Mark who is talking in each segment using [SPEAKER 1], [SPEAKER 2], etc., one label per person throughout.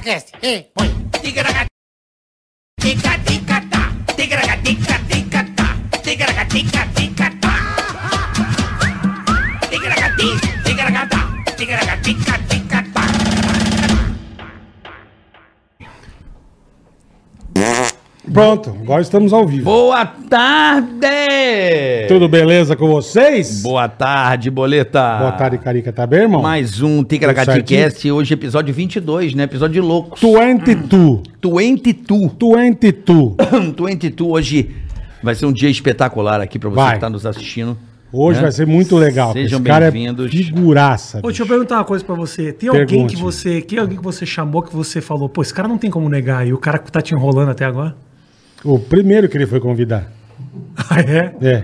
[SPEAKER 1] Podcast. E põe. Tica-tica-tá. Tica-tica-tica-tá. Tica-tica-tica-tá. Tica-tica-tica-tá. Tica-tica-tica-tá.
[SPEAKER 2] Pronto, agora estamos ao vivo.
[SPEAKER 3] Boa tarde!
[SPEAKER 2] Tudo beleza com vocês?
[SPEAKER 3] Boa tarde, Boleta!
[SPEAKER 2] Boa tarde, Carica. Tá bem, irmão?
[SPEAKER 3] Mais um Ticaracaticast, hoje episódio 22, né? Episódio de loucos.
[SPEAKER 2] 22.
[SPEAKER 3] 22.
[SPEAKER 2] 22.
[SPEAKER 3] 22 hoje vai ser um dia espetacular aqui pra você
[SPEAKER 2] Vai.
[SPEAKER 3] que tá nos assistindo.
[SPEAKER 2] Hoje
[SPEAKER 3] né?
[SPEAKER 2] vai ser muito legal. porque
[SPEAKER 3] Sejam
[SPEAKER 2] esse cara
[SPEAKER 3] bem-vindos.
[SPEAKER 2] é figuraça.
[SPEAKER 4] Ô,
[SPEAKER 2] bicho.
[SPEAKER 4] deixa eu perguntar uma coisa pra você. Tem alguém
[SPEAKER 2] Pergunte.
[SPEAKER 4] que você, que alguém que você chamou que você falou, pô, esse cara não tem como negar e o cara que tá te enrolando até agora?
[SPEAKER 2] O primeiro que ele foi convidar.
[SPEAKER 4] Ah, é?
[SPEAKER 2] É.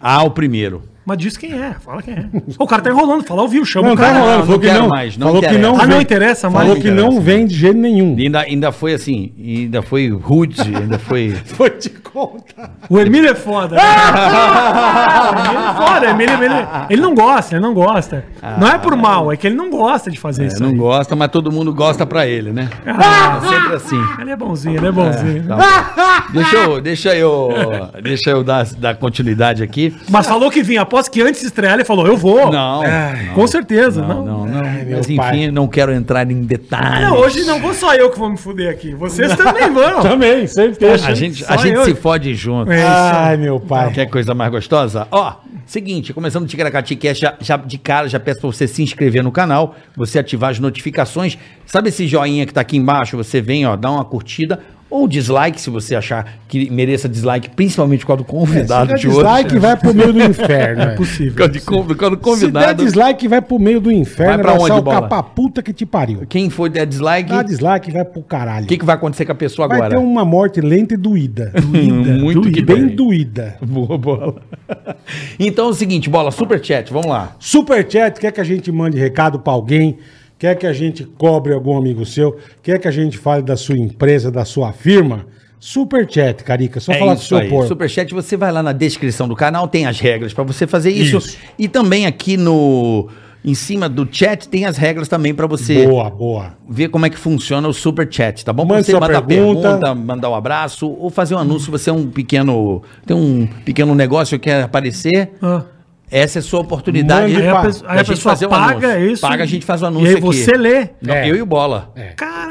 [SPEAKER 3] Ah, o primeiro.
[SPEAKER 4] Mas diz quem é, fala quem é. Ô, o cara tá enrolando, fala, ouviu, chama
[SPEAKER 2] Não,
[SPEAKER 4] o
[SPEAKER 2] tá
[SPEAKER 4] cara.
[SPEAKER 2] enrolando.
[SPEAKER 3] não
[SPEAKER 2] falou que
[SPEAKER 3] quero
[SPEAKER 2] não.
[SPEAKER 3] mais, não
[SPEAKER 2] falou que
[SPEAKER 3] interessa.
[SPEAKER 2] não
[SPEAKER 4] Ah, não
[SPEAKER 2] vem.
[SPEAKER 4] interessa mais?
[SPEAKER 2] Falou
[SPEAKER 3] Não
[SPEAKER 2] que não
[SPEAKER 3] interessa.
[SPEAKER 2] vem de jeito nenhum.
[SPEAKER 3] E ainda, ainda foi assim, e ainda foi rude, ainda foi.
[SPEAKER 2] Foi te contar.
[SPEAKER 4] O Emílio é foda. né? o Emílio é foda, o Emílio, Emílio- ele não gosta, ele não gosta. não é por mal, é que ele não gosta de fazer
[SPEAKER 3] Ah. É,
[SPEAKER 4] isso.
[SPEAKER 3] não
[SPEAKER 4] aí.
[SPEAKER 3] gosta, mas todo mundo gosta pra ele, né?
[SPEAKER 2] Ah.
[SPEAKER 3] É sempre assim.
[SPEAKER 4] Ele é bonzinho, ele é bonzinho.
[SPEAKER 3] Tá bom. Deixa eu, deixa eu, deixa eu dar, dar continuidade aqui.
[SPEAKER 4] Mas falou que vinha, após que antes de estrear ele falou, eu vou.
[SPEAKER 3] Não,
[SPEAKER 4] É,
[SPEAKER 3] não.
[SPEAKER 4] Com certeza, não.
[SPEAKER 3] Não, não, não.
[SPEAKER 2] meu
[SPEAKER 3] Mas enfim,
[SPEAKER 2] pai.
[SPEAKER 3] não quero entrar em detalhes.
[SPEAKER 4] Não, hoje não vou só eu que vou me fuder aqui. Vocês também vão.
[SPEAKER 2] Também, certeza.
[SPEAKER 3] A gente,
[SPEAKER 4] Só
[SPEAKER 3] a gente
[SPEAKER 4] eu.
[SPEAKER 3] se fode junto. Ah,
[SPEAKER 4] É.
[SPEAKER 2] Ai, meu pai.
[SPEAKER 3] Quer coisa mais gostosa? Ó, seguinte, começando o Ticaracati Cast, é já, já de cara, já peço pra você se inscrever no canal, você ativar as notificações. Sabe esse joinha que tá aqui embaixo? Você vem, ó, dá uma curtida ou dislike, se você achar que mereça dislike, principalmente quando convidado
[SPEAKER 2] É, Se der
[SPEAKER 3] de outro.
[SPEAKER 2] dislike, vai pro meio do inferno.
[SPEAKER 4] É
[SPEAKER 2] é.
[SPEAKER 4] possível.
[SPEAKER 3] Quando, conv- quando
[SPEAKER 2] Se der
[SPEAKER 3] convidado.
[SPEAKER 2] dislike, vai pro meio do inferno.
[SPEAKER 3] Vai pra
[SPEAKER 2] abraçar
[SPEAKER 3] onde,
[SPEAKER 2] o
[SPEAKER 3] Bola?
[SPEAKER 2] capa puta que te pariu.
[SPEAKER 3] Quem for der dislike,
[SPEAKER 2] Dá
[SPEAKER 3] o
[SPEAKER 2] Tá, dislike, vai pro caralho.
[SPEAKER 3] que, que vai acontecer com a pessoa
[SPEAKER 2] Vai
[SPEAKER 3] agora?
[SPEAKER 2] ter um uma morte lenta e doída.
[SPEAKER 3] Muito que
[SPEAKER 2] bem
[SPEAKER 3] bem.
[SPEAKER 2] doída.
[SPEAKER 3] Boa bola. Então é o seguinte, bola, super chat, vamos lá.
[SPEAKER 2] Superchat, quer que a gente mande recado pra alguém? Quer que a gente cobre algum amigo seu? Quer que a gente fale da sua empresa, da sua firma? Superchat, Carica. Só falar do seu
[SPEAKER 3] É aí.
[SPEAKER 2] porco.
[SPEAKER 3] Superchat, você vai lá na descrição do canal, tem as regras pra você fazer isso.
[SPEAKER 2] Isso.
[SPEAKER 3] E também aqui no em cima do chat tem as regras também pra você
[SPEAKER 2] Boa, boa.
[SPEAKER 3] ver como é que funciona o super chat, tá bom? Pra
[SPEAKER 2] Mande
[SPEAKER 3] você
[SPEAKER 2] sua
[SPEAKER 3] mandar
[SPEAKER 2] pergunta.
[SPEAKER 3] mandar um abraço ou fazer um anúncio, você é um pequeno, tem um pequeno negócio que quer aparecer.
[SPEAKER 4] Ah,
[SPEAKER 3] Essa é a sua oportunidade.
[SPEAKER 2] Mande
[SPEAKER 4] aí a,
[SPEAKER 2] pra-
[SPEAKER 4] pe-
[SPEAKER 3] da
[SPEAKER 4] aí a
[SPEAKER 3] gente
[SPEAKER 4] pessoa
[SPEAKER 3] fazer um
[SPEAKER 4] paga é
[SPEAKER 3] anúncio.
[SPEAKER 4] isso.
[SPEAKER 3] Paga, a gente faz o
[SPEAKER 4] E
[SPEAKER 3] anúncio
[SPEAKER 4] aí você
[SPEAKER 3] aqui.
[SPEAKER 4] lê.
[SPEAKER 3] Não,
[SPEAKER 2] É.
[SPEAKER 3] Eu e o bola.
[SPEAKER 4] Caralho.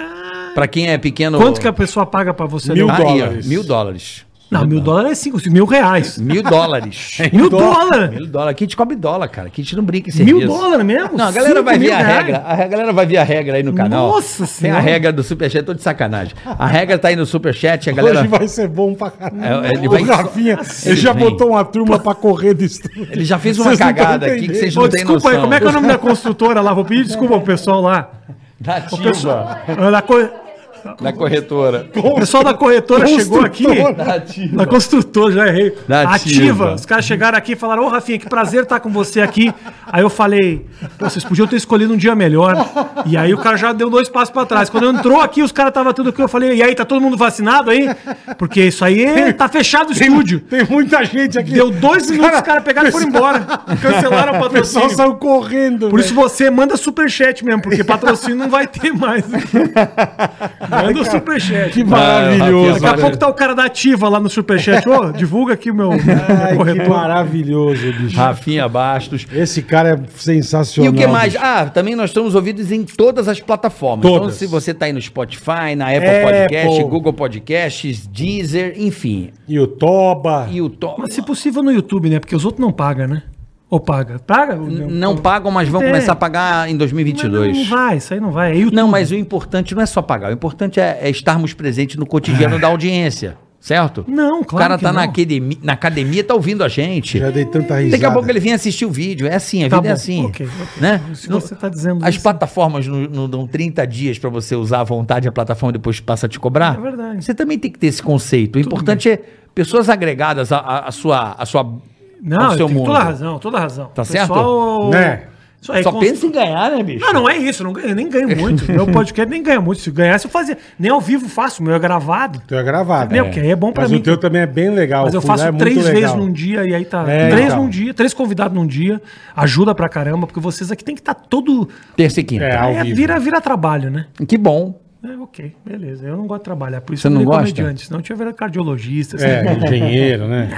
[SPEAKER 3] Pra quem é pequeno.
[SPEAKER 4] Quanto que a pessoa paga pra você
[SPEAKER 2] Mil
[SPEAKER 4] ler?
[SPEAKER 3] Aí, ó,
[SPEAKER 2] dólares?
[SPEAKER 3] Mil dólares.
[SPEAKER 4] Não, mil dólares é cinco, mil reais.
[SPEAKER 3] Mil dólares.
[SPEAKER 4] Mil dólares?
[SPEAKER 3] Mil dólares. Aqui a gente cobre dólar, cara. Aqui a gente não brinca em
[SPEAKER 4] Mil
[SPEAKER 3] serviço.
[SPEAKER 4] dólares mesmo?
[SPEAKER 3] Não, a galera
[SPEAKER 4] Cinco
[SPEAKER 3] vai ver
[SPEAKER 4] mil
[SPEAKER 3] a
[SPEAKER 4] reais?
[SPEAKER 3] regra. A re- galera vai ver a regra aí no canal.
[SPEAKER 4] Nossa
[SPEAKER 3] Tem a
[SPEAKER 4] Senhora.
[SPEAKER 3] regra do Superchat, tô de sacanagem. A regra tá aí no Superchat, a galera.
[SPEAKER 2] Hoje vai ser bom pra caralho.
[SPEAKER 3] É, ele vai-
[SPEAKER 2] o Rafinha,
[SPEAKER 3] Nossa,
[SPEAKER 2] ele já
[SPEAKER 3] ele vem.
[SPEAKER 2] botou uma turma pra correr do estúdio.
[SPEAKER 3] Ele já fez uma
[SPEAKER 2] Vocês não tão
[SPEAKER 3] cagada aqui que
[SPEAKER 2] entendendo.
[SPEAKER 3] vocês não
[SPEAKER 4] Ô,
[SPEAKER 3] têm
[SPEAKER 4] desculpa
[SPEAKER 3] noção.
[SPEAKER 4] aí, como é que é o nome da construtora lá? Vou pedir desculpa pro pessoal lá.
[SPEAKER 3] Da
[SPEAKER 4] O pessoal,
[SPEAKER 3] ativa,
[SPEAKER 4] da corre-
[SPEAKER 3] da corretora.
[SPEAKER 4] o pessoal da corretora chegou aqui.
[SPEAKER 2] Construtora.
[SPEAKER 3] Da ativa.
[SPEAKER 4] Da construtora, já errei.
[SPEAKER 3] Da
[SPEAKER 4] ativa.
[SPEAKER 3] Ativa.
[SPEAKER 4] Os caras chegaram aqui e falaram, ô Rafinha, que prazer estar com você aqui. Aí eu falei, "Pô, vocês podiam ter escolhido um dia melhor. E aí o cara já deu dois passos pra trás. Quando entrou aqui, os caras estavam tudo aqui, eu falei, e aí, tá todo mundo vacinado aí? Porque isso aí é- tá fechado o estúdio.
[SPEAKER 2] Tem um muita gente aqui.
[SPEAKER 4] Deu dois minutos, os caras pegaram e foram embora. Cancelaram o
[SPEAKER 2] O pessoal
[SPEAKER 4] patrocínio.
[SPEAKER 2] saiu correndo.
[SPEAKER 4] Por isso
[SPEAKER 2] velho.
[SPEAKER 4] você manda superchat mesmo, porque patrocínio não vai ter mais. Manda o superchat.
[SPEAKER 2] que
[SPEAKER 3] Rafinha,
[SPEAKER 2] maravilhoso.
[SPEAKER 4] Daqui a pouco tá o cara da ativa lá no Superchat. Ô, divulga aqui o meu
[SPEAKER 2] Ai, que
[SPEAKER 4] corretor.
[SPEAKER 2] maravilhoso, bicho.
[SPEAKER 3] Rafinha Bastos.
[SPEAKER 2] Esse cara é
[SPEAKER 3] E
[SPEAKER 2] sensacional.
[SPEAKER 3] o que mais?
[SPEAKER 2] bicho.
[SPEAKER 3] Ah, também nós estamos ouvidos em todas as plataformas. Então,
[SPEAKER 2] Todas.
[SPEAKER 3] se você tá aí no Spotify, na Apple
[SPEAKER 2] Apple.
[SPEAKER 3] Podcast, Google Podcasts, Deezer, enfim.
[SPEAKER 2] E o Toba.
[SPEAKER 3] E o Tom.
[SPEAKER 4] Mas se possível no YouTube, né? Porque os outros não pagam, né? Ou paga? Paga?
[SPEAKER 3] N- Não pagam, mas vão
[SPEAKER 4] um Tem.
[SPEAKER 3] começar a pagar em
[SPEAKER 4] Mas Não
[SPEAKER 3] 2022.
[SPEAKER 4] vai, isso aí não vai. É YouTube.
[SPEAKER 3] Não, mas o importante não é só pagar. O importante é, é estarmos presentes no
[SPEAKER 2] É.
[SPEAKER 3] cotidiano da audiência, certo?
[SPEAKER 4] Não,
[SPEAKER 3] O
[SPEAKER 4] claro
[SPEAKER 3] cara
[SPEAKER 4] que
[SPEAKER 3] tá na
[SPEAKER 4] não.
[SPEAKER 3] academia, na academia tá ouvindo a gente.
[SPEAKER 2] Já dei tanta risada.
[SPEAKER 3] Daqui a pouco ele vem assistir o vídeo. É assim, a
[SPEAKER 4] Tá
[SPEAKER 3] vida é
[SPEAKER 4] bom,
[SPEAKER 3] assim.
[SPEAKER 4] ok, ok.
[SPEAKER 3] Né?
[SPEAKER 4] Se
[SPEAKER 3] Não-
[SPEAKER 4] você tá dizendo
[SPEAKER 3] As
[SPEAKER 4] isso.
[SPEAKER 3] plataformas não, não dão 30 dias pra você usar à vontade a plataforma e depois passa a te cobrar?
[SPEAKER 4] É verdade.
[SPEAKER 3] Você também tem que ter esse conceito. O importante é pessoas agregadas à- à à sua, à sua,
[SPEAKER 4] Não,
[SPEAKER 3] ao seu
[SPEAKER 4] tem
[SPEAKER 3] um mundo.
[SPEAKER 4] toda a razão, toda a razão.
[SPEAKER 3] Tá
[SPEAKER 4] Pessoal,
[SPEAKER 2] Né?
[SPEAKER 4] Isso aí,
[SPEAKER 3] Só
[SPEAKER 4] É cons-
[SPEAKER 3] pensa em ganhar, né, bicho?
[SPEAKER 4] Não, não é isso. eu Não ganho, eu nem ganho muito. meu podcast nem ganha muito. Se ganhasse, eu fazia. Nem ao vivo faço, o meu é gravado.
[SPEAKER 2] O teu é gravado.
[SPEAKER 4] Meu, que aí é bom pra
[SPEAKER 2] Mas
[SPEAKER 4] mim.
[SPEAKER 2] o teu também é bem legal.
[SPEAKER 4] Mas eu
[SPEAKER 2] O fundo
[SPEAKER 4] faço
[SPEAKER 2] é muito
[SPEAKER 4] três
[SPEAKER 2] legal.
[SPEAKER 4] vezes num dia e aí tá.
[SPEAKER 2] É,
[SPEAKER 4] três
[SPEAKER 2] então.
[SPEAKER 4] num dia, três convidados num dia. Ajuda pra caramba, porque vocês aqui tem que estar tá todo.
[SPEAKER 3] Terça e quinta.
[SPEAKER 2] É, ao
[SPEAKER 4] É,
[SPEAKER 2] vivo.
[SPEAKER 4] vira, vira trabalho, né?
[SPEAKER 3] Que bom.
[SPEAKER 4] É, ok, beleza. Eu não gosto de trabalhar, por isso
[SPEAKER 3] Você
[SPEAKER 4] eu
[SPEAKER 3] não
[SPEAKER 4] virei
[SPEAKER 3] gosta?
[SPEAKER 4] comediante. Senão eu tinha virado cardiologista.
[SPEAKER 2] É,
[SPEAKER 4] sabe? Ah,
[SPEAKER 2] engenheiro, né?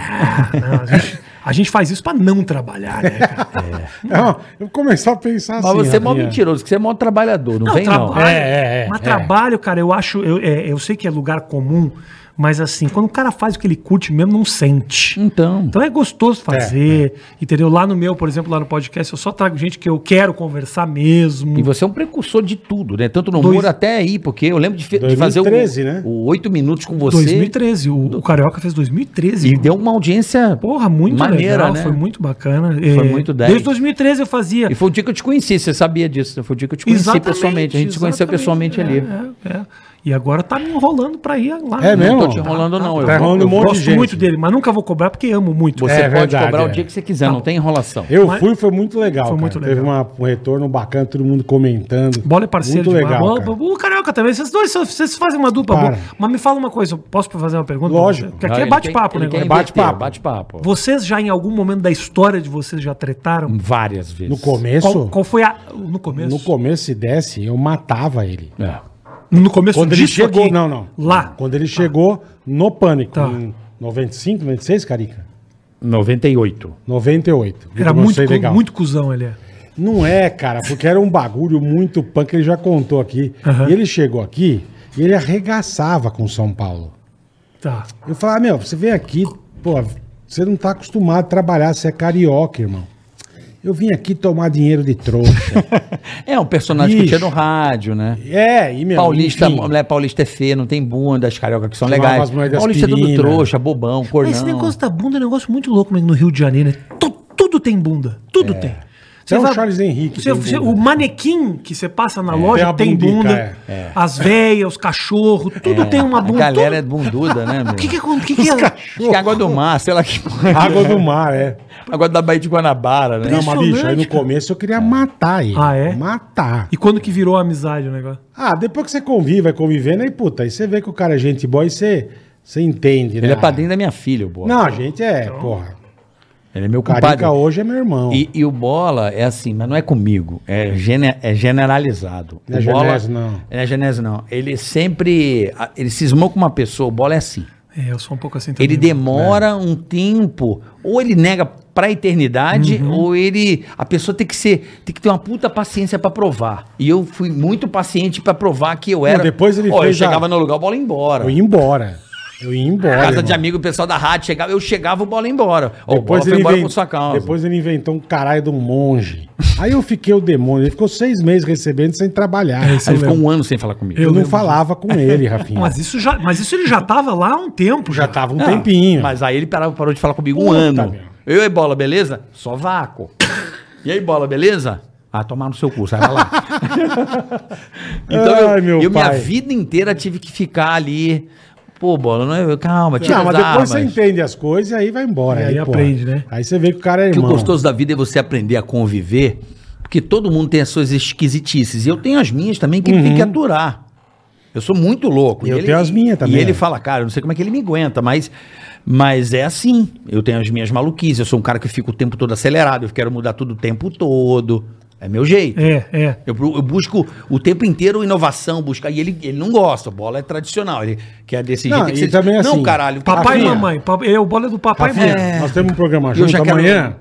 [SPEAKER 4] Não, a, gente, a gente faz isso pra não trabalhar, né, cara?
[SPEAKER 2] Não, É, eu vou começar a pensar assim.
[SPEAKER 3] Mas você é mó
[SPEAKER 2] Rafinha.
[SPEAKER 3] mentiroso, que você é mó trabalhador, não, vem não.
[SPEAKER 4] trabalho.
[SPEAKER 2] É, é, é,
[SPEAKER 4] mas
[SPEAKER 2] é.
[SPEAKER 4] trabalho, cara, eu acho. Eu, é, eu sei que é lugar comum, mas assim, quando o cara faz o que ele curte mesmo, não sente.
[SPEAKER 3] Então,
[SPEAKER 4] Então é gostoso fazer,
[SPEAKER 3] é.
[SPEAKER 4] entendeu? Lá no meu, por exemplo, lá no podcast, eu só trago gente que eu quero conversar mesmo.
[SPEAKER 3] e você é um precursor de tudo, né? Tanto no
[SPEAKER 4] Dois-
[SPEAKER 3] humor até aí, porque eu lembro de, fe- de fazer
[SPEAKER 2] 2013,
[SPEAKER 3] o,
[SPEAKER 2] né?
[SPEAKER 3] o 8 minutos com você
[SPEAKER 4] 2013, o, o Carioca fez 2013.
[SPEAKER 3] e deu uma audiência
[SPEAKER 4] Porra, muito
[SPEAKER 3] maneira,
[SPEAKER 4] legal,
[SPEAKER 3] né?
[SPEAKER 4] foi muito bacana. É,
[SPEAKER 3] Foi muito 10.
[SPEAKER 4] Desde 2013 eu fazia.
[SPEAKER 3] E foi o dia que eu te conheci, você sabia disso, né? Foi o dia que eu te conheci pessoalmente, a gente se conheceu
[SPEAKER 4] exatamente,
[SPEAKER 3] pessoalmente ali.
[SPEAKER 4] é, é, é. E agora tá me enrolando pra ir lá.
[SPEAKER 2] É mesmo?
[SPEAKER 3] Não tô te enrolando não, eu
[SPEAKER 2] Tá
[SPEAKER 3] vou-
[SPEAKER 2] enrolando
[SPEAKER 3] eu
[SPEAKER 2] um monte
[SPEAKER 4] Gosto
[SPEAKER 2] de gente.
[SPEAKER 4] muito dele, mas nunca vou cobrar porque amo muito.
[SPEAKER 3] Você
[SPEAKER 2] É
[SPEAKER 3] pode
[SPEAKER 2] verdade,
[SPEAKER 3] cobrar
[SPEAKER 2] é.
[SPEAKER 3] o dia que você quiser, não tem enrolação.
[SPEAKER 2] Eu fui, foi muito legal.
[SPEAKER 4] Foi muito
[SPEAKER 2] cara.
[SPEAKER 4] legal.
[SPEAKER 2] Teve uma- um retorno bacana, todo mundo comentando.
[SPEAKER 4] Bola é parceiro
[SPEAKER 2] Muito
[SPEAKER 4] demais.
[SPEAKER 2] legal. cara.
[SPEAKER 4] Bola- O Carioca também. Vocês dois são- vocês fazem uma dupla
[SPEAKER 2] Para.
[SPEAKER 4] boa. Mas me fala uma coisa, eu posso fazer uma pergunta?
[SPEAKER 2] Lógico.
[SPEAKER 4] Porque aqui
[SPEAKER 3] Não,
[SPEAKER 4] é
[SPEAKER 3] ele
[SPEAKER 4] bate-papo,
[SPEAKER 3] tem-
[SPEAKER 4] né?
[SPEAKER 3] ele quer
[SPEAKER 4] É
[SPEAKER 2] bate-
[SPEAKER 3] inverter,
[SPEAKER 2] bate-papo.
[SPEAKER 3] Bate-papo.
[SPEAKER 4] Vocês já em algum momento da história de vocês já tretaram?
[SPEAKER 3] Várias vezes.
[SPEAKER 2] No começo,
[SPEAKER 4] Qual, qual foi a. No começo?
[SPEAKER 2] Hum, no começo, se desse, eu matava ele.
[SPEAKER 3] É.
[SPEAKER 4] No começo
[SPEAKER 2] Quando ele
[SPEAKER 4] disso
[SPEAKER 2] chegou.
[SPEAKER 4] aqui?
[SPEAKER 2] Não, não.
[SPEAKER 4] Lá.
[SPEAKER 2] Quando ele chegou no pânico.
[SPEAKER 4] Tá.
[SPEAKER 2] Em 95, 96, Carica?
[SPEAKER 3] 98.
[SPEAKER 2] 98.
[SPEAKER 4] Era
[SPEAKER 2] Eu
[SPEAKER 4] muito,
[SPEAKER 2] sei
[SPEAKER 4] cu- muito cuzão ele. é.
[SPEAKER 2] Não é, cara, porque era um bagulho muito punk, ele já contou aqui.
[SPEAKER 4] Aham.
[SPEAKER 2] E ele chegou aqui e ele arregaçava com São Paulo.
[SPEAKER 4] Tá.
[SPEAKER 2] Eu falava, meu, você vem aqui, pô, você não tá acostumado a trabalhar, você é carioca, irmão. Eu vim aqui tomar dinheiro de trouxa.
[SPEAKER 3] É um personagem que
[SPEAKER 2] Bicho.
[SPEAKER 3] tinha no rádio, né?
[SPEAKER 2] é, e meu,
[SPEAKER 3] Paulista,
[SPEAKER 2] enfim.
[SPEAKER 3] mulher paulista é feia, não tem bunda, as cariocas que são
[SPEAKER 2] Tomava
[SPEAKER 3] legais.
[SPEAKER 2] as mulheres de
[SPEAKER 3] Paulista é tudo
[SPEAKER 2] aspirina.
[SPEAKER 3] trouxa, bobão, cornão.
[SPEAKER 4] Esse negócio da bunda é um negócio muito louco mesmo no Rio de Janeiro. né? Tu- tudo tem bunda. Tudo tem. Você
[SPEAKER 2] É. Até o Charles Henrique
[SPEAKER 4] você-
[SPEAKER 2] tem
[SPEAKER 4] você-
[SPEAKER 2] bunda. É,
[SPEAKER 4] o manequim que você passa na
[SPEAKER 2] tem
[SPEAKER 4] loja
[SPEAKER 2] a
[SPEAKER 4] tem
[SPEAKER 2] bundica,
[SPEAKER 4] bunda.
[SPEAKER 2] é.
[SPEAKER 4] As veias, os cachorros, tudo tem uma bunda.
[SPEAKER 3] A galera é
[SPEAKER 4] tudo-
[SPEAKER 3] bunduda, né, meu?
[SPEAKER 4] O que que, acon- o que, que é?
[SPEAKER 3] Acho que é água do mar, sei lá que.
[SPEAKER 2] Água do mar, é.
[SPEAKER 3] água da Baía de Guanabara, né?
[SPEAKER 2] Não, mas bicho, aí no
[SPEAKER 4] Impressionante, cara.
[SPEAKER 2] começo eu
[SPEAKER 3] É.
[SPEAKER 2] queria matar ele.
[SPEAKER 4] Ah, é?
[SPEAKER 2] Matar.
[SPEAKER 4] E quando que virou amizade o negócio?
[SPEAKER 2] Ah, depois que você convive, vai convivendo, aí puta, aí você vê que o cara é gente boa e você, você entende, né?
[SPEAKER 3] Ele é padrinho da minha filha, o Bola.
[SPEAKER 2] Não, a gente é,
[SPEAKER 4] Então,
[SPEAKER 2] porra.
[SPEAKER 3] Ele é meu
[SPEAKER 2] O Carica
[SPEAKER 3] compadre.
[SPEAKER 2] hoje é meu irmão.
[SPEAKER 3] E, e o Bola é assim, mas não é comigo, é, gene- é generalizado.
[SPEAKER 2] Não é
[SPEAKER 3] o Bola,
[SPEAKER 2] genese, não.
[SPEAKER 3] Não é genese, não. Ele sempre, a- ele cismou com uma pessoa, o Bola é assim.
[SPEAKER 4] É, eu sou um pouco assim também.
[SPEAKER 3] Ele demora
[SPEAKER 2] né?
[SPEAKER 3] um tempo, ou ele nega pra eternidade,
[SPEAKER 2] Uhum.
[SPEAKER 3] ou ele, a pessoa tem que ser, tem que ter uma puta paciência pra provar. E eu fui muito paciente pra provar que eu era.
[SPEAKER 2] depois ele
[SPEAKER 3] Ó,
[SPEAKER 2] fez
[SPEAKER 3] eu chegava
[SPEAKER 2] a-
[SPEAKER 3] no lugar, o Bola ia embora.
[SPEAKER 2] Eu ia embora. Eu ia embora.
[SPEAKER 3] Casa de
[SPEAKER 2] irmão.
[SPEAKER 3] amigo, o pessoal da rádio chegava, eu chegava, o Bola ia embora. Ó, o Bola
[SPEAKER 2] Depois
[SPEAKER 3] foi
[SPEAKER 2] ele,
[SPEAKER 3] embora
[SPEAKER 2] inven-
[SPEAKER 3] com sua causa.
[SPEAKER 2] Depois ele inventou um caralho de um monge. Aí eu fiquei o demônio. Ele ficou seis meses recebendo sem trabalhar.
[SPEAKER 3] Aí ele ficou um ano sem falar comigo.
[SPEAKER 2] Eu, não
[SPEAKER 4] lembro.
[SPEAKER 2] falava com ele, Rafinha.
[SPEAKER 4] Mas isso, já, mas isso ele já tava lá há um tempo.
[SPEAKER 2] já
[SPEAKER 4] Já
[SPEAKER 2] tava um
[SPEAKER 3] Não,
[SPEAKER 2] tempinho.
[SPEAKER 3] Mas aí ele parava- parou de falar comigo um
[SPEAKER 2] Puta,
[SPEAKER 3] ano.
[SPEAKER 2] meu.
[SPEAKER 3] Eu e bola, beleza? Só vácuo. E aí, bola, beleza? Ah, tomar no seu cu, sai pra lá. então
[SPEAKER 2] Ai,
[SPEAKER 3] eu,
[SPEAKER 2] meu
[SPEAKER 3] eu minha
[SPEAKER 2] pai.
[SPEAKER 3] vida inteira tive que ficar ali. Pô, bola, não é, calma, tira
[SPEAKER 2] Não, mas
[SPEAKER 3] as
[SPEAKER 2] depois você
[SPEAKER 3] armas.
[SPEAKER 2] entende as coisas e aí vai embora.
[SPEAKER 4] E aí
[SPEAKER 2] pô,
[SPEAKER 4] aprende, né?
[SPEAKER 2] Aí você vê que o cara é
[SPEAKER 3] que o
[SPEAKER 2] irmão.
[SPEAKER 3] gostoso da vida é você aprender a conviver, porque todo mundo tem as suas esquisitices. E eu tenho as minhas também que tem que aturar. Eu sou muito louco.
[SPEAKER 2] Uhum. Eu tenho as minhas também,
[SPEAKER 3] E ele
[SPEAKER 2] né?
[SPEAKER 3] fala, cara, eu não sei como é que ele me aguenta, mas, mas é assim. Eu tenho as minhas maluquices. Eu sou um cara que fica o tempo todo acelerado. Eu quero mudar tudo o tempo todo. É meu jeito.
[SPEAKER 4] É, é.
[SPEAKER 3] Eu, bu- eu busco o tempo inteiro inovação, buscar. E ele, ele não gosta. Bola é tradicional. Ele quer desse
[SPEAKER 2] Não,
[SPEAKER 3] jeito.
[SPEAKER 2] e
[SPEAKER 3] que você-
[SPEAKER 2] também é
[SPEAKER 3] não,
[SPEAKER 2] assim,
[SPEAKER 3] caralho.
[SPEAKER 4] Papai
[SPEAKER 2] Rafinha.
[SPEAKER 4] e mamãe. pa- Ele é o bola do papai
[SPEAKER 2] Rafinha,
[SPEAKER 4] e mamãe.
[SPEAKER 2] nós temos um programa
[SPEAKER 3] é. Eu
[SPEAKER 2] junto
[SPEAKER 3] já quero-
[SPEAKER 2] amanhã.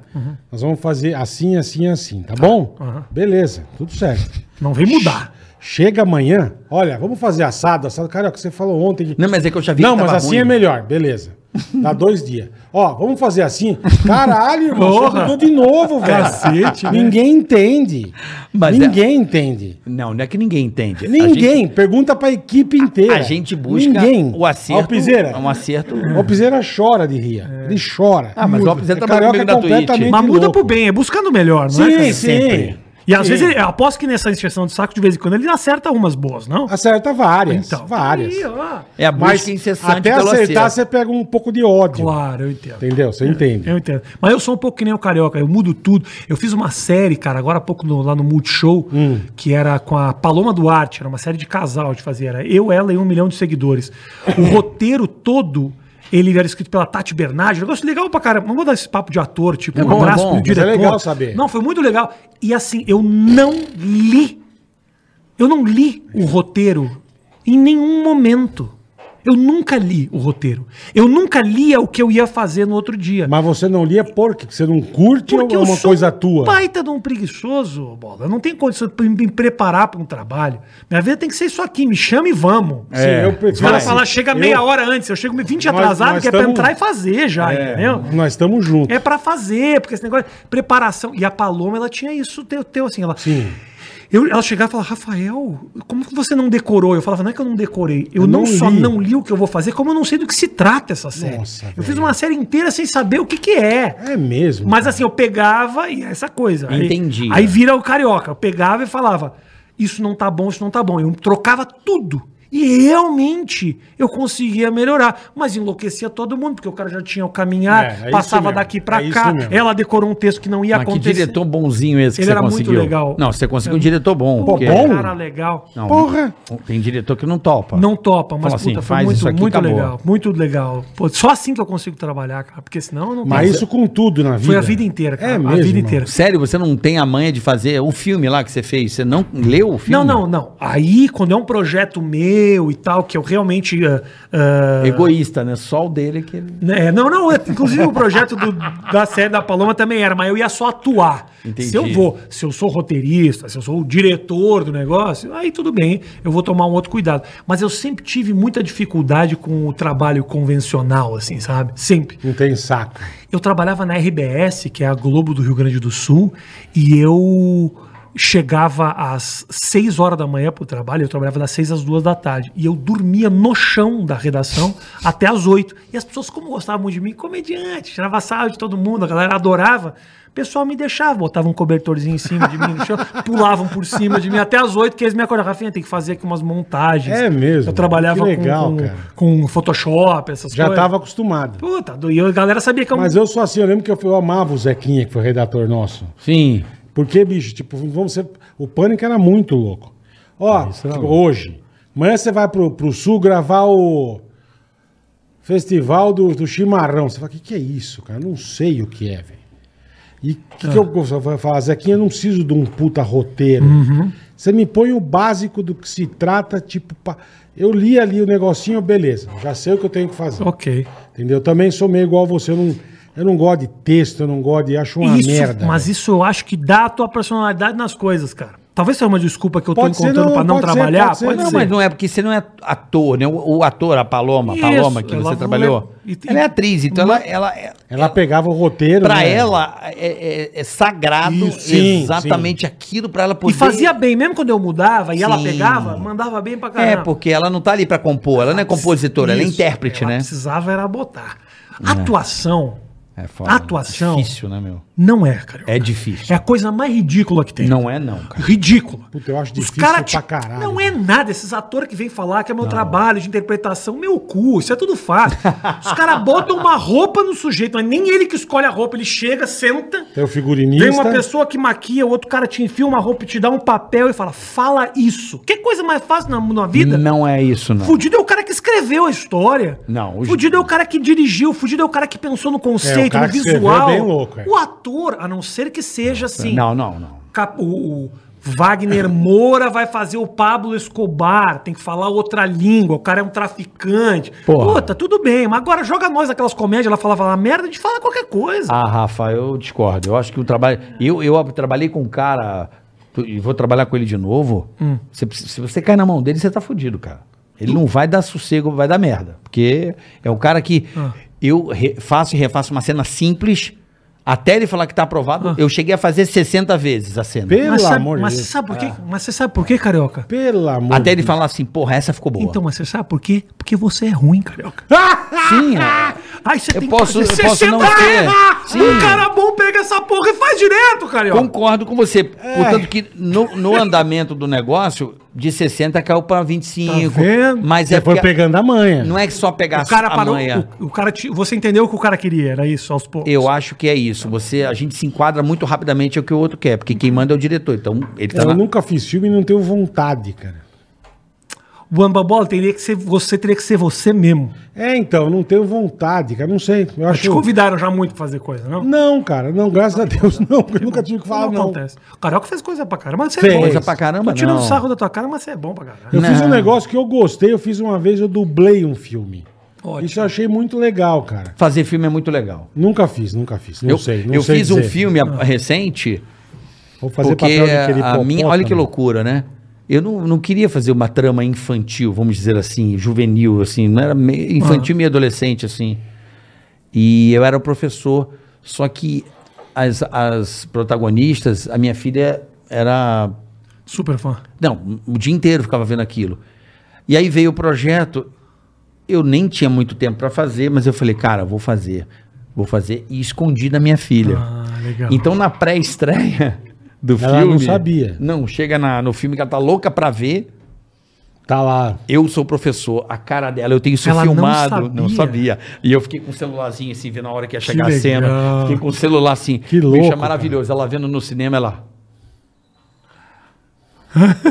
[SPEAKER 2] Nós vamos fazer assim, assim, assim, tá bom? Beleza, tudo certo.
[SPEAKER 4] Não vem mudar.
[SPEAKER 2] Chega amanhã, olha, vamos fazer assado, assado. Cara, é o que você falou ontem. que-
[SPEAKER 3] Não, mas é que eu já vi
[SPEAKER 2] Não,
[SPEAKER 3] que
[SPEAKER 2] mas
[SPEAKER 3] tava
[SPEAKER 2] assim
[SPEAKER 3] ruim.
[SPEAKER 2] é melhor, beleza. Dá dois dias. Ó, vamos fazer assim? Caralho, irmão, você
[SPEAKER 4] Porra.
[SPEAKER 2] mudou de novo, velho.
[SPEAKER 4] Cacete, né?
[SPEAKER 2] Ninguém entende.
[SPEAKER 3] Mas é-
[SPEAKER 2] Ninguém entende.
[SPEAKER 3] Não, não é que ninguém entende. A
[SPEAKER 2] Ninguém. Pergunta pra equipe inteira.
[SPEAKER 3] A gente busca
[SPEAKER 2] Ninguém.
[SPEAKER 3] o acerto.
[SPEAKER 2] Alpizeira.
[SPEAKER 3] Um acerto.
[SPEAKER 2] O Alpizeira chora de rir. Ele chora.
[SPEAKER 3] Ah, mas o Alpizeira
[SPEAKER 2] É
[SPEAKER 3] trabalha
[SPEAKER 2] carioca
[SPEAKER 3] comigo na Twitch.
[SPEAKER 2] completamente
[SPEAKER 4] Mas muda
[SPEAKER 2] louco.
[SPEAKER 4] pro bem, é buscando o melhor, não é?
[SPEAKER 2] Sim,
[SPEAKER 4] cara?
[SPEAKER 2] sim.
[SPEAKER 3] sempre.
[SPEAKER 4] E às
[SPEAKER 2] Sim.
[SPEAKER 4] vezes, ele, eu aposto que nessa injeção de saco, de vez em quando, ele acerta umas boas, não?
[SPEAKER 2] Acerta várias.
[SPEAKER 4] Então,
[SPEAKER 2] várias.
[SPEAKER 4] aí, ó.
[SPEAKER 3] É a busca
[SPEAKER 2] Mas
[SPEAKER 3] incessante
[SPEAKER 2] até
[SPEAKER 3] pelo
[SPEAKER 2] acertar,
[SPEAKER 3] acerto.
[SPEAKER 2] você pega um pouco de ódio.
[SPEAKER 4] Claro, eu entendo.
[SPEAKER 2] Entendeu? Você entende.
[SPEAKER 4] Eu entendo. Mas eu sou um pouco que nem o Carioca, eu mudo tudo. Eu fiz uma série, cara, agora há pouco no- lá no Multishow,
[SPEAKER 3] Hum.
[SPEAKER 4] que era com a Paloma Duarte, era uma série de casal de fazer. Era eu, ela e um milhão de seguidores. O roteiro todo. Ele era escrito pela Tati Bernardi, um negócio legal pra caramba. Vamos dar esse papo de ator, tipo,
[SPEAKER 3] É bom, é
[SPEAKER 4] um abraço
[SPEAKER 3] bom,
[SPEAKER 4] pro
[SPEAKER 3] mas é
[SPEAKER 4] diretor.
[SPEAKER 2] legal saber.
[SPEAKER 4] Não, foi muito legal. E assim, eu não li eu não li o roteiro Em nenhum momento. Eu nunca li o roteiro. Eu nunca lia o que eu ia fazer no outro dia.
[SPEAKER 2] Mas você não lia por quê? Porque você não curte ou
[SPEAKER 4] Porque
[SPEAKER 2] é
[SPEAKER 4] eu
[SPEAKER 2] uma
[SPEAKER 4] sou
[SPEAKER 2] coisa
[SPEAKER 4] um
[SPEAKER 2] tua?
[SPEAKER 4] baita de um preguiçoso, bola. Eu não tenho condição de me preparar para um trabalho. Minha vida tem que ser isso aqui. Me chama e vamos.
[SPEAKER 2] Sim,
[SPEAKER 3] É.
[SPEAKER 2] eu prefiro.
[SPEAKER 4] Os caras
[SPEAKER 2] assim,
[SPEAKER 4] falam, chega meia
[SPEAKER 2] eu-
[SPEAKER 4] hora antes. Eu chego 20
[SPEAKER 2] Nós-
[SPEAKER 4] atrasado,
[SPEAKER 2] nós
[SPEAKER 4] que é pra
[SPEAKER 2] tamo-
[SPEAKER 4] entrar e fazer já,
[SPEAKER 2] É,
[SPEAKER 4] entendeu?
[SPEAKER 2] Nós estamos juntos.
[SPEAKER 4] É pra fazer, porque esse negócio. Preparação. E a Paloma, ela tinha isso teu, teu assim. Ela,
[SPEAKER 2] Sim.
[SPEAKER 4] Eu, ela chegava e falava, Rafael, como que você não decorou? Eu falava, não é que eu não decorei. Eu, não,
[SPEAKER 2] não
[SPEAKER 4] só
[SPEAKER 2] li.
[SPEAKER 4] não li o que eu vou fazer, como eu não sei do que se trata essa série.
[SPEAKER 2] Nossa,
[SPEAKER 4] eu fiz
[SPEAKER 2] velho.
[SPEAKER 4] uma série inteira sem saber o que, que é.
[SPEAKER 2] É mesmo.
[SPEAKER 4] Mas assim, eu pegava e essa coisa. Aí-
[SPEAKER 3] Entendi.
[SPEAKER 4] Aí, vira o carioca. Eu pegava e falava: Isso não tá bom, isso não tá bom. Eu trocava tudo. E realmente eu conseguia melhorar. Mas enlouquecia todo mundo, porque o cara já tinha o
[SPEAKER 2] É, é
[SPEAKER 4] caminhar,
[SPEAKER 2] isso
[SPEAKER 4] passava
[SPEAKER 2] mesmo,
[SPEAKER 4] daqui pra
[SPEAKER 2] é isso
[SPEAKER 4] cá.
[SPEAKER 2] mesmo.
[SPEAKER 4] Ela decorou um texto que não ia
[SPEAKER 3] Mas que
[SPEAKER 4] acontecer.
[SPEAKER 3] diretor bonzinho esse que
[SPEAKER 4] Ele
[SPEAKER 3] você
[SPEAKER 4] era muito
[SPEAKER 3] conseguiu.
[SPEAKER 4] legal.
[SPEAKER 3] Não, você conseguiu um diretor bom.
[SPEAKER 2] Pô,
[SPEAKER 3] porque-
[SPEAKER 2] bom?
[SPEAKER 4] Cara legal.
[SPEAKER 3] Não,
[SPEAKER 2] Porra!
[SPEAKER 3] Tem diretor que não topa.
[SPEAKER 4] Não topa, mas
[SPEAKER 3] Fala assim,
[SPEAKER 4] puta, foi
[SPEAKER 3] faz isso
[SPEAKER 4] muito,
[SPEAKER 3] aqui,
[SPEAKER 4] muito
[SPEAKER 3] acabou.
[SPEAKER 4] legal. Muito legal. Pô, só assim que eu consigo trabalhar, cara. Porque senão eu não
[SPEAKER 2] Mas isso com tudo na vida.
[SPEAKER 4] é. Foi a vida inteira, cara.
[SPEAKER 2] É
[SPEAKER 4] a
[SPEAKER 2] mesmo,
[SPEAKER 4] vida
[SPEAKER 2] irmão.
[SPEAKER 4] inteira.
[SPEAKER 3] Sério, você não tem a manha de fazer o filme lá que você fez? Você não leu o
[SPEAKER 4] Não,
[SPEAKER 3] filme?
[SPEAKER 4] não, não. Aí, quando é um projeto meu e tal, que eu realmente. ah, ah,
[SPEAKER 3] Egoísta, né? Só o dele que ele...
[SPEAKER 4] né, não, não. eu- Inclusive, o projeto do- da série da Paloma também era, mas eu ia só atuar.
[SPEAKER 3] Entendi.
[SPEAKER 4] Se eu vou, se eu sou roteirista, se eu sou o diretor do negócio, aí tudo bem, eu vou tomar um outro cuidado. Mas eu sempre tive muita dificuldade com o trabalho convencional, assim, sabe? Sempre.
[SPEAKER 2] Não tem saco.
[SPEAKER 4] Eu trabalhava na RBS, que é a Globo do Rio Grande do Sul, e eu chegava às 6 horas da manhã pro trabalho, eu trabalhava das 6 às 2 da tarde, e eu dormia no chão da redação até às 8. E as pessoas, como gostavam muito de mim, comediante, tirava sarro de todo mundo, a galera adorava. O pessoal me deixava, botava um cobertorzinho em cima de mim no chão, pulavam por cima de mim até às 8, que eles me acordavam. Rafinha, tem que fazer aqui umas montagens.
[SPEAKER 2] É mesmo,
[SPEAKER 4] Eu trabalhava
[SPEAKER 2] que
[SPEAKER 4] com-
[SPEAKER 2] legal,
[SPEAKER 4] com,
[SPEAKER 2] cara.
[SPEAKER 4] com Photoshop, essas
[SPEAKER 2] Já
[SPEAKER 4] coisas.
[SPEAKER 2] tava acostumado.
[SPEAKER 4] Puta, do- e a galera sabia que eu
[SPEAKER 2] Mas eu sou assim, eu lembro que eu, eu amava o Zequinha, que foi redator nosso.
[SPEAKER 3] Sim.
[SPEAKER 2] Porque, bicho, tipo, vamos ser. O pânico era muito louco. Ó,
[SPEAKER 3] Ah, Isso era
[SPEAKER 2] tipo,
[SPEAKER 3] louco.
[SPEAKER 2] hoje. Amanhã você vai pro, pro sul gravar o. Festival do, do Chimarrão. Você fala, o que, que é isso, cara? Eu não sei o que é, velho. E o que,
[SPEAKER 3] Ah.
[SPEAKER 2] que eu gosto- eu falar? Zequinha, eu não preciso de um puta roteiro.
[SPEAKER 3] Uhum.
[SPEAKER 2] Você me põe o básico do que se trata, tipo. pa- Eu li ali o negocinho, beleza. Já sei o que eu tenho que fazer.
[SPEAKER 4] Ok.
[SPEAKER 2] Entendeu? Eu também sou meio igual você. Eu não, eu não gosto de texto, eu não gosto de. Acho uma
[SPEAKER 4] isso,
[SPEAKER 2] merda.
[SPEAKER 4] mas
[SPEAKER 2] velho.
[SPEAKER 4] isso eu acho que dá a tua personalidade nas coisas, cara. Talvez seja uma desculpa que eu
[SPEAKER 2] Pode
[SPEAKER 4] tô
[SPEAKER 2] ser,
[SPEAKER 4] encontrando
[SPEAKER 2] não,
[SPEAKER 4] pra não
[SPEAKER 2] pode ser,
[SPEAKER 4] trabalhar.
[SPEAKER 2] pode ser.
[SPEAKER 4] pode
[SPEAKER 3] Não,
[SPEAKER 4] ser.
[SPEAKER 3] mas não é porque você não é ator, né? O, o ator, a Paloma, a
[SPEAKER 4] Isso,
[SPEAKER 3] Paloma que
[SPEAKER 4] ela
[SPEAKER 3] você
[SPEAKER 4] não
[SPEAKER 3] trabalhou.
[SPEAKER 4] é- e-
[SPEAKER 3] Ela é atriz, então
[SPEAKER 4] Mas-
[SPEAKER 3] ela, ela,
[SPEAKER 2] Ela pegava o roteiro.
[SPEAKER 3] Pra
[SPEAKER 2] né?
[SPEAKER 3] ela é, é- é sagrado
[SPEAKER 2] Isso, sim,
[SPEAKER 3] exatamente aquilo pra ela
[SPEAKER 4] E
[SPEAKER 3] poder.
[SPEAKER 4] fazia bem, mesmo quando eu mudava e ela
[SPEAKER 3] Sim.
[SPEAKER 4] pegava, mandava bem pra caramba.
[SPEAKER 3] É, porque ela não tá ali pra compor, ela não é compositora, ela é
[SPEAKER 4] Isso,
[SPEAKER 3] intérprete,
[SPEAKER 4] ela
[SPEAKER 3] né?
[SPEAKER 4] precisava era botar. Atuação
[SPEAKER 3] É
[SPEAKER 4] Atuação.
[SPEAKER 3] Difícil, né, meu?
[SPEAKER 4] não é, cara.
[SPEAKER 3] É difícil.
[SPEAKER 4] É a coisa mais ridícula que tem.
[SPEAKER 3] Não é, não, cara.
[SPEAKER 4] Ridícula.
[SPEAKER 2] Puta, eu acho
[SPEAKER 4] Os
[SPEAKER 2] difícil
[SPEAKER 4] cara
[SPEAKER 2] pra
[SPEAKER 4] te-
[SPEAKER 2] caralho.
[SPEAKER 4] Não é nada. Esses atores que vêm falar que é meu trabalho de interpretação, meu cu, isso é tudo fácil. Os caras botam uma roupa no sujeito, mas nem ele que escolhe a roupa. Ele chega, senta.
[SPEAKER 2] Tem o figurinista.
[SPEAKER 4] Vem uma pessoa que maquia, o outro cara te enfia uma roupa e te dá um papel e fala, fala isso. Que coisa mais fácil na, na vida?
[SPEAKER 3] Não é isso, não.
[SPEAKER 4] Fudido é o cara que escreveu a história.
[SPEAKER 3] Não, os-
[SPEAKER 4] Fudido é o cara que dirigiu. Fudido é o cara que pensou no conceito,
[SPEAKER 2] cara
[SPEAKER 4] no
[SPEAKER 2] que escreveu é
[SPEAKER 4] visual.
[SPEAKER 2] bem louco, é.
[SPEAKER 4] O ator, a não ser que seja assim.
[SPEAKER 3] Não, não, não.
[SPEAKER 4] Cap- o, o Wagner Moura vai fazer o Pablo Escobar, tem que falar outra língua, o cara é um traficante.
[SPEAKER 3] Porra.
[SPEAKER 4] Puta, tudo bem, mas agora joga nós aquelas comédias, ela falava lá merda, a gente fala qualquer coisa.
[SPEAKER 3] Ah, Rafa, eu discordo. Eu acho que o trabalho. Eu, eu trabalhei com um cara. tu- E vou trabalhar com ele de novo.
[SPEAKER 2] Hum.
[SPEAKER 3] Você precisa- se você cai na mão dele, você tá fudido, cara. Ele não vai dar sossego, vai dar merda. Porque é um cara que
[SPEAKER 2] Ah.
[SPEAKER 3] eu re- faço e refaço uma cena simples. Até ele falar que tá aprovado, eu cheguei a fazer 60 vezes a cena.
[SPEAKER 2] Ah. Pelo
[SPEAKER 4] mas, sabe,
[SPEAKER 2] amor de
[SPEAKER 4] mas
[SPEAKER 2] Deus.
[SPEAKER 4] você sabe por quê?
[SPEAKER 3] Ah.
[SPEAKER 4] Mas você sabe por quê, carioca?
[SPEAKER 2] Pelo amor
[SPEAKER 3] Até
[SPEAKER 2] de
[SPEAKER 3] ele
[SPEAKER 2] Deus.
[SPEAKER 3] falar assim, porra, essa ficou boa.
[SPEAKER 4] Então, mas você sabe por quê? Porque você é ruim, carioca.
[SPEAKER 3] Sim,
[SPEAKER 2] ah,
[SPEAKER 3] é.
[SPEAKER 4] Aí você
[SPEAKER 3] Eu
[SPEAKER 4] tem
[SPEAKER 3] posso-
[SPEAKER 4] que
[SPEAKER 3] eu posso não ter. Sim.
[SPEAKER 4] Um cara bom pega essa porra e faz direto, carioca.
[SPEAKER 3] Concordo com você.
[SPEAKER 2] É.
[SPEAKER 3] Portanto, que no, no andamento do negócio, de 60 caiu pra 25.
[SPEAKER 4] Tá vendo?
[SPEAKER 3] Mas
[SPEAKER 2] Você
[SPEAKER 3] é
[SPEAKER 2] foi
[SPEAKER 3] porque-
[SPEAKER 2] pegando a manha.
[SPEAKER 3] Não é que só pegar
[SPEAKER 4] O cara
[SPEAKER 3] a
[SPEAKER 4] parou.
[SPEAKER 3] manha.
[SPEAKER 4] O, o cara te- você entendeu o que o cara queria, era isso, aos poucos.
[SPEAKER 3] Eu acho que é isso. Você, a gente se enquadra muito rapidamente ao que é o outro quer, porque quem manda é o diretor. Então, ele tá
[SPEAKER 2] Eu
[SPEAKER 3] na...
[SPEAKER 2] nunca fiz filme e não tenho vontade, cara.
[SPEAKER 4] Bambabola, teria que ser você, teria que ser você mesmo.
[SPEAKER 2] É, então, não tenho vontade, cara. Não sei. Eu
[SPEAKER 4] Te
[SPEAKER 2] acho.
[SPEAKER 4] convidaram já muito pra fazer coisa, não?
[SPEAKER 2] Não, cara, não, graças a Deus, não. porque Eu nunca tive o que falar, não.
[SPEAKER 4] acontece. O Carioca fez coisa pra caramba, mas você
[SPEAKER 2] Fez.
[SPEAKER 4] é bom.
[SPEAKER 3] Coisa pra caramba,
[SPEAKER 4] Tô tirando
[SPEAKER 3] não.
[SPEAKER 4] sarro da tua cara, mas você é bom pra caramba.
[SPEAKER 2] Eu fiz um
[SPEAKER 3] Não.
[SPEAKER 2] negócio que eu gostei, eu fiz uma vez, eu dublei um filme.
[SPEAKER 4] Ótimo.
[SPEAKER 2] Isso eu achei muito legal, cara.
[SPEAKER 3] Fazer filme é muito legal.
[SPEAKER 2] Nunca fiz, nunca fiz. Não
[SPEAKER 3] eu
[SPEAKER 2] sei, não
[SPEAKER 3] eu
[SPEAKER 2] sei
[SPEAKER 3] fiz um
[SPEAKER 2] dizer.
[SPEAKER 3] filme a- recente,
[SPEAKER 2] Vou fazer
[SPEAKER 3] porque
[SPEAKER 2] papel daquele
[SPEAKER 3] a minha,
[SPEAKER 2] hipopótamo.
[SPEAKER 3] olha que loucura, né? Eu não, não queria fazer uma trama infantil, vamos dizer assim, juvenil, assim, não era me-
[SPEAKER 2] Ah.
[SPEAKER 3] infantil e adolescente, assim. E eu era o professor, só que as, as protagonistas, a minha filha era
[SPEAKER 4] Super fã.
[SPEAKER 3] Não, o dia inteiro eu ficava vendo aquilo. E aí veio o projeto, eu nem tinha muito tempo para fazer, mas eu falei, cara, vou fazer. Vou fazer e escondi da minha filha.
[SPEAKER 4] Ah, legal.
[SPEAKER 3] Então na pré-estreia do
[SPEAKER 2] Ela
[SPEAKER 3] filme.
[SPEAKER 2] não sabia.
[SPEAKER 3] Não, chega na- no filme que ela tá louca pra ver.
[SPEAKER 2] Tá lá.
[SPEAKER 3] Eu sou o professor, a cara dela, eu tenho isso
[SPEAKER 4] Ela não
[SPEAKER 3] filmado. Não sabia.
[SPEAKER 4] sabia.
[SPEAKER 3] E eu fiquei com o celularzinho assim, vendo a hora que ia chegar a
[SPEAKER 4] legal.
[SPEAKER 3] cena. Fiquei com o celular assim.
[SPEAKER 2] Que louco,
[SPEAKER 3] Bicho, é maravilhoso. Ela vendo no cinema, ela.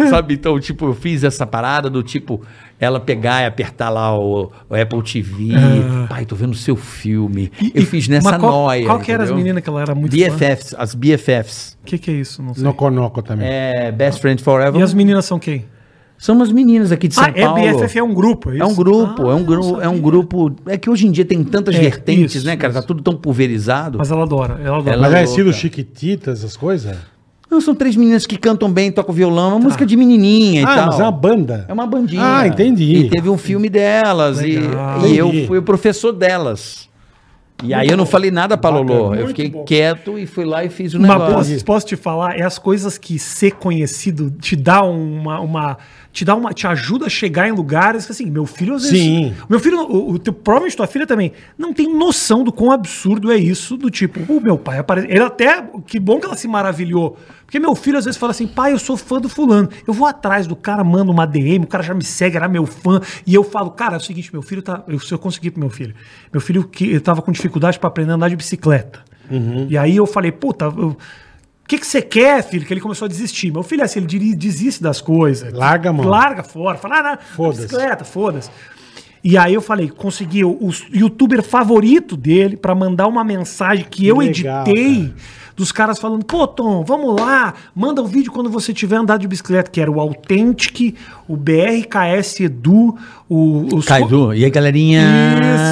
[SPEAKER 3] Sabe, então, tipo, eu fiz essa parada do tipo, ela pegar e apertar lá o, o Apple TV. Pai, tô vendo o seu filme. eu fiz nessa
[SPEAKER 4] Ah. mas qual-
[SPEAKER 3] noia.
[SPEAKER 4] Qual que era as
[SPEAKER 3] entendeu?
[SPEAKER 4] meninas que ela era muito fã?
[SPEAKER 3] BFFs, as BFFs.
[SPEAKER 4] O que, que é isso? Não sei.
[SPEAKER 2] Noconoco também.
[SPEAKER 3] É, Best Friend
[SPEAKER 4] E
[SPEAKER 3] Forever.
[SPEAKER 4] as meninas são quem?
[SPEAKER 3] São umas meninas aqui de São
[SPEAKER 4] ah, é
[SPEAKER 3] Paulo.
[SPEAKER 4] BFF é um grupo,
[SPEAKER 3] É um
[SPEAKER 4] isso?
[SPEAKER 3] grupo,
[SPEAKER 4] Ah,
[SPEAKER 3] é um
[SPEAKER 4] eu
[SPEAKER 3] grupo,
[SPEAKER 4] não
[SPEAKER 3] é um
[SPEAKER 4] sabia.
[SPEAKER 3] grupo. É que hoje em dia tem tantas
[SPEAKER 4] É,
[SPEAKER 3] vertentes,
[SPEAKER 4] isso,
[SPEAKER 3] né, cara? Tá
[SPEAKER 4] isso.
[SPEAKER 3] tudo tão pulverizado.
[SPEAKER 4] Mas ela adora, ela adora.
[SPEAKER 3] Ela-
[SPEAKER 2] Mas é estilo
[SPEAKER 3] louca.
[SPEAKER 2] Chiquititas, essas coisas?
[SPEAKER 3] Não, são três meninas que cantam bem, tocam violão, é
[SPEAKER 4] Tá.
[SPEAKER 3] uma música de menininha e
[SPEAKER 2] Ah,
[SPEAKER 3] tal.
[SPEAKER 2] mas é uma banda.
[SPEAKER 3] É uma bandinha.
[SPEAKER 2] Ah, entendi.
[SPEAKER 3] E teve um filme delas e,
[SPEAKER 4] Legal.
[SPEAKER 3] e eu
[SPEAKER 2] Entendi.
[SPEAKER 3] fui o professor delas. E aí eu não falei nada pra Lolo.
[SPEAKER 2] Bacana.
[SPEAKER 3] Eu
[SPEAKER 2] Muito
[SPEAKER 3] fiquei
[SPEAKER 2] bom.
[SPEAKER 3] quieto e fui lá e fiz o
[SPEAKER 4] Mas
[SPEAKER 3] um negócio.
[SPEAKER 4] posso, posso te falar, é as coisas que ser conhecido te dá uma, uma- te dá uma, te ajuda a chegar em lugares que, assim, meu filho às vezes,
[SPEAKER 2] Sim.
[SPEAKER 4] meu filho, o, o teu, provavelmente tua filha também, não tem noção do quão absurdo é isso, do tipo, o meu pai aparece, ele até, que bom que ela se maravilhou, porque meu filho às vezes fala assim, pai, eu sou fã do fulano, eu vou atrás do cara, mando uma DM, o cara já me segue, era meu fã, e eu falo, cara, é o seguinte, meu filho tá, eu, se eu conseguir pro meu filho, meu filho que ele tava com dificuldade pra aprender a andar de bicicleta,
[SPEAKER 2] Uhum.
[SPEAKER 4] e aí eu falei, puta, eu- o que que você quer, filho? Que ele começou a desistir. Meu filho é assim, ele diri- desiste das coisas.
[SPEAKER 2] Larga a mão.
[SPEAKER 4] Larga fora. Fala, ah, não,
[SPEAKER 2] Foda-se.
[SPEAKER 4] bicicleta, foda-se. E aí eu falei, consegui o, o youtuber favorito dele pra mandar uma mensagem que, eu
[SPEAKER 2] legal,
[SPEAKER 4] editei
[SPEAKER 2] cara.
[SPEAKER 4] dos caras falando, pô, Tom, vamos lá, manda o vídeo quando você tiver andado de bicicleta, que era o Authentic, o BRKS Edu, o... os-
[SPEAKER 3] Caidu, e aí galerinha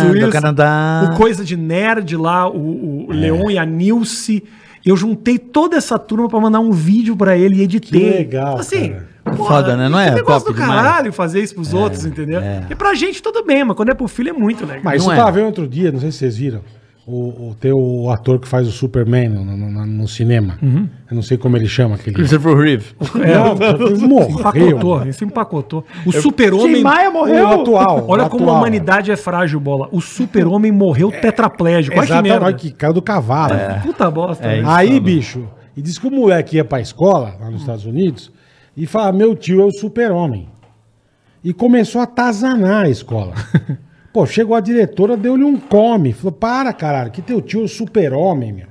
[SPEAKER 4] isso,
[SPEAKER 3] do
[SPEAKER 4] isso.
[SPEAKER 3] Canadá?
[SPEAKER 4] O Coisa de Nerd lá, o, o
[SPEAKER 3] É.
[SPEAKER 4] Leon e a Nilce. Eu juntei toda essa turma pra mandar um vídeo pra ele e editei.
[SPEAKER 2] Que legal,
[SPEAKER 4] Assim,
[SPEAKER 2] cara.
[SPEAKER 3] Foda, né? Não é
[SPEAKER 4] que negócio
[SPEAKER 3] top
[SPEAKER 4] do
[SPEAKER 3] demais? É,
[SPEAKER 4] caralho fazer isso pros outros, entendeu? E pra gente tudo bem, mas quando é pro filho é muito legal.
[SPEAKER 2] Mas
[SPEAKER 3] Não
[SPEAKER 2] você
[SPEAKER 3] é.
[SPEAKER 2] Ah, tava vendo outro dia, não sei se vocês viram. O, o teu ator que faz o Superman no, no- no- no cinema.
[SPEAKER 3] Uhum.
[SPEAKER 2] Eu não sei como ele chama aquele.
[SPEAKER 3] Christopher Reeve.
[SPEAKER 2] Não, ele morreu.
[SPEAKER 4] É, Empacotou, isso empacotou. O super-homem...
[SPEAKER 3] Tim Maia morreu.
[SPEAKER 2] O atual.
[SPEAKER 4] Olha
[SPEAKER 2] o
[SPEAKER 4] como a
[SPEAKER 2] atual. É,
[SPEAKER 4] humanidade é frágil, bola. O super-homem morreu tetraplégico. Olha que
[SPEAKER 2] Exatamente,
[SPEAKER 4] merda.
[SPEAKER 2] olha que caiu do cavalo.
[SPEAKER 4] Puta bosta.
[SPEAKER 3] É
[SPEAKER 4] né?
[SPEAKER 3] isso.
[SPEAKER 2] Aí, bicho, e diz que o moleque ia pra escola,
[SPEAKER 4] Hum.
[SPEAKER 2] lá nos Estados Unidos, e falava, meu tio é o super-homem. E começou a tazanar a escola. Pô, chegou a diretora, deu-lhe um come. Falou, para, caralho, que teu tio é o super-homem, meu.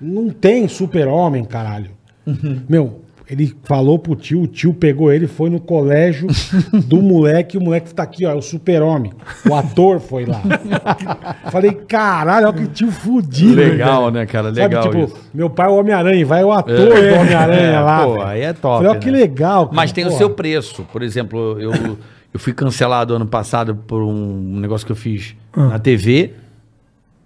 [SPEAKER 2] Não tem super-homem, caralho. Meu, ele falou pro tio, o tio pegou ele, foi no colégio do moleque, o moleque tá aqui, ó, é o super-homem. O ator foi lá. Falei, caralho, olha que tio fudido.
[SPEAKER 3] Legal,
[SPEAKER 2] velho."
[SPEAKER 3] né, cara?
[SPEAKER 2] Sabe,
[SPEAKER 3] Legal
[SPEAKER 2] tipo,
[SPEAKER 3] isso.
[SPEAKER 2] meu pai é o Homem-Aranha, vai o ator do Homem-Aranha
[SPEAKER 3] É,
[SPEAKER 2] lá.
[SPEAKER 3] pô,
[SPEAKER 2] velho.
[SPEAKER 3] aí é top,
[SPEAKER 2] Falei, ó, que
[SPEAKER 3] né?
[SPEAKER 2] legal. cara,
[SPEAKER 3] Mas tem o
[SPEAKER 2] porra.
[SPEAKER 3] seu preço. Por exemplo, eu, eu fui cancelado ano passado por um negócio que eu fiz
[SPEAKER 4] Ah.
[SPEAKER 3] na TV,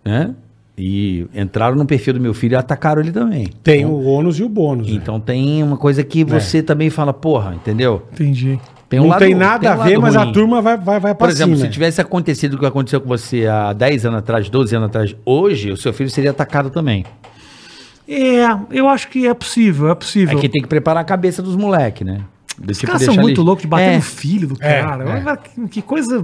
[SPEAKER 3] né? E entraram no perfil do meu filho e atacaram ele também.
[SPEAKER 2] Tem o ônus e o bônus.
[SPEAKER 4] um-
[SPEAKER 2] né?
[SPEAKER 3] Então tem uma coisa
[SPEAKER 4] É.
[SPEAKER 3] que você também fala, porra, entendeu?
[SPEAKER 4] Entendi.
[SPEAKER 3] Tem
[SPEAKER 2] não tem
[SPEAKER 3] tem
[SPEAKER 2] nada
[SPEAKER 3] um
[SPEAKER 2] a ver,
[SPEAKER 3] lado
[SPEAKER 2] mas a
[SPEAKER 3] ruim.
[SPEAKER 2] turma vai, vai, vai pra
[SPEAKER 4] tá
[SPEAKER 3] Por exemplo,
[SPEAKER 4] assim, né?
[SPEAKER 2] cima.
[SPEAKER 3] se tivesse acontecido o que aconteceu com você há 10 anos atrás, 12 anos atrás, hoje, o seu filho seria atacado também.
[SPEAKER 4] É, eu acho que é possível, é
[SPEAKER 3] É
[SPEAKER 4] possível.
[SPEAKER 3] que tem que preparar a cabeça dos moleques, né? Do
[SPEAKER 4] Os
[SPEAKER 3] tipo,
[SPEAKER 4] caras são
[SPEAKER 3] deixar
[SPEAKER 4] muito
[SPEAKER 3] eles-
[SPEAKER 4] loucos de bater
[SPEAKER 3] É.
[SPEAKER 4] no filho do
[SPEAKER 2] É,
[SPEAKER 4] cara.
[SPEAKER 2] é.
[SPEAKER 4] Olha, Que, que coisa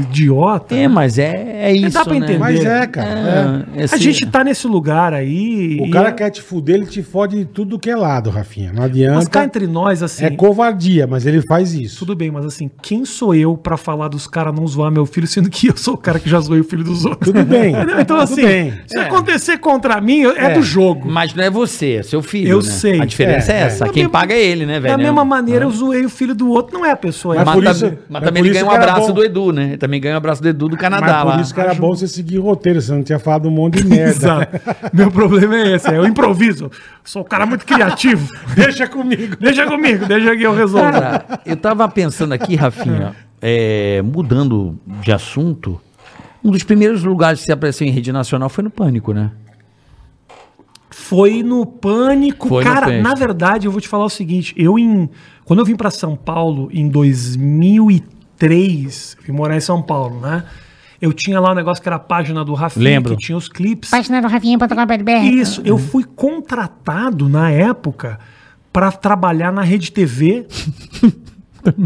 [SPEAKER 4] idiota.
[SPEAKER 3] É, mas é, é isso.
[SPEAKER 4] dá pra
[SPEAKER 3] né?
[SPEAKER 4] entender.
[SPEAKER 2] Mas é, cara. é.
[SPEAKER 3] É,
[SPEAKER 4] a
[SPEAKER 3] esse-
[SPEAKER 4] gente tá nesse lugar aí.
[SPEAKER 2] O
[SPEAKER 4] e-
[SPEAKER 2] cara quer te fuder, ele te fode de tudo que é lado, Rafinha. Não adianta.
[SPEAKER 4] Mas cá entre nós, assim.
[SPEAKER 2] É covardia, mas ele faz isso.
[SPEAKER 4] Tudo bem, mas assim, quem sou eu pra falar dos caras não zoar meu filho, sendo que eu sou o cara que já zoei o filho dos outros?
[SPEAKER 2] Tudo bem.
[SPEAKER 4] Então,
[SPEAKER 2] tudo
[SPEAKER 4] assim,
[SPEAKER 2] bem. É.
[SPEAKER 4] se acontecer contra mim, eu- é, do jogo.
[SPEAKER 3] Mas não é você, é seu filho.
[SPEAKER 4] Eu
[SPEAKER 3] né?
[SPEAKER 4] sei.
[SPEAKER 3] A diferença é,
[SPEAKER 2] É,
[SPEAKER 3] essa.
[SPEAKER 4] é.
[SPEAKER 3] Quem
[SPEAKER 4] Da mesma-
[SPEAKER 3] paga é ele, né, velho?
[SPEAKER 4] Da mesma maneira, eu zoei o filho do outro, não é a pessoa.
[SPEAKER 2] Mas
[SPEAKER 4] é.
[SPEAKER 3] Mas,
[SPEAKER 2] por
[SPEAKER 3] tam-
[SPEAKER 2] isso-
[SPEAKER 3] mas
[SPEAKER 2] mas por
[SPEAKER 3] também ele
[SPEAKER 2] isso
[SPEAKER 3] ganha um
[SPEAKER 2] que era
[SPEAKER 3] abraço
[SPEAKER 2] bom.
[SPEAKER 3] do Edu, né? Ele também ganha um abraço do Edu do Canadá
[SPEAKER 2] Mas por
[SPEAKER 3] lá.
[SPEAKER 2] isso que era bom você seguir o roteiro, você não tinha falado um monte de merda.
[SPEAKER 4] Exato. Meu problema é esse, é eu improviso. Sou um cara muito criativo.
[SPEAKER 2] Deixa comigo.
[SPEAKER 4] Deixa comigo, deixa que eu resolvo.
[SPEAKER 3] Cara, eu tava pensando aqui, Rafinha, é, mudando de assunto, um dos primeiros lugares que você apareceu em rede nacional foi no Pânico, né?
[SPEAKER 4] Foi no pânico.
[SPEAKER 3] Foi no
[SPEAKER 4] cara,
[SPEAKER 3] pânico.
[SPEAKER 4] na verdade, eu vou te falar o seguinte, eu em quando eu vim pra São Paulo em 2003, eu vim morar em São Paulo, né? Eu tinha lá um negócio que era a página do Rafinha,
[SPEAKER 3] Lembro.
[SPEAKER 4] que tinha os clipes.
[SPEAKER 5] Página do Rafinha.com.br.
[SPEAKER 4] Isso, eu
[SPEAKER 2] Uhum.
[SPEAKER 4] fui contratado na época pra trabalhar na Rede TV.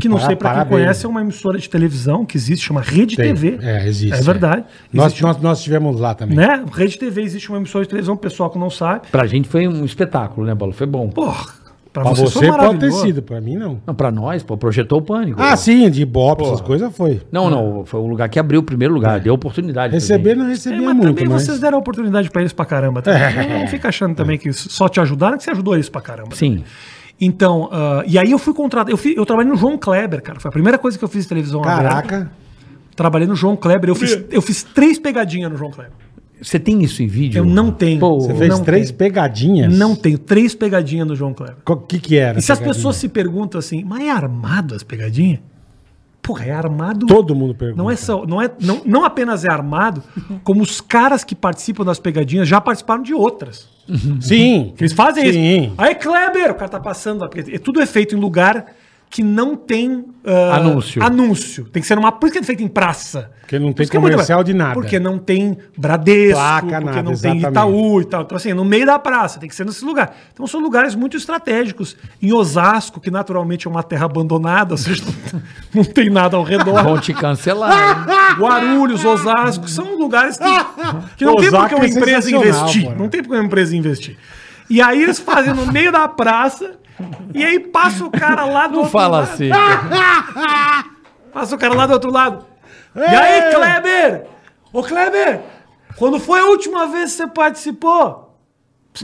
[SPEAKER 4] Que não
[SPEAKER 2] Ah,
[SPEAKER 4] sei pra quem
[SPEAKER 2] parabéns.
[SPEAKER 4] conhece, é uma emissora de televisão que existe, chama Rede
[SPEAKER 2] Tem.
[SPEAKER 4] TV.
[SPEAKER 2] É, existe.
[SPEAKER 4] É verdade.
[SPEAKER 2] Nós,
[SPEAKER 4] Existe,
[SPEAKER 2] nós, nós tivemos lá também.
[SPEAKER 4] né? Rede TV existe uma emissora de televisão, pessoal que não sabe.
[SPEAKER 3] Pra gente foi um espetáculo, né, Bola? Foi bom.
[SPEAKER 4] Porra, pra,
[SPEAKER 2] Pra
[SPEAKER 4] você,
[SPEAKER 2] você
[SPEAKER 4] foi
[SPEAKER 2] pode ter
[SPEAKER 4] maravilhoso.
[SPEAKER 2] sido, pra mim não.
[SPEAKER 3] Não, pra nós, pô, projetou o Pânico.
[SPEAKER 2] Ah, sim, de Bob, essas coisas foi.
[SPEAKER 3] Não, não, foi o lugar que abriu o primeiro lugar, deu oportunidade. pra
[SPEAKER 2] Receber
[SPEAKER 3] gente.
[SPEAKER 2] não
[SPEAKER 4] É,
[SPEAKER 2] recebia
[SPEAKER 4] mas
[SPEAKER 2] muito,
[SPEAKER 4] também
[SPEAKER 2] mas... É.
[SPEAKER 4] vocês deram oportunidade pra eles pra caramba. Também. Não fica achando também que só te ajudaram, que você ajudou eles pra caramba.
[SPEAKER 3] Sim.
[SPEAKER 4] Então, ah, e aí eu fui contratado. Eu, fui- eu trabalhei no João Kleber, cara. Foi a primeira coisa que eu fiz em televisão aberta.
[SPEAKER 2] Caraca.
[SPEAKER 4] Trabalhei no João Kleber. Eu fiz, eu fiz três pegadinhas no João Kleber.
[SPEAKER 3] Você tem isso em vídeo?
[SPEAKER 4] Eu não tenho.
[SPEAKER 3] Pô,
[SPEAKER 2] Você fez
[SPEAKER 4] Não
[SPEAKER 2] três
[SPEAKER 4] tem.
[SPEAKER 2] pegadinhas?
[SPEAKER 4] Não tenho. Três pegadinhas no João Kleber.
[SPEAKER 2] O que que era?
[SPEAKER 4] E se as
[SPEAKER 2] pegadinha?
[SPEAKER 4] pessoas se perguntam assim, mas é armado as pegadinhas? Porra, é armado.
[SPEAKER 2] Todo mundo pergunta.
[SPEAKER 4] Não é só, não é não, não apenas é armado, como os caras que participam das pegadinhas já participaram de outras.
[SPEAKER 2] Sim.
[SPEAKER 4] assim. Eles fazem
[SPEAKER 2] Sim.
[SPEAKER 4] isso. Aí Kleber, o cara tá passando, lá, porque é- tudo é feito em lugar que não tem ah,
[SPEAKER 3] Anúncio.
[SPEAKER 4] anúncio. Tem que ser numa, por isso que é feito em praça.
[SPEAKER 2] Porque não tem
[SPEAKER 4] Por isso que é muito
[SPEAKER 2] comercial
[SPEAKER 4] legal.
[SPEAKER 2] de nada.
[SPEAKER 4] Porque não tem Bradesco,
[SPEAKER 2] Placa,
[SPEAKER 4] porque
[SPEAKER 2] nada,
[SPEAKER 4] não
[SPEAKER 2] exatamente.
[SPEAKER 4] tem Itaú e tal. Então assim, é no meio da praça, tem que ser nesse lugar. Então são lugares muito estratégicos. Em Osasco, que naturalmente é uma terra abandonada, ou seja, não, não tem nada ao redor.
[SPEAKER 3] Vão te cancelar. hein?
[SPEAKER 4] Guarulhos, Osasco, são lugares que, que não tem
[SPEAKER 2] Osasco
[SPEAKER 4] porque uma
[SPEAKER 2] é
[SPEAKER 4] empresa
[SPEAKER 2] sensacional,
[SPEAKER 4] investir.
[SPEAKER 2] cara.
[SPEAKER 4] Não tem porque uma empresa investir. E aí eles fazem no meio da praça, e aí passa o cara lá do
[SPEAKER 3] Não
[SPEAKER 4] outro
[SPEAKER 3] fala
[SPEAKER 4] lado.
[SPEAKER 3] assim.
[SPEAKER 4] Passa o cara lá do outro lado. E aí, Kleber? Ô, Kleber, quando foi a última vez que você participou?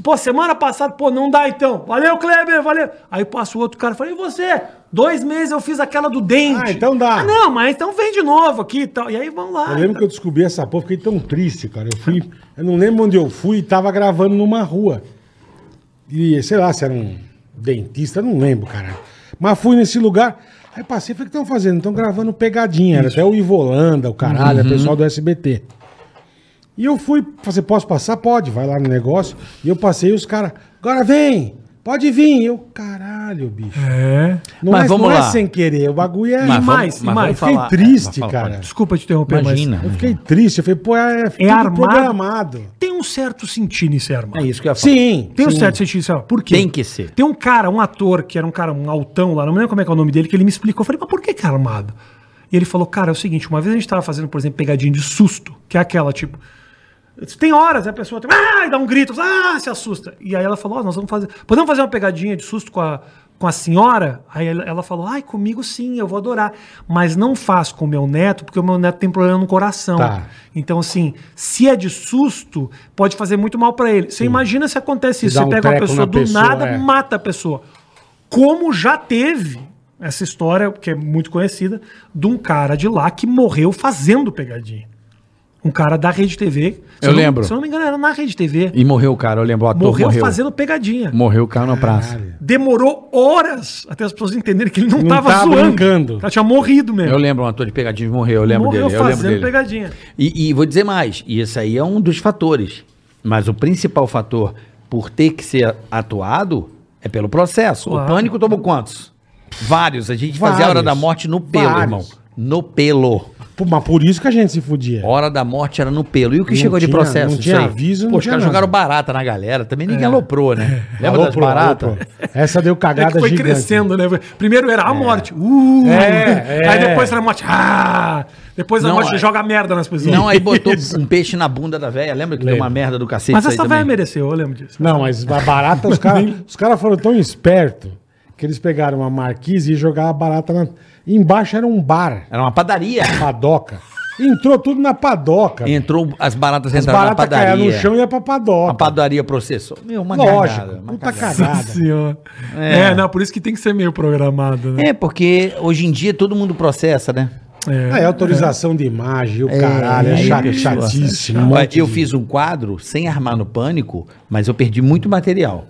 [SPEAKER 4] Pô, semana passada, pô, não dá então. Valeu, Kleber, valeu. Aí passa o outro cara e fala, e você? Dois meses eu fiz aquela do dente.
[SPEAKER 2] Ah, então dá.
[SPEAKER 4] Ah, não, mas então vem de novo aqui e tal. E aí vamos lá.
[SPEAKER 2] Eu lembro que eu descobri essa porra, fiquei tão triste, cara. Eu fui. Eu não lembro onde eu fui e tava gravando numa rua. E sei lá se era um dentista, eu não lembro, cara. Mas fui nesse lugar. Aí passei, falei, o que estão fazendo? Estão gravando pegadinha. Era até o Ivolanda, o caralho,
[SPEAKER 3] Uhum.
[SPEAKER 2] é o pessoal do SBT. E eu fui, falei, posso passar? Pode, vai lá no negócio. E eu passei e os caras, agora vem, pode vir. Eu, caralho, bicho.
[SPEAKER 4] É.
[SPEAKER 2] Não,
[SPEAKER 3] Mas
[SPEAKER 2] é,
[SPEAKER 3] vamos
[SPEAKER 2] não
[SPEAKER 3] lá.
[SPEAKER 2] é sem querer, o bagulho é.
[SPEAKER 4] vamos- mais, e mais.
[SPEAKER 2] Fiquei
[SPEAKER 3] falar.
[SPEAKER 2] triste,
[SPEAKER 3] É, mas fala,
[SPEAKER 2] cara.
[SPEAKER 3] pode.
[SPEAKER 4] Desculpa te interromper,
[SPEAKER 3] Imagina.
[SPEAKER 2] Eu fiquei triste, eu falei, pô, é, tudo
[SPEAKER 4] armado?
[SPEAKER 2] programado.
[SPEAKER 4] mas tem um certo sentido nisso, irmão.
[SPEAKER 3] É isso que eu ia falar.
[SPEAKER 2] Sim,
[SPEAKER 4] Tem um
[SPEAKER 2] sim.
[SPEAKER 4] certo sentido nisso. Por quê?
[SPEAKER 3] Tem que ser.
[SPEAKER 4] Tem um cara, um ator, que era um cara, um altão lá, não me lembro como é que é o nome dele, que ele me explicou. Eu falei, mas por que que é armado? E ele falou, cara, é o seguinte, uma vez a gente tava fazendo, por exemplo, pegadinha de susto, que é aquela, tipo... Tem horas, a pessoa tem, ah, e dá um grito, ah, se assusta. E aí ela falou, ó, nós vamos fazer, podemos fazer uma pegadinha de susto com a, com a senhora? Aí ela, ela falou, ai, comigo sim, eu vou adorar. Mas não faço com o meu neto, porque o meu neto tem problema no coração.
[SPEAKER 2] Tá.
[SPEAKER 4] Então, assim, se é de susto, pode fazer muito mal pra ele. Você imagina se acontece isso,
[SPEAKER 2] dá
[SPEAKER 4] você
[SPEAKER 2] um
[SPEAKER 4] pega uma
[SPEAKER 2] treco
[SPEAKER 4] pessoa
[SPEAKER 2] na
[SPEAKER 4] do
[SPEAKER 2] pessoa,
[SPEAKER 4] nada,
[SPEAKER 2] é.
[SPEAKER 4] mata a pessoa. Como já teve essa história, que é muito conhecida, de um cara de lá que morreu fazendo pegadinha. Um cara da Rede TV. Se
[SPEAKER 3] Eu
[SPEAKER 4] não-
[SPEAKER 3] lembro.
[SPEAKER 4] Se eu não me engano, era na Rede TV.
[SPEAKER 3] E morreu o cara, eu lembro. O ator
[SPEAKER 4] morreu,
[SPEAKER 3] morreu.
[SPEAKER 4] fazendo pegadinha.
[SPEAKER 3] Morreu o cara na praça.
[SPEAKER 2] Caralho.
[SPEAKER 4] Demorou horas até as pessoas entenderem que ele não,
[SPEAKER 2] Não
[SPEAKER 4] tava
[SPEAKER 2] tá
[SPEAKER 4] zoando.
[SPEAKER 2] brincando.
[SPEAKER 4] Ela tinha morrido mesmo.
[SPEAKER 3] Eu lembro, um ator de pegadinhas morreu, eu lembro
[SPEAKER 4] morreu
[SPEAKER 3] dele. Eu lembro
[SPEAKER 4] fazendo
[SPEAKER 3] dele.
[SPEAKER 4] pegadinha. É
[SPEAKER 3] E, e vou dizer mais, e esse aí é um dos fatores. Mas o principal fator por ter que ser atuado é pelo processo. O
[SPEAKER 4] Claro.
[SPEAKER 3] pânico tomou quantos? Vários. A gente fazia a Hora
[SPEAKER 2] Vários.
[SPEAKER 3] da Morte no pelo,
[SPEAKER 2] Vários.
[SPEAKER 3] irmão. No pelo.
[SPEAKER 2] Pô, mas por isso que a gente se fudia.
[SPEAKER 3] É. Hora da Morte era no pelo. E o que
[SPEAKER 2] Não
[SPEAKER 3] chegou de
[SPEAKER 2] tinha-
[SPEAKER 3] processo?
[SPEAKER 2] não tinha
[SPEAKER 3] Isso aí.
[SPEAKER 2] aviso, não
[SPEAKER 3] Pô, os
[SPEAKER 2] tinha
[SPEAKER 3] caras
[SPEAKER 2] nada. É.
[SPEAKER 3] jogaram barata na galera. Também ninguém aloprou, né? Lembra
[SPEAKER 2] Alô,
[SPEAKER 3] das
[SPEAKER 2] pro-
[SPEAKER 3] baratas?
[SPEAKER 2] alô, pro- Essa deu
[SPEAKER 4] É que
[SPEAKER 2] cagada
[SPEAKER 4] foi
[SPEAKER 2] gigante.
[SPEAKER 4] crescendo, né? Primeiro era a morte. Uh,
[SPEAKER 2] É,
[SPEAKER 4] Aí
[SPEAKER 2] é.
[SPEAKER 4] depois era a morte. Ah, depois a
[SPEAKER 3] Não,
[SPEAKER 4] morte
[SPEAKER 3] é-
[SPEAKER 4] joga merda nas pessoas.
[SPEAKER 3] Não, aí botou um peixe na bunda da velha. Lembra que deu uma merda do cacete?
[SPEAKER 4] Mas
[SPEAKER 3] isso aí
[SPEAKER 4] essa velha
[SPEAKER 3] também?
[SPEAKER 4] mereceu, eu lembro disso.
[SPEAKER 2] Não, mas a barata, os caras os cara foram tão espertos que eles pegaram uma marquise e jogaram a barata na... Embaixo era um bar,
[SPEAKER 3] Era uma padaria.
[SPEAKER 2] padoca. Entrou tudo na padoca.
[SPEAKER 3] Entrou, as baratas
[SPEAKER 2] As
[SPEAKER 3] entraram na
[SPEAKER 2] baratas caíram
[SPEAKER 3] padaria.
[SPEAKER 2] no chão e ia pra
[SPEAKER 3] A
[SPEAKER 2] padoca.
[SPEAKER 3] padaria processou. Meu, uma
[SPEAKER 2] Lógico,
[SPEAKER 3] cagada, uma
[SPEAKER 2] puta
[SPEAKER 3] cagada.
[SPEAKER 2] cagada.
[SPEAKER 4] Senhora. É. não, por isso que tem que ser meio programado, né?
[SPEAKER 3] É, porque hoje em dia todo mundo processa, né?
[SPEAKER 2] Ah, é autorização de imagem, o caralho, é,
[SPEAKER 3] aí
[SPEAKER 2] chato,
[SPEAKER 3] a pessoa-
[SPEAKER 2] chatíssimo. um
[SPEAKER 3] Tá. Olha,
[SPEAKER 2] monte
[SPEAKER 3] Eu
[SPEAKER 2] de-
[SPEAKER 3] fiz um quadro sem armar no pânico, mas eu perdi muito material.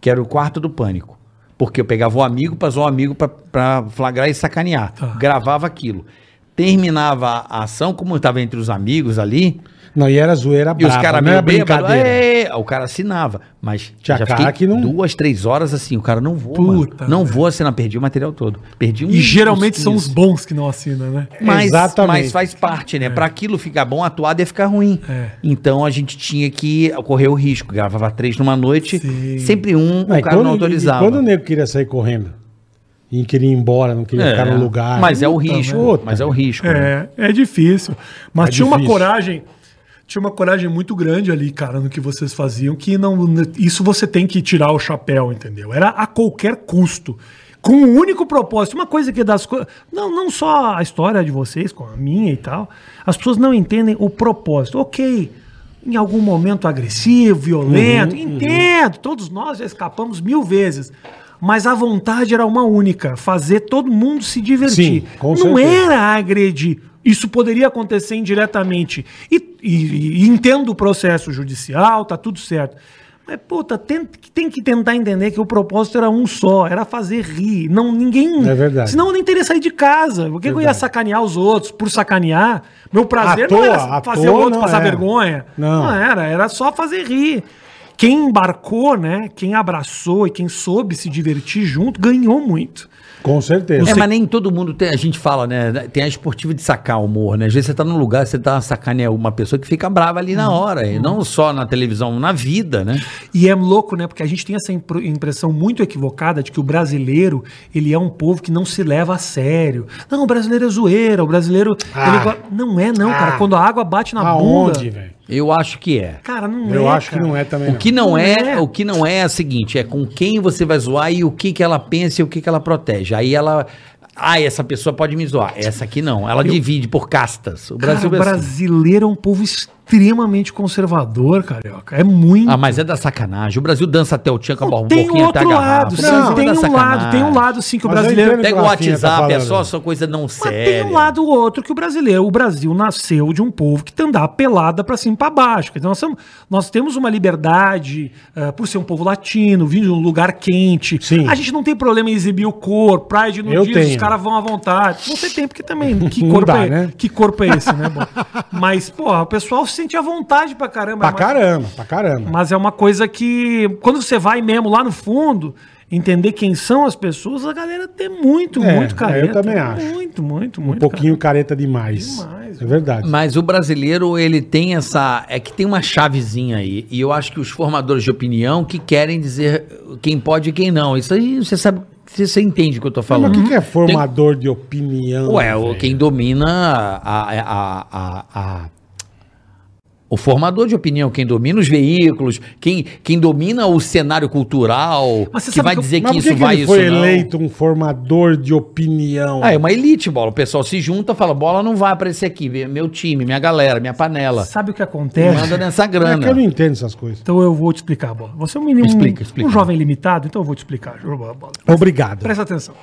[SPEAKER 3] Que era o quarto do pânico. Porque eu pegava o amigo pra zoar o amigo pra- pra flagrar e sacanear.
[SPEAKER 2] Tá.
[SPEAKER 3] Gravava aquilo. Terminava a ação, como eu tava entre os amigos ali,
[SPEAKER 2] Não, e era zoeira
[SPEAKER 3] e os
[SPEAKER 2] brava,
[SPEAKER 3] caras
[SPEAKER 2] não
[SPEAKER 3] meio
[SPEAKER 2] era
[SPEAKER 3] bêbados,
[SPEAKER 2] brincadeira.
[SPEAKER 3] "É", o cara assinava. Mas
[SPEAKER 2] Tinha cara que não-
[SPEAKER 3] duas, três horas assim, o cara não vou,
[SPEAKER 4] Puta,
[SPEAKER 3] mano. não
[SPEAKER 4] velho.
[SPEAKER 3] vou assinar, perdi o material todo. Perdi um,
[SPEAKER 4] E geralmente
[SPEAKER 3] uns
[SPEAKER 4] são os
[SPEAKER 3] 15.
[SPEAKER 4] bons que não assinam, né?
[SPEAKER 3] Mas,
[SPEAKER 2] Exatamente. É.
[SPEAKER 3] mas faz parte, né? Pra aquilo ficar bom, atuado ia ficar ruim.
[SPEAKER 4] É.
[SPEAKER 3] Então a gente tinha que correr o risco. Gravava três numa noite,
[SPEAKER 4] Sim.
[SPEAKER 3] sempre um,
[SPEAKER 2] Ah,
[SPEAKER 3] o
[SPEAKER 2] e
[SPEAKER 3] cara
[SPEAKER 2] quando-
[SPEAKER 3] não autorizava.
[SPEAKER 2] e Quando o nego queria sair correndo e queria ir embora, não queria
[SPEAKER 3] É,
[SPEAKER 2] ficar no lugar.
[SPEAKER 3] Mas é o
[SPEAKER 2] Puta,
[SPEAKER 3] risco.
[SPEAKER 2] puta.
[SPEAKER 3] Mas é o risco. né?
[SPEAKER 4] É, é difícil. Mas
[SPEAKER 2] É
[SPEAKER 4] tinha uma
[SPEAKER 2] difícil.
[SPEAKER 4] coragem, tinha uma coragem muito grande ali, cara, no que vocês faziam, que não, isso você tem que tirar o chapéu, entendeu? Era a qualquer custo. Com um único propósito, uma coisa que é das coisas. Não, não só a história de vocês, com a minha e tal. As pessoas não entendem o propósito. Ok, em algum momento agressivo,
[SPEAKER 2] Uhum,
[SPEAKER 4] violento, entendo, todos nós já escapamos mil vezes. Mas a vontade era uma única: fazer todo mundo se
[SPEAKER 2] Sim,
[SPEAKER 4] divertir.
[SPEAKER 2] com
[SPEAKER 4] não
[SPEAKER 2] certeza.
[SPEAKER 4] era agredir. Isso poderia acontecer indiretamente. E, e- e entendo o processo judicial, tá tudo certo. Mas, puta, tem, tem que tentar entender que o propósito era um só, era fazer rir. Não, ninguém.
[SPEAKER 2] É verdade.
[SPEAKER 4] Senão eu nem teria saído de casa. Por que, que eu ia sacanear os outros por sacanear? Meu prazer
[SPEAKER 2] À
[SPEAKER 4] não
[SPEAKER 2] toa,
[SPEAKER 4] era
[SPEAKER 2] à
[SPEAKER 4] fazer
[SPEAKER 2] toa
[SPEAKER 4] o outro
[SPEAKER 2] não
[SPEAKER 4] passar
[SPEAKER 2] era.
[SPEAKER 4] vergonha.
[SPEAKER 2] Não.
[SPEAKER 4] não era, era só fazer rir. Quem embarcou, né? Quem abraçou e quem soube se divertir junto ganhou muito.
[SPEAKER 2] Com certeza.
[SPEAKER 3] É, mas nem todo mundo tem. A gente fala, né? Tem a esportiva de sacar o humor, né? Às vezes você tá num lugar, você tá sacaneando uma pessoa que fica brava ali
[SPEAKER 2] Uhum.
[SPEAKER 3] na hora. E não só na televisão, na vida, né?
[SPEAKER 4] E é louco, né? Porque a gente tem essa impro- impressão muito equivocada de que o brasileiro, ele é um povo que não se leva a sério. Não, o brasileiro é zoeira, o brasileiro...
[SPEAKER 2] Ah.
[SPEAKER 4] ele go- Não é não, cara. Quando a água bate na
[SPEAKER 2] Aonde,
[SPEAKER 4] bunda...
[SPEAKER 2] velho?
[SPEAKER 3] Eu acho que é.
[SPEAKER 4] Cara, não é,
[SPEAKER 2] Eu acho
[SPEAKER 4] cara.
[SPEAKER 2] que não é também.
[SPEAKER 3] O
[SPEAKER 2] não.
[SPEAKER 3] que não,
[SPEAKER 4] Não
[SPEAKER 3] é,
[SPEAKER 4] é.
[SPEAKER 3] o que não é é o seguinte, é com quem você vai zoar e o que que ela pensa e o que que ela protege. Aí ela, ah, essa pessoa pode me zoar, essa aqui não. Ela divide por castas. O
[SPEAKER 4] Cara,
[SPEAKER 3] Brasil
[SPEAKER 4] o
[SPEAKER 3] é assim.
[SPEAKER 4] brasileiro é um povo extremamente conservador, carioca. É muito...
[SPEAKER 3] Ah, mas é da sacanagem. O Brasil dança até o tchan com a
[SPEAKER 4] Não,
[SPEAKER 3] borboquinha,
[SPEAKER 4] tem
[SPEAKER 3] até a
[SPEAKER 4] outro
[SPEAKER 3] garrafa.
[SPEAKER 4] lado,
[SPEAKER 3] O
[SPEAKER 4] sim,
[SPEAKER 3] Brasil é
[SPEAKER 4] tem
[SPEAKER 3] da
[SPEAKER 4] um lado,
[SPEAKER 3] sacanagem.
[SPEAKER 4] tem um lado sim que o
[SPEAKER 2] Mas eu
[SPEAKER 4] brasileiro...
[SPEAKER 2] entendo
[SPEAKER 3] Pega o
[SPEAKER 2] que o Rafinha tá
[SPEAKER 3] WhatsApp, é
[SPEAKER 2] falando.
[SPEAKER 3] só, só coisa não
[SPEAKER 4] Mas
[SPEAKER 3] séria.
[SPEAKER 4] tem um lado ou outro que o brasileiro, o Brasil nasceu de um povo que andava pelada pra cima e pra baixo. Quer dizer, nós, somos- nós temos uma liberdade eh, por ser um povo latino, vindo de um lugar quente.
[SPEAKER 2] Sim.
[SPEAKER 4] A gente não tem problema em exibir o corpo, Pride no
[SPEAKER 2] Eu
[SPEAKER 4] dia, os
[SPEAKER 2] tenho.
[SPEAKER 4] caras vão à vontade. Você tem, porque também. Que
[SPEAKER 2] Não
[SPEAKER 4] corpo,
[SPEAKER 2] dá,
[SPEAKER 4] é,
[SPEAKER 2] né?
[SPEAKER 4] que corpo é esse, né? Bom, mas, porra, o pessoal se sente à vontade pra
[SPEAKER 3] é
[SPEAKER 4] caramba.
[SPEAKER 2] Pra
[SPEAKER 4] Mas-
[SPEAKER 2] caramba, pra caramba.
[SPEAKER 4] mas é uma coisa que, quando você vai mesmo lá no fundo, entender quem são as pessoas, a galera tem muito,
[SPEAKER 2] É,
[SPEAKER 4] muito
[SPEAKER 2] eu
[SPEAKER 4] careta.
[SPEAKER 2] também acho.
[SPEAKER 4] Muito, muito, muito.
[SPEAKER 2] Um pouquinho careta demais.
[SPEAKER 4] Demais,
[SPEAKER 2] é verdade.
[SPEAKER 3] Mas o brasileiro, ele tem essa. É que tem uma chavezinha aí. E eu acho que os formadores de opinião que querem dizer quem pode e quem não. Isso aí você sabe. Você, você entende o que eu tô
[SPEAKER 2] Mas
[SPEAKER 3] falando.
[SPEAKER 2] o que, que é
[SPEAKER 3] Uhum. Tem-
[SPEAKER 2] formador de opinião?
[SPEAKER 3] Ué, o,
[SPEAKER 2] velho?
[SPEAKER 3] quem domina a, a- a- a- a- O formador de opinião, quem domina os veículos, quem, quem domina o cenário cultural,
[SPEAKER 4] Mas você
[SPEAKER 3] que
[SPEAKER 4] sabe
[SPEAKER 3] vai
[SPEAKER 4] que eu-
[SPEAKER 3] dizer que,
[SPEAKER 2] Mas por que,
[SPEAKER 3] isso
[SPEAKER 2] que
[SPEAKER 3] vai
[SPEAKER 2] ele
[SPEAKER 3] isso
[SPEAKER 2] foi
[SPEAKER 3] não.
[SPEAKER 2] eleito um formador de opinião?
[SPEAKER 3] Ah, é uma elite, bola. O pessoal se junta, fala, bola não vai aparecer aqui, meu time, minha galera, minha panela.
[SPEAKER 4] Sabe o que
[SPEAKER 3] Manda
[SPEAKER 4] acontece?
[SPEAKER 3] nessa
[SPEAKER 2] É que eu não
[SPEAKER 3] grana.
[SPEAKER 2] entendo essas coisas.
[SPEAKER 4] Então eu vou te explicar, Bola. Você é um menino,
[SPEAKER 3] Explica,
[SPEAKER 4] um,
[SPEAKER 3] explica.
[SPEAKER 4] um jovem limitado, então eu vou te explicar, Bola.
[SPEAKER 2] Obrigado.
[SPEAKER 4] Presta atenção.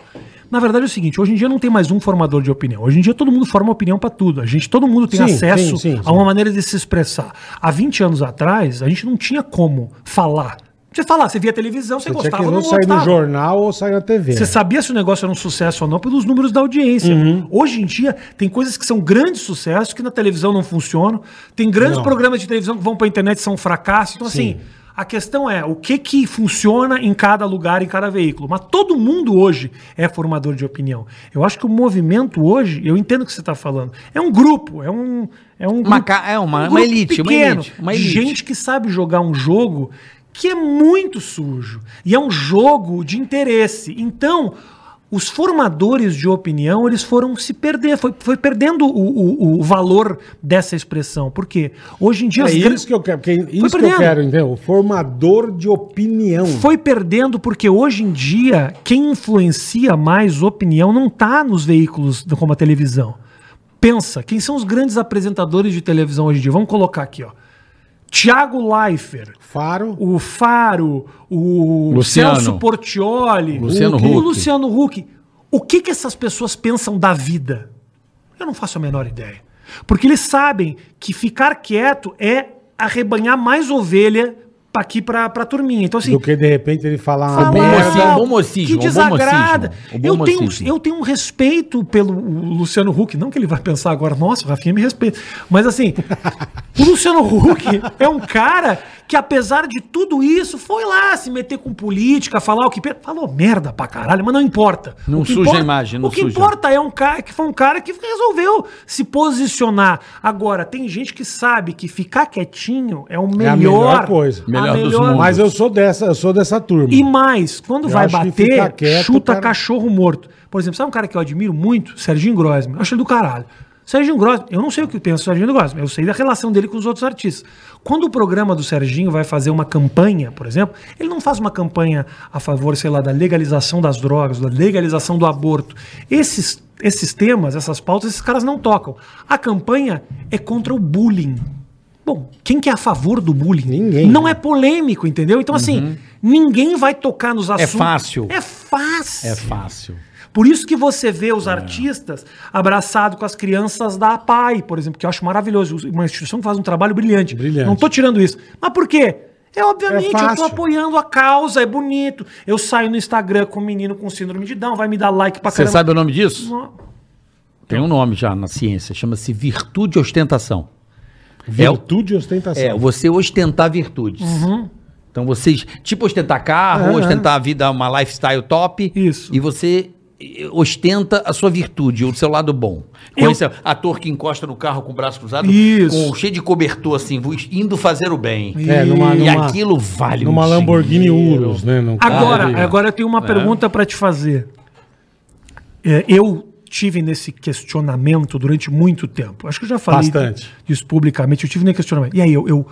[SPEAKER 4] Na verdade é o seguinte, hoje em dia não tem mais um formador de opinião. Hoje em dia todo mundo forma opinião pra tudo. A gente, todo mundo tem
[SPEAKER 2] Sim,
[SPEAKER 4] acesso
[SPEAKER 2] sim, sim,
[SPEAKER 4] a uma
[SPEAKER 2] sim.
[SPEAKER 4] maneira de se expressar. Há 20 anos atrás, a gente não tinha como falar. Você falar, você via televisão, você,
[SPEAKER 2] Você tinha
[SPEAKER 4] gostava
[SPEAKER 2] que
[SPEAKER 4] ou não
[SPEAKER 2] não sair no
[SPEAKER 4] gostava.
[SPEAKER 2] jornal ou sair na
[SPEAKER 3] É.
[SPEAKER 2] né? TV.
[SPEAKER 4] Você sabia se o negócio era um sucesso ou não pelos números da audiência.
[SPEAKER 3] Uhum.
[SPEAKER 4] Hoje em dia, tem coisas que são grandes sucessos que na televisão não funcionam. Tem grandes
[SPEAKER 2] Não.
[SPEAKER 4] programas de televisão que vão pra internet e são um fracasso. Então,
[SPEAKER 2] Sim.
[SPEAKER 4] assim, a questão é o que que funciona em cada lugar, em cada veículo. Mas todo mundo hoje é formador de opinião. Eu acho que o movimento hoje, eu entendo o que você está falando, é um grupo, é um. É um
[SPEAKER 3] Uma
[SPEAKER 4] grupo-
[SPEAKER 3] ca- é uma- uma
[SPEAKER 4] grupo
[SPEAKER 3] elite, uma elite, uma
[SPEAKER 4] de
[SPEAKER 3] elite.
[SPEAKER 4] gente gente que sabe jogar um jogo que é muito sujo e é um jogo de interesse. Então, os formadores de opinião eles foram se perder, foi, foi perdendo o, o- o valor dessa expressão. Por quê? Hoje em dia as
[SPEAKER 2] É
[SPEAKER 4] grandes-
[SPEAKER 2] isso que eu quero, porque é isso que eu
[SPEAKER 4] perdendo.
[SPEAKER 2] quero, entendeu? Formador de opinião.
[SPEAKER 4] foi perdendo porque hoje em tá dia quem influencia mais opinião não está nos veículos como a televisão. pensa, quem são os grandes apresentadores de televisão hoje em dia? Vamos colocar aqui, ó. Tiago Leifert,
[SPEAKER 2] Faro.
[SPEAKER 4] o Faro, o
[SPEAKER 3] Luciano.
[SPEAKER 4] Celso Portioli,
[SPEAKER 3] Luciano
[SPEAKER 4] o
[SPEAKER 3] Huck.
[SPEAKER 4] Luciano Huck. O que, que essas pessoas pensam da vida? Eu não faço a menor ideia. Porque eles sabem que ficar quieto é arrebanhar mais ovelha pra aqui pra, pra turminha. Então, assim,
[SPEAKER 2] Do que de repente ele falar uma
[SPEAKER 4] falar
[SPEAKER 3] bom
[SPEAKER 2] merda.
[SPEAKER 3] mocinho,
[SPEAKER 4] mal,
[SPEAKER 3] bom mocismo,
[SPEAKER 4] Ah, é que
[SPEAKER 3] bom
[SPEAKER 4] desagrada.
[SPEAKER 3] mocismo, o bom
[SPEAKER 4] Eu tenho,
[SPEAKER 3] mocismo.
[SPEAKER 4] eu tenho um respeito pelo Luciano Huck, não que ele vai pensar agora, nossa, o Rafinha me respeita. Mas assim, o Luciano Huck é um cara que, apesar de tudo isso, foi lá se meter com política, falar o que. pe- Falou merda pra caralho, mas não importa.
[SPEAKER 3] Não
[SPEAKER 4] o que
[SPEAKER 3] suja a
[SPEAKER 4] importa-
[SPEAKER 3] imagem, não
[SPEAKER 4] O que
[SPEAKER 3] suja.
[SPEAKER 4] importa é um cara que foi um cara que resolveu se posicionar. Agora, tem gente que sabe que ficar quietinho é o melhor.
[SPEAKER 2] melhor coisa.
[SPEAKER 3] Melhor dos mundos.
[SPEAKER 2] Mas eu sou dessa, eu sou dessa turma.
[SPEAKER 4] E mais, quando
[SPEAKER 2] Eu
[SPEAKER 4] vai
[SPEAKER 2] acho que fica
[SPEAKER 4] bater,
[SPEAKER 2] quieto,
[SPEAKER 4] chuta
[SPEAKER 2] cara.
[SPEAKER 4] cachorro morto. Por exemplo, sabe um cara que eu admiro muito? Serginho Grosman. Eu acho ele do caralho. Serginho Grosman, eu não sei o que pensa o Serginho Grosman, eu sei da relação dele com os outros artistas. Quando o programa do Serginho vai fazer uma campanha, por exemplo, ele não faz uma campanha a favor, sei lá, da legalização das drogas, da legalização do aborto. Esses, esses temas, essas pautas, esses caras não tocam. A campanha é contra o bullying. Bom, quem que é a favor do bullying?
[SPEAKER 2] Ninguém.
[SPEAKER 4] Não é polêmico, entendeu? Então, assim, ninguém vai tocar nos assuntos.
[SPEAKER 3] fácil.
[SPEAKER 4] É fácil.
[SPEAKER 3] É fácil.
[SPEAKER 4] Por isso que você vê os artistas abraçados com as crianças da APAI, por exemplo, que eu acho maravilhoso. Uma instituição que faz um trabalho brilhante.
[SPEAKER 2] Brilhante.
[SPEAKER 4] Não tô tirando isso. Mas por quê? É obviamente, eu tô
[SPEAKER 2] fácil.
[SPEAKER 4] apoiando a causa, é bonito. Eu saio no Instagram com um menino com síndrome de Down, vai me dar like pra
[SPEAKER 3] Você
[SPEAKER 4] caramba.
[SPEAKER 3] sabe o nome disso?
[SPEAKER 4] Não.
[SPEAKER 3] Tem um nome já na ciência, chama-se virtude ostentação.
[SPEAKER 2] Virtude e ostentação.
[SPEAKER 3] É, você ostentar virtudes.
[SPEAKER 2] Uhum.
[SPEAKER 3] Então vocês, tipo ostentar carro,
[SPEAKER 2] Aham.
[SPEAKER 3] ostentar a vida, uma lifestyle top.
[SPEAKER 4] Isso.
[SPEAKER 3] E você eh, ostenta a sua virtude, o seu lado bom. Com
[SPEAKER 4] Eu-
[SPEAKER 3] esse ator que encosta no carro com o braço cruzado,
[SPEAKER 4] Isso.
[SPEAKER 3] com- cheio de cobertor assim, vo- indo fazer o bem.
[SPEAKER 2] É, numa,
[SPEAKER 3] E
[SPEAKER 2] numa-
[SPEAKER 3] aquilo vale
[SPEAKER 2] Numa
[SPEAKER 3] um
[SPEAKER 2] Lamborghini
[SPEAKER 3] dinheiro.
[SPEAKER 2] Urus, né? Num carro
[SPEAKER 4] Agora, tá
[SPEAKER 2] de-
[SPEAKER 4] agora eu tenho uma pergunta pra te fazer. É, eu tive nesse questionamento durante muito tempo. Acho que eu já falei
[SPEAKER 2] Bastante.
[SPEAKER 4] disso publicamente. Eu tive nesse questionamento. E aí, eu, eu-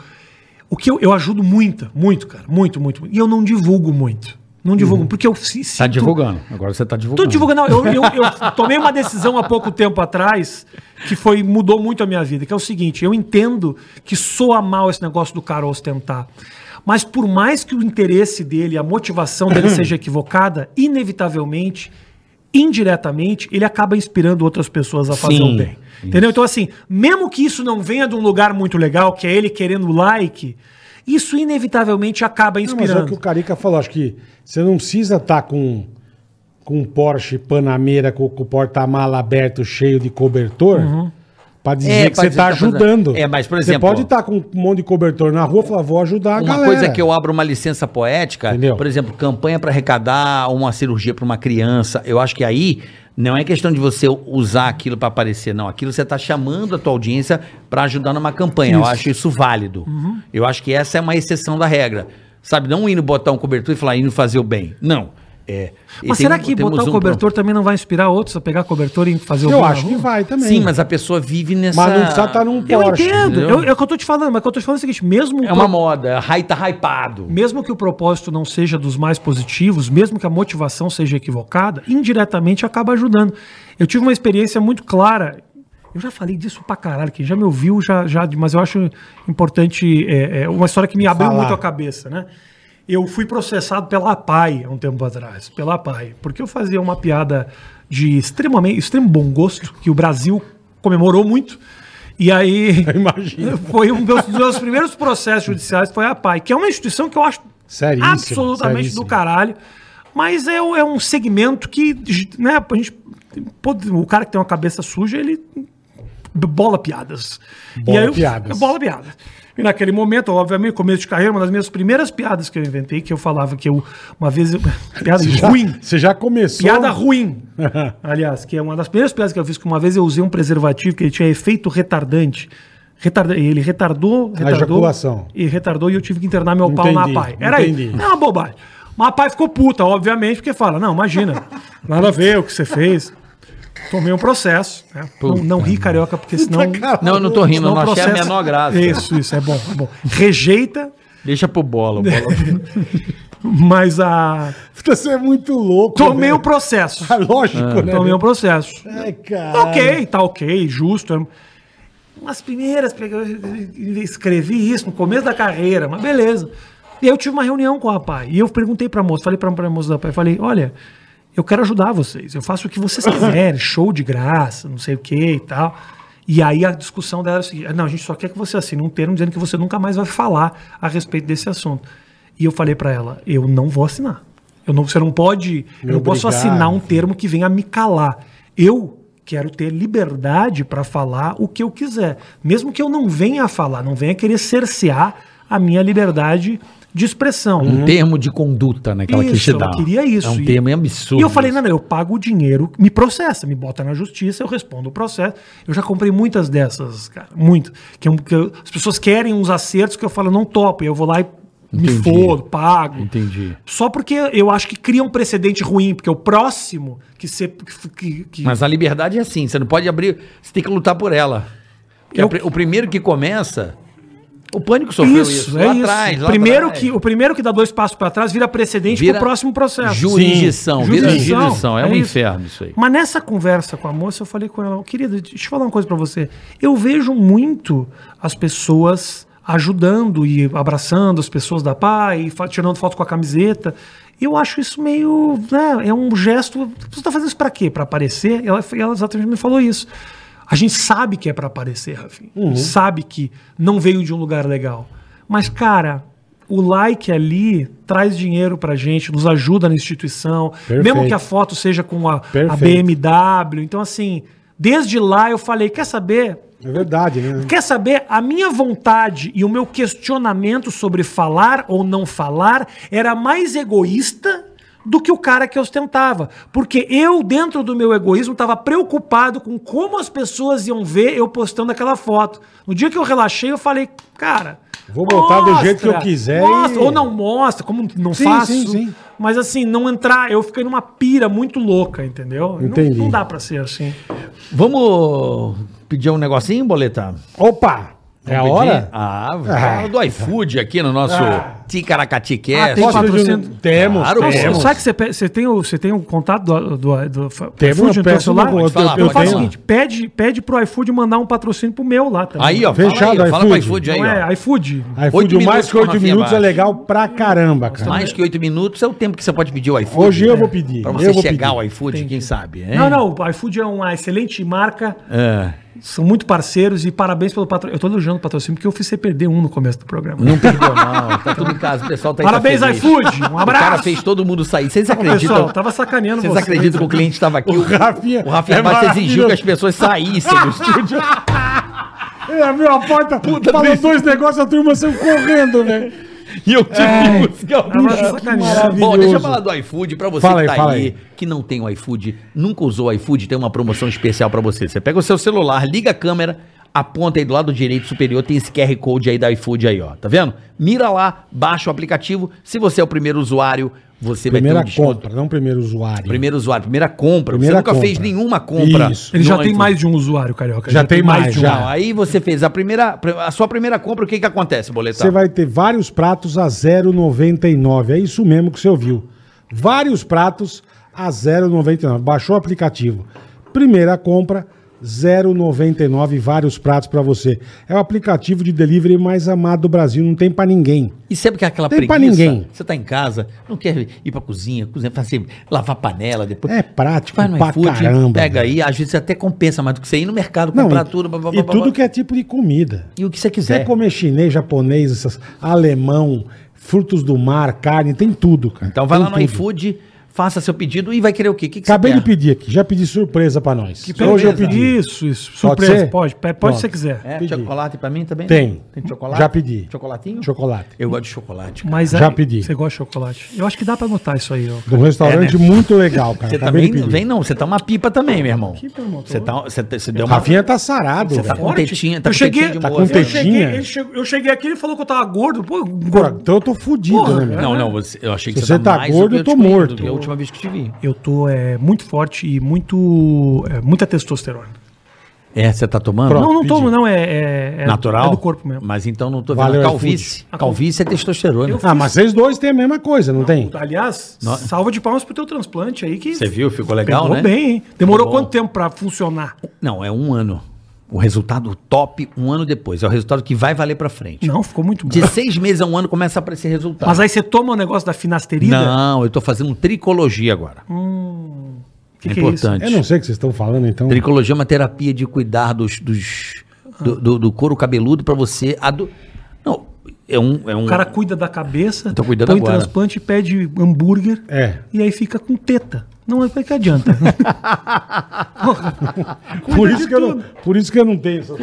[SPEAKER 4] o que eu, eu ajudo muito, muito, cara, muito, muito, muito. E eu não divulgo muito. Não divulgo, porque eu se,
[SPEAKER 3] Tá
[SPEAKER 4] sinto-
[SPEAKER 3] divulgando. Agora você tá divulgando.
[SPEAKER 4] Tô divulgando. não, Eu, eu- eu tomei uma decisão há pouco tempo atrás que foi mudou muito a minha vida, que é o seguinte, eu entendo que soa mal esse negócio do cara ostentar. Mas por mais que o interesse dele, a motivação dele seja equivocada, inevitavelmente, indiretamente, ele acaba inspirando outras pessoas a fazer
[SPEAKER 3] Sim.
[SPEAKER 4] o bem. Entendeu? Então assim, mesmo que isso não venha de um lugar muito legal, que é ele querendo like, isso inevitavelmente acaba
[SPEAKER 2] Não, mas é o que
[SPEAKER 4] inspirando.
[SPEAKER 2] o Carica falou, acho que você não precisa estar com com um Porsche Panamera com, com o porta-mala aberto cheio de cobertor pra dizer
[SPEAKER 3] É,
[SPEAKER 2] que
[SPEAKER 3] pra
[SPEAKER 2] você
[SPEAKER 3] dizer
[SPEAKER 2] tá
[SPEAKER 3] que tá fazendo.
[SPEAKER 2] ajudando.
[SPEAKER 3] É, mas, por
[SPEAKER 2] Você
[SPEAKER 3] exemplo,
[SPEAKER 2] pode
[SPEAKER 3] ó.
[SPEAKER 2] estar com um monte de cobertor na rua e falar, vou ajudar a
[SPEAKER 3] Uma
[SPEAKER 2] galera.
[SPEAKER 3] coisa é que eu abro uma licença poética,
[SPEAKER 2] Entendeu?
[SPEAKER 3] por exemplo, campanha para arrecadar uma cirurgia para uma criança. Eu acho que aí não é questão de você usar aquilo para aparecer, não. Aquilo você está chamando a tua audiência para ajudar numa campanha. Eu acho isso válido. Eu acho que essa é uma exceção da regra. Sabe, não indo botar um cobertor e falar indo fazer o bem. Não. É,
[SPEAKER 4] Mas
[SPEAKER 3] tem
[SPEAKER 4] será
[SPEAKER 3] um-
[SPEAKER 4] que
[SPEAKER 3] temos
[SPEAKER 4] botar o
[SPEAKER 3] um
[SPEAKER 4] cobertor também não vai inspirar outros a pegar cobertor e fazer o
[SPEAKER 2] Eu
[SPEAKER 4] bem na
[SPEAKER 2] acho que
[SPEAKER 4] rua?
[SPEAKER 2] vai também.
[SPEAKER 3] Sim, mas a pessoa vive nessa...
[SPEAKER 2] Mas não precisa estar num
[SPEAKER 4] Eu
[SPEAKER 2] Porsche.
[SPEAKER 4] entendo.
[SPEAKER 3] entendeu?
[SPEAKER 4] Eu, é o que eu tô te falando, mas o que eu tô te falando é o seguinte: mesmo,
[SPEAKER 3] É
[SPEAKER 4] o
[SPEAKER 3] uma
[SPEAKER 4] pro-
[SPEAKER 3] moda, hy- tá hypado.
[SPEAKER 4] mesmo que o propósito não seja dos mais positivos, mesmo que a motivação seja equivocada, indiretamente acaba ajudando. Eu tive uma experiência muito clara. Eu já falei disso pra caralho, quem já me ouviu, já, já, mas eu acho importante. É, é uma história que me abriu
[SPEAKER 2] Falar.
[SPEAKER 4] muito a cabeça, né? Eu fui processado pela APAI há um tempo atrás, pela APAI, porque eu fazia uma piada de extremamente, extremo bom gosto, que o Brasil comemorou muito. E aí.
[SPEAKER 2] Imagina.
[SPEAKER 4] Foi um dos meus primeiros processos judiciais, foi a PAI, que é uma instituição que eu acho
[SPEAKER 2] Seríssima,
[SPEAKER 4] absolutamente
[SPEAKER 2] seríssima.
[SPEAKER 4] do caralho, mas é, um- é um segmento que, né, a gente, pode- o cara que tem uma cabeça suja, ele bola piadas.
[SPEAKER 2] Bola
[SPEAKER 4] eu-
[SPEAKER 2] piadas.
[SPEAKER 4] Bola piadas. E naquele momento, obviamente, começo de carreira, uma das minhas primeiras piadas que eu inventei, que eu falava que eu, uma vez, eu- piada
[SPEAKER 2] Você já-
[SPEAKER 4] ruim.
[SPEAKER 2] Você já começou.
[SPEAKER 4] Piada ruim. Aliás, que é uma das primeiras piadas que eu fiz, que uma vez eu usei um preservativo que ele tinha efeito retardante. Retarda, ele retardou, retardou
[SPEAKER 2] ejaculação.
[SPEAKER 4] E retardou e eu tive que internar meu pau
[SPEAKER 2] Entendi,
[SPEAKER 4] na pai. Era
[SPEAKER 2] entendi.
[SPEAKER 4] aí. É uma bobagem. Mas a pai ficou puta, obviamente, porque fala: não, imagina, nada a ver o que você fez. Tomei um processo. né? Não, não ri carioca, porque senão.
[SPEAKER 3] Não, eu não tô rindo,
[SPEAKER 4] senão
[SPEAKER 3] não,
[SPEAKER 4] o
[SPEAKER 3] achei a
[SPEAKER 4] processo-
[SPEAKER 3] menor graça.
[SPEAKER 4] Isso, isso, é bom, é bom. Rejeita,
[SPEAKER 3] Deixa pro bola, o bola.
[SPEAKER 4] Mas a.
[SPEAKER 2] Puta, Você é muito louco.
[SPEAKER 4] Tomei o
[SPEAKER 2] velho.
[SPEAKER 4] processo.
[SPEAKER 2] Ah, lógico, né?
[SPEAKER 4] Tomei Então, é o processo.
[SPEAKER 2] Ai,
[SPEAKER 4] Tá
[SPEAKER 2] cara.
[SPEAKER 4] ok, tá ok, justo. Umas primeiras, pe- eu escrevi isso no começo da carreira, mas beleza. E aí eu tive uma reunião com a pai. E eu perguntei pra moça, falei pra, pra moça da pai, falei, olha, eu quero ajudar vocês, eu faço o que vocês quiserem, show de graça, não sei o que e tal. E aí a discussão dela era o seguinte, não, a gente só quer que você assine um termo dizendo que você nunca mais vai falar a respeito desse assunto. E eu falei pra ela, eu não vou assinar. Eu não, você não pode, eu não posso
[SPEAKER 2] obrigar,
[SPEAKER 4] assinar um
[SPEAKER 2] enfim.
[SPEAKER 4] termo que venha me calar. Eu quero ter liberdade para falar o que eu quiser, mesmo que eu não venha a falar, não venha querer cercear a minha liberdade de expressão.
[SPEAKER 3] Um termo de conduta, né? Que ela quis
[SPEAKER 4] Isso,
[SPEAKER 3] te
[SPEAKER 4] ela
[SPEAKER 3] dar.
[SPEAKER 4] queria isso.
[SPEAKER 3] É um
[SPEAKER 4] E-
[SPEAKER 3] termo absurdo.
[SPEAKER 4] E eu falei, não, não, eu pago o dinheiro, me processa, me bota na justiça, eu respondo o processo. Eu já comprei muitas dessas, cara, muitas. Que, é um- que eu- as pessoas querem uns acertos que eu falo, não topo, e eu vou lá e me
[SPEAKER 3] Entendi.
[SPEAKER 4] fodo, pago.
[SPEAKER 3] Entendi.
[SPEAKER 4] Só porque eu acho que cria um precedente ruim, porque o próximo que ser. Que, que-
[SPEAKER 3] Mas a liberdade é assim, você não pode abrir, você tem que lutar por ela. Porque
[SPEAKER 4] Eu-
[SPEAKER 3] a pri- o primeiro que começa, o pânico sofreu isso,
[SPEAKER 4] é
[SPEAKER 3] lá
[SPEAKER 4] isso.
[SPEAKER 3] atrás, lá
[SPEAKER 4] primeiro
[SPEAKER 3] atrás.
[SPEAKER 4] que, o primeiro que dá dois passos para trás vira precedente para
[SPEAKER 3] Vira
[SPEAKER 4] o próximo processo.
[SPEAKER 3] Jurisdição,
[SPEAKER 4] Sim.
[SPEAKER 3] vira jurisdição, é, um
[SPEAKER 4] isso.
[SPEAKER 3] inferno isso aí.
[SPEAKER 4] Mas nessa conversa com a moça, eu falei com ela, querida, deixa eu falar uma coisa pra você. Eu vejo muito as pessoas ajudando e abraçando as pessoas da PAI, fa- tirando foto com a camiseta. Eu acho isso meio, né, é um gesto, você tá fazendo isso pra quê? Pra aparecer? Ela, ela exatamente me falou isso. A gente sabe que é pra aparecer, Rafinha. A gente Sabe que não veio de um lugar legal. Mas, cara, o like ali traz dinheiro pra gente, nos ajuda na instituição. Mesmo
[SPEAKER 2] Perfeito.
[SPEAKER 4] que a foto seja com a, a
[SPEAKER 2] Perfeito.
[SPEAKER 4] BMW. Então, assim, desde lá eu falei: quer saber?
[SPEAKER 2] É verdade, né?
[SPEAKER 4] Uhum. Quer saber? A minha vontade e o meu questionamento sobre falar ou não falar era mais egoísta do que o cara que ostentava. Porque eu, dentro do meu egoísmo, estava preocupado com como as pessoas iam ver eu postando aquela foto. No dia que eu relaxei, eu falei, cara.
[SPEAKER 2] Vou botar do jeito que eu quiser e-
[SPEAKER 4] mostra, Ou não mostra, como não
[SPEAKER 2] Sim,
[SPEAKER 4] faço.
[SPEAKER 2] sim, sim.
[SPEAKER 4] Mas assim, não entrar, eu fiquei numa pira muito louca, entendeu? Não-
[SPEAKER 2] Entendi.
[SPEAKER 4] Não, dá pra ser assim.
[SPEAKER 3] Vamos pedir um negocinho, Boleta?
[SPEAKER 2] Opa! É a
[SPEAKER 3] Vamos pedir?
[SPEAKER 2] hora?
[SPEAKER 3] Ah, fala do iFood aqui no nosso Ticaracati
[SPEAKER 4] Ah, tem
[SPEAKER 3] Cast.
[SPEAKER 2] Posso pedir um...
[SPEAKER 4] patrocínio?
[SPEAKER 2] Temos,
[SPEAKER 3] Claro,
[SPEAKER 4] Nossa,
[SPEAKER 2] temos.
[SPEAKER 4] sabe que você, pe- você tem o, você tem o contato do, do, do, do
[SPEAKER 2] Temos,
[SPEAKER 4] iFood
[SPEAKER 2] eu
[SPEAKER 4] no teu
[SPEAKER 2] peço
[SPEAKER 4] celular?
[SPEAKER 2] no- eu-
[SPEAKER 3] Pode falar,
[SPEAKER 4] eu
[SPEAKER 3] pode
[SPEAKER 4] faço o
[SPEAKER 3] falar.
[SPEAKER 4] seguinte, pede, pede pro iFood mandar um patrocínio pro meu lá também.
[SPEAKER 3] Aí, ó,
[SPEAKER 2] Fechado,
[SPEAKER 3] fala, aí, ó, fala pro
[SPEAKER 2] iFood.
[SPEAKER 3] iFood aí,
[SPEAKER 4] Não
[SPEAKER 3] ó.
[SPEAKER 4] é, iFood.
[SPEAKER 2] iFood,
[SPEAKER 3] Oito
[SPEAKER 2] o mais
[SPEAKER 3] minutos
[SPEAKER 2] que
[SPEAKER 3] com a
[SPEAKER 2] oito
[SPEAKER 3] Rafinha
[SPEAKER 2] minutos é
[SPEAKER 3] Baixo.
[SPEAKER 2] legal pra caramba, cara.
[SPEAKER 3] Mais que oito minutos é o tempo que você pode pedir o iFood. né?
[SPEAKER 2] Hoje eu vou pedir,
[SPEAKER 3] Pra
[SPEAKER 2] eu
[SPEAKER 3] você
[SPEAKER 2] vou
[SPEAKER 3] chegar
[SPEAKER 2] pedir.
[SPEAKER 3] ao iFood, quem sabe. hein?
[SPEAKER 4] Não, não, o iFood é uma excelente marca,
[SPEAKER 3] É.
[SPEAKER 4] são muito parceiros e parabéns pelo patrocínio. Eu tô elogiando o patrocínio porque eu fiz você perder um no começo do programa.
[SPEAKER 3] Não perdeu, não. Tá tudo em casa. O pessoal tá aí, tá
[SPEAKER 4] Parabéns,
[SPEAKER 3] feliz.
[SPEAKER 4] iFood, um
[SPEAKER 3] O cara
[SPEAKER 4] abraço.
[SPEAKER 3] fez todo mundo sair. Vocês acreditam?
[SPEAKER 4] Pessoal, tava sacaneando
[SPEAKER 3] Vocês acreditam que o cliente estava aqui?
[SPEAKER 2] né? O Rafinha
[SPEAKER 3] o Rafinha
[SPEAKER 2] é
[SPEAKER 3] Bastos exigiu que as
[SPEAKER 2] maravilhoso.
[SPEAKER 3] pessoas saíssem do estúdio.
[SPEAKER 2] Ele abriu a porta, falou dois negócios, a turma saiu correndo, né? velho.
[SPEAKER 3] E eu tive
[SPEAKER 4] É.
[SPEAKER 3] que buscar o bicho.
[SPEAKER 4] Tava sacaneando.
[SPEAKER 3] Bom, deixa eu falar do iFood pra você
[SPEAKER 2] Fala
[SPEAKER 3] que
[SPEAKER 2] aí,
[SPEAKER 3] tá
[SPEAKER 2] fala
[SPEAKER 3] aí,
[SPEAKER 2] aí.
[SPEAKER 3] que não tem o iFood, nunca usou o iFood, tem uma promoção especial pra você. Você pega o seu celular, liga a câmera, aponta aí do lado direito superior, tem esse QR Code aí da iFood aí, ó. Tá vendo? Mira lá, baixa o aplicativo. Se você é o primeiro usuário, você
[SPEAKER 2] Primeira
[SPEAKER 3] vai ter um desconto.
[SPEAKER 2] compra, não primeiro usuário.
[SPEAKER 3] Primeiro usuário, primeira compra.
[SPEAKER 2] Primeira
[SPEAKER 3] você nunca
[SPEAKER 2] compra.
[SPEAKER 3] fez nenhuma compra.
[SPEAKER 2] Isso.
[SPEAKER 4] Ele
[SPEAKER 3] no
[SPEAKER 4] já tem
[SPEAKER 3] iFood.
[SPEAKER 4] mais de um usuário, Carioca.
[SPEAKER 2] Já tem mais,
[SPEAKER 4] um.
[SPEAKER 2] já.
[SPEAKER 3] Não, aí você fez a primeira, a sua primeira compra, o que que acontece, boletar?
[SPEAKER 2] Você vai ter vários pratos a 0,99. É isso mesmo que você ouviu. Vários pratos a 0,99. Baixou o aplicativo. Primeira compra, 0,99. Vários pratos pra você. É o aplicativo de delivery mais amado do Brasil. Não tem pra ninguém.
[SPEAKER 3] E sempre que é aquela
[SPEAKER 2] Tem pra ninguém.
[SPEAKER 3] Você tá em casa, não quer ir pra cozinha, cozinha, fazer, lavar panela depois.
[SPEAKER 2] É prático
[SPEAKER 3] Vai no
[SPEAKER 2] pra
[SPEAKER 3] iFood,
[SPEAKER 2] caramba,
[SPEAKER 3] pega
[SPEAKER 2] velho.
[SPEAKER 3] aí, às vezes até compensa mais do que você ir no mercado,
[SPEAKER 2] Não,
[SPEAKER 3] comprar
[SPEAKER 2] e,
[SPEAKER 3] tudo, blá, blá,
[SPEAKER 2] e
[SPEAKER 3] blá,
[SPEAKER 2] tudo
[SPEAKER 3] blá. É.
[SPEAKER 2] que é tipo de comida.
[SPEAKER 3] e o que você
[SPEAKER 2] Quer
[SPEAKER 3] quiser.
[SPEAKER 2] comer chinês, japonês, essas- alemão, frutos do mar, carne, tem tudo, cara.
[SPEAKER 3] Então vai
[SPEAKER 2] Tem
[SPEAKER 3] lá no
[SPEAKER 2] tudo.
[SPEAKER 3] iFood, faça seu pedido e vai querer o quê? O que, que
[SPEAKER 2] Acabei
[SPEAKER 3] você
[SPEAKER 2] de pedir aqui, já pedi surpresa pra nós. Hoje eu
[SPEAKER 3] beleza.
[SPEAKER 2] pedi.
[SPEAKER 4] Isso, isso.
[SPEAKER 2] Pode
[SPEAKER 4] Surpresa,
[SPEAKER 2] ser?
[SPEAKER 4] pode. Pode,
[SPEAKER 2] Pronto.
[SPEAKER 4] se você quiser.
[SPEAKER 3] É,
[SPEAKER 2] Pedi.
[SPEAKER 3] chocolate pra mim também?
[SPEAKER 2] Tem.
[SPEAKER 3] Tem chocolate?
[SPEAKER 2] Já pedi.
[SPEAKER 3] Chocolatinho?
[SPEAKER 2] Chocolate.
[SPEAKER 3] Eu gosto de chocolate. cara.
[SPEAKER 4] Mas
[SPEAKER 2] Já
[SPEAKER 4] aí,
[SPEAKER 2] pedi.
[SPEAKER 4] Você gosta de chocolate? Eu acho que dá pra anotar isso aí, ó.
[SPEAKER 2] De um restaurante muito legal, cara.
[SPEAKER 3] É, né? Você
[SPEAKER 2] Acabei
[SPEAKER 3] também
[SPEAKER 2] de pedir.
[SPEAKER 3] vem não, você tá uma pipa também, meu irmão.
[SPEAKER 4] Pipa, irmão, tô
[SPEAKER 3] Você tá, você, você deu uma
[SPEAKER 2] Rafinha tá sarado,
[SPEAKER 3] Tá
[SPEAKER 2] velho.
[SPEAKER 3] com tetinha, tá
[SPEAKER 4] eu
[SPEAKER 3] com
[SPEAKER 4] cheguei,
[SPEAKER 3] tetinha de
[SPEAKER 2] Tá
[SPEAKER 3] boa,
[SPEAKER 2] com
[SPEAKER 3] né?
[SPEAKER 4] eu cheguei,
[SPEAKER 2] tetinha?
[SPEAKER 4] ele chegou- eu cheguei aqui, ele falou que eu tava gordo. Pô,
[SPEAKER 2] Porra,
[SPEAKER 4] gordo.
[SPEAKER 2] Então eu tô fudido,
[SPEAKER 4] Porra,
[SPEAKER 2] né, meu?
[SPEAKER 3] Não, não, você- eu achei que
[SPEAKER 2] Se você tá
[SPEAKER 3] do
[SPEAKER 2] gordo,
[SPEAKER 3] que
[SPEAKER 2] eu tô
[SPEAKER 3] te conheço,
[SPEAKER 2] morto.
[SPEAKER 3] do que a última vez que eu te vi.
[SPEAKER 4] Eu tô é, muito forte e muito, é, muita testosterona.
[SPEAKER 3] É, você tá tomando?
[SPEAKER 2] Pronto.
[SPEAKER 4] Não, não
[SPEAKER 2] pedi.
[SPEAKER 4] tomo, não. É, é- é-
[SPEAKER 3] Natural?
[SPEAKER 4] É do corpo mesmo.
[SPEAKER 3] Mas então não tô vendo.
[SPEAKER 2] Valeu,
[SPEAKER 3] calvície. Calvície é testosterona.
[SPEAKER 4] Eu-
[SPEAKER 2] Ah, mas vocês dois têm a mesma coisa, não tem?
[SPEAKER 4] Aliás,
[SPEAKER 3] No-
[SPEAKER 4] salva de palmas pro teu transplante aí que.
[SPEAKER 3] Você viu? Ficou legal,
[SPEAKER 4] Pegou
[SPEAKER 3] né?
[SPEAKER 4] bem, hein? Demorou
[SPEAKER 3] Ficou bom.
[SPEAKER 4] quanto tempo pra funcionar?
[SPEAKER 3] Não, é um ano. O resultado top um ano depois. É o resultado que vai valer pra frente.
[SPEAKER 4] Não, ficou muito bom.
[SPEAKER 3] De seis meses a um ano começa a aparecer resultado.
[SPEAKER 4] Mas aí você toma o negócio da finasterida?
[SPEAKER 3] Não, eu tô fazendo tricologia agora.
[SPEAKER 4] O que
[SPEAKER 3] é
[SPEAKER 4] que
[SPEAKER 3] importante.
[SPEAKER 2] Eu não sei o que vocês estão falando, então.
[SPEAKER 3] Tricologia é uma terapia de cuidar dos, dos- do, do- do couro cabeludo pra você. ado- Não, é um. É um...
[SPEAKER 4] O cara cuida da cabeça,
[SPEAKER 3] Tô cuidando
[SPEAKER 4] põe
[SPEAKER 3] agora.
[SPEAKER 4] transplante, pede hambúrguer
[SPEAKER 2] É.
[SPEAKER 4] e aí fica com teta. Não é pra que adianta.
[SPEAKER 2] Por isso, que eu não, por isso que eu não tenho. essa-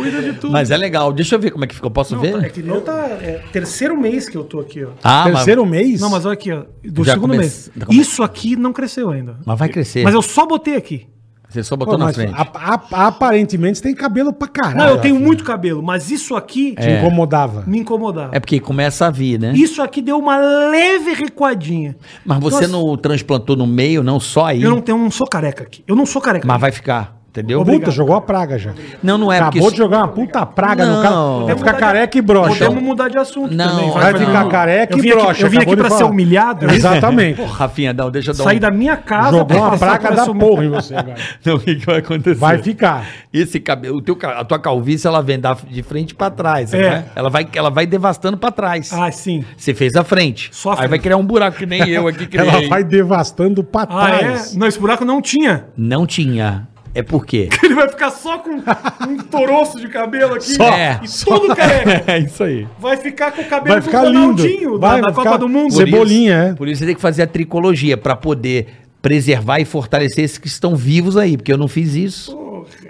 [SPEAKER 3] Mas é legal. Deixa eu ver como é que ficou. Posso ver?
[SPEAKER 4] é que não tá. É terceiro mês que eu tô aqui, ó.
[SPEAKER 3] Ah,
[SPEAKER 2] Terceiro mês?
[SPEAKER 4] Não, mas olha aqui, ó. Do
[SPEAKER 3] Já
[SPEAKER 4] segundo
[SPEAKER 3] comece-
[SPEAKER 4] mês.
[SPEAKER 3] já comece-
[SPEAKER 4] Isso aqui não cresceu ainda.
[SPEAKER 3] mas, é. mas vai crescer.
[SPEAKER 4] Mas eu só botei aqui.
[SPEAKER 3] Você só
[SPEAKER 2] Pô,
[SPEAKER 3] botou na
[SPEAKER 2] mas
[SPEAKER 3] frente.
[SPEAKER 2] ap- ap- aparentemente você tem cabelo pra
[SPEAKER 3] Ah,
[SPEAKER 2] caralho.
[SPEAKER 4] Não, eu tenho
[SPEAKER 2] Rafinha.
[SPEAKER 4] muito cabelo, mas isso aqui
[SPEAKER 2] Te incomodava.
[SPEAKER 4] me incomodava.
[SPEAKER 3] É porque começa a vir, né?
[SPEAKER 4] Isso aqui deu uma leve recuadinha.
[SPEAKER 3] Mas você
[SPEAKER 4] Nossa.
[SPEAKER 3] não transplantou no meio, não, só aí.
[SPEAKER 4] Eu não tenho, não sou careca aqui. Eu não sou careca.
[SPEAKER 3] Mas vai ficar, entendeu?
[SPEAKER 2] Puta, jogou a praga já.
[SPEAKER 3] Não, não é
[SPEAKER 2] Acabou
[SPEAKER 3] porque-
[SPEAKER 2] de jogar uma puta praga
[SPEAKER 3] Não.
[SPEAKER 2] no cara. Vai
[SPEAKER 3] Podemos
[SPEAKER 2] ficar careca e broxa.
[SPEAKER 4] Podemos mudar de assunto
[SPEAKER 3] Não,
[SPEAKER 4] também. um-
[SPEAKER 2] Vai
[SPEAKER 3] Não.
[SPEAKER 2] ficar careca
[SPEAKER 4] eu
[SPEAKER 2] e
[SPEAKER 4] vim aqui-
[SPEAKER 2] broxa.
[SPEAKER 4] eu vim aqui
[SPEAKER 2] acabou de
[SPEAKER 4] pra ser
[SPEAKER 2] falar.
[SPEAKER 4] humilhado, é isso?
[SPEAKER 2] Exatamente.
[SPEAKER 3] Porra, Rafinha, não, deixa eu dar
[SPEAKER 4] Sair
[SPEAKER 3] um...
[SPEAKER 4] da minha casa
[SPEAKER 2] Jogou
[SPEAKER 4] pra
[SPEAKER 2] uma
[SPEAKER 4] passar
[SPEAKER 2] praga
[SPEAKER 4] por
[SPEAKER 2] da
[SPEAKER 4] essa-
[SPEAKER 2] porra em você agora.
[SPEAKER 3] Não, o que, que vai acontecer?
[SPEAKER 2] Vai ficar.
[SPEAKER 3] Esse cabelo, o teu, ca- a tua calvície, ela vem da- de frente pra trás,
[SPEAKER 4] É.
[SPEAKER 3] né? Ela vai, ela vai devastando pra trás.
[SPEAKER 4] Ah, sim.
[SPEAKER 3] Você fez a frente.
[SPEAKER 4] Só a
[SPEAKER 3] Aí
[SPEAKER 4] frente.
[SPEAKER 3] vai criar um buraco que nem eu aqui criei.
[SPEAKER 2] Ela vai devastando pra
[SPEAKER 4] Ah,
[SPEAKER 2] trás.
[SPEAKER 4] é? Não, esse buraco não tinha.
[SPEAKER 3] Não tinha. É por quê?
[SPEAKER 4] Ele vai ficar só com um toroço de cabelo aqui. né?
[SPEAKER 3] Só.
[SPEAKER 4] e todo careca.
[SPEAKER 3] É isso aí.
[SPEAKER 4] Vai ficar com o cabelo
[SPEAKER 2] Vai ficar lindo.
[SPEAKER 4] Ronaldinho da,
[SPEAKER 2] Vai,
[SPEAKER 4] da
[SPEAKER 2] vai
[SPEAKER 4] Copa
[SPEAKER 2] ficar-
[SPEAKER 4] do Mundo.
[SPEAKER 2] Por Cebolinha,
[SPEAKER 3] isso-
[SPEAKER 2] é.
[SPEAKER 3] Por isso você tem que fazer a tricologia, pra poder preservar e fortalecer esses que estão vivos aí, porque eu não fiz isso.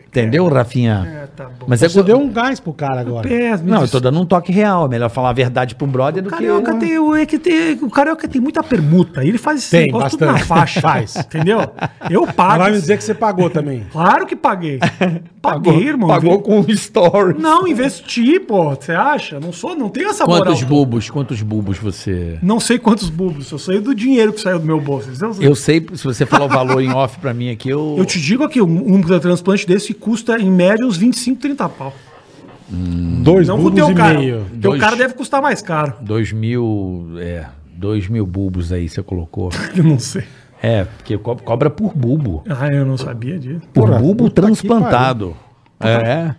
[SPEAKER 3] Entendeu, Rafinha?
[SPEAKER 4] É, tá bom.
[SPEAKER 3] Mas é
[SPEAKER 2] Você
[SPEAKER 3] go-
[SPEAKER 2] deu um gás pro cara agora.
[SPEAKER 4] Pés, me
[SPEAKER 3] Não, eu
[SPEAKER 4] des-
[SPEAKER 3] tô dando um toque real. É melhor falar a verdade pro brother do
[SPEAKER 4] Carioca
[SPEAKER 3] que...
[SPEAKER 4] tem, o- é que tem, o carioca tem muita permuta. Ele faz esse
[SPEAKER 2] Tem,
[SPEAKER 4] negócio tudo na
[SPEAKER 2] bastante.
[SPEAKER 4] faixa.
[SPEAKER 2] Faz.
[SPEAKER 4] Entendeu? Eu
[SPEAKER 2] Ela
[SPEAKER 4] pago.
[SPEAKER 2] vai me dizer que você pagou também.
[SPEAKER 4] Claro que paguei. Paguei,
[SPEAKER 3] Pagou,
[SPEAKER 4] irmão.
[SPEAKER 3] pagou com um story.
[SPEAKER 4] Não, investi, pô. Você acha? Não sou, não tenho essa
[SPEAKER 3] Quantos
[SPEAKER 4] moral.
[SPEAKER 3] bubos, quantos bubos você...
[SPEAKER 4] Não sei quantos bubos. Eu sei do dinheiro que saiu do meu bolso. entendeu?
[SPEAKER 3] Eu sei, se você falar o valor em off pra mim aqui, eu...
[SPEAKER 4] Eu te digo aqui, um, um transplante desse custa em média uns 25, 30 pau.
[SPEAKER 2] Dois
[SPEAKER 4] Não com o
[SPEAKER 2] bubos
[SPEAKER 4] teu
[SPEAKER 2] e
[SPEAKER 4] cara.
[SPEAKER 2] meio.
[SPEAKER 4] Teu
[SPEAKER 3] Dois.
[SPEAKER 4] cara deve custar mais caro.
[SPEAKER 3] Dois mil... É, dois mil bubos aí você colocou.
[SPEAKER 4] Eu não sei.
[SPEAKER 3] É, porque co- cobra por bubo.
[SPEAKER 4] Ah, eu não sabia disso.
[SPEAKER 3] Por
[SPEAKER 2] Porra,
[SPEAKER 3] bulbo
[SPEAKER 2] puta que
[SPEAKER 3] transplantado. É.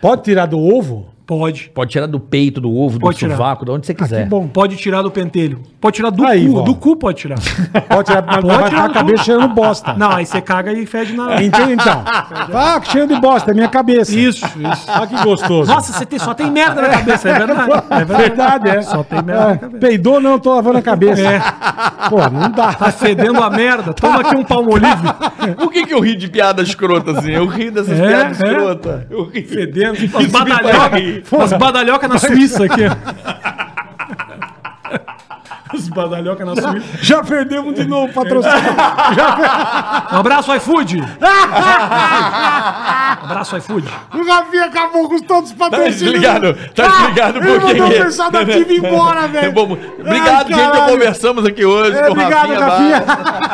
[SPEAKER 2] Pode tirar do ovo?
[SPEAKER 4] Pode.
[SPEAKER 3] Pode tirar do peito, do ovo, do
[SPEAKER 4] Pode tirar.
[SPEAKER 3] sovaco, de onde você
[SPEAKER 2] Ah, Que
[SPEAKER 3] quiser.
[SPEAKER 2] bom.
[SPEAKER 4] Pode tirar do pentelho. Pode tirar do
[SPEAKER 2] Aí,
[SPEAKER 4] cu.
[SPEAKER 2] vó.
[SPEAKER 4] Do cu pode tirar.
[SPEAKER 2] Pode tirar, mas vai
[SPEAKER 4] tirar
[SPEAKER 2] ficar a
[SPEAKER 4] do-
[SPEAKER 2] cabeça cheirando bosta.
[SPEAKER 4] não, aí você caga e fede na...
[SPEAKER 2] Entende então? Ah, cheio de bosta, é minha cabeça.
[SPEAKER 4] Isso, isso.
[SPEAKER 2] Olha que gostoso.
[SPEAKER 4] Nossa, você tem- só tem merda na cabeça, é verdade. É verdade.
[SPEAKER 2] verdade, é.
[SPEAKER 4] Só tem merda na
[SPEAKER 2] É,
[SPEAKER 4] cabeça. É.
[SPEAKER 2] Peidou, não, tô lavando a cabeça. Pô, não dá.
[SPEAKER 4] Tá fedendo a merda. Toma aqui um palmolive.
[SPEAKER 3] Por que, que eu ri de piada escrota assim? Eu ri dessas
[SPEAKER 4] É,
[SPEAKER 3] piadas
[SPEAKER 4] é.
[SPEAKER 3] escrota. Eu ri.
[SPEAKER 4] Fedendo.
[SPEAKER 3] me
[SPEAKER 4] As
[SPEAKER 3] faz
[SPEAKER 4] badalhocas. As badalhocas na Suíça aqui. As badalhocas na Suíça.
[SPEAKER 2] Já perdemos de novo o patrocínio.
[SPEAKER 4] Um abraço, iFood. abraço, iFood.
[SPEAKER 2] O Rafinha acabou com todos os
[SPEAKER 3] Tá
[SPEAKER 2] patrocínios.
[SPEAKER 3] desligado, tá desligado
[SPEAKER 2] Ah, ele mandou
[SPEAKER 3] que-
[SPEAKER 2] o pessoal da TV embora, velho.
[SPEAKER 3] É bom. Obrigado,
[SPEAKER 2] né? Ai,
[SPEAKER 3] gente, que
[SPEAKER 2] caralho.
[SPEAKER 3] conversamos aqui hoje
[SPEAKER 2] É, obrigado,
[SPEAKER 3] Barros.
[SPEAKER 2] Rafinha.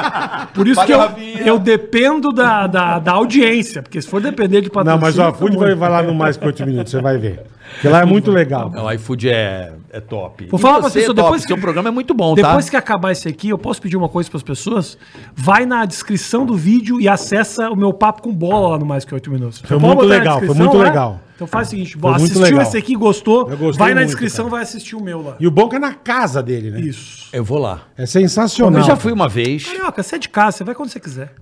[SPEAKER 4] Por isso
[SPEAKER 3] Valeu,
[SPEAKER 4] que
[SPEAKER 3] Rafinha.
[SPEAKER 4] eu, eu dependo da, da, da audiência, porque se for depender de
[SPEAKER 2] Não,
[SPEAKER 4] patrocínio...
[SPEAKER 2] mas o iFood
[SPEAKER 4] tá
[SPEAKER 2] vai,
[SPEAKER 4] muito.
[SPEAKER 2] vai lá no mais que 8 minutos, você vai ver. Porque lá é muito legal.
[SPEAKER 3] Não, iFood é, é top.
[SPEAKER 4] Vou falar pra
[SPEAKER 3] você,
[SPEAKER 4] você,
[SPEAKER 3] é top.
[SPEAKER 4] depois que-
[SPEAKER 3] Seu programa é muito bom,
[SPEAKER 4] Depois
[SPEAKER 3] tá?
[SPEAKER 4] que acabar esse aqui, eu posso pedir uma coisa para as pessoas? Vai na descrição do vídeo e acessa o meu papo com bola lá no Mais Que Oito Minutos.
[SPEAKER 2] Foi
[SPEAKER 4] Pode
[SPEAKER 2] muito
[SPEAKER 4] botar na
[SPEAKER 2] legal, foi
[SPEAKER 4] descrição,
[SPEAKER 2] muito
[SPEAKER 4] né?
[SPEAKER 2] legal.
[SPEAKER 4] Então faz o seguinte,
[SPEAKER 2] Foi muito
[SPEAKER 4] assistiu
[SPEAKER 2] legal.
[SPEAKER 4] esse aqui, gostou,
[SPEAKER 2] Eu gostei
[SPEAKER 4] vai na
[SPEAKER 2] muito,
[SPEAKER 4] descrição,
[SPEAKER 2] cara.
[SPEAKER 4] vai assistir o meu lá.
[SPEAKER 2] E o bom é que é na casa dele, né?
[SPEAKER 4] Isso.
[SPEAKER 3] Eu vou lá.
[SPEAKER 2] É sensacional.
[SPEAKER 3] Eu já fui uma vez.
[SPEAKER 4] Carioca, você é de casa, você vai quando você quiser.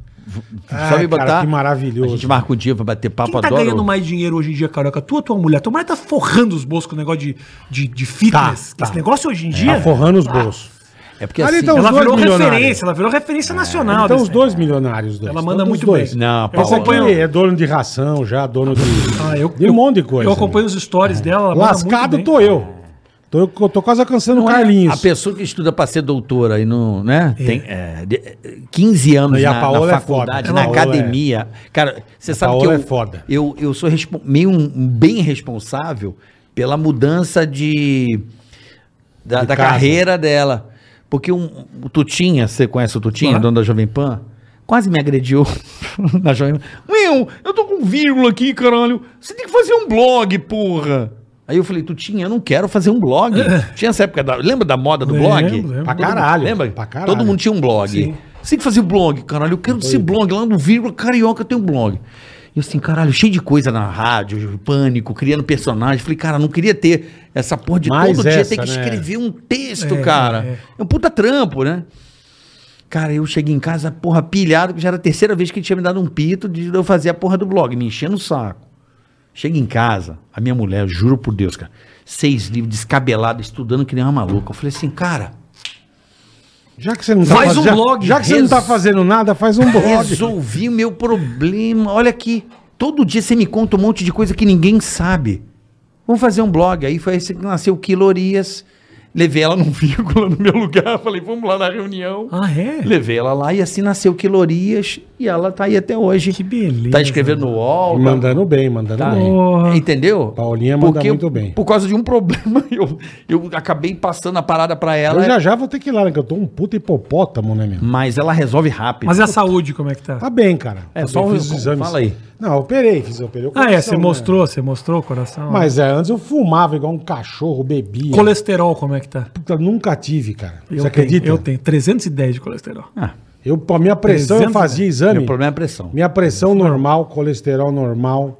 [SPEAKER 2] Ai,
[SPEAKER 3] Só me
[SPEAKER 2] Ah, cara,
[SPEAKER 3] botar.
[SPEAKER 2] que maravilhoso.
[SPEAKER 3] A gente marca um dia pra bater papo,
[SPEAKER 4] Quem tá
[SPEAKER 3] adoro.
[SPEAKER 4] ganhando mais dinheiro hoje em dia, Carioca? Tu ou tua mulher? Tua mulher tá forrando os bolsos com o negócio de, de, de fitness.
[SPEAKER 2] Tá, tá.
[SPEAKER 4] Esse negócio hoje em dia...
[SPEAKER 2] Tá forrando os bolsos.
[SPEAKER 3] É porque
[SPEAKER 2] Ali
[SPEAKER 3] assim,
[SPEAKER 2] tá os
[SPEAKER 4] Ela
[SPEAKER 2] dois
[SPEAKER 4] virou
[SPEAKER 2] milionários.
[SPEAKER 4] referência, ela virou referência nacional.
[SPEAKER 2] Então
[SPEAKER 4] desse
[SPEAKER 2] os dois milionários, os dois.
[SPEAKER 4] Ela manda
[SPEAKER 2] Então, dos
[SPEAKER 4] muito
[SPEAKER 2] dois.
[SPEAKER 4] bem.
[SPEAKER 3] Não,
[SPEAKER 2] Esse
[SPEAKER 3] Paulo,
[SPEAKER 2] aqui
[SPEAKER 4] não.
[SPEAKER 2] é dono de ração já, dono de,
[SPEAKER 4] Ah, eu,
[SPEAKER 2] de um
[SPEAKER 4] eu-
[SPEAKER 2] monte de coisa. É.
[SPEAKER 4] Eu acompanho os stories dela. ela manda
[SPEAKER 2] Lascado
[SPEAKER 4] Tá muito bem.
[SPEAKER 2] tô eu. Tô, eu tô quase alcançando o
[SPEAKER 3] é A
[SPEAKER 2] Carlinhos.
[SPEAKER 3] pessoa que estuda para ser doutora e não, né? Tem é, de- é, 15 anos
[SPEAKER 2] E a
[SPEAKER 3] na,
[SPEAKER 2] Paola
[SPEAKER 3] na
[SPEAKER 2] é
[SPEAKER 3] faculdade,
[SPEAKER 2] foda.
[SPEAKER 3] na
[SPEAKER 2] A Paola
[SPEAKER 3] academia. Cara, você sabe que eu,
[SPEAKER 2] Paola é foda.
[SPEAKER 3] eu eu sou respon- meio um- um bem responsável pela mudança de da,
[SPEAKER 2] De
[SPEAKER 3] da
[SPEAKER 2] casa.
[SPEAKER 3] carreira dela. Porque um, o Tutinha, você conhece o Tutinha,
[SPEAKER 4] Claro.
[SPEAKER 3] dono da Jovem Pan? Quase me agrediu na Jovem Pan. Meu, eu tô com com vírgula aqui, caralho. Você tem que fazer um blog, porra. Aí eu falei, tu tinha, eu não quero fazer um blog.
[SPEAKER 2] É.
[SPEAKER 3] tinha essa época, da, lembra da moda do blog?
[SPEAKER 4] Lembro, lembro.
[SPEAKER 2] Pra
[SPEAKER 3] Todo mundo-
[SPEAKER 2] caralho.
[SPEAKER 3] lembra?
[SPEAKER 2] Pra caralho.
[SPEAKER 3] Todo mundo tinha um blog. Você tem que fazer blog, caralho. Eu quero ser blog lá no Vírgula Carioca, tem um blog. E eu assim, caralho, cheio de coisa na rádio, pânico, criando personagem. Falei, cara, não queria ter essa porra de
[SPEAKER 2] Mais
[SPEAKER 3] todo dia
[SPEAKER 2] essa,
[SPEAKER 3] ter que
[SPEAKER 2] né?
[SPEAKER 3] escrever um texto,
[SPEAKER 4] É,
[SPEAKER 3] cara.
[SPEAKER 4] é.
[SPEAKER 3] É um puta trampo, né? Cara, eu cheguei em casa, porra, pilhado, que já era a terceira vez que ele tinha me dado um pito de eu fazer a porra do blog, me enchendo o saco. Chego em casa, a minha mulher, eu juro por Deus, cara, seis livros, descabelada, estudando que nem uma maluca. Eu falei assim, cara,
[SPEAKER 2] Já que você não tá
[SPEAKER 4] Faz
[SPEAKER 2] faz-
[SPEAKER 4] um
[SPEAKER 2] já-
[SPEAKER 4] blog.
[SPEAKER 2] Já que você não tá
[SPEAKER 3] Res-
[SPEAKER 2] fazendo nada, faz um blog.
[SPEAKER 3] resolvi o meu problema. Olha aqui, todo dia você me conta um monte de coisa que ninguém sabe. Vamos fazer um blog. Aí foi assim que nasceu Quilorias. Levei ela num vírgula no meu lugar, falei, vamos lá na reunião.
[SPEAKER 4] Ah, é?
[SPEAKER 3] Levei ela lá e assim nasceu Quilorias e ela tá aí até hoje.
[SPEAKER 4] Que beleza.
[SPEAKER 3] Tá escrevendo no UOL. tá-
[SPEAKER 2] Mandando bem, mandando
[SPEAKER 3] tá-
[SPEAKER 2] bem.
[SPEAKER 4] Porra.
[SPEAKER 3] Entendeu?
[SPEAKER 2] Paulinha manda muito bem.
[SPEAKER 3] Por causa de um problema, eu, eu acabei passando a parada pra ela.
[SPEAKER 2] Eu já já vou ter que ir lá, né? Que eu tô um puta hipopótamo, né, meu?
[SPEAKER 3] Mas ela resolve rápido.
[SPEAKER 4] Mas e a saúde, como é que tá?
[SPEAKER 2] Tá bem, cara.
[SPEAKER 3] É,
[SPEAKER 2] Tá
[SPEAKER 3] só
[SPEAKER 2] bem,
[SPEAKER 3] o- fala aí.
[SPEAKER 2] Não, eu operei, fiz, eu operei o
[SPEAKER 4] Ah, é,
[SPEAKER 2] coração,
[SPEAKER 4] você
[SPEAKER 2] né?
[SPEAKER 4] mostrou, você mostrou o coração.
[SPEAKER 2] Mas é, antes eu fumava igual um cachorro, bebia.
[SPEAKER 4] Colesterol, como é que tá?
[SPEAKER 2] Puta, nunca tive, cara.
[SPEAKER 4] Eu
[SPEAKER 2] Você acredita?
[SPEAKER 4] Tenho, eu tenho 310 de colesterol.
[SPEAKER 3] Ah,
[SPEAKER 2] Eu, pra minha pressão, eu
[SPEAKER 4] 300,
[SPEAKER 2] fazia exame.
[SPEAKER 3] meu problema é a pressão.
[SPEAKER 2] Minha pressão normal, colesterol normal.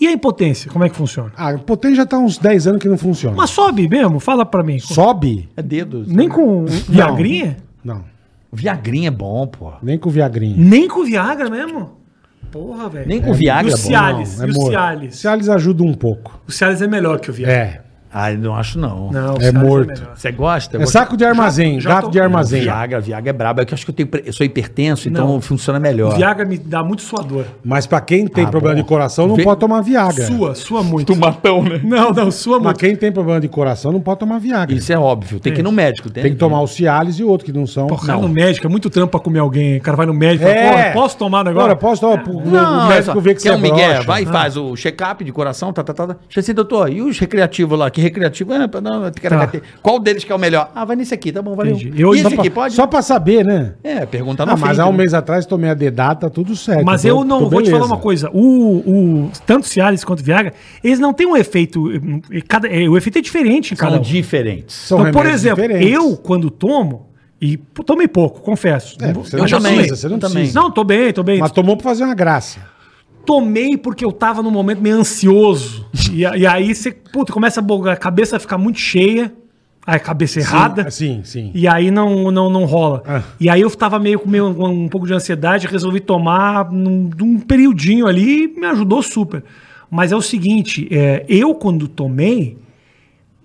[SPEAKER 4] E a impotência, como é que funciona?
[SPEAKER 2] Ah, o potência já tá uns 10 anos que não funciona.
[SPEAKER 4] Mas sobe mesmo? Fala pra mim.
[SPEAKER 2] Sobe?
[SPEAKER 3] É dedos.
[SPEAKER 4] Nem com Viagrinha?
[SPEAKER 2] Não, não,
[SPEAKER 3] Viagrinha é bom, pô.
[SPEAKER 2] nem com Viagrinha.
[SPEAKER 4] Nem com Viagra mesmo? Porra, velho.
[SPEAKER 3] Nem com Viagra
[SPEAKER 4] E o
[SPEAKER 3] é bom.
[SPEAKER 4] Cialis?
[SPEAKER 2] Não,
[SPEAKER 4] e o
[SPEAKER 2] morto.
[SPEAKER 4] Cialis?
[SPEAKER 2] Cialis ajuda um pouco.
[SPEAKER 4] O Cialis é melhor que o Viagra.
[SPEAKER 2] É.
[SPEAKER 3] Ah, eu não acho não.
[SPEAKER 4] Não, o
[SPEAKER 2] É
[SPEAKER 4] Cialis
[SPEAKER 2] morto.
[SPEAKER 4] melhor.
[SPEAKER 3] Você gosta? Eu
[SPEAKER 2] É
[SPEAKER 3] gosto.
[SPEAKER 2] saco de armazém,
[SPEAKER 4] já
[SPEAKER 2] gato
[SPEAKER 4] tô-
[SPEAKER 2] de armazém.
[SPEAKER 3] Viagra, Viagra é brabo. É que eu acho que eu, tenho, pre- eu sou hipertenso, então
[SPEAKER 4] Não.
[SPEAKER 3] funciona
[SPEAKER 4] O
[SPEAKER 3] melhor.
[SPEAKER 4] Viagra me dá muito suador.
[SPEAKER 2] Mas pra quem tem
[SPEAKER 3] Ah,
[SPEAKER 2] problema
[SPEAKER 3] bom.
[SPEAKER 2] de coração, não
[SPEAKER 3] Vê-
[SPEAKER 2] pode tomar Viagra.
[SPEAKER 4] Sua, sua muito.
[SPEAKER 3] matão, né?
[SPEAKER 4] Não, não, sua
[SPEAKER 2] Mas
[SPEAKER 4] muito.
[SPEAKER 2] quem tem problema de coração, não pode tomar Viagra.
[SPEAKER 3] Isso é óbvio. Tem que ir no médico.
[SPEAKER 2] Tem que tomar o Cialis e outro que não são.
[SPEAKER 4] Porra, cara,
[SPEAKER 3] Não.
[SPEAKER 4] no médico, é muito trampo pra comer alguém. O cara vai no médico e fala, porra, posso tomar um negócio?
[SPEAKER 2] Agora, posso tomar? Pro-
[SPEAKER 3] Não,
[SPEAKER 2] o médico vê que você é
[SPEAKER 3] um Miguel,
[SPEAKER 2] broxa.
[SPEAKER 3] vai e faz o check-up de coração, tá, tá, tá. tá. Chega assim, doutor, e os recreativos lá? Que recreativo? É,
[SPEAKER 2] Tá.
[SPEAKER 3] pra- não, ticaracaté. Qual deles que é o melhor? Ah, vai nesse aqui, tá bom, valeu.
[SPEAKER 4] Entendi. Eu-
[SPEAKER 3] e esse
[SPEAKER 4] só
[SPEAKER 2] Pra-
[SPEAKER 3] aqui, pode?
[SPEAKER 2] Só pra saber, né?
[SPEAKER 3] É, perguntar
[SPEAKER 2] Ah, mas há um
[SPEAKER 3] né?
[SPEAKER 2] mês atrás tomei a dedada, tá tudo certo.
[SPEAKER 4] Mas
[SPEAKER 2] Tô-
[SPEAKER 4] eu não
[SPEAKER 2] tô
[SPEAKER 4] vou te
[SPEAKER 2] Então, beleza.
[SPEAKER 4] falar uma coisa. O, o tanto Cialis quanto Viagra, eles não têm um efeito. eh, Cada, eh, o efeito é diferente em cada
[SPEAKER 3] São
[SPEAKER 4] um.
[SPEAKER 3] diferentes.
[SPEAKER 2] São
[SPEAKER 4] Então, por
[SPEAKER 2] remédios
[SPEAKER 4] exemplo,
[SPEAKER 2] diferentes.
[SPEAKER 4] eu quando tomo e pô, tomei pouco, confesso.
[SPEAKER 2] É, você
[SPEAKER 4] eu
[SPEAKER 2] não
[SPEAKER 4] já
[SPEAKER 2] precisa,
[SPEAKER 4] tomei.
[SPEAKER 2] você não
[SPEAKER 3] também.
[SPEAKER 2] precisa.
[SPEAKER 4] Não, tô bem, tô bem.
[SPEAKER 2] Mas tomou pra fazer uma graça.
[SPEAKER 4] tomei porque eu tava num momento meio ansioso. e, a- e aí você, puta, começa a bogar, a cabeça fica muito cheia, aí a cabeça errada.
[SPEAKER 2] Sim, sim.
[SPEAKER 4] E aí não, não, não rola.
[SPEAKER 2] Ah.
[SPEAKER 4] E aí eu tava meio com meio, um, um pouco de ansiedade, resolvi tomar num, num periodinho ali e me ajudou super. Mas é o seguinte, é, eu quando tomei,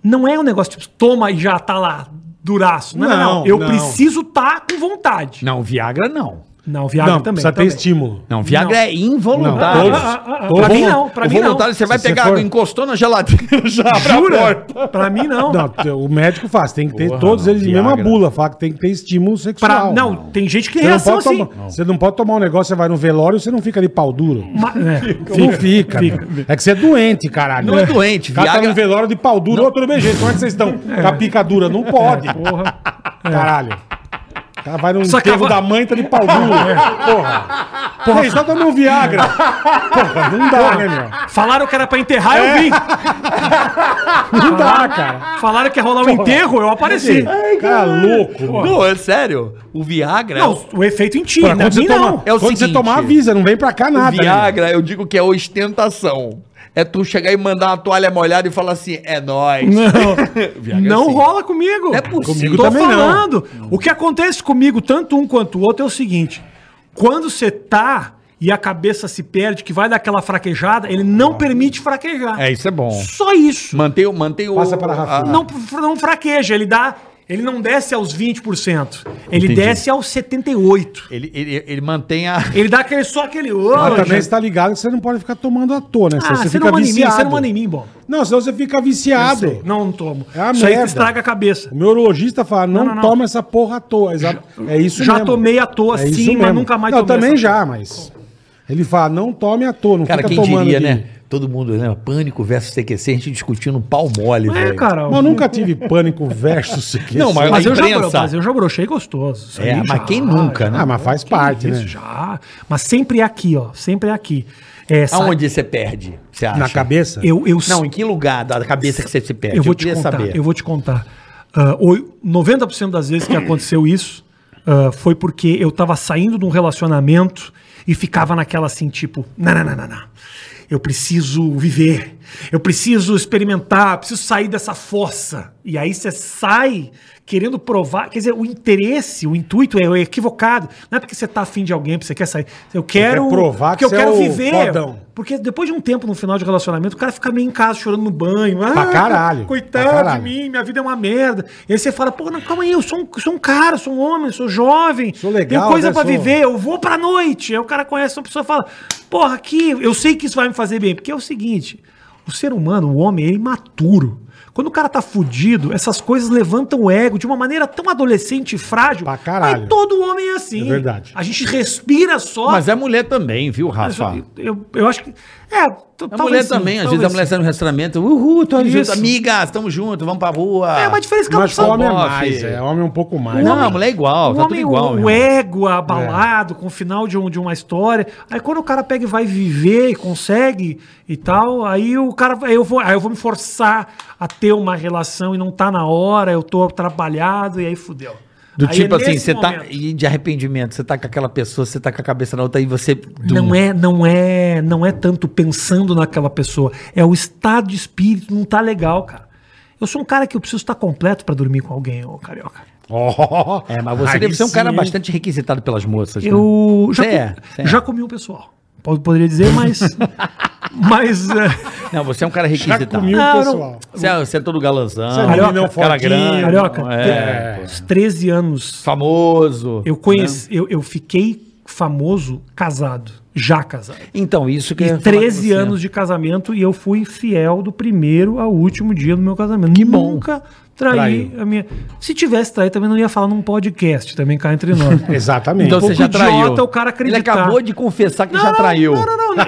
[SPEAKER 4] não é um negócio tipo, toma e já tá lá, duraço. Não, não, não.
[SPEAKER 2] Não,
[SPEAKER 4] Eu
[SPEAKER 2] não.
[SPEAKER 4] preciso tá com vontade.
[SPEAKER 3] Não, Viagra não.
[SPEAKER 4] Não, Viagra
[SPEAKER 2] não,
[SPEAKER 4] também.
[SPEAKER 2] precisa
[SPEAKER 4] também.
[SPEAKER 2] ter estímulo.
[SPEAKER 3] Não, Viagra
[SPEAKER 4] Não.
[SPEAKER 3] é involuntário.
[SPEAKER 2] Não, todos.
[SPEAKER 3] Ah, Não,
[SPEAKER 4] Pra
[SPEAKER 2] Todos. É
[SPEAKER 4] mim não, pra mim não.
[SPEAKER 3] Você vai
[SPEAKER 2] Se você
[SPEAKER 3] pegar
[SPEAKER 2] for-
[SPEAKER 3] água, encostou na geladeira já abre a
[SPEAKER 4] Jura?
[SPEAKER 3] porta.
[SPEAKER 4] Pra mim não.
[SPEAKER 2] Não, te- o médico faz, tem que ter
[SPEAKER 3] Porra,
[SPEAKER 2] todos
[SPEAKER 3] não,
[SPEAKER 2] eles de
[SPEAKER 3] Viagra.
[SPEAKER 2] mesma bula, fala que tem que ter estímulo
[SPEAKER 4] Pra-
[SPEAKER 2] sexual.
[SPEAKER 4] não, tem gente que tem
[SPEAKER 2] Você não,
[SPEAKER 4] reação
[SPEAKER 2] pode
[SPEAKER 4] assim.
[SPEAKER 2] tomar, você não pode tomar um negócio, você vai no velório, você não fica de pau duro.
[SPEAKER 4] Ma- é,
[SPEAKER 2] Não fica. meu. É que você é doente, caralho.
[SPEAKER 3] Não é doente,
[SPEAKER 2] O cara tá
[SPEAKER 3] Viagra-
[SPEAKER 2] no velório de pau duro, ô, tudo bem, gente, como é que vocês estão? Com a pica dura, não pode.
[SPEAKER 4] Porra.
[SPEAKER 2] Caralho. O cara vai no
[SPEAKER 4] É. Só que
[SPEAKER 2] enterro
[SPEAKER 4] a-
[SPEAKER 2] da mãe, tá de pau duro. Porra. Porra, só tomar um Viagra. Porra, não dá, né, meu?
[SPEAKER 4] Falaram que era pra enterrar,
[SPEAKER 2] É.
[SPEAKER 4] eu vim.
[SPEAKER 2] Não dá, cara.
[SPEAKER 4] Falaram que ia rolar um enterro, eu
[SPEAKER 2] É.
[SPEAKER 4] apareci.
[SPEAKER 2] Cara, louco. meu.
[SPEAKER 3] Não, é sério. O Viagra. é o-
[SPEAKER 4] Não, o efeito em ti,
[SPEAKER 2] Pra
[SPEAKER 4] na
[SPEAKER 2] quando
[SPEAKER 4] mim
[SPEAKER 2] você, tomar,
[SPEAKER 4] não.
[SPEAKER 3] É o
[SPEAKER 2] quando você
[SPEAKER 3] seguinte.
[SPEAKER 2] tomar, avisa, não vem pra cá
[SPEAKER 3] o
[SPEAKER 2] nada. né?
[SPEAKER 3] Viagra, eu digo que é ostentação. É tu chegar e mandar uma toalha molhada e falar assim, é nóis.
[SPEAKER 4] Não,
[SPEAKER 3] Viagra
[SPEAKER 4] não
[SPEAKER 3] sim.
[SPEAKER 4] rola comigo.
[SPEAKER 3] Não é possível.
[SPEAKER 2] Comigo
[SPEAKER 4] Tô
[SPEAKER 2] assim. também não.
[SPEAKER 4] falando. O que acontece comigo, tanto um quanto o outro, é o seguinte. Quando você tá e a cabeça se perde, que vai dar aquela fraquejada, ele não permite fraquejar.
[SPEAKER 3] É, isso é bom.
[SPEAKER 4] Só isso.
[SPEAKER 3] Mantém, o- mantém o.
[SPEAKER 2] Passa para a Rafinha.
[SPEAKER 3] a-
[SPEAKER 4] não, não fraqueja, ele dá. Ele não desce aos 20%. Ele
[SPEAKER 3] Entendi.
[SPEAKER 4] desce aos 78%.
[SPEAKER 3] Ele, ele, ele mantém a.
[SPEAKER 4] Ele dá aquele, só aquele. Ô,
[SPEAKER 2] Mas também
[SPEAKER 4] gente.
[SPEAKER 2] você tá ligado que você não pode ficar tomando à toa, né? Senão
[SPEAKER 4] né? Ah,
[SPEAKER 2] você,
[SPEAKER 4] você
[SPEAKER 2] fica
[SPEAKER 4] não manda em mim,
[SPEAKER 2] viciado.
[SPEAKER 4] você não manda em mim, bom.
[SPEAKER 2] Não, senão você fica viciado.
[SPEAKER 4] Não, não tomo.
[SPEAKER 2] É uma
[SPEAKER 4] Isso aí
[SPEAKER 2] merda.
[SPEAKER 4] estraga a cabeça.
[SPEAKER 2] O meu urologista fala, não,
[SPEAKER 4] não, não.
[SPEAKER 2] toma essa porra à toa. Exa- É isso
[SPEAKER 4] Já
[SPEAKER 2] mesmo.
[SPEAKER 4] tomei à toa,
[SPEAKER 2] É isso
[SPEAKER 4] sim, mas
[SPEAKER 2] mesmo.
[SPEAKER 4] nunca mais
[SPEAKER 2] não,
[SPEAKER 4] tomei
[SPEAKER 2] também
[SPEAKER 4] essa
[SPEAKER 2] já, mas... Ele fala, não tome à toa, não
[SPEAKER 3] Cara, quem
[SPEAKER 2] tomando
[SPEAKER 3] diria,
[SPEAKER 2] de-
[SPEAKER 3] né? Todo mundo, né? Pânico versus TQC, a gente discutindo pau mole,
[SPEAKER 4] É,
[SPEAKER 3] velho.
[SPEAKER 4] cara.
[SPEAKER 2] Mas eu nunca tive pânico versus...
[SPEAKER 3] Não, mas-
[SPEAKER 4] Mas
[SPEAKER 3] a
[SPEAKER 4] eu, já,
[SPEAKER 3] imprensa.
[SPEAKER 4] mas eu já brochei gostoso. Isso
[SPEAKER 3] É,
[SPEAKER 4] aí
[SPEAKER 3] mas quem nunca, né?
[SPEAKER 2] Ah, mas faz parte,
[SPEAKER 4] Isso
[SPEAKER 2] né?
[SPEAKER 4] já. Mas sempre é aqui, ó. Sempre é aqui. É, sabe?
[SPEAKER 3] Aonde você perde, você acha?
[SPEAKER 2] Na cabeça?
[SPEAKER 4] Eu, eu,
[SPEAKER 3] Não, em que tá? lugar da cabeça que você se perde?
[SPEAKER 4] eu vou te
[SPEAKER 3] queria
[SPEAKER 4] contar.
[SPEAKER 3] saber.
[SPEAKER 4] Eu vou te contar. Ah, oi- 90% das vezes que aconteceu isso ah, foi porque eu tava saindo de um relacionamento e ficava naquela assim, tipo, não, não, não, não, não. Eu preciso viver, eu preciso experimentar, preciso sair dessa força. E aí você sai querendo provar, quer dizer, o interesse, o intuito é equivocado. Não é porque você tá afim de alguém, porque você quer sair. Eu quero
[SPEAKER 2] provar
[SPEAKER 4] porque eu
[SPEAKER 2] que você é
[SPEAKER 4] quero
[SPEAKER 2] o
[SPEAKER 4] viver.
[SPEAKER 2] fodão.
[SPEAKER 4] Porque depois de um tempo no final de relacionamento, o cara fica meio em casa chorando no banho. Ah,
[SPEAKER 2] Pra caralho,
[SPEAKER 4] Coitado
[SPEAKER 2] pra caralho.
[SPEAKER 4] de mim, minha vida é uma merda. E aí você fala, pô, não, calma aí, eu sou um, sou um cara, sou um homem, sou jovem.
[SPEAKER 2] Sou legal,
[SPEAKER 4] Tem coisa
[SPEAKER 2] né,
[SPEAKER 4] pra
[SPEAKER 2] sou-
[SPEAKER 4] viver, eu vou pra noite. Aí o cara conhece uma pessoa e fala, porra, aqui, eu sei que isso vai me fazer bem. Porque é o seguinte, o ser humano, o homem, ele é imaturo. Quando o cara tá fudido, essas coisas levantam o ego de uma maneira tão adolescente e frágil.
[SPEAKER 2] Pra caralho.
[SPEAKER 4] Mas todo homem é assim.
[SPEAKER 2] É verdade.
[SPEAKER 4] A gente respira só.
[SPEAKER 3] Mas é mulher também, viu, Rafa?
[SPEAKER 4] Eu, eu, eu acho que. É, t-
[SPEAKER 3] A
[SPEAKER 4] talvez
[SPEAKER 3] mulher
[SPEAKER 4] sim,
[SPEAKER 3] também, às
[SPEAKER 4] talvez
[SPEAKER 3] vezes a mulher
[SPEAKER 4] sim.
[SPEAKER 3] sai no restaurante, uhul, tô junto,
[SPEAKER 4] Isso.
[SPEAKER 3] amigas, tamo junto, vamos pra rua.
[SPEAKER 4] É uma diferença que ela
[SPEAKER 2] Mas o
[SPEAKER 4] sabe.
[SPEAKER 2] homem é
[SPEAKER 3] Off.
[SPEAKER 2] mais, é homem é um pouco mais.
[SPEAKER 3] Não, a mulher é igual,
[SPEAKER 4] o
[SPEAKER 3] tá tudo
[SPEAKER 4] homem,
[SPEAKER 3] igual.
[SPEAKER 4] o, é- o
[SPEAKER 3] irmão.
[SPEAKER 4] ego abalado com o final de, um- de uma história. Aí quando o cara pega e vai viver e consegue e tal, aí o cara, aí eu vou, aí eu vou me forçar a ter uma relação e não tá na hora, eu tô atrapalhado e aí fudeu.
[SPEAKER 3] Do
[SPEAKER 4] Aí
[SPEAKER 3] tipo
[SPEAKER 4] é
[SPEAKER 3] assim,
[SPEAKER 4] nesse
[SPEAKER 3] você tá.
[SPEAKER 4] momento.
[SPEAKER 3] E de arrependimento, você tá com aquela pessoa, você tá com a cabeça na outra e você.
[SPEAKER 4] Não é, não é, não é tanto pensando naquela pessoa, é o estado de espírito não tá legal, cara. Eu sou um cara que eu preciso estar completo pra dormir com alguém, ô carioca.
[SPEAKER 2] Ó,
[SPEAKER 3] É, mas você
[SPEAKER 2] aí
[SPEAKER 3] deve ser um cara
[SPEAKER 2] sim, hein?
[SPEAKER 3] bastante requisitado pelas moças. né?
[SPEAKER 4] Eu já,
[SPEAKER 3] Cê é,
[SPEAKER 4] co-
[SPEAKER 3] cê é.
[SPEAKER 4] já comi um pessoal. Po- Poderia dizer, mas. mas. eh,
[SPEAKER 3] Não, você é um cara
[SPEAKER 2] Já
[SPEAKER 3] requisitado.
[SPEAKER 2] comi o
[SPEAKER 4] Não,
[SPEAKER 2] pessoal.
[SPEAKER 3] Você é, você é todo galãzão.
[SPEAKER 2] Você é
[SPEAKER 4] Carioca,
[SPEAKER 2] meninão
[SPEAKER 3] cara
[SPEAKER 2] fortinho,
[SPEAKER 3] grande.
[SPEAKER 4] Carioca,
[SPEAKER 3] Ah, É,
[SPEAKER 4] aos 13 anos,
[SPEAKER 3] famoso.
[SPEAKER 4] eu conheci. Eu, eu fiquei famoso casado. Já casado.
[SPEAKER 3] Então, isso que eu
[SPEAKER 4] E
[SPEAKER 3] ia falar com
[SPEAKER 4] 13
[SPEAKER 3] você.
[SPEAKER 4] anos de casamento e eu fui fiel do primeiro ao último dia do meu casamento. Que
[SPEAKER 3] bom.
[SPEAKER 4] Nunca traí
[SPEAKER 2] Traiu.
[SPEAKER 4] a minha. Se tivesse traído, também não ia falar num podcast, também cá entre nós.
[SPEAKER 2] Exatamente.
[SPEAKER 3] Então
[SPEAKER 4] Um
[SPEAKER 3] você
[SPEAKER 4] pouco
[SPEAKER 3] já traiu.
[SPEAKER 4] idiota o
[SPEAKER 3] Ele
[SPEAKER 4] cara acreditar.
[SPEAKER 3] acabou de confessar que
[SPEAKER 4] Não,
[SPEAKER 3] já
[SPEAKER 4] não,
[SPEAKER 3] traiu.
[SPEAKER 4] Não, não, não.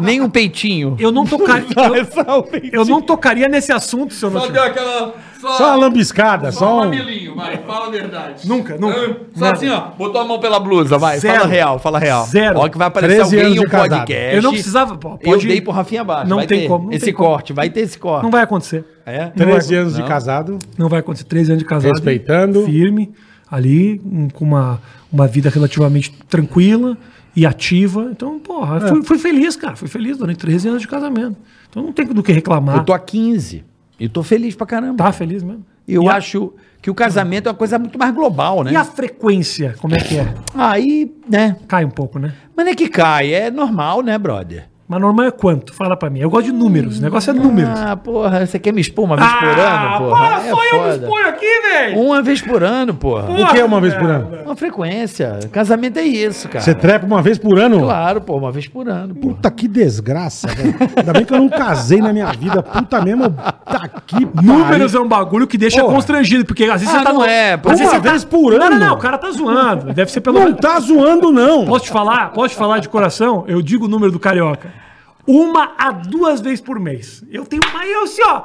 [SPEAKER 3] Nem um peitinho.
[SPEAKER 4] Eu não tocaria. eu- Eu não tocaria nesse assunto se eu não tivesse.
[SPEAKER 5] aquela. Só,
[SPEAKER 2] Só uma lambiscada, só, um...
[SPEAKER 5] mamilinho, vai, fala a verdade.
[SPEAKER 4] Nunca, nunca.
[SPEAKER 5] Só
[SPEAKER 4] Nada.
[SPEAKER 5] assim, ó.
[SPEAKER 3] Botou a mão pela blusa, vai.
[SPEAKER 4] Zero.
[SPEAKER 3] Fala real, fala real.
[SPEAKER 4] Zero.
[SPEAKER 3] Ó, que vai aparecer
[SPEAKER 2] 13
[SPEAKER 3] alguém em
[SPEAKER 2] anos
[SPEAKER 3] um
[SPEAKER 2] de casado.
[SPEAKER 3] podcast.
[SPEAKER 4] Eu não precisava, pô,
[SPEAKER 3] Eu
[SPEAKER 4] pode-
[SPEAKER 3] dei pro Rafinha Baixo.
[SPEAKER 4] Não
[SPEAKER 3] vai
[SPEAKER 4] tem
[SPEAKER 3] ter.
[SPEAKER 4] como, não
[SPEAKER 3] Esse
[SPEAKER 4] tem como.
[SPEAKER 3] corte, vai ter esse corte.
[SPEAKER 4] Não vai acontecer.
[SPEAKER 3] É?
[SPEAKER 4] Não vai- Tá.
[SPEAKER 2] 13 anos de casado.
[SPEAKER 4] Não vai acontecer. 13 anos de casado.
[SPEAKER 2] Respeitando.
[SPEAKER 4] Firme, ali, um, com uma, uma vida relativamente tranquila e ativa. Então, porra,
[SPEAKER 3] É.
[SPEAKER 4] fui, fui feliz, cara. Fui feliz durante 13 anos de casamento. Então não tem do que reclamar.
[SPEAKER 3] Eu tô a 15. E tô feliz pra caramba.
[SPEAKER 4] Tá feliz mesmo.
[SPEAKER 3] Eu
[SPEAKER 4] E a-
[SPEAKER 3] acho que o casamento é uma coisa muito mais global, né?
[SPEAKER 4] E a frequência, como é que é?
[SPEAKER 3] Aí, né?
[SPEAKER 4] Cai um pouco, né?
[SPEAKER 3] Mas não é que cai, é normal, né, brother?
[SPEAKER 4] Mas normal é quanto? Fala pra mim. Eu gosto de números. O negócio é números.
[SPEAKER 3] Ah, porra, você quer me expor uma vez por ano, porra?
[SPEAKER 4] para,
[SPEAKER 3] É
[SPEAKER 4] só Ah, eu me
[SPEAKER 3] foda.
[SPEAKER 4] exponho aqui, né? velho.
[SPEAKER 3] Uma vez por ano, porra.
[SPEAKER 2] O que é uma vez por ano?
[SPEAKER 3] Uma frequência. Casamento é isso, cara.
[SPEAKER 2] Você trepa uma vez por ano?
[SPEAKER 3] Claro, pô, uma vez por ano, pô.
[SPEAKER 2] Puta que desgraça, velho. Ainda bem que eu não casei na minha vida. Puta mesmo, tá que
[SPEAKER 4] Números
[SPEAKER 2] pariu.
[SPEAKER 4] é um bagulho que deixa
[SPEAKER 2] Porra.
[SPEAKER 4] constrangido, porque às vezes
[SPEAKER 3] Ah,
[SPEAKER 4] você tá
[SPEAKER 3] não
[SPEAKER 4] no...
[SPEAKER 3] é,
[SPEAKER 4] às vezes
[SPEAKER 2] uma
[SPEAKER 4] você tá-
[SPEAKER 2] vez por
[SPEAKER 4] Não, não,
[SPEAKER 2] ano.
[SPEAKER 4] não, o cara tá zoando. Deve ser pelo
[SPEAKER 2] Não tá zoando, não.
[SPEAKER 4] Posso te falar? Posso te falar de coração? Eu digo o número do carioca. Uma a duas vezes por mês. Eu tenho uma eu assim, ó.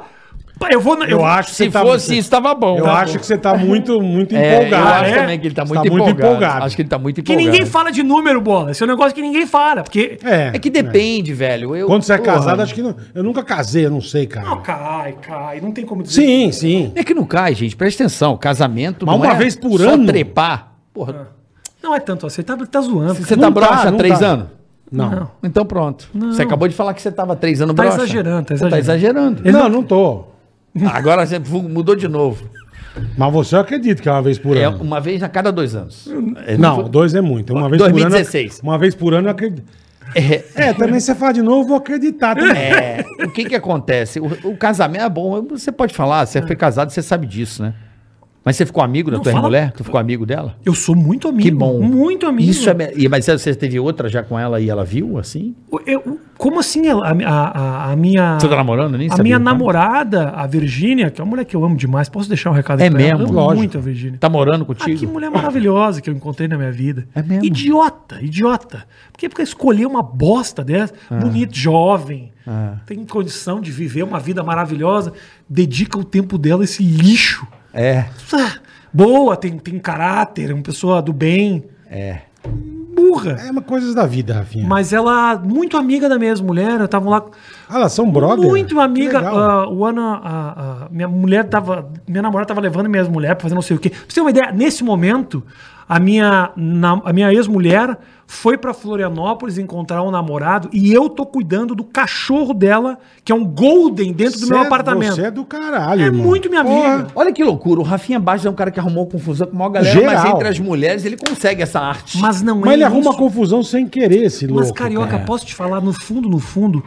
[SPEAKER 4] pá, Eu vou na- eu,
[SPEAKER 2] que
[SPEAKER 3] Se
[SPEAKER 2] você tá-
[SPEAKER 3] fosse isso, tava bom.
[SPEAKER 2] Eu
[SPEAKER 3] Tá
[SPEAKER 2] acho
[SPEAKER 3] bom.
[SPEAKER 2] que você tá muito, muito
[SPEAKER 3] É, eu
[SPEAKER 2] empolgado.
[SPEAKER 3] acho
[SPEAKER 4] é?
[SPEAKER 3] também que ele tá
[SPEAKER 2] Você
[SPEAKER 3] muito,
[SPEAKER 2] tá muito
[SPEAKER 3] empolgado.
[SPEAKER 2] empolgado.
[SPEAKER 3] Acho que ele tá muito
[SPEAKER 4] que
[SPEAKER 3] empolgado.
[SPEAKER 4] ninguém fala de número, bola. Esse é um negócio que ninguém fala, porque
[SPEAKER 3] É que depende, velho. Eu,
[SPEAKER 2] Quando você é
[SPEAKER 3] porra,
[SPEAKER 2] casado, acho que não. Eu nunca casei, eu não sei,
[SPEAKER 4] não
[SPEAKER 2] cara.
[SPEAKER 4] Ah, cai, cai, não tem como dizer.
[SPEAKER 2] Sim, sim.
[SPEAKER 3] É que não cai, gente. Presta atenção. Casamento
[SPEAKER 2] Mas
[SPEAKER 3] não
[SPEAKER 2] uma
[SPEAKER 3] é
[SPEAKER 2] vez por
[SPEAKER 3] só
[SPEAKER 2] ano?
[SPEAKER 3] trepar. Porra,
[SPEAKER 4] Não é tanto assim, tá, tá zoando.
[SPEAKER 3] você
[SPEAKER 4] cara.
[SPEAKER 3] tá
[SPEAKER 2] Não
[SPEAKER 3] broxa
[SPEAKER 2] tá,
[SPEAKER 3] há
[SPEAKER 2] não
[SPEAKER 3] três
[SPEAKER 2] tá.
[SPEAKER 3] anos?
[SPEAKER 2] Não. Não,
[SPEAKER 3] Então pronto. Você acabou de falar que você tava há três anos
[SPEAKER 4] Tá
[SPEAKER 3] broxa.
[SPEAKER 4] exagerando, tá
[SPEAKER 3] Pô, Tá exagerando.
[SPEAKER 2] não, tô.
[SPEAKER 3] Agora você mudou de novo.
[SPEAKER 2] Mas você acredita que é uma vez por
[SPEAKER 3] É
[SPEAKER 2] ano.
[SPEAKER 4] um-
[SPEAKER 3] uma vez a cada dois anos. É,
[SPEAKER 2] Não, dois é muito. Uma vez por
[SPEAKER 3] 2016.
[SPEAKER 2] ano. Uma vez por ano eu acredito.
[SPEAKER 3] É,
[SPEAKER 2] É, também se você falar de novo, eu vou acreditar também.
[SPEAKER 3] É, o que que acontece? O, o casamento é bom, você pode falar, você foi casado, você sabe disso, né? Mas você ficou amigo da
[SPEAKER 4] É. Não,
[SPEAKER 3] tua
[SPEAKER 4] fala-
[SPEAKER 3] mulher? Tu ficou amigo dela?
[SPEAKER 4] Eu sou muito amigo.
[SPEAKER 3] Que bom.
[SPEAKER 4] Muito amigo.
[SPEAKER 3] Isso é, me- e, mas você teve outra já com ela e ela viu, assim?
[SPEAKER 4] Eu- como assim ela- a, a- a- a minha.
[SPEAKER 3] Você tá namorando? Nem
[SPEAKER 4] A
[SPEAKER 3] sabia,
[SPEAKER 4] minha
[SPEAKER 3] tá?
[SPEAKER 4] namorada, a Virgínia, que é uma mulher que eu amo demais. Posso deixar um recado
[SPEAKER 3] É
[SPEAKER 4] pra ela?
[SPEAKER 3] mesmo?
[SPEAKER 4] Eu amo
[SPEAKER 3] Lógico.
[SPEAKER 4] muito a Virgínia.
[SPEAKER 3] Tá morando
[SPEAKER 4] Ah, que
[SPEAKER 3] contigo?
[SPEAKER 4] mulher maravilhosa que eu encontrei na minha vida.
[SPEAKER 3] É mesmo?
[SPEAKER 4] Idiota, idiota. Porque porque escolher uma bosta dessa,
[SPEAKER 3] Ah.
[SPEAKER 4] bonito, jovem, tem condição de viver uma vida maravilhosa, dedica o tempo dela a esse lixo.
[SPEAKER 3] é,
[SPEAKER 4] Ah, Boa, tem, tem caráter, é uma pessoa do bem.
[SPEAKER 3] é.
[SPEAKER 4] Bu- burra.
[SPEAKER 2] É uma coisa da vida, Rafinha.
[SPEAKER 4] Mas ela, muito amiga da mesma mulher, estavam lá.
[SPEAKER 2] Ah, elas são brother?
[SPEAKER 4] Muito amiga.
[SPEAKER 2] Que legal.
[SPEAKER 4] ah, o Ana, a, a- minha mulher tava. Minha namorada tava levando minhas mulheres pra fazer não sei o quê. Pra você ter uma ideia, nesse momento, a minha, na- a minha ex-mulher foi pra Florianópolis encontrar um namorado e eu tô cuidando do cachorro dela, que é um Golden dentro do
[SPEAKER 2] Cê
[SPEAKER 4] meu
[SPEAKER 2] é-
[SPEAKER 4] apartamento.
[SPEAKER 2] Você é do caralho,
[SPEAKER 4] É
[SPEAKER 2] irmão.
[SPEAKER 4] muito minha amiga.
[SPEAKER 3] Olha que loucura, o Rafinha Baixo é um cara que arrumou confusão com uma galera, mas
[SPEAKER 2] Geral.
[SPEAKER 3] entre as mulheres ele consegue essa arte.
[SPEAKER 4] Mas não
[SPEAKER 2] Mas
[SPEAKER 4] é
[SPEAKER 2] ele arruma
[SPEAKER 4] isso.
[SPEAKER 2] confusão sem querer, esse louco.
[SPEAKER 4] Mas, Carioca, posso te falar, no fundo, no fundo,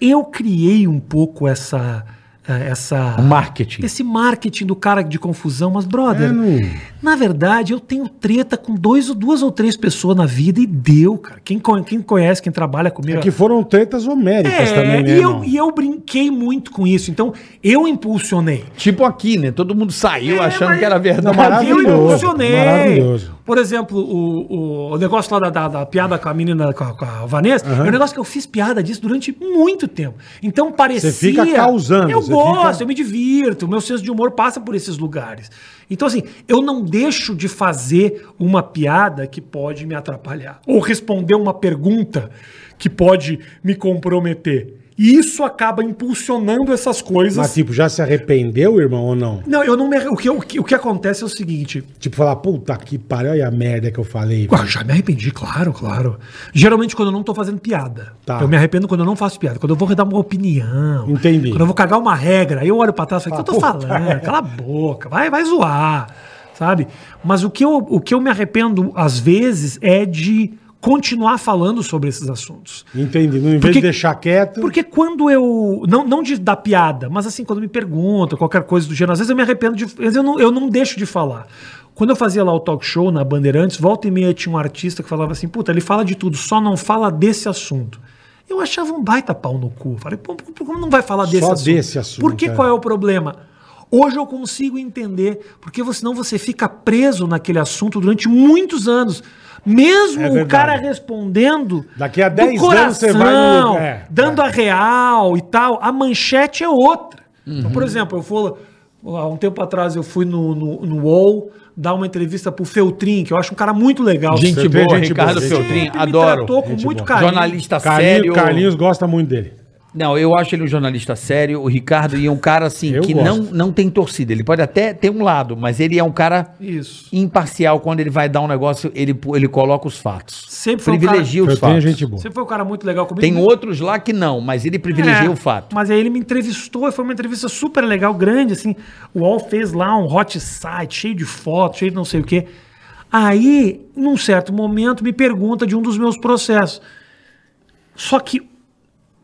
[SPEAKER 4] eu criei um pouco essa. eh, essa
[SPEAKER 3] Marketing.
[SPEAKER 4] Esse marketing do cara de confusão, mas, brother,
[SPEAKER 2] É, não-
[SPEAKER 4] na verdade, eu tenho treta com dois, ou- duas ou três pessoas na vida e deu, cara. Quem, con- quem conhece, quem trabalha comigo.
[SPEAKER 2] É que foram tretas homéricas
[SPEAKER 4] É,
[SPEAKER 2] também, né?
[SPEAKER 4] e, eu,
[SPEAKER 2] irmão?
[SPEAKER 4] e eu brinquei muito com isso. Então, eu impulsionei.
[SPEAKER 3] Tipo aqui, né? Todo mundo saiu
[SPEAKER 4] É,
[SPEAKER 3] achando
[SPEAKER 4] mas-
[SPEAKER 3] que era verdade.
[SPEAKER 2] Não,
[SPEAKER 4] Eu
[SPEAKER 2] maravilhoso,
[SPEAKER 4] impulsionei.
[SPEAKER 2] maravilhoso.
[SPEAKER 4] Por exemplo, o, o, o negócio lá da, da- da piada com a menina, com a, com a Vanessa, é um negócio que eu fiz piada disso durante muito tempo. Então parecia.
[SPEAKER 2] Você fica causando,
[SPEAKER 4] Eu
[SPEAKER 2] você
[SPEAKER 4] gosto,
[SPEAKER 2] fica-
[SPEAKER 4] eu me divirto, meu senso de humor passa por esses lugares. Então, assim, eu não deixo de fazer uma piada que pode me atrapalhar. Ou responder uma pergunta que pode me comprometer. E isso acaba impulsionando essas coisas.
[SPEAKER 2] Mas, tipo, já se arrependeu, irmão, ou não?
[SPEAKER 4] Não, eu não me... o, que, o, que, o que acontece é o seguinte.
[SPEAKER 2] Tipo, falar, puta que pariu, olha a merda que eu falei.
[SPEAKER 4] Ah, já me arrependi, claro, claro. Geralmente quando eu não tô fazendo piada.
[SPEAKER 2] Tá.
[SPEAKER 4] Eu me arrependo quando eu não faço piada. Quando eu vou dar uma opinião.
[SPEAKER 2] Entendi.
[SPEAKER 4] Quando eu vou cagar uma regra. Aí eu olho pra trás e falo, o que eu tô
[SPEAKER 2] Fala, puta, é."
[SPEAKER 4] falando? Cala a boca. Vai, vai zoar. Sabe? Mas o que, eu, o que eu me arrependo, às vezes, é de continuar falando sobre esses assuntos.
[SPEAKER 2] Entendi. Em vez
[SPEAKER 4] Porque-
[SPEAKER 2] de deixar quieto.
[SPEAKER 4] Porque quando eu. Não, não de dar piada, mas assim, quando me perguntam qualquer coisa do gênero, às vezes eu me arrependo de. Às vezes eu não, eu não deixo de falar. Quando eu fazia lá o talk show na Bandeirantes, volta e meia tinha um artista que falava assim: puta, ele fala de tudo, só não fala desse assunto. Eu achava um baita pau no cu. Falei, pô, como não vai falar desse
[SPEAKER 2] Só
[SPEAKER 4] assunto?
[SPEAKER 2] desse assunto,
[SPEAKER 4] Por que
[SPEAKER 2] é.
[SPEAKER 4] qual é o problema? Hoje eu consigo entender, porque senão você fica preso naquele assunto durante muitos anos. Mesmo
[SPEAKER 2] É
[SPEAKER 4] o
[SPEAKER 2] verdade.
[SPEAKER 4] cara respondendo.
[SPEAKER 2] Daqui a
[SPEAKER 4] do
[SPEAKER 2] 10 anos você vai no-
[SPEAKER 4] coração,
[SPEAKER 2] é,
[SPEAKER 4] dando a real e tal, a manchete é outra. Então,
[SPEAKER 3] Uhum.
[SPEAKER 4] por exemplo, eu vou. Há um tempo atrás eu fui no, no, no UOL dar uma entrevista pro Feltrin, que eu acho um cara muito legal.
[SPEAKER 3] Gente
[SPEAKER 2] Gente
[SPEAKER 3] boa,
[SPEAKER 2] boa,
[SPEAKER 3] Ricardo
[SPEAKER 2] gente boa.
[SPEAKER 3] Feltrin,
[SPEAKER 4] Sempre me
[SPEAKER 3] adoro.
[SPEAKER 4] tratou com muito
[SPEAKER 2] boa.
[SPEAKER 4] carinho.
[SPEAKER 3] Jornalista
[SPEAKER 4] tá
[SPEAKER 2] Carlinhos,
[SPEAKER 3] sério.
[SPEAKER 2] Carlinhos gosta muito dele.
[SPEAKER 3] Não, eu acho ele um jornalista sério, o Ricardo, e é um cara assim,
[SPEAKER 2] Eu
[SPEAKER 3] que
[SPEAKER 2] gosto.
[SPEAKER 3] não, não tem torcida. Ele pode até ter um lado, mas ele é um cara
[SPEAKER 4] Isso.
[SPEAKER 3] imparcial. Quando ele vai dar um negócio, ele, ele coloca os fatos.
[SPEAKER 4] Sempre foi um
[SPEAKER 3] privilegia os
[SPEAKER 2] Eu tenho
[SPEAKER 3] fatos.
[SPEAKER 2] gente boa.
[SPEAKER 4] Você foi um cara muito legal comigo.
[SPEAKER 3] Tem outros lá que não, mas ele privilegia
[SPEAKER 4] É,
[SPEAKER 3] o fato.
[SPEAKER 4] Mas aí ele me entrevistou e foi uma entrevista super legal, grande, assim. O UOL fez lá um hot site, cheio de fotos, cheio de não sei o quê. Aí, num certo momento, me pergunta de um dos meus processos. Só que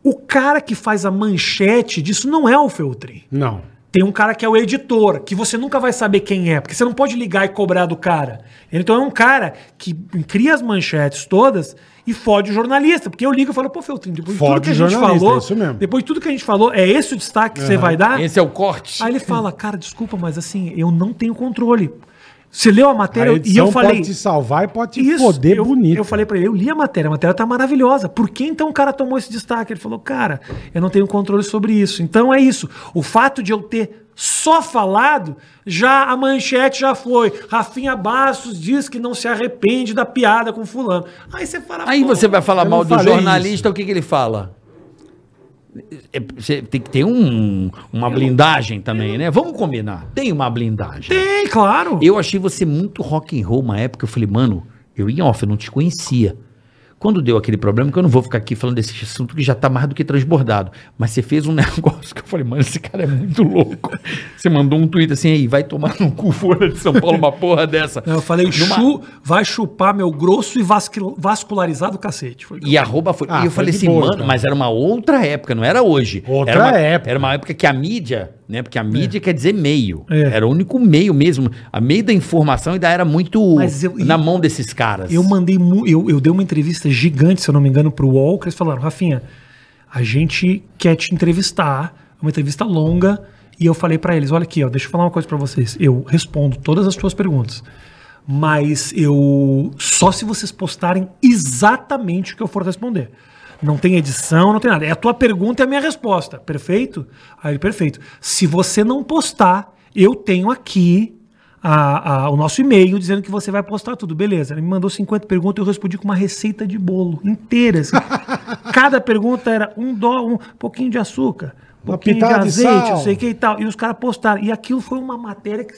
[SPEAKER 4] o cara que faz a manchete disso não é o Feltrin.
[SPEAKER 2] Não.
[SPEAKER 4] Tem um cara que é o editor, que você nunca vai saber quem é, porque você não pode ligar e cobrar do cara. Então é um cara que cria as manchetes todas e fode o jornalista. Porque eu ligo e falo, pô, Feltrin, depois de tudo
[SPEAKER 2] Fode
[SPEAKER 4] que a
[SPEAKER 2] o
[SPEAKER 4] gente
[SPEAKER 2] jornalista,
[SPEAKER 4] falou.
[SPEAKER 2] é isso mesmo.
[SPEAKER 4] Depois de tudo que a gente falou, é esse o destaque que você vai dar.
[SPEAKER 3] Esse é o corte.
[SPEAKER 4] Aí ele fala, cara, desculpa, mas assim, eu não tenho controle. Você leu a
[SPEAKER 2] A
[SPEAKER 4] matéria e
[SPEAKER 2] edição
[SPEAKER 4] eu falei.
[SPEAKER 2] pode te salvar e pode te
[SPEAKER 4] Isso,
[SPEAKER 2] foder
[SPEAKER 4] eu,
[SPEAKER 2] bonito.
[SPEAKER 4] Eu falei pra ele, eu li a matéria, a matéria tá maravilhosa. Por que então o cara tomou esse destaque? Ele falou, cara, eu não tenho controle sobre isso. Então é isso. O fato de eu ter só falado, já a manchete já foi. Rafinha Bastos diz que não se arrepende da piada com fulano. Aí você fala.
[SPEAKER 3] Aí
[SPEAKER 4] "Pô,
[SPEAKER 3] você vai falar
[SPEAKER 2] eu
[SPEAKER 3] mal
[SPEAKER 2] não
[SPEAKER 3] do
[SPEAKER 2] falei
[SPEAKER 3] jornalista, o que, que ele fala? É, você tem que ter um- uma blindagem também, né? Vamos combinar. Tem uma blindagem.
[SPEAKER 4] Tem, claro.
[SPEAKER 3] Eu achei você muito rock and roll uma época. Eu falei, mano, eu em off, eu não te conhecia. Quando deu aquele problema, que eu não vou ficar aqui falando desse assunto que já tá mais do que transbordado. Mas você fez um negócio que eu falei, mano, esse cara é muito louco. Você mandou um tweet assim, aí, vai tomar no cu fora de São Paulo uma porra dessa.
[SPEAKER 4] Eu falei,
[SPEAKER 3] Numa-
[SPEAKER 4] "Chu- vai chupar meu grosso e vascul- vascularizado cacete. Foi.
[SPEAKER 3] E arroba foi.
[SPEAKER 2] Ah,
[SPEAKER 3] e
[SPEAKER 2] foi
[SPEAKER 3] eu falei
[SPEAKER 2] de
[SPEAKER 3] assim,
[SPEAKER 2] boa,
[SPEAKER 3] mano,
[SPEAKER 2] então.
[SPEAKER 3] mas era uma outra época, não era hoje.
[SPEAKER 2] Outra
[SPEAKER 3] era uma,
[SPEAKER 2] época.
[SPEAKER 3] Era uma época que a mídia, né? Porque a mídia quer dizer meio.
[SPEAKER 4] É.
[SPEAKER 3] Era o único meio mesmo. A meio da informação ainda era muito
[SPEAKER 4] Mas eu-
[SPEAKER 3] na mão desses caras.
[SPEAKER 4] Eu mandei. mu- Eu, eu dei uma entrevista gigante, se eu não me engano, pro UOL, que eles falaram, Rafinha, a gente quer te entrevistar. é Uma entrevista longa. E eu falei pra eles: olha aqui, ó, deixa eu falar uma coisa pra vocês. Eu respondo todas as suas perguntas. Mas eu. Só se vocês postarem exatamente o que eu for responder. Não tem edição, não tem nada. É a tua pergunta e a minha resposta. Perfeito? Aí ele, perfeito. Se você não postar, eu tenho aqui a- a- o nosso e-mail dizendo que você vai postar tudo. Beleza. Ele me mandou 50 perguntas e eu respondi com uma receita de bolo inteira. assim. Cada pergunta era um dó, um pouquinho de açúcar, um
[SPEAKER 2] Uma
[SPEAKER 4] pouquinho de
[SPEAKER 2] pitada de
[SPEAKER 4] azeite,
[SPEAKER 2] sal.
[SPEAKER 4] não sei o que e tal. E os caras postaram. E aquilo foi uma matéria que-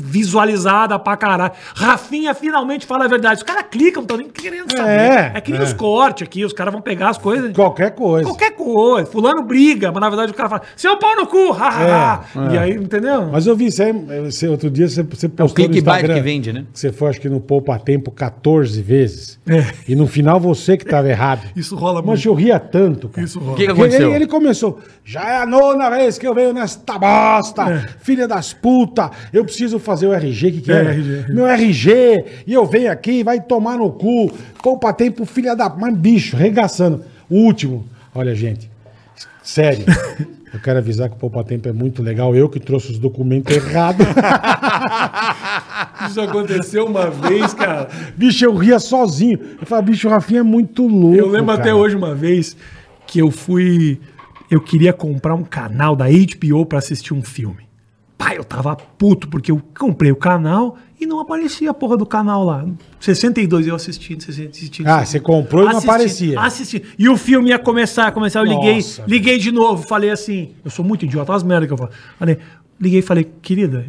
[SPEAKER 4] visualizada pra caralho. Rafinha finalmente fala a verdade. Os caras clicam, não estão nem querendo saber.
[SPEAKER 2] É,
[SPEAKER 4] É, que nem
[SPEAKER 2] é.
[SPEAKER 4] os cortes aqui, os caras vão pegar as coisas.
[SPEAKER 2] Qualquer coisa.
[SPEAKER 4] Qualquer coisa. Fulano briga, mas na verdade o cara fala, seu pau no cu, ha, ha, ha. E aí, entendeu?
[SPEAKER 2] É, Mas eu vi isso aí, você- outro dia você, você postou
[SPEAKER 3] É clickbait que vende, né?
[SPEAKER 2] que você foi, acho que no Poupa Tempo, 14 vezes.
[SPEAKER 4] É.
[SPEAKER 2] E no final você que estava errado.
[SPEAKER 4] Isso rola
[SPEAKER 2] Mas eu ria tanto, cara.
[SPEAKER 4] Isso
[SPEAKER 3] O
[SPEAKER 4] rola.
[SPEAKER 3] que, que
[SPEAKER 2] Porque
[SPEAKER 3] aconteceu?
[SPEAKER 2] Ele, ele começou. Já é a nona vez que eu venho nesta bosta, filha das puta. Eu preciso fazer o RG, que que
[SPEAKER 4] É,
[SPEAKER 2] era?
[SPEAKER 4] RG.
[SPEAKER 2] Meu RG, e eu venho aqui, vai tomar no cu. Poupa tempo, filha da. Mas bicho, regaçando. O último. Olha, gente, sério. Eu quero avisar que o Poupa Tempo é muito legal. Eu que trouxe os documentos errados.
[SPEAKER 4] Isso aconteceu uma vez, cara.
[SPEAKER 2] bicho, eu ria sozinho. Eu falava, bicho, o Rafinha é muito louco.
[SPEAKER 4] Eu lembro até
[SPEAKER 2] cara.
[SPEAKER 4] hoje uma vez que eu fui. Eu queria comprar um canal da HBO pra assistir um filme. Pai, eu tava puto porque eu comprei o canal e não aparecia a porra do canal lá. 62 eu assistindo, 60, assistindo.
[SPEAKER 2] Ah, você comprou e não aparecia.
[SPEAKER 4] Assisti. E o filme ia começar, começar, eu liguei,
[SPEAKER 2] Nossa,
[SPEAKER 4] liguei de novo, falei assim, eu sou muito idiota, olha as merdas que eu falo. Falei, liguei e falei, querida,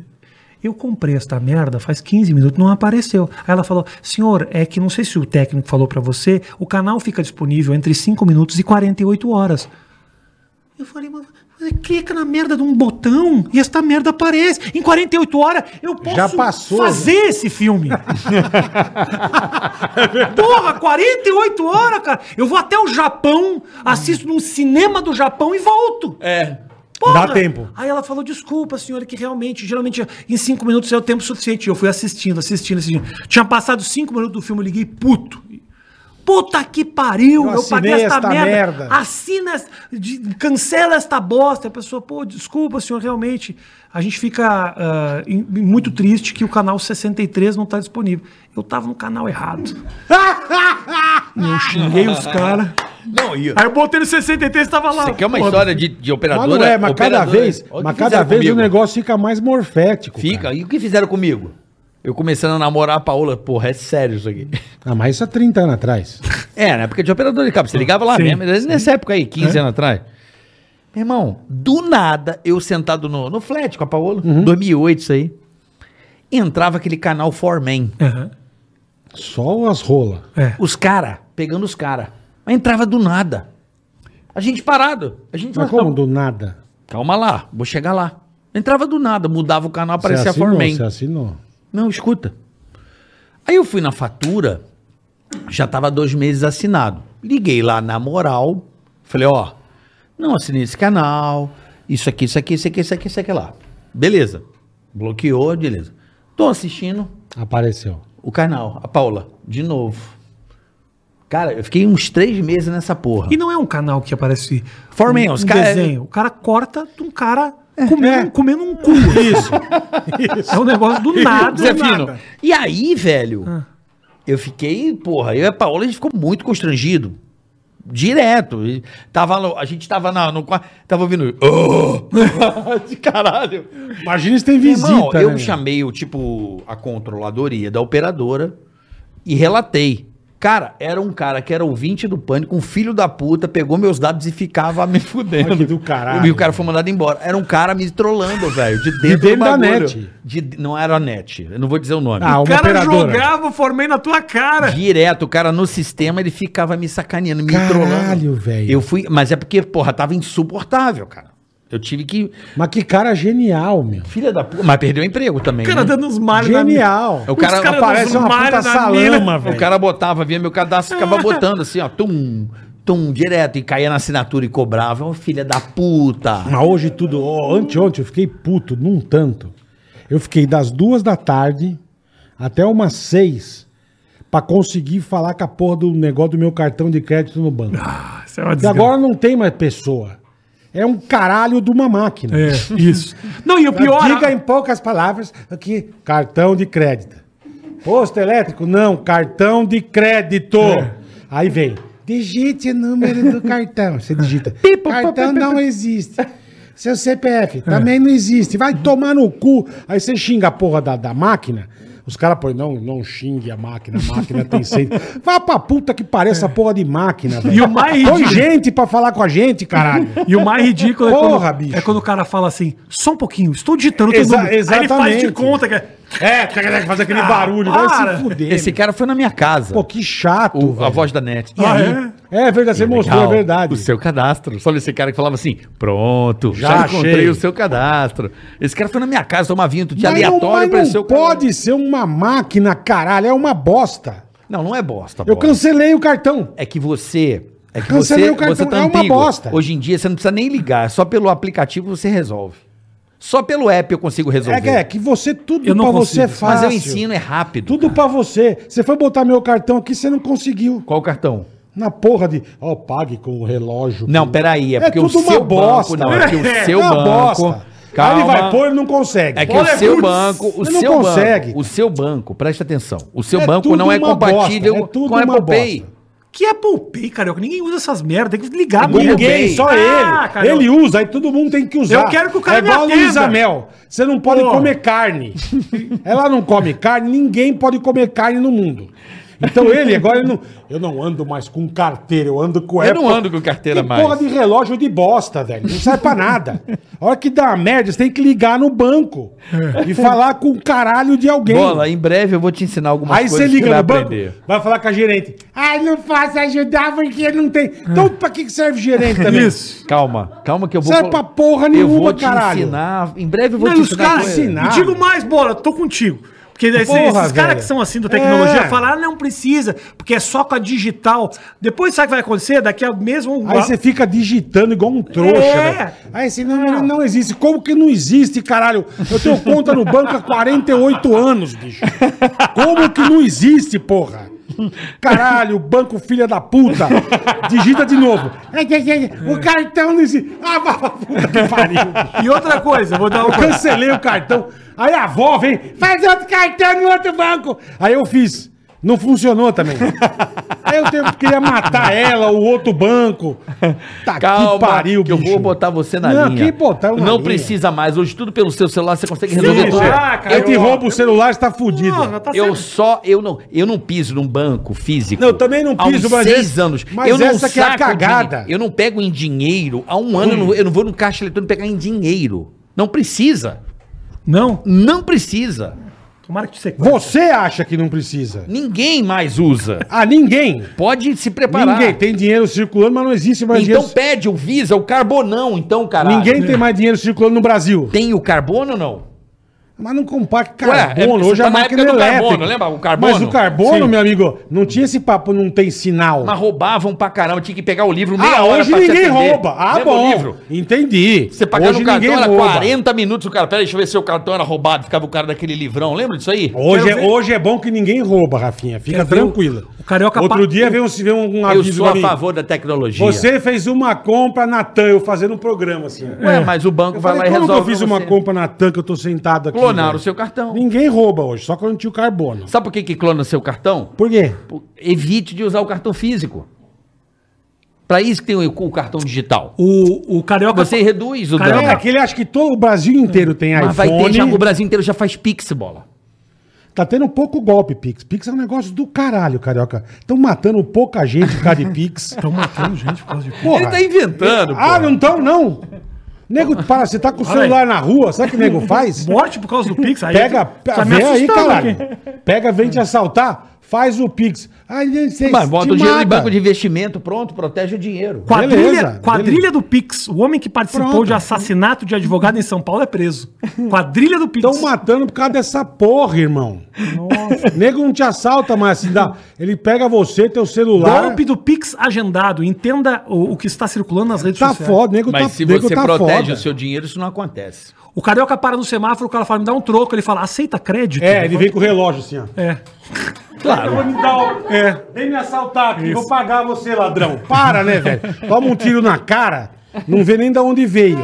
[SPEAKER 4] eu comprei esta merda faz 15 minutos, não apareceu. Aí ela falou, senhor, é que não sei se o técnico falou pra você, o canal fica disponível entre 5 minutos e 48 horas. Eu falei, mas você clica na merda de um botão e esta merda aparece. Em 48 horas eu posso
[SPEAKER 2] Já passou,
[SPEAKER 4] fazer esse filme. Porra, 48 horas, cara. Eu vou até o Japão, assisto num cinema do Japão e volto.
[SPEAKER 3] É.
[SPEAKER 2] Dá tempo.
[SPEAKER 4] Aí ela falou, desculpa, senhora, que realmente, geralmente em cinco minutos é o tempo suficiente. Eu fui assistindo, assistindo, assistindo. Tinha passado cinco minutos do filme, eu liguei puto. Puta que pariu,
[SPEAKER 2] Eu
[SPEAKER 4] eu, paguei
[SPEAKER 2] assinei
[SPEAKER 4] esta,
[SPEAKER 2] esta
[SPEAKER 4] merda.
[SPEAKER 2] merda.
[SPEAKER 4] Assina, es- de- cancela esta bosta. A pessoa, pô, desculpa, senhor, realmente. A gente fica ah, em- em- muito triste que o canal 63 não tá disponível. Eu tava no canal errado. eu xinguei os caras.
[SPEAKER 3] Não, e...
[SPEAKER 2] Ah,
[SPEAKER 4] Aí eu botei no 63 e tava lá.
[SPEAKER 3] Você quer uma
[SPEAKER 4] Pô,
[SPEAKER 3] história de, de
[SPEAKER 2] Mas
[SPEAKER 3] operadora?
[SPEAKER 2] não é, mas cada
[SPEAKER 3] operadora-
[SPEAKER 2] vez,
[SPEAKER 3] Olha o que
[SPEAKER 2] mas
[SPEAKER 3] fizeram
[SPEAKER 2] cada vez
[SPEAKER 3] comigo.
[SPEAKER 2] o negócio fica mais morfético.
[SPEAKER 3] Fica.
[SPEAKER 2] cara.
[SPEAKER 3] E o que fizeram comigo? Eu começando a namorar a Paola, porra, é sério isso aqui.
[SPEAKER 2] Ah, mas isso há 30 anos atrás.
[SPEAKER 3] É, na época de operador de cabo. Você ligava lá
[SPEAKER 4] Sim,
[SPEAKER 3] mesmo, nessa época aí,
[SPEAKER 2] É.
[SPEAKER 3] 15 anos atrás. Meu irmão, do nada, eu sentado no, no flat com a Paola,
[SPEAKER 2] Uhum.
[SPEAKER 3] 2008 isso aí, entrava aquele canal For Men.
[SPEAKER 4] Aham.
[SPEAKER 2] Só as rolas.
[SPEAKER 4] É.
[SPEAKER 3] Os cara, pegando os cara. Mas entrava do nada. A gente parado. A gente
[SPEAKER 2] Mas como do nada?
[SPEAKER 3] Calma lá, vou chegar lá. Entrava do nada, mudava o canal, aparecia
[SPEAKER 2] assinou,
[SPEAKER 3] For Men.
[SPEAKER 2] Você assinou.
[SPEAKER 3] Não, escuta. Aí eu fui na fatura, já tava dois meses assinado. Liguei lá na moral, falei, ó, não assinei esse canal, isso aqui, isso aqui, isso aqui, isso aqui, isso aqui lá. Beleza. Bloqueou, beleza. Tô assistindo
[SPEAKER 2] Apareceu.
[SPEAKER 3] o canal, a Paula, de novo. Cara, eu fiquei uns três meses nessa porra.
[SPEAKER 4] E não é um canal que aparece
[SPEAKER 3] Forminha,
[SPEAKER 4] um,
[SPEAKER 3] os
[SPEAKER 4] um
[SPEAKER 3] cara-
[SPEAKER 4] desenho. O cara corta de um cara comendo, comendo um cu. Isso. É um negócio do nada.
[SPEAKER 3] Zé
[SPEAKER 4] do
[SPEAKER 3] Fino.
[SPEAKER 4] nada.
[SPEAKER 3] E aí, velho, eu fiquei, porra, eu e a Paola, a gente ficou muito constrangido. Direto. E Tava, no- a gente tava na, no quarto, tava ouvindo. "Oh!" de caralho.
[SPEAKER 2] Imagina se tem visita.
[SPEAKER 3] Irmão, eu
[SPEAKER 2] né?
[SPEAKER 3] chamei o tipo a controladoria da operadora e relatei. Cara, era um cara que era ouvinte do pânico, um filho da puta, pegou meus dados e ficava me fudendo.
[SPEAKER 2] Olha que do caralho.
[SPEAKER 3] E o cara foi mandado embora. Era um cara me trollando, velho, de dentro,
[SPEAKER 2] dentro
[SPEAKER 3] do
[SPEAKER 2] da
[SPEAKER 3] bagulho.
[SPEAKER 2] net.
[SPEAKER 3] De- não era a net. Eu não vou dizer o nome.
[SPEAKER 2] Ah,
[SPEAKER 4] O
[SPEAKER 2] uma
[SPEAKER 4] cara
[SPEAKER 2] operadora.
[SPEAKER 4] jogava, formei na tua cara.
[SPEAKER 3] Direto, o cara no sistema, ele ficava me sacaneando, me
[SPEAKER 2] Caralho,
[SPEAKER 3] trollando.
[SPEAKER 2] velho.
[SPEAKER 3] Eu fui, mas é porque, porra, tava insuportável, cara. Eu tive que.
[SPEAKER 2] Mas que cara genial, meu.
[SPEAKER 3] Filha da puta. Mas perdeu o emprego também.
[SPEAKER 4] O cara
[SPEAKER 3] né?
[SPEAKER 4] dando uns malhos
[SPEAKER 2] Genial.
[SPEAKER 3] É O cara
[SPEAKER 4] cara
[SPEAKER 2] Parece
[SPEAKER 4] dando
[SPEAKER 2] uma
[SPEAKER 4] uns
[SPEAKER 2] puta
[SPEAKER 4] malhos na
[SPEAKER 2] salama,
[SPEAKER 4] mina.
[SPEAKER 3] O
[SPEAKER 2] velho.
[SPEAKER 3] cara botava, via meu cadastro, ficava botando assim, ó, tum, tum, direto, e caía na assinatura e cobrava. Ô, filha da puta.
[SPEAKER 2] Mas hoje tudo. ó, anteontem eu fiquei puto, num tanto. Eu fiquei das duas da tarde até umas seis pra conseguir falar com a porra do negócio do meu cartão de crédito no banco.
[SPEAKER 4] Ah, isso é uma
[SPEAKER 2] E
[SPEAKER 4] desgraça.
[SPEAKER 2] agora não tem mais pessoa. É um caralho de uma máquina.
[SPEAKER 4] É, isso. Não, e o pior.
[SPEAKER 2] Diga em poucas palavras aqui, cartão de crédito. Posto elétrico? Não, cartão de crédito. Aí vem, digite o número do cartão. Você digita. cartão não existe. Seu CPF também não existe. Vai tomar no cu. Aí você xinga a porra da, da máquina. Os caras põem, não, não xingue a máquina, a máquina tem sempre. Vai pra puta que pareça essa porra de máquina, velho.
[SPEAKER 4] E o mais
[SPEAKER 2] Põe
[SPEAKER 4] ridículo-
[SPEAKER 2] gente pra falar com a gente, caralho.
[SPEAKER 4] E o mais ridículo
[SPEAKER 2] Porra,
[SPEAKER 4] é, quando,
[SPEAKER 2] bicho.
[SPEAKER 4] é quando o cara fala assim, só um pouquinho, estou digitando todo
[SPEAKER 2] Exa-
[SPEAKER 4] mundo. Aí ele faz de
[SPEAKER 2] exatamente.
[SPEAKER 4] conta que é...
[SPEAKER 2] É, tem que fazer aquele
[SPEAKER 4] Ah,
[SPEAKER 2] barulho, vai
[SPEAKER 4] para.
[SPEAKER 2] se fuder.
[SPEAKER 3] Esse cara foi na minha casa.
[SPEAKER 2] Pô, que chato,
[SPEAKER 3] O- a
[SPEAKER 2] velho.
[SPEAKER 3] voz da net. E
[SPEAKER 4] Ah,
[SPEAKER 3] aí?
[SPEAKER 4] é?
[SPEAKER 2] É verdade, você mostrou, é
[SPEAKER 3] Legal.
[SPEAKER 2] verdade.
[SPEAKER 3] O seu cadastro. Só esse cara que falava assim: pronto, já,
[SPEAKER 2] Já
[SPEAKER 3] encontrei
[SPEAKER 2] achei.
[SPEAKER 3] o seu cadastro. Esse cara foi na minha casa tomar vinho de
[SPEAKER 2] Mas não-
[SPEAKER 3] aleatório
[SPEAKER 2] mas
[SPEAKER 3] para
[SPEAKER 2] não
[SPEAKER 3] seu
[SPEAKER 2] pode ser uma máquina, caralho, é uma bosta.
[SPEAKER 3] Não, não é bosta.
[SPEAKER 2] Eu
[SPEAKER 3] bosta.
[SPEAKER 2] cancelei o cartão.
[SPEAKER 3] É que você. É que
[SPEAKER 2] Cancelei
[SPEAKER 3] você,
[SPEAKER 2] o cartão,
[SPEAKER 3] você tá
[SPEAKER 2] é uma
[SPEAKER 3] ambíguo.
[SPEAKER 2] bosta.
[SPEAKER 3] Hoje em dia você não precisa nem ligar, É só pelo aplicativo você resolve. Só pelo app eu consigo resolver.
[SPEAKER 2] É que, é que você, tudo
[SPEAKER 4] Eu não
[SPEAKER 2] pra você é
[SPEAKER 4] consigo.
[SPEAKER 3] Mas
[SPEAKER 2] fácil.
[SPEAKER 3] eu ensino, é rápido.
[SPEAKER 2] Tudo pra você. Você foi botar meu cartão aqui, você não conseguiu.
[SPEAKER 3] Qual o cartão?
[SPEAKER 2] Na porra de. Ó, pague com o relógio.
[SPEAKER 3] Não, peraí, é
[SPEAKER 2] É
[SPEAKER 3] porque o
[SPEAKER 2] tudo
[SPEAKER 3] seu
[SPEAKER 2] uma bosta.
[SPEAKER 3] banco. Não, é porque o seu
[SPEAKER 2] uma
[SPEAKER 3] banco.
[SPEAKER 2] Aí
[SPEAKER 3] Calma.
[SPEAKER 2] ele vai pôr, ele não consegue.
[SPEAKER 3] É que
[SPEAKER 2] Olha,
[SPEAKER 3] o seu
[SPEAKER 2] putz,
[SPEAKER 3] banco, o
[SPEAKER 2] ele não
[SPEAKER 3] seu
[SPEAKER 2] consegue.
[SPEAKER 3] banco, o seu banco, presta atenção. O seu
[SPEAKER 2] É
[SPEAKER 3] banco
[SPEAKER 2] tudo
[SPEAKER 3] não é
[SPEAKER 2] uma
[SPEAKER 3] compatível
[SPEAKER 2] bosta, é tudo
[SPEAKER 3] com a
[SPEAKER 2] uma
[SPEAKER 3] Apple Pay.
[SPEAKER 2] bosta.
[SPEAKER 4] Que Apple Pay, carioca? Ninguém usa essas merdas, tem que ligar.
[SPEAKER 3] Ninguém,
[SPEAKER 4] mesmo.
[SPEAKER 2] Ninguém, só
[SPEAKER 4] Ah,
[SPEAKER 2] ele.
[SPEAKER 4] cara,
[SPEAKER 2] ele usa, aí todo mundo tem que usar.
[SPEAKER 4] Eu quero que o cara
[SPEAKER 2] É igual a
[SPEAKER 4] me atenda.
[SPEAKER 2] Luísa Mel. Você não pode
[SPEAKER 4] Porra.
[SPEAKER 2] comer carne. Ela não come carne, ninguém pode comer carne no mundo. Então ele, agora ele não. Eu não ando mais com carteira, eu ando com
[SPEAKER 3] Eu não ando com carteira
[SPEAKER 2] que
[SPEAKER 3] mais.
[SPEAKER 2] porra de relógio de bosta, velho. Não serve pra nada. A hora que dá merda, você tem que ligar no banco
[SPEAKER 4] É.
[SPEAKER 2] e falar com o caralho de alguém.
[SPEAKER 3] Bola, em breve eu vou te ensinar algumas
[SPEAKER 2] Aí você
[SPEAKER 3] coisas
[SPEAKER 2] liga
[SPEAKER 3] que
[SPEAKER 2] no
[SPEAKER 3] vai
[SPEAKER 2] banco,
[SPEAKER 3] aprender.
[SPEAKER 2] vai falar com a gerente. Ai, não posso ajudar porque não tem. Então, pra que que serve gerente também?
[SPEAKER 4] Isso.
[SPEAKER 3] Calma, calma que eu vou
[SPEAKER 2] Serve pra porra
[SPEAKER 3] Eu
[SPEAKER 2] nenhuma,
[SPEAKER 3] vou te
[SPEAKER 2] caralho.
[SPEAKER 3] ensinar, em breve eu vou
[SPEAKER 4] Não,
[SPEAKER 3] te
[SPEAKER 4] e os
[SPEAKER 3] ensinar.
[SPEAKER 4] caras.
[SPEAKER 3] coisa.
[SPEAKER 2] ensinar.
[SPEAKER 4] E digo mais, bola, tô contigo. Porque daí
[SPEAKER 2] Porra,
[SPEAKER 4] esses- esses
[SPEAKER 2] velho.
[SPEAKER 4] caras que são assim da tecnologia
[SPEAKER 2] É.
[SPEAKER 4] falam, ah, não precisa, porque é só com a digital. Depois sabe o que vai acontecer? Daqui a mesmo.
[SPEAKER 2] Aí você fica digitando igual um trouxa,
[SPEAKER 4] É.
[SPEAKER 2] velho. Aí esse número não existe. Como que não existe, caralho? Eu tenho conta no banco há 48 anos, bicho. Como que não existe, porra? Caralho, banco filha da puta. Digita de novo. É, O cartão não existe. Ah, vá pra puta que pariu. bicho.
[SPEAKER 4] E outra coisa, eu vou dar
[SPEAKER 2] Eu
[SPEAKER 4] uma.
[SPEAKER 2] cancelei o cartão. Aí a avó vem, faz outro cartão no outro banco. Aí eu fiz. Não funcionou também. Aí eu tenho- queria matar ela, o outro banco. Tá
[SPEAKER 3] Calma, que,
[SPEAKER 2] pariu,
[SPEAKER 3] eu vou botar você na
[SPEAKER 2] Não,
[SPEAKER 3] linha.
[SPEAKER 2] que botar eu na
[SPEAKER 3] Não
[SPEAKER 2] linha.
[SPEAKER 3] precisa mais. Hoje tudo pelo seu celular você consegue
[SPEAKER 2] Bicho,
[SPEAKER 3] resolver tudo.
[SPEAKER 4] Ah, cara,
[SPEAKER 2] eu te
[SPEAKER 4] eu-
[SPEAKER 2] roubo o celular, você tá fudido.
[SPEAKER 4] Porra, tá
[SPEAKER 3] Eu
[SPEAKER 4] certo.
[SPEAKER 3] só, eu não, eu não piso num banco físico.
[SPEAKER 2] Não, eu também não
[SPEAKER 3] há uns
[SPEAKER 2] piso, mas
[SPEAKER 3] seis
[SPEAKER 2] esse-
[SPEAKER 3] anos.
[SPEAKER 2] mas
[SPEAKER 3] eu não
[SPEAKER 2] essa que é a
[SPEAKER 3] saco
[SPEAKER 2] cagada.
[SPEAKER 3] dinhe- eu não pego em dinheiro. Há um ano eu não, eu não vou no caixa eletrônico pegar em dinheiro. Não precisa.
[SPEAKER 4] Não,
[SPEAKER 3] Não precisa.
[SPEAKER 4] tomara que você.
[SPEAKER 2] Você acha que não precisa?
[SPEAKER 3] Ninguém mais usa.
[SPEAKER 2] Ah, ninguém.
[SPEAKER 3] Pode se preparar.
[SPEAKER 2] Ninguém. Tem dinheiro circulando, mas não existe mais
[SPEAKER 3] então
[SPEAKER 2] dinheiro.
[SPEAKER 3] pede o Visa, o Carbonão, então, caralho.
[SPEAKER 2] Ninguém tem mais dinheiro circulando no Brasil.
[SPEAKER 3] tem o carbono ou não?
[SPEAKER 2] Mas não compacta
[SPEAKER 3] Ué,
[SPEAKER 2] carbono.
[SPEAKER 3] é,
[SPEAKER 2] Hoje
[SPEAKER 3] você tá
[SPEAKER 2] a
[SPEAKER 3] na
[SPEAKER 2] máquina é
[SPEAKER 3] época do
[SPEAKER 2] elétrica.
[SPEAKER 3] carbono, lembra? O carbono?
[SPEAKER 2] Mas o carbono,
[SPEAKER 3] Sim.
[SPEAKER 2] meu amigo, não tinha esse papo, não tem sinal.
[SPEAKER 3] Mas roubavam pra caramba, tinha que pegar o livro meia
[SPEAKER 2] ah,
[SPEAKER 3] hora
[SPEAKER 2] hoje
[SPEAKER 3] pra se
[SPEAKER 2] ninguém
[SPEAKER 3] atender.
[SPEAKER 2] rouba. Ah,
[SPEAKER 3] Lembra
[SPEAKER 2] bom.
[SPEAKER 3] O livro?
[SPEAKER 2] Entendi.
[SPEAKER 3] Você pagava
[SPEAKER 2] Hoje
[SPEAKER 3] o cartão,
[SPEAKER 2] ninguém
[SPEAKER 3] era
[SPEAKER 2] rouba.
[SPEAKER 3] 40 minutos o cara. Peraí, deixa eu ver se o cartão era roubado. Ficava o cara daquele livrão. Lembra disso aí?
[SPEAKER 2] Hoje é,
[SPEAKER 4] Quero ver-
[SPEAKER 2] hoje é bom que ninguém rouba, Rafinha. Fica
[SPEAKER 4] Quero ver
[SPEAKER 2] tranquila.
[SPEAKER 4] o- o carioca
[SPEAKER 2] Outro
[SPEAKER 4] pa-
[SPEAKER 2] dia veio um, veio um
[SPEAKER 3] eu
[SPEAKER 2] aviso
[SPEAKER 3] sou
[SPEAKER 2] pra
[SPEAKER 3] a
[SPEAKER 2] mim.
[SPEAKER 3] favor da tecnologia.
[SPEAKER 2] Você fez uma compra na TAM, eu fazendo um programa assim.
[SPEAKER 3] Ué, mas o banco
[SPEAKER 2] Eu
[SPEAKER 3] É. vai
[SPEAKER 2] falei,
[SPEAKER 3] lá e
[SPEAKER 2] como
[SPEAKER 3] resolve.
[SPEAKER 2] que eu fiz
[SPEAKER 3] pra
[SPEAKER 2] uma
[SPEAKER 3] você?
[SPEAKER 2] compra na TAM que eu tô sentado aqui?
[SPEAKER 3] Clonaram
[SPEAKER 2] velho?
[SPEAKER 3] o seu cartão.
[SPEAKER 2] Ninguém rouba hoje, só quando tinha o carbono.
[SPEAKER 3] Sabe por que, que clona o seu cartão?
[SPEAKER 2] Por quê?
[SPEAKER 3] Por- Evite de usar o cartão físico. Pra isso que tem o, o cartão digital.
[SPEAKER 4] O, o carioca.
[SPEAKER 3] Você reduz o
[SPEAKER 4] Carioca,
[SPEAKER 2] É,
[SPEAKER 3] dano.
[SPEAKER 2] que ele acha que todo o Brasil inteiro tem iPhone.
[SPEAKER 3] Mas vai ter, já, o Brasil inteiro já faz pix, bola.
[SPEAKER 2] Tá tendo pouco golpe, Pix. Pix é um negócio do caralho, carioca. Estão matando pouca gente por causa de Pix.
[SPEAKER 4] Estão matando gente por causa de.
[SPEAKER 2] Porra.
[SPEAKER 3] Ele tá inventando,
[SPEAKER 2] Ah, não estão, não. Nego, para, você tá com o
[SPEAKER 4] Olha aí.
[SPEAKER 2] celular na rua, sabe o que o nego faz?
[SPEAKER 4] Morte por causa do Pix? Aí
[SPEAKER 2] Pega,
[SPEAKER 4] tá me
[SPEAKER 2] vem aí,
[SPEAKER 4] assustando
[SPEAKER 2] caralho.
[SPEAKER 4] aqui.
[SPEAKER 2] Pega, vem te assaltar, faz o Pix. Aí você
[SPEAKER 3] Mas bota o dinheiro em banco de
[SPEAKER 2] de...
[SPEAKER 3] investimento, pronto, protege o dinheiro.
[SPEAKER 4] Quadrilha,
[SPEAKER 2] Beleza,
[SPEAKER 4] quadrilha
[SPEAKER 2] beleza.
[SPEAKER 4] do Pix. O homem que participou
[SPEAKER 2] Pronto.
[SPEAKER 4] de assassinato de advogado em São Paulo é preso. Quadrilha do Pix.
[SPEAKER 2] Estão matando por causa dessa porra, irmão.
[SPEAKER 4] Nossa.
[SPEAKER 2] Nego não te assalta mais, assim, dá. ele pega você, teu celular.
[SPEAKER 4] Golpe do Pix agendado. Entenda o, o que está circulando nas redes
[SPEAKER 2] Tá
[SPEAKER 4] sociais.
[SPEAKER 2] foda, nego
[SPEAKER 3] Mas
[SPEAKER 2] tá,
[SPEAKER 3] se
[SPEAKER 2] nego
[SPEAKER 3] você
[SPEAKER 2] tá
[SPEAKER 3] protege
[SPEAKER 2] foda.
[SPEAKER 3] o seu dinheiro, isso não acontece.
[SPEAKER 4] O carioca para no semáforo, o cara fala, me dá um troco. Ele fala, aceita crédito?
[SPEAKER 2] É, ele vem com o relógio assim, ó.
[SPEAKER 4] É.
[SPEAKER 2] Eu vou me dar o... Vem me assaltar aqui, vou pagar você, ladrão. Para, né, velho? Toma um tiro na cara. Não vê nem da onde veio.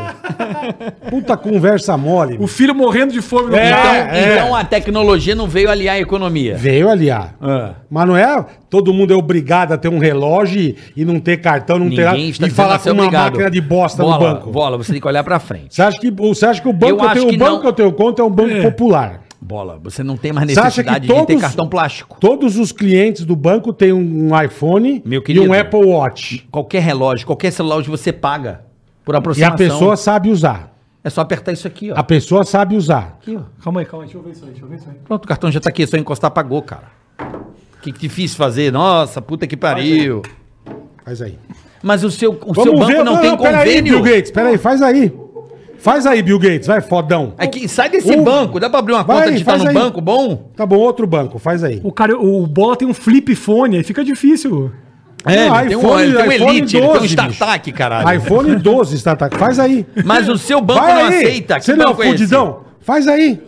[SPEAKER 2] Puta conversa mole.
[SPEAKER 4] O filho morrendo de fome no
[SPEAKER 2] É.
[SPEAKER 4] carro.
[SPEAKER 3] Então a tecnologia não veio aliar a economia.
[SPEAKER 2] Veio aliar.
[SPEAKER 3] Ah.
[SPEAKER 2] Mas não é todo mundo é obrigado a ter um relógio e- e não ter cartão, não ter nada,
[SPEAKER 3] Ninguém está
[SPEAKER 2] e falar com
[SPEAKER 3] dizendo a ser
[SPEAKER 2] uma
[SPEAKER 3] obrigado.
[SPEAKER 2] máquina de bosta
[SPEAKER 3] bola,
[SPEAKER 2] no banco.
[SPEAKER 3] Bola, você tem que olhar pra frente.
[SPEAKER 2] Você acha que, você acha que o banco,
[SPEAKER 3] Eu
[SPEAKER 2] que eu
[SPEAKER 3] acho
[SPEAKER 2] tenho,
[SPEAKER 3] que
[SPEAKER 2] o banco
[SPEAKER 3] não.
[SPEAKER 2] que eu tenho conta é um banco popular?
[SPEAKER 3] Bola, você não tem mais
[SPEAKER 2] Você acha que
[SPEAKER 3] necessidade
[SPEAKER 2] todos,
[SPEAKER 3] de ter cartão plástico.
[SPEAKER 2] todos os clientes do banco têm um iPhone
[SPEAKER 3] Meu
[SPEAKER 2] e
[SPEAKER 3] querido.
[SPEAKER 2] um Apple Watch?
[SPEAKER 3] Qualquer relógio, qualquer celular hoje você paga por
[SPEAKER 2] E a
[SPEAKER 3] aproximação.
[SPEAKER 2] pessoa sabe usar.
[SPEAKER 3] É só apertar isso aqui, ó.
[SPEAKER 2] A pessoa sabe usar.
[SPEAKER 3] Aqui, ó.
[SPEAKER 4] Calma aí, calma aí, deixa eu ver isso aí, deixa eu ver isso aí.
[SPEAKER 3] Pronto, o cartão já tá aqui, é só encostar, pagou, cara. Que difícil fazer, nossa, puta que pariu.
[SPEAKER 2] Faz aí.
[SPEAKER 3] Mas o seu, o seu banco não, tem
[SPEAKER 2] Peraí, Bill
[SPEAKER 3] convênio.
[SPEAKER 2] Gates, peraí, faz aí. Faz aí, Bill Gates, vai, fodão.
[SPEAKER 3] É que sai desse
[SPEAKER 2] Um-
[SPEAKER 3] banco, dá pra abrir uma
[SPEAKER 2] Vai,
[SPEAKER 3] conta digital
[SPEAKER 2] faz
[SPEAKER 3] no
[SPEAKER 2] aí.
[SPEAKER 3] banco bom?
[SPEAKER 2] Tá bom, outro banco, faz aí.
[SPEAKER 4] O, cara, o Bola tem um flip fone, aí fica difícil.
[SPEAKER 3] É,
[SPEAKER 2] Não,
[SPEAKER 3] ele tem um,
[SPEAKER 2] iPhone-
[SPEAKER 3] ele tem um
[SPEAKER 2] iPhone
[SPEAKER 3] Elite, ele tem um
[SPEAKER 2] 12,
[SPEAKER 3] StarTAC, caralho.
[SPEAKER 2] iPhone 12 está tá, faz aí.
[SPEAKER 3] Mas o seu banco não aceita.
[SPEAKER 2] Você não é um
[SPEAKER 3] banco esse?
[SPEAKER 2] fudidão? Faz aí.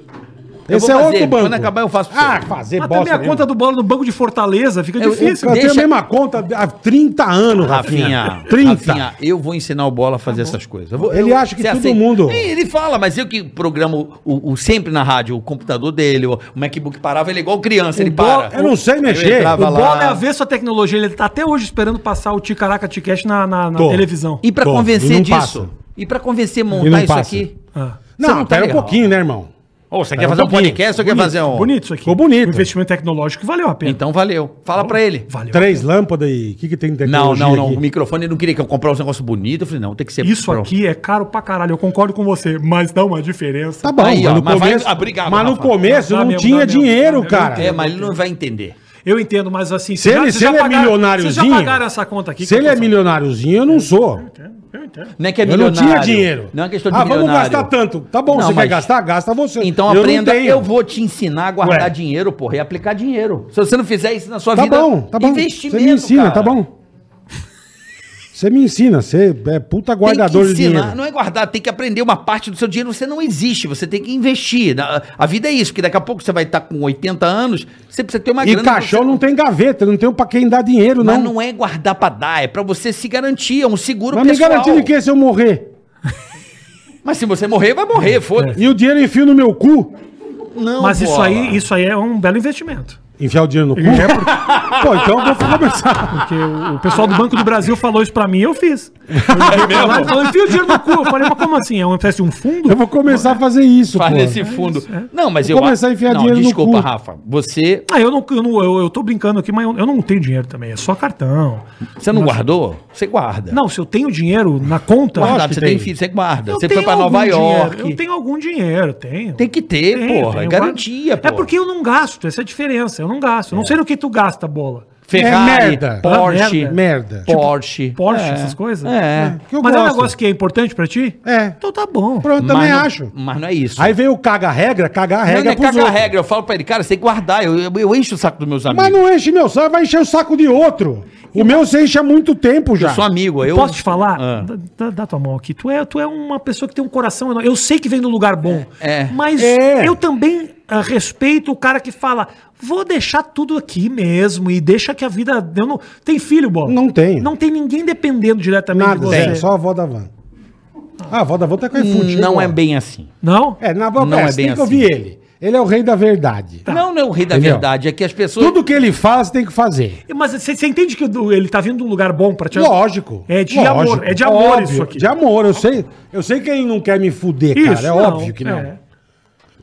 [SPEAKER 3] Eu
[SPEAKER 2] Esse
[SPEAKER 3] vou
[SPEAKER 2] é
[SPEAKER 3] fazer,
[SPEAKER 2] outro banco.
[SPEAKER 3] quando acabar eu faço pra
[SPEAKER 2] Ah,
[SPEAKER 3] você.
[SPEAKER 2] fazer
[SPEAKER 4] Até
[SPEAKER 2] bosta.
[SPEAKER 4] minha
[SPEAKER 2] mesmo.
[SPEAKER 4] conta do Bola no Banco de Fortaleza fica
[SPEAKER 3] Eu- eu-
[SPEAKER 4] difícil.
[SPEAKER 2] Eu tenho
[SPEAKER 3] Deixa-
[SPEAKER 2] a mesma conta há 30 anos, Rafinha.
[SPEAKER 3] Rafinha,
[SPEAKER 2] 30.
[SPEAKER 3] Rafinha, eu vou ensinar o Bola a fazer essas coisas. Eu vou-
[SPEAKER 2] Ele
[SPEAKER 3] eu-
[SPEAKER 2] acha que
[SPEAKER 3] você
[SPEAKER 2] todo mundo-
[SPEAKER 3] Ei, Ele fala, mas eu que programo o, o- sempre na rádio, o computador dele, o, o MacBook parava, ele é igual criança, ele
[SPEAKER 4] Bola-
[SPEAKER 3] para.
[SPEAKER 2] eu não sei
[SPEAKER 3] Aí
[SPEAKER 2] mexer.
[SPEAKER 4] O
[SPEAKER 3] entrava
[SPEAKER 2] Tava
[SPEAKER 4] Bola é
[SPEAKER 3] lá.
[SPEAKER 4] avesso à tecnologia, ele tá até hoje esperando passar o Ticaraca Ticash na, na, na
[SPEAKER 2] Tô.
[SPEAKER 4] televisão.
[SPEAKER 3] E pra
[SPEAKER 2] Tô, e
[SPEAKER 3] convencer
[SPEAKER 2] não
[SPEAKER 3] disso?
[SPEAKER 2] passa.
[SPEAKER 3] E pra convencer
[SPEAKER 2] E não
[SPEAKER 3] montar isso
[SPEAKER 2] passa.
[SPEAKER 3] aqui?
[SPEAKER 4] Ah.
[SPEAKER 2] Não,
[SPEAKER 3] Você não tá
[SPEAKER 2] pera um
[SPEAKER 3] legal.
[SPEAKER 2] pouquinho, né, irmão?
[SPEAKER 3] Ou você
[SPEAKER 2] Pera
[SPEAKER 3] quer
[SPEAKER 2] um
[SPEAKER 3] fazer um
[SPEAKER 2] pouquinho.
[SPEAKER 3] podcast ou quer fazer um...
[SPEAKER 4] Bonito isso aqui.
[SPEAKER 2] Ficou bonito.
[SPEAKER 4] Um investimento tecnológico que valeu a pena.
[SPEAKER 3] Então valeu. Fala pra ele.
[SPEAKER 4] valeu.
[SPEAKER 2] Três lâmpadas e o que, é que tem de
[SPEAKER 3] Não,
[SPEAKER 2] tecnologia
[SPEAKER 3] não, não.
[SPEAKER 2] aqui?
[SPEAKER 3] O microfone ele não queria que eu comprasse um negócio bonito. Eu falei, não, tem que ser.
[SPEAKER 4] Isso
[SPEAKER 3] pro-
[SPEAKER 4] aqui é caro pra caralho, eu concordo com você, mas dá uma diferença.
[SPEAKER 2] Tá bom,
[SPEAKER 3] Aí,
[SPEAKER 2] mas
[SPEAKER 3] ó,
[SPEAKER 2] no
[SPEAKER 3] mas vai-
[SPEAKER 2] começo,
[SPEAKER 3] ah, obrigado,
[SPEAKER 2] mas no
[SPEAKER 3] Rafa.
[SPEAKER 2] começo
[SPEAKER 4] Dá
[SPEAKER 2] não
[SPEAKER 4] mesmo,
[SPEAKER 2] tinha
[SPEAKER 4] dá mesmo,
[SPEAKER 2] dinheiro,
[SPEAKER 4] dá mesmo.
[SPEAKER 2] cara.
[SPEAKER 3] É, mas ele não vai entender.
[SPEAKER 4] Eu entendo, mas assim,
[SPEAKER 2] Se ele,
[SPEAKER 4] vocês
[SPEAKER 2] se ele é
[SPEAKER 4] pagaram-
[SPEAKER 2] milionáriozinho.
[SPEAKER 4] Vocês já pagaram essa conta aqui?
[SPEAKER 2] Se ele é milionáriozinho, eu não sou.
[SPEAKER 4] Eu entendo.
[SPEAKER 3] Não é que é
[SPEAKER 2] eu não
[SPEAKER 3] milionário.
[SPEAKER 2] tinha dinheiro.
[SPEAKER 3] Não é questão de
[SPEAKER 2] ah, vamos
[SPEAKER 3] milionário.
[SPEAKER 2] gastar tanto. Tá bom,
[SPEAKER 3] Não,
[SPEAKER 2] você quer
[SPEAKER 3] mas-
[SPEAKER 2] gastar? Gasta você.
[SPEAKER 3] Então
[SPEAKER 2] não
[SPEAKER 3] aprenda,
[SPEAKER 2] tenho.
[SPEAKER 3] eu vou te ensinar a guardar
[SPEAKER 2] Ué.
[SPEAKER 3] dinheiro, porra, e aplicar dinheiro. Se você não fizer isso na sua
[SPEAKER 2] Tá
[SPEAKER 3] vida,
[SPEAKER 2] bom, tá bom. Você
[SPEAKER 3] investimento,
[SPEAKER 2] me ensina,
[SPEAKER 3] cara.
[SPEAKER 2] tá bom. Você me ensina, você é puta guardador
[SPEAKER 3] tem
[SPEAKER 2] de
[SPEAKER 3] que ensinar,
[SPEAKER 2] dinheiro.
[SPEAKER 3] não é guardar, tem que aprender uma parte do seu dinheiro, você não existe, você tem que investir. Na- A vida é isso, porque daqui a pouco você vai estar com 80 anos, você precisa ter uma
[SPEAKER 2] E
[SPEAKER 3] grana,
[SPEAKER 2] caixão
[SPEAKER 3] você-
[SPEAKER 2] não tem gaveta, não tem pra quem dar dinheiro,
[SPEAKER 3] Mas
[SPEAKER 2] não.
[SPEAKER 3] não é guardar pra dar, é pra você se garantir, é um seguro
[SPEAKER 2] Mas me garantir de que se eu morrer?
[SPEAKER 3] Mas se você morrer, vai morrer, foda-se.
[SPEAKER 2] E o dinheiro eu enfio no meu cu?
[SPEAKER 3] Não,
[SPEAKER 4] Mas isso
[SPEAKER 3] bola.
[SPEAKER 4] aí, isso aí é um belo investimento.
[SPEAKER 2] Enfiar o dinheiro no cu? Pô, então eu vou começar.
[SPEAKER 4] É Porque o, o pessoal do Banco do Brasil falou isso pra mim e eu fiz. Eu é lá e falou, enfia o dinheiro no cu. Eu falei, mas como assim? É uma espécie de um fundo?
[SPEAKER 2] Eu vou começar a fazer É isso,
[SPEAKER 3] Faz
[SPEAKER 2] pô.
[SPEAKER 3] nesse fundo. Não, mas
[SPEAKER 2] Vou
[SPEAKER 3] eu
[SPEAKER 2] começar a enfiar dinheiro no
[SPEAKER 3] desculpa,
[SPEAKER 2] cu.
[SPEAKER 3] Rafa. Você,
[SPEAKER 4] Ah, eu não, eu não- eu- eu tô brincando aqui, mas eu, eu não tenho dinheiro também, é só cartão.
[SPEAKER 3] você não guardou? Você guarda.
[SPEAKER 4] Não, se eu tenho dinheiro na conta.
[SPEAKER 3] Guardado,
[SPEAKER 2] acho que
[SPEAKER 3] você tem
[SPEAKER 2] tem.
[SPEAKER 3] filho, você guarda.
[SPEAKER 4] eu
[SPEAKER 3] você
[SPEAKER 4] tenho
[SPEAKER 3] foi pra
[SPEAKER 4] algum
[SPEAKER 3] Nova
[SPEAKER 4] dinheiro,
[SPEAKER 3] York.
[SPEAKER 4] Eu tenho algum dinheiro, tenho.
[SPEAKER 3] Tem que ter,
[SPEAKER 4] Tenho,
[SPEAKER 3] porra.
[SPEAKER 4] tenho.
[SPEAKER 3] é garantia,
[SPEAKER 4] É
[SPEAKER 3] porra. É.
[SPEAKER 4] porque eu não gasto, essa é a diferença. Eu não gasto. Eu Não sei no que tu gasta, bola.
[SPEAKER 2] É
[SPEAKER 3] Ferrari,
[SPEAKER 2] merda.
[SPEAKER 3] Porsche,
[SPEAKER 4] Ah,
[SPEAKER 2] merda. Tipo,
[SPEAKER 3] Porsche.
[SPEAKER 4] Porsche,
[SPEAKER 3] É.
[SPEAKER 4] essas coisas?
[SPEAKER 3] É.
[SPEAKER 2] que eu
[SPEAKER 4] Mas é um
[SPEAKER 2] gosto.
[SPEAKER 4] negócio que é importante pra ti?
[SPEAKER 2] É.
[SPEAKER 4] Então tá bom.
[SPEAKER 2] Pronto, eu também
[SPEAKER 3] mas não,
[SPEAKER 2] acho.
[SPEAKER 3] Mas não é isso.
[SPEAKER 2] Aí veio o caga-regra, caga-regra
[SPEAKER 3] não, não é
[SPEAKER 2] pros
[SPEAKER 3] cagar a
[SPEAKER 2] outros.
[SPEAKER 3] regra. Eu falo pra ele, cara, você tem que guardar. Eu, eu, eu encho o saco dos meus amigos.
[SPEAKER 2] Mas não enche meu saco, vai encher o saco de outro. O meu você enche há muito tempo já.
[SPEAKER 3] Eu sou amigo. Eu...
[SPEAKER 4] Posso te falar?
[SPEAKER 3] Ah.
[SPEAKER 4] Dá- Dá, dá tua mão aqui. Tu é, tu é uma pessoa que tem um coração enorme. Eu sei que vem do lugar bom.
[SPEAKER 3] É, é.
[SPEAKER 4] Mas
[SPEAKER 2] É.
[SPEAKER 4] eu também ah, respeito o cara que fala, vou deixar tudo aqui mesmo e deixa que a vida... Eu não... Tem filho, Bola?
[SPEAKER 2] Não tenho.
[SPEAKER 4] Não tem ninguém dependendo diretamente
[SPEAKER 2] Nada,
[SPEAKER 4] você.
[SPEAKER 2] Zé, só a avó da van. Ah, a avó da van tá com iFood.
[SPEAKER 3] Não
[SPEAKER 2] chegou.
[SPEAKER 3] é bem assim.
[SPEAKER 4] Não?
[SPEAKER 2] É, na boa,
[SPEAKER 3] Não
[SPEAKER 2] é,
[SPEAKER 3] é
[SPEAKER 2] você
[SPEAKER 3] bem
[SPEAKER 2] tem que ouvir
[SPEAKER 3] assim.
[SPEAKER 2] ele. Ele é o rei da verdade.
[SPEAKER 3] Não, não é o rei da
[SPEAKER 2] Entendeu?
[SPEAKER 3] verdade. É que as pessoas...
[SPEAKER 2] Tudo que ele fala, você tem que fazer.
[SPEAKER 4] Mas você, você entende que do- ele tá vindo de um lugar bom pra te
[SPEAKER 2] Lógico.
[SPEAKER 4] É de
[SPEAKER 2] lógico.
[SPEAKER 4] amor, é de amor
[SPEAKER 2] Óbvio,
[SPEAKER 4] isso aqui.
[SPEAKER 2] De amor, eu sei. Eu sei que ele não quer me fuder, cara. É
[SPEAKER 4] não,
[SPEAKER 2] óbvio que não.
[SPEAKER 4] é.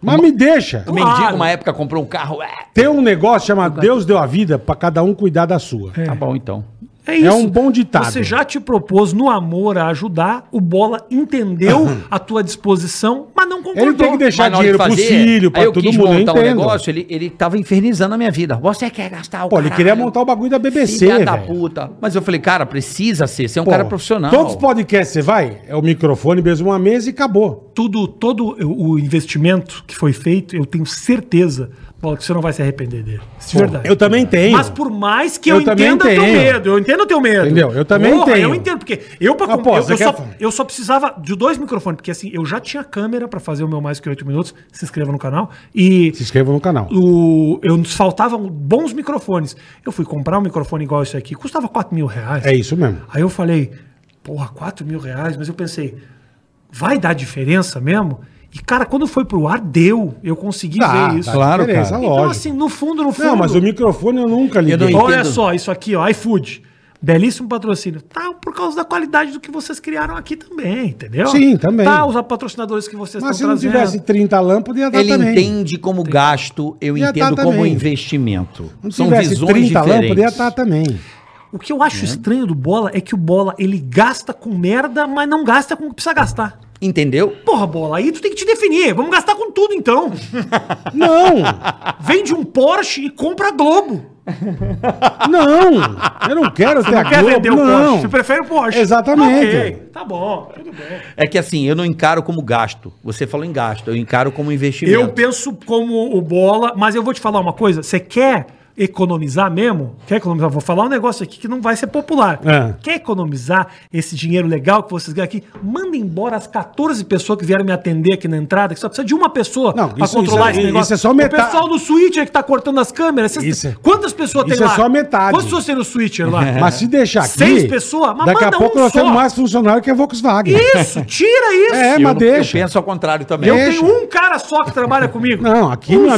[SPEAKER 2] Mas me deixa.
[SPEAKER 3] O mendigo,
[SPEAKER 4] Claro.
[SPEAKER 3] uma época, comprou um carro. É.
[SPEAKER 2] Tem um negócio chamado Deus deu a vida pra cada um cuidar da sua.
[SPEAKER 3] Tá bom, então.
[SPEAKER 4] É,
[SPEAKER 2] É um bom ditado.
[SPEAKER 4] Você já te propôs no amor a ajudar, o Bola entendeu a tua disposição, mas não concordou.
[SPEAKER 2] Ele tem que deixar
[SPEAKER 3] Mas na hora
[SPEAKER 2] dinheiro
[SPEAKER 3] de
[SPEAKER 2] pros
[SPEAKER 3] fazer,
[SPEAKER 2] filhos,
[SPEAKER 3] aí
[SPEAKER 2] pra
[SPEAKER 3] eu
[SPEAKER 2] todo
[SPEAKER 3] quis
[SPEAKER 2] mundo. eu
[SPEAKER 3] montar um
[SPEAKER 2] entendo.
[SPEAKER 3] negócio, ele, ele tava infernizando a minha vida. Você quer gastar o
[SPEAKER 2] Pô, ele queria montar o bagulho da BBC,
[SPEAKER 3] Filha da
[SPEAKER 2] velho.
[SPEAKER 3] puta. Mas eu falei, cara, precisa ser. Você é um
[SPEAKER 2] Pô,
[SPEAKER 3] cara profissional.
[SPEAKER 2] Todos os podcasts você vai, é o microfone, mesmo uma mesa e acabou.
[SPEAKER 4] Tudo, todo o investimento que foi feito, eu tenho certeza, Bola, que você não vai se arrepender dele. Isso é verdade.
[SPEAKER 2] Eu também tenho.
[SPEAKER 4] Mas por mais que
[SPEAKER 2] Eu
[SPEAKER 4] eu,
[SPEAKER 2] também
[SPEAKER 4] entenda teu
[SPEAKER 2] tenho.
[SPEAKER 4] medo, eu entendo teu medo.
[SPEAKER 2] Entendeu? Eu também tenho.
[SPEAKER 4] Eu entendo, porque eu pra
[SPEAKER 2] Mas,
[SPEAKER 4] com-
[SPEAKER 2] pô,
[SPEAKER 4] eu,
[SPEAKER 2] você
[SPEAKER 4] eu
[SPEAKER 2] quer
[SPEAKER 4] só,
[SPEAKER 2] falar?
[SPEAKER 4] eu só precisava de dois microfones, porque assim, eu já tinha câmera pra fazer o meu mais que oito minutos, se inscreva no canal, e
[SPEAKER 2] Se inscreva no canal.
[SPEAKER 4] o, eu nos faltavam bons microfones. Eu fui comprar um microfone igual esse aqui, custava 4 mil reais.
[SPEAKER 2] É isso mesmo.
[SPEAKER 4] Aí eu falei, porra, 4 mil reais, mas eu pensei, vai dar diferença mesmo? E, cara, quando foi pro ar, deu. Eu consegui
[SPEAKER 2] Dá,
[SPEAKER 4] ver isso.
[SPEAKER 2] dá
[SPEAKER 3] Claro,
[SPEAKER 2] diferença,
[SPEAKER 3] cara.
[SPEAKER 4] Então,
[SPEAKER 2] Tá, lógico.
[SPEAKER 4] assim, no fundo, no fundo.
[SPEAKER 2] Não, mas o microfone eu nunca liguei.
[SPEAKER 3] não entendo.
[SPEAKER 4] Olha só, isso aqui, ó, iFood. Belíssimo patrocínio. Tá por causa da qualidade do que vocês criaram aqui também, entendeu?
[SPEAKER 2] Sim, também.
[SPEAKER 4] Tá, os patrocinadores que vocês
[SPEAKER 2] Mas se
[SPEAKER 4] estão
[SPEAKER 2] não
[SPEAKER 4] trazendo.
[SPEAKER 2] tivesse 30 lã, podia dar
[SPEAKER 3] Ele
[SPEAKER 2] também.
[SPEAKER 3] entende como gasto, eu
[SPEAKER 2] Ia
[SPEAKER 3] entendo
[SPEAKER 2] tá
[SPEAKER 3] como
[SPEAKER 2] também.
[SPEAKER 3] investimento.
[SPEAKER 2] Não
[SPEAKER 3] São
[SPEAKER 2] tivesse
[SPEAKER 3] visões
[SPEAKER 2] 30 lã, podia
[SPEAKER 3] diferentes.
[SPEAKER 2] estar também.
[SPEAKER 4] O que eu acho estranho do Bola é que o Bola, ele gasta com merda, mas não gasta com o que precisa gastar.
[SPEAKER 3] Entendeu?
[SPEAKER 4] Porra, Bola, aí tu tem que te definir. Vamos gastar com tudo, então.
[SPEAKER 2] Não,
[SPEAKER 4] Vende um Porsche e compra a Globo.
[SPEAKER 2] não. Eu não quero ter a
[SPEAKER 4] Não quer
[SPEAKER 2] Globo,
[SPEAKER 4] vender o
[SPEAKER 2] não.
[SPEAKER 4] Porsche, você prefere o Porsche.
[SPEAKER 2] Exatamente.
[SPEAKER 4] Ok, tá bom, tudo bem.
[SPEAKER 3] É que assim, eu não encaro como gasto. Você falou em gasto, eu encaro como investimento.
[SPEAKER 4] Eu penso como o Bola, mas eu vou te falar uma coisa. Você quer economizar mesmo? Quer economizar? Vou falar um negócio aqui que não vai ser popular.
[SPEAKER 2] É.
[SPEAKER 4] Quer economizar esse dinheiro legal que vocês ganham aqui? Manda embora as 14 pessoas que vieram me atender aqui na entrada, que só precisa de uma pessoa
[SPEAKER 2] Não,
[SPEAKER 4] pra
[SPEAKER 2] isso-
[SPEAKER 4] controlar
[SPEAKER 2] isso-
[SPEAKER 4] esse negócio.
[SPEAKER 2] isso é só metade.
[SPEAKER 4] O pessoal do switcher que tá cortando as câmeras. vocês-
[SPEAKER 2] Isso é-
[SPEAKER 4] quantas pessoas tem
[SPEAKER 2] isso é
[SPEAKER 4] lá?
[SPEAKER 2] só metade.
[SPEAKER 4] Quantas pessoas tem no switcher lá?
[SPEAKER 2] Mas se deixar aqui...
[SPEAKER 4] Seis pessoas? Mas
[SPEAKER 2] daqui a
[SPEAKER 4] manda
[SPEAKER 2] pouco
[SPEAKER 4] um
[SPEAKER 2] nós
[SPEAKER 4] só.
[SPEAKER 2] temos mais funcionário que a Volkswagen.
[SPEAKER 4] Isso, tira isso.
[SPEAKER 2] É,
[SPEAKER 3] Eu
[SPEAKER 2] mas
[SPEAKER 3] não-
[SPEAKER 2] deixa.
[SPEAKER 3] Eu penso ao contrário também.
[SPEAKER 4] Eu
[SPEAKER 3] Eu,
[SPEAKER 2] deixa.
[SPEAKER 4] tenho um cara só que trabalha comigo.
[SPEAKER 2] Não, aqui,
[SPEAKER 4] Um
[SPEAKER 2] meu
[SPEAKER 4] só.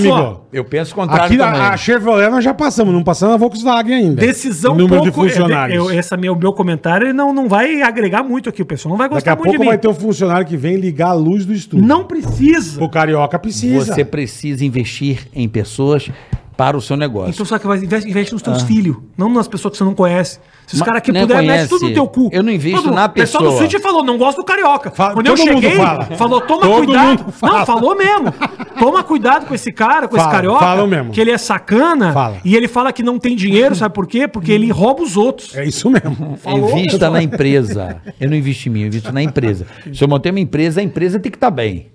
[SPEAKER 2] amigo...
[SPEAKER 3] penso ao contrário
[SPEAKER 2] Aqui
[SPEAKER 3] também.
[SPEAKER 2] a, a Chevrolet nós já passamos, não passamos a Volkswagen ainda.
[SPEAKER 4] Decisão
[SPEAKER 2] Em Número de
[SPEAKER 4] pouco-
[SPEAKER 2] funcionários.
[SPEAKER 4] Eu, esse é meu, meu comentário ele não, não vai agregar muito aqui. O pessoal não vai
[SPEAKER 2] Daqui
[SPEAKER 4] gostar
[SPEAKER 2] a
[SPEAKER 4] muito
[SPEAKER 2] pouco
[SPEAKER 4] de
[SPEAKER 2] vai
[SPEAKER 4] mim.
[SPEAKER 2] ter um funcionário que vem ligar a luz do estúdio.
[SPEAKER 4] Não precisa.
[SPEAKER 2] O carioca precisa.
[SPEAKER 3] Você precisa investir em pessoas para o seu negócio.
[SPEAKER 4] Então só que vai, investe, investe nos
[SPEAKER 2] Ah.
[SPEAKER 4] teus filhos, não nas pessoas que você não conhece. Se os
[SPEAKER 3] Mas
[SPEAKER 4] caras aqui
[SPEAKER 2] né,
[SPEAKER 3] nem
[SPEAKER 4] puderem,
[SPEAKER 3] conhece.
[SPEAKER 4] mete tudo no teu cu.
[SPEAKER 3] Eu não invisto
[SPEAKER 4] Todo-
[SPEAKER 3] na
[SPEAKER 4] O pessoal
[SPEAKER 3] pessoa.
[SPEAKER 4] do Switch falou, não gosto do carioca.
[SPEAKER 2] Fala-
[SPEAKER 4] Quando eu
[SPEAKER 2] todo mundo
[SPEAKER 4] cheguei,
[SPEAKER 2] fala.
[SPEAKER 4] falou, toma
[SPEAKER 2] Todo mundo
[SPEAKER 4] cuidado.
[SPEAKER 2] fala.
[SPEAKER 4] Não, falou mesmo. Toma cuidado com esse cara, com
[SPEAKER 2] Fala,
[SPEAKER 4] esse carioca.
[SPEAKER 2] falam mesmo.
[SPEAKER 4] Que ele é sacana.
[SPEAKER 2] Fala.
[SPEAKER 4] E ele fala que não tem dinheiro, sabe por quê? Porque ele rouba os outros.
[SPEAKER 2] É isso mesmo.
[SPEAKER 4] tá
[SPEAKER 3] Invista na empresa. Eu não invisto em mim, eu invisto na empresa. Se eu manter uma empresa, a empresa tem que estar bem.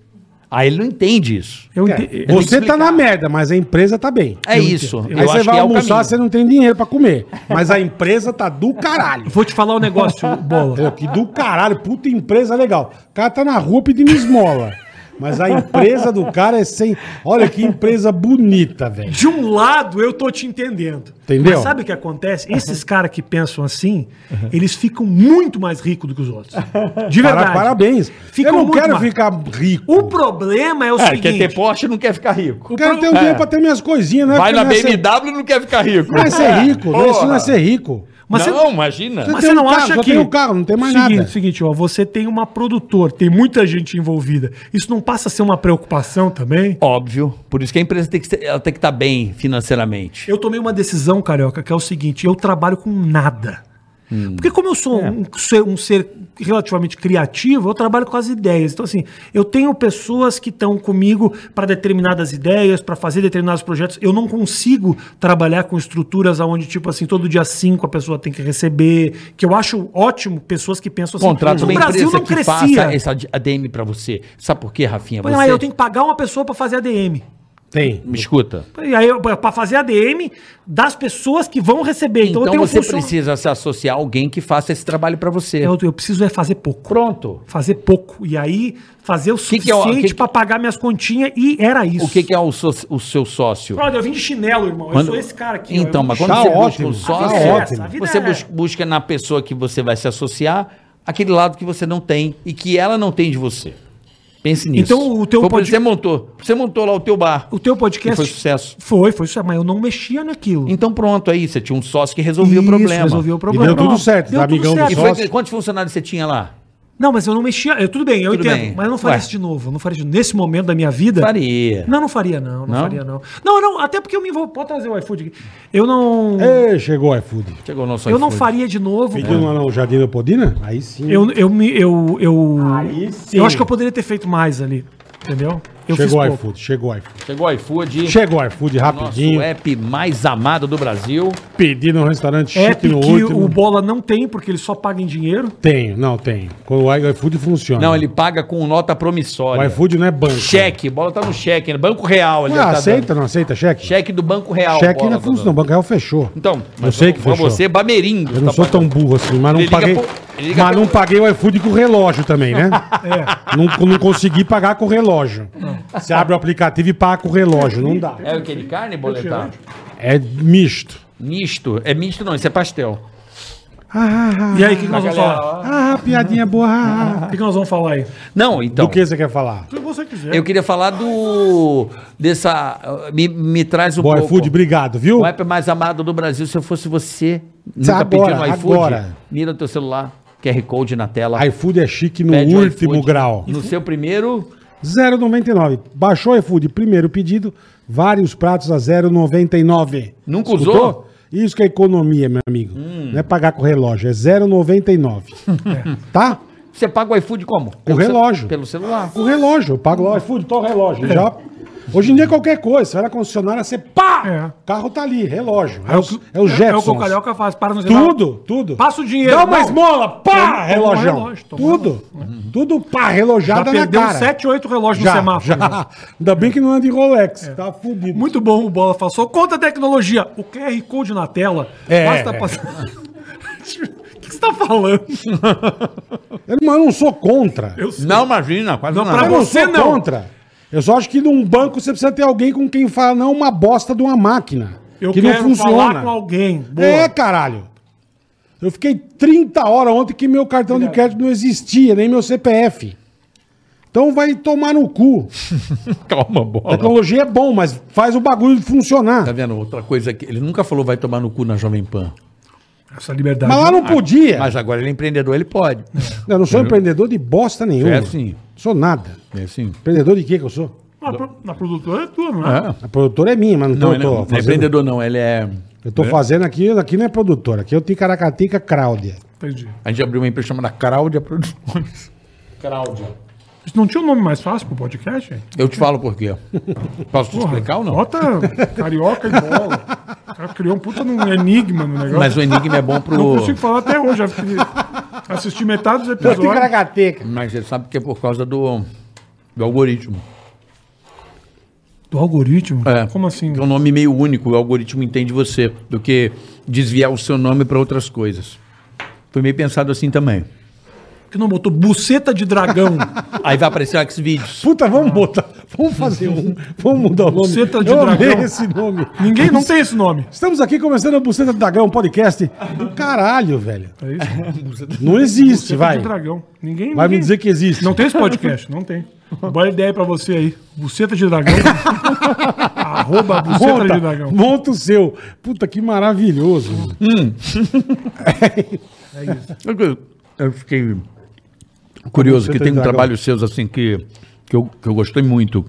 [SPEAKER 3] Aí ele não entende isso.
[SPEAKER 4] Eu
[SPEAKER 2] É,
[SPEAKER 4] ente-
[SPEAKER 2] Você tá na merda, mas a empresa tá bem.
[SPEAKER 3] É isso.
[SPEAKER 2] Aí você
[SPEAKER 4] é
[SPEAKER 2] vai almoçar, você não tem dinheiro pra comer. Mas a empresa tá do caralho.
[SPEAKER 4] Vou te falar um negócio, Bola.
[SPEAKER 2] Entendeu? Que do caralho, puta empresa legal. O cara tá na rua pedindo esmola. Mas a empresa do cara é sem. Olha que empresa bonita, velho.
[SPEAKER 4] De um lado, eu tô te entendendo.
[SPEAKER 2] Entendeu?
[SPEAKER 4] Mas sabe o que acontece? Esses caras que pensam assim, eles ficam muito mais ricos do que os outros. De
[SPEAKER 2] Para-
[SPEAKER 4] verdade.
[SPEAKER 2] parabéns.
[SPEAKER 4] Ficam
[SPEAKER 2] eu não
[SPEAKER 4] muito
[SPEAKER 2] quero
[SPEAKER 4] mais.
[SPEAKER 2] ficar rico.
[SPEAKER 4] O problema é o
[SPEAKER 3] É, quer
[SPEAKER 4] seguinte.
[SPEAKER 3] ter Porsche não quer ficar rico. É,
[SPEAKER 2] Eu quero ter
[SPEAKER 4] É.
[SPEAKER 2] um dinheiro pra ter minhas coisinhas, né?
[SPEAKER 3] Vai na
[SPEAKER 2] Porque não é ser-
[SPEAKER 3] BMW não quer ficar rico.
[SPEAKER 2] Não é ser rico, né? isso não é ser rico.
[SPEAKER 4] Mas você-
[SPEAKER 3] não, imagina.
[SPEAKER 2] tem
[SPEAKER 4] Mas você
[SPEAKER 2] um
[SPEAKER 4] não
[SPEAKER 2] carro,
[SPEAKER 4] acha
[SPEAKER 2] só
[SPEAKER 4] que.
[SPEAKER 2] tem um carro, não tem mais
[SPEAKER 4] seguinte,
[SPEAKER 2] nada.
[SPEAKER 4] Seguinte, ó, você tem uma produtora, tem muita gente envolvida. Isso não passa a ser uma preocupação também?
[SPEAKER 3] Óbvio. Por isso que a empresa tem que ser- ela tem que estar bem financeiramente.
[SPEAKER 4] Eu tomei uma decisão, Carioca, que é o seguinte: eu trabalho com nada.
[SPEAKER 3] Hum.
[SPEAKER 4] Porque como eu sou
[SPEAKER 3] É.
[SPEAKER 4] um, ser, um ser relativamente criativo, eu trabalho com as ideias. Então, assim, eu tenho pessoas que estão comigo para determinadas ideias, para fazer determinados projetos. Eu não consigo trabalhar com estruturas onde, tipo assim, todo dia 5 a pessoa tem que receber, que eu acho ótimo pessoas que pensam assim.
[SPEAKER 3] Contrata
[SPEAKER 4] "Pô,
[SPEAKER 3] uma
[SPEAKER 4] o Brasil
[SPEAKER 3] empresa
[SPEAKER 4] não
[SPEAKER 3] que
[SPEAKER 4] crescia.
[SPEAKER 3] faça essa ADM pra você. Sabe por quê, Rafinha?
[SPEAKER 4] Mas,
[SPEAKER 3] Você...
[SPEAKER 4] mas eu tenho que pagar uma pessoa para fazer ADM.
[SPEAKER 2] Tem.
[SPEAKER 3] Me escuta.
[SPEAKER 4] E aí, para fazer ADM das pessoas que vão receber.
[SPEAKER 3] Então,
[SPEAKER 4] Então, eu tenho um
[SPEAKER 3] você
[SPEAKER 4] funcionário-
[SPEAKER 3] precisa se associar a alguém que faça esse trabalho pra você.
[SPEAKER 4] Eu, eu preciso é fazer pouco.
[SPEAKER 3] Pronto.
[SPEAKER 4] Fazer pouco. E aí, fazer o
[SPEAKER 3] que que é o-
[SPEAKER 4] suficiente
[SPEAKER 3] que que-
[SPEAKER 4] pra pagar minhas continhas e era isso.
[SPEAKER 3] O que, que é o, so- o seu sócio?
[SPEAKER 4] Brother, eu vim de chinelo, irmão. Eu
[SPEAKER 3] Quando-
[SPEAKER 4] sou esse cara aqui. ó.
[SPEAKER 3] Então,
[SPEAKER 4] Eu
[SPEAKER 3] mas
[SPEAKER 4] vim
[SPEAKER 3] quando
[SPEAKER 4] de
[SPEAKER 2] Tá
[SPEAKER 3] você
[SPEAKER 2] ótimo,
[SPEAKER 3] busca um
[SPEAKER 2] tá
[SPEAKER 3] sócio,
[SPEAKER 2] ótimo.
[SPEAKER 4] A vida
[SPEAKER 3] você
[SPEAKER 4] é-
[SPEAKER 3] bus- busca na pessoa que você vai se associar aquele lado que você não tem e que ela não tem de você. Pense nisso.
[SPEAKER 4] Então, o teu
[SPEAKER 3] Foi por
[SPEAKER 4] pod-
[SPEAKER 3] Você montou. Você montou lá o teu bar.
[SPEAKER 4] O teu
[SPEAKER 3] que
[SPEAKER 4] podcast...
[SPEAKER 3] foi sucesso.
[SPEAKER 4] Foi, foi sucesso. Mas eu não mexia naquilo.
[SPEAKER 3] Então pronto, aí você tinha um sócio que resolvia
[SPEAKER 4] Isso,
[SPEAKER 3] o problema.
[SPEAKER 4] resolveu o problema.
[SPEAKER 2] deu tudo
[SPEAKER 4] Pronto,
[SPEAKER 2] certo,
[SPEAKER 4] deu
[SPEAKER 2] tá
[SPEAKER 4] tudo
[SPEAKER 2] amigão do
[SPEAKER 4] certo.
[SPEAKER 3] E
[SPEAKER 4] E
[SPEAKER 3] foi-
[SPEAKER 2] Sócio.
[SPEAKER 3] quantos funcionários você tinha lá?
[SPEAKER 4] Não, mas eu não mexia. eu- tudo bem, eu
[SPEAKER 3] Tudo
[SPEAKER 4] entendo.
[SPEAKER 3] bem.
[SPEAKER 4] Mas eu não faria
[SPEAKER 3] Ué.
[SPEAKER 4] isso de novo. Eu não faria isso nesse momento da minha vida.
[SPEAKER 3] Faria.
[SPEAKER 4] Não, não faria, não. Não,
[SPEAKER 3] Não?
[SPEAKER 4] faria, não. Não, não. Até porque eu me envolvo. Pode trazer o iFood aqui. Eu não.
[SPEAKER 2] Ê, chegou o iFood.
[SPEAKER 3] Chegou o nosso
[SPEAKER 4] eu não
[SPEAKER 3] iFood.
[SPEAKER 4] faria de novo.
[SPEAKER 2] É. Pediu lá no Jardim Leopoldina? Aí sim.
[SPEAKER 4] Eu, eu, me- eu, eu,
[SPEAKER 2] Aí sim.
[SPEAKER 4] eu acho que eu poderia ter feito mais ali, entendeu? Eu
[SPEAKER 2] chegou o
[SPEAKER 4] pouco.
[SPEAKER 2] iFood, chegou o iFood.
[SPEAKER 3] Chegou o iFood.
[SPEAKER 2] Chegou o iFood
[SPEAKER 3] Nosso
[SPEAKER 2] rapidinho.
[SPEAKER 3] app mais amado do Brasil.
[SPEAKER 2] Pedi no restaurante
[SPEAKER 4] É
[SPEAKER 2] chique
[SPEAKER 4] que
[SPEAKER 2] no
[SPEAKER 4] o
[SPEAKER 2] último.
[SPEAKER 4] Bola não tem, porque ele só paga em dinheiro.
[SPEAKER 2] Tem, não, tem. Quando o iFood funciona.
[SPEAKER 3] Não, ele paga com nota promissória.
[SPEAKER 2] O iFood não é banco.
[SPEAKER 3] Cheque, bola tá no cheque, né? Banco Real ali.
[SPEAKER 2] Ué,
[SPEAKER 3] ó, tá
[SPEAKER 2] Ah, aceita,
[SPEAKER 3] dando.
[SPEAKER 2] não aceita cheque?
[SPEAKER 3] Cheque do Banco Real.
[SPEAKER 2] Cheque
[SPEAKER 3] bola,
[SPEAKER 2] não
[SPEAKER 3] tá
[SPEAKER 2] funciona. O
[SPEAKER 3] dando.
[SPEAKER 2] Banco Real fechou.
[SPEAKER 3] Então,
[SPEAKER 2] eu sei que
[SPEAKER 3] pra
[SPEAKER 2] fechou.
[SPEAKER 3] você, Bameringo.
[SPEAKER 2] Eu não sou tão burro assim, mas não
[SPEAKER 3] Ele liga
[SPEAKER 2] paguei.
[SPEAKER 3] pro- ele liga
[SPEAKER 2] Mas
[SPEAKER 3] pro-
[SPEAKER 2] não paguei o iFood com o relógio também, né?
[SPEAKER 4] É.
[SPEAKER 2] não, não consegui pagar com o relógio. Você abre o aplicativo e paga com o relógio. Não dá.
[SPEAKER 3] É o que de carne, boletar?
[SPEAKER 2] É misto.
[SPEAKER 3] Misto. É misto não, isso é pastel.
[SPEAKER 2] Ah, ah,
[SPEAKER 4] E aí, o que, que nós vamos falar?
[SPEAKER 2] ah, ah, piadinha boa. ah,
[SPEAKER 4] O
[SPEAKER 2] ah.
[SPEAKER 4] que, que nós vamos falar aí?
[SPEAKER 3] Não, então.
[SPEAKER 2] Do que você quer falar?
[SPEAKER 4] O que você quiser.
[SPEAKER 3] Eu queria falar do. dessa. Me, me traz um
[SPEAKER 2] Boy
[SPEAKER 3] pouco.
[SPEAKER 2] é Food, obrigado, viu?
[SPEAKER 3] O app mais amado do Brasil, se eu fosse você, nunca
[SPEAKER 2] Agora,
[SPEAKER 3] pediu no iFood,
[SPEAKER 2] agora.
[SPEAKER 3] mira o teu celular, QR Code na tela.
[SPEAKER 2] iFood é chique no
[SPEAKER 3] pede o
[SPEAKER 2] último
[SPEAKER 3] iFood.
[SPEAKER 2] grau.
[SPEAKER 3] No seu primeiro,
[SPEAKER 2] 0,99. Baixou o iFood, primeiro pedido, vários pratos a 0,99.
[SPEAKER 3] Nunca
[SPEAKER 2] Escutou?
[SPEAKER 3] usou? Hum.
[SPEAKER 2] Isso que é economia, meu amigo. Não é pagar com relógio, é 0,99. Tá?
[SPEAKER 3] você paga o iFood como?
[SPEAKER 2] Com relógio.
[SPEAKER 3] Pelo celular.
[SPEAKER 2] Com relógio, eu pago lá o iFood, tô relógio.
[SPEAKER 3] É.
[SPEAKER 2] Já... Hoje em dia é qualquer coisa, você vai na concessionária, você pá!
[SPEAKER 4] É.
[SPEAKER 2] carro tá ali, relógio. É,
[SPEAKER 4] É
[SPEAKER 2] o, é o
[SPEAKER 4] É o
[SPEAKER 2] Jetsons.
[SPEAKER 4] que o Calhoca faz. Para no celular.
[SPEAKER 2] Tudo, tudo.
[SPEAKER 4] Passa o dinheiro.
[SPEAKER 2] Dá uma
[SPEAKER 4] Não.
[SPEAKER 2] esmola, pá,
[SPEAKER 4] Toma- toma
[SPEAKER 2] relógio.
[SPEAKER 4] relógio, toma
[SPEAKER 2] Tudo, tudo pá,
[SPEAKER 4] Já
[SPEAKER 2] relojada na
[SPEAKER 4] perdeu
[SPEAKER 2] cara.
[SPEAKER 4] uns 7, 8 relógios
[SPEAKER 2] já,
[SPEAKER 4] no semáforo. É.
[SPEAKER 2] já. Ainda bem que não anda de Rolex, tá fudido.
[SPEAKER 4] Muito bom o Bola falou. Conta a tecnologia. O QR Code na tela.
[SPEAKER 2] É.
[SPEAKER 4] Basta passar. O que você tá falando?
[SPEAKER 2] Eu, mas eu não sou contra. Eu,
[SPEAKER 3] Não, imagina, quase
[SPEAKER 4] Não,
[SPEAKER 3] não,
[SPEAKER 4] pra-
[SPEAKER 2] não
[SPEAKER 4] você
[SPEAKER 2] sou
[SPEAKER 4] não.
[SPEAKER 2] contra. Eu só acho que num banco você precisa ter alguém com quem falar não uma bosta de uma máquina.
[SPEAKER 4] Eu
[SPEAKER 2] que não
[SPEAKER 4] quero
[SPEAKER 2] funciona.
[SPEAKER 4] falar com alguém. Boa.
[SPEAKER 2] É, caralho. Eu fiquei 30 horas ontem que meu cartão de crédito não existia, nem meu CPF. Então vai tomar no cu.
[SPEAKER 3] Calma,
[SPEAKER 2] A
[SPEAKER 3] bola.
[SPEAKER 2] tecnologia é bom, mas faz o bagulho funcionar.
[SPEAKER 3] Tá vendo? Outra coisa que ele nunca falou vai tomar no cu na Jovem Pan.
[SPEAKER 4] Essa liberdade. Ah,
[SPEAKER 2] Mas lá não podia.
[SPEAKER 3] Mas agora ele é empreendedor, ele pode.
[SPEAKER 2] Eu não sou empreendedor de bosta nenhuma.
[SPEAKER 3] É, sim.
[SPEAKER 2] Sou nada.
[SPEAKER 3] É assim.
[SPEAKER 2] Empreendedor de quê que eu sou?
[SPEAKER 4] Na, pro- na produtora é tua, não é?
[SPEAKER 3] É.
[SPEAKER 2] A produtora é minha, mas não,
[SPEAKER 3] Não,
[SPEAKER 2] tô,
[SPEAKER 3] ele
[SPEAKER 2] tô
[SPEAKER 3] não, não é
[SPEAKER 2] fazendo-
[SPEAKER 3] empreendedor, não. Ele é.
[SPEAKER 2] Eu tô
[SPEAKER 3] É.
[SPEAKER 2] fazendo aqui, aqui não é produtora, aqui eu tenho Caracatica Cláudia.
[SPEAKER 4] Entendi.
[SPEAKER 3] A gente abriu uma empresa chamada Cláudia Produções.
[SPEAKER 4] Isso não tinha um nome mais fácil pro podcast? hein?
[SPEAKER 3] Eu te falo por quê. Posso te explicar ou não?
[SPEAKER 4] Bota carioca e bola. O cara criou um puta num enigma no negócio.
[SPEAKER 3] Mas o Enigma é bom
[SPEAKER 4] Não
[SPEAKER 3] pro.
[SPEAKER 4] consigo falar até hoje. já Assisti metade dos
[SPEAKER 2] Eu tenho
[SPEAKER 4] episódios.
[SPEAKER 2] Caracateca.
[SPEAKER 3] Mas você sabe que é por causa do, do algoritmo.
[SPEAKER 4] Do algoritmo?
[SPEAKER 3] É.
[SPEAKER 4] Como assim?
[SPEAKER 3] Que é um nome meio único, o algoritmo entende você, do que desviar o seu nome para outras coisas. Foi meio pensado assim também.
[SPEAKER 4] Que não botou buceta de dragão.
[SPEAKER 3] Aí vai aparecer o Xvideos.
[SPEAKER 2] Puta, vamos botar. Vamos fazer um. Vamos mudar o nome.
[SPEAKER 4] Ah. Buceta de
[SPEAKER 2] eu amei
[SPEAKER 4] dragão.
[SPEAKER 2] esse nome.
[SPEAKER 4] Ninguém não tem esse nome.
[SPEAKER 2] Estamos aqui começando o Buceta do Dragão um Podcast. Do Caralho, velho.
[SPEAKER 4] É isso?
[SPEAKER 2] Não existe,
[SPEAKER 4] Buceta
[SPEAKER 2] vai.
[SPEAKER 4] de dragão. Ninguém,
[SPEAKER 2] Vai me
[SPEAKER 4] ninguém-
[SPEAKER 2] dizer que existe.
[SPEAKER 4] Não tem esse podcast, não tem. Boa ideia pra você aí. Buceta de dragão. Arroba buceta de
[SPEAKER 2] Monta,
[SPEAKER 4] dragão.
[SPEAKER 2] monta o seu. Puta, que maravilhoso.
[SPEAKER 3] Eu- eu- Eu fiquei curioso, que
[SPEAKER 2] Buceta
[SPEAKER 3] tem
[SPEAKER 2] de
[SPEAKER 3] um
[SPEAKER 2] dragão.
[SPEAKER 3] trabalho seus assim que, que, eu, que eu gostei muito.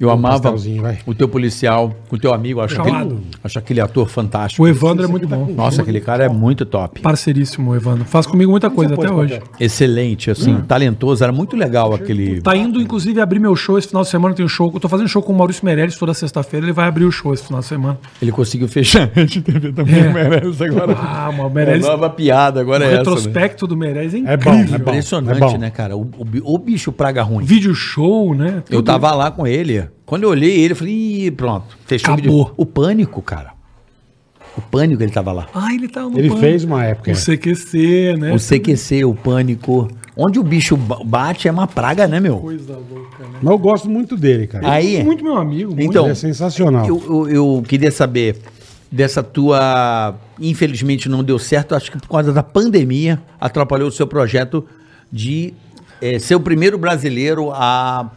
[SPEAKER 3] Eu amava
[SPEAKER 2] pastelzinho, vai.
[SPEAKER 3] o teu policial, o teu amigo, acho,
[SPEAKER 4] Chamado.
[SPEAKER 3] aquele, acho aquele ator fantástico.
[SPEAKER 4] O Evandro é muito bom.
[SPEAKER 3] Nossa, aquele cara é muito top.
[SPEAKER 4] Parceiríssimo, o Evandro. Faz comigo muita coisa até hoje.
[SPEAKER 3] Excelente, assim, talentoso, era muito legal aquele.
[SPEAKER 4] Tá indo, inclusive, abrir meu show. Esse final de semana tem um show. Eu tô fazendo show com o Maurício Meirelles toda sexta-feira. Ele vai abrir o show esse final de semana.
[SPEAKER 3] Ele conseguiu fechar a rede TV também,
[SPEAKER 4] É.
[SPEAKER 3] merece agora.
[SPEAKER 4] Ah, o
[SPEAKER 3] É
[SPEAKER 4] Meirelles.
[SPEAKER 3] nova piada agora é essa. né?
[SPEAKER 4] retrospecto do Meirelles é
[SPEAKER 2] É
[SPEAKER 4] incrível.
[SPEAKER 2] bom, é bom.
[SPEAKER 3] Impressionante,
[SPEAKER 2] é bom.
[SPEAKER 3] né, cara? O, o bi- o bicho praga ruim.
[SPEAKER 4] Vídeo show, né?
[SPEAKER 3] Eu
[SPEAKER 4] Tudo.
[SPEAKER 3] tava lá com ele. Quando eu olhei ele, eu falei, Ih, pronto. Fechou
[SPEAKER 4] Acabou.
[SPEAKER 3] o vídeo. O pânico, cara. O pânico ele tava lá.
[SPEAKER 4] Ah, ele tava no
[SPEAKER 2] Ele
[SPEAKER 4] Pânico.
[SPEAKER 2] fez uma época.
[SPEAKER 4] O CQC, né?
[SPEAKER 3] O CQC, o pânico. Onde o bicho ba- bate é uma praga, né, meu?
[SPEAKER 4] Coisa louca, né?
[SPEAKER 2] Mas eu gosto muito dele, cara.
[SPEAKER 3] Aí,
[SPEAKER 4] Muito meu amigo. muito.
[SPEAKER 3] Ah, Então,
[SPEAKER 2] Ele é sensacional.
[SPEAKER 3] eu, eu- eu queria saber dessa tua. Infelizmente não deu certo, acho que por causa da pandemia atrapalhou o seu projeto de eh, ser o primeiro brasileiro a,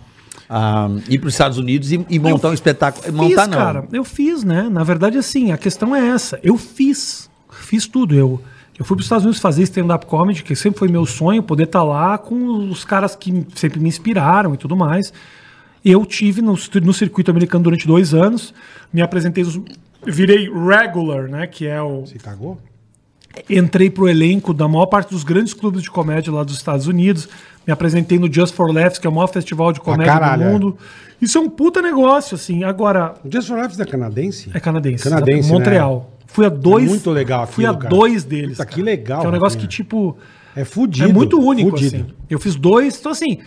[SPEAKER 3] a ir para os Estados Unidos e, e montar um espetáculo.
[SPEAKER 4] Fiz,
[SPEAKER 3] montar não.
[SPEAKER 4] cara. Eu fiz, né? Na verdade, assim, a questão é essa. Eu fiz. Fiz tudo. Eu, eu fui para os Estados Unidos fazer stand-up comedy, que sempre foi meu sonho, poder estar lá com os caras que sempre me inspiraram e tudo mais. Eu tive no, cir- no circuito americano durante dois anos, me apresentei, os- virei regular, né? Que é o,
[SPEAKER 2] Se cagou?
[SPEAKER 4] entrei pro elenco da maior parte dos grandes clubes de comédia lá dos Estados Unidos. Me apresentei no Just for Laughs, que é o maior festival de comédia
[SPEAKER 2] caralho,
[SPEAKER 4] do mundo. Isso é um puta negócio, assim. Agora,
[SPEAKER 2] O Just for Laughs é canadense?
[SPEAKER 4] é canadense.
[SPEAKER 2] Canadense, né?
[SPEAKER 4] exato, Montreal. Fui a dois.
[SPEAKER 2] Muito legal
[SPEAKER 4] Fui a
[SPEAKER 2] aquilo, cara.
[SPEAKER 4] dois deles.
[SPEAKER 2] Puta, que
[SPEAKER 4] cara.
[SPEAKER 2] legal,
[SPEAKER 4] Que é um negócio
[SPEAKER 2] Rafinha.
[SPEAKER 4] que, tipo,
[SPEAKER 2] É fudido.
[SPEAKER 4] é muito único,
[SPEAKER 2] fudido.
[SPEAKER 4] assim. Eu fiz dois, então assim.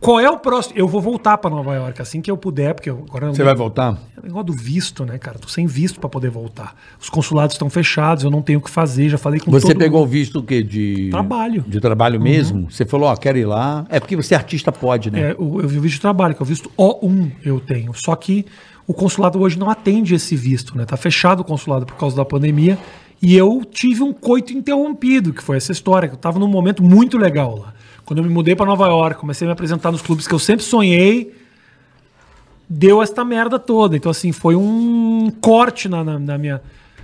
[SPEAKER 4] Qual é o próximo? Eu vou voltar pra Nova York assim que eu puder, porque eu- agora eu
[SPEAKER 3] Você vai voltar?
[SPEAKER 4] é o negócio do visto, né, cara? Tô sem visto pra poder voltar. Os consulados estão fechados, eu não tenho o que fazer, já falei com
[SPEAKER 3] Você
[SPEAKER 4] todo
[SPEAKER 3] pegou o visto o quê? De
[SPEAKER 4] Trabalho. Uhum.
[SPEAKER 3] De trabalho mesmo? Você falou, ó, quero ir lá. É porque você é artista, pode, né?
[SPEAKER 4] É, o- eu vi o visto de trabalho, que é o visto O1 eu tenho. Só que o consulado hoje não atende esse visto, né? Tá fechado o consulado por causa da pandemia. E eu tive um coito interrompido, que foi essa história, que eu tava num momento muito legal lá. Quando eu me mudei para Nova York, comecei a me apresentar nos clubes que eu sempre sonhei, deu esta merda toda. Então, assim, foi um corte na, na- na minha.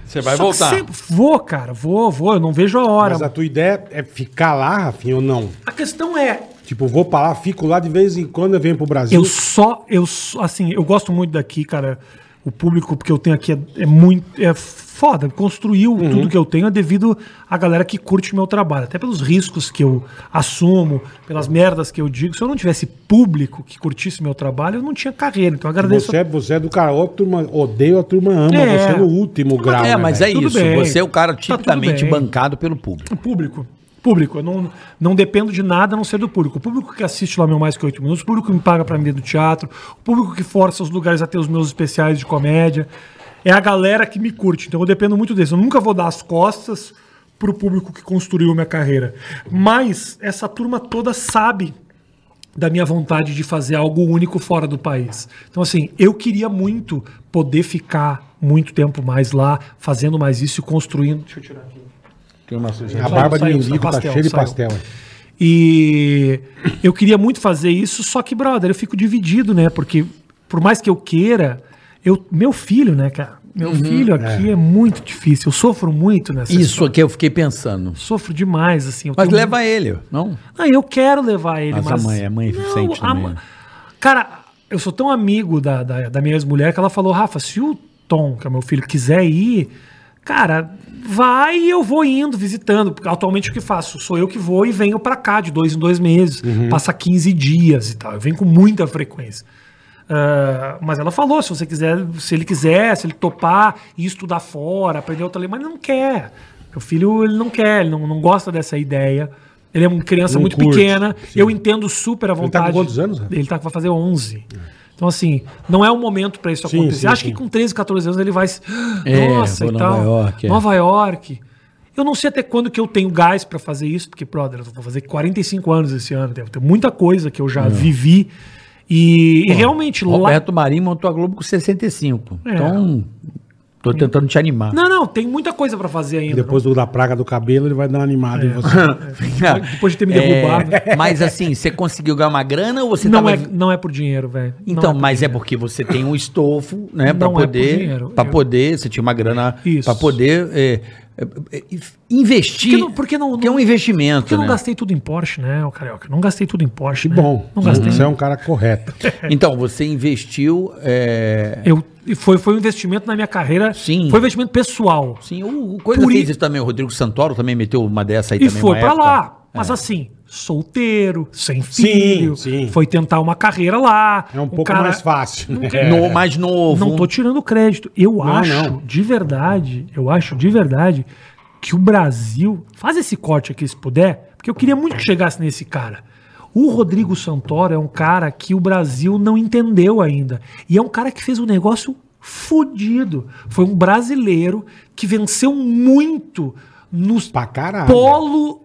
[SPEAKER 5] Você vai
[SPEAKER 4] Só que
[SPEAKER 5] voltar.
[SPEAKER 4] sempre- Vou, cara, vou, vou, eu não vejo a hora.
[SPEAKER 2] Mas a tua ideia é ficar lá, Rafinha, ou não?
[SPEAKER 4] A questão é,
[SPEAKER 2] Tipo, vou pra lá, fico lá de vez em quando eu venho pro Brasil.
[SPEAKER 4] eu só, eu só- assim, eu gosto muito daqui, cara. O público que eu tenho aqui é, é muito, é foda. Construiu tudo que eu tenho é devido à galera que curte o meu trabalho. Até pelos riscos que eu assumo, pelas merdas que eu digo. Se eu não tivesse público que curtisse meu trabalho, eu não tinha carreira. Então eu agradeço.
[SPEAKER 2] Você, é- você é do cara, ó, turma, odeio, a turma ama,
[SPEAKER 4] É.
[SPEAKER 2] você é no último grau.
[SPEAKER 3] É,
[SPEAKER 2] né,
[SPEAKER 3] mas
[SPEAKER 2] velho?
[SPEAKER 3] é
[SPEAKER 4] Tudo
[SPEAKER 3] isso.
[SPEAKER 4] bem.
[SPEAKER 3] Você é o cara
[SPEAKER 4] Tá tudo
[SPEAKER 3] tipicamente
[SPEAKER 4] bem.
[SPEAKER 3] bancado pelo público.
[SPEAKER 4] Público. Público. Eu não, não dependo de nada a não ser do público. O público que assiste lá meu Mais Que Oito Minutos, o público que me paga pra mim do teatro, o público que força os lugares a ter os meus especiais de comédia. É a galera que me curte. Então eu dependo muito deles. Eu nunca vou dar as costas pro público que construiu minha carreira. Mas essa turma toda sabe da minha vontade de fazer algo único fora do país. Então, assim, eu queria muito poder ficar muito tempo mais lá, fazendo mais isso e construindo. Deixa eu tirar aqui.
[SPEAKER 3] Tem uma
[SPEAKER 2] A barba de
[SPEAKER 4] é Saiu, saiu,
[SPEAKER 2] mendigo tá
[SPEAKER 4] pastel,
[SPEAKER 2] cheia de
[SPEAKER 4] saiu.
[SPEAKER 2] pastel. hein?
[SPEAKER 4] E eu queria muito fazer isso, só que, brother, eu fico dividido, né? Porque por mais que eu queira, eu, meu filho, né, cara? Meu filho aqui é. muito difícil. Eu sofro muito nessa
[SPEAKER 3] Uhum. Isso aqui eu fiquei pensando.
[SPEAKER 4] Sofro demais, assim. eu
[SPEAKER 3] Mas
[SPEAKER 4] tenho-
[SPEAKER 3] leva ele, não?
[SPEAKER 4] Ah, eu quero levar ele,
[SPEAKER 3] Mas
[SPEAKER 4] mas.
[SPEAKER 3] a mãe- a mãe sente também. né?
[SPEAKER 4] ma- Cara, eu sou tão amigo da, da, da minha ex-mulher que ela falou: Rafa, se o Tom, que é meu filho, quiser ir, cara, vai e eu vou indo, visitando. Porque Atualmente o que faço? Sou eu que vou e venho pra cá de dois em dois meses.
[SPEAKER 2] Uhum.
[SPEAKER 4] Passa 15 dias e tal. Eu venho com muita frequência. Ah, mas ela falou, se você quiser, se ele quiser, se ele topar, ir estudar fora, aprender outra língua, mas ele não quer. Meu filho, ele não quer, ele não, não gosta dessa ideia. Ele é uma criança
[SPEAKER 2] Não
[SPEAKER 4] muito
[SPEAKER 2] curte,
[SPEAKER 4] pequena,
[SPEAKER 2] sim.
[SPEAKER 4] eu entendo super a
[SPEAKER 2] Ele tá
[SPEAKER 4] vontade.
[SPEAKER 2] com quantos anos, Rafa?
[SPEAKER 4] Ele tá vai fazer 11. Então, assim, não é o momento pra isso
[SPEAKER 2] Sim,
[SPEAKER 4] acontecer.
[SPEAKER 2] sim,
[SPEAKER 4] Acho
[SPEAKER 2] sim.
[SPEAKER 4] que com 13, 14 anos ele vai. se- "Ah,
[SPEAKER 3] É,
[SPEAKER 4] Nossa,
[SPEAKER 3] vou
[SPEAKER 4] e
[SPEAKER 3] a
[SPEAKER 4] tal.
[SPEAKER 3] Nova York, é.
[SPEAKER 4] Nova York. Eu não sei até quando que eu tenho gás pra fazer isso, porque, brother, eu vou fazer 45 anos esse ano. Tem tem muita coisa que eu já vivi. E, e realmente, lá,
[SPEAKER 3] Roberto Marinho montou a Globo com 65.
[SPEAKER 4] É.
[SPEAKER 3] Então, tô tentando te animar.
[SPEAKER 4] Não, não, tem muita coisa pra fazer ainda.
[SPEAKER 2] Depois do- da praga do cabelo, ele vai dar uma animada
[SPEAKER 4] É.
[SPEAKER 2] em você.
[SPEAKER 4] depois de ter me derrubado.
[SPEAKER 3] É, mas assim, você conseguiu ganhar uma grana ou você
[SPEAKER 4] não,
[SPEAKER 3] tava-
[SPEAKER 4] é, não é por dinheiro, velho. Não
[SPEAKER 3] Então,
[SPEAKER 4] é por
[SPEAKER 3] mas é
[SPEAKER 4] dinheiro.
[SPEAKER 3] porque você tem um estofo, né, para
[SPEAKER 4] Não é por
[SPEAKER 3] poder,
[SPEAKER 4] dinheiro,
[SPEAKER 3] para
[SPEAKER 4] é.
[SPEAKER 3] poder, você tinha uma grana
[SPEAKER 4] Isso.
[SPEAKER 3] para poder é, é, é, investir.
[SPEAKER 4] Por que não- por que não-
[SPEAKER 3] Porque é um investimento,
[SPEAKER 4] Por que eu não
[SPEAKER 3] né?
[SPEAKER 4] gastei tudo em Porsche, né, o Carioca? Não gastei tudo em Porsche.
[SPEAKER 2] Que
[SPEAKER 4] né?
[SPEAKER 2] bom.
[SPEAKER 4] Não gastei.
[SPEAKER 2] Você é um cara correto.
[SPEAKER 3] Então, você investiu é,
[SPEAKER 4] Eu, e foi, foi um investimento na minha carreira.
[SPEAKER 3] Sim.
[SPEAKER 4] Foi um investimento pessoal.
[SPEAKER 3] Sim, o, o coisa
[SPEAKER 4] Por
[SPEAKER 3] fez
[SPEAKER 4] i-
[SPEAKER 3] isso também, o Rodrigo Santoro também meteu uma dessa aí
[SPEAKER 4] E
[SPEAKER 3] também.
[SPEAKER 4] foi
[SPEAKER 3] uma
[SPEAKER 4] pra
[SPEAKER 3] época. É.
[SPEAKER 4] lá. Mas assim, solteiro, sem
[SPEAKER 2] Sim,
[SPEAKER 4] filho.
[SPEAKER 2] sim.
[SPEAKER 4] Foi tentar uma carreira lá.
[SPEAKER 2] É um pouco
[SPEAKER 4] cara-
[SPEAKER 2] mais fácil. né?
[SPEAKER 3] No, mais novo. um
[SPEAKER 4] Não tô tirando crédito. Eu acho,
[SPEAKER 2] um não.
[SPEAKER 4] de verdade, eu acho de verdade que o Brasil. Faz esse corte aqui se puder, porque eu queria muito que chegasse nesse cara. O Rodrigo Santoro é um cara que o Brasil não entendeu ainda. E é um cara que fez um negócio fudido. Foi um brasileiro que venceu muito nos
[SPEAKER 2] Pra caralho.
[SPEAKER 4] polo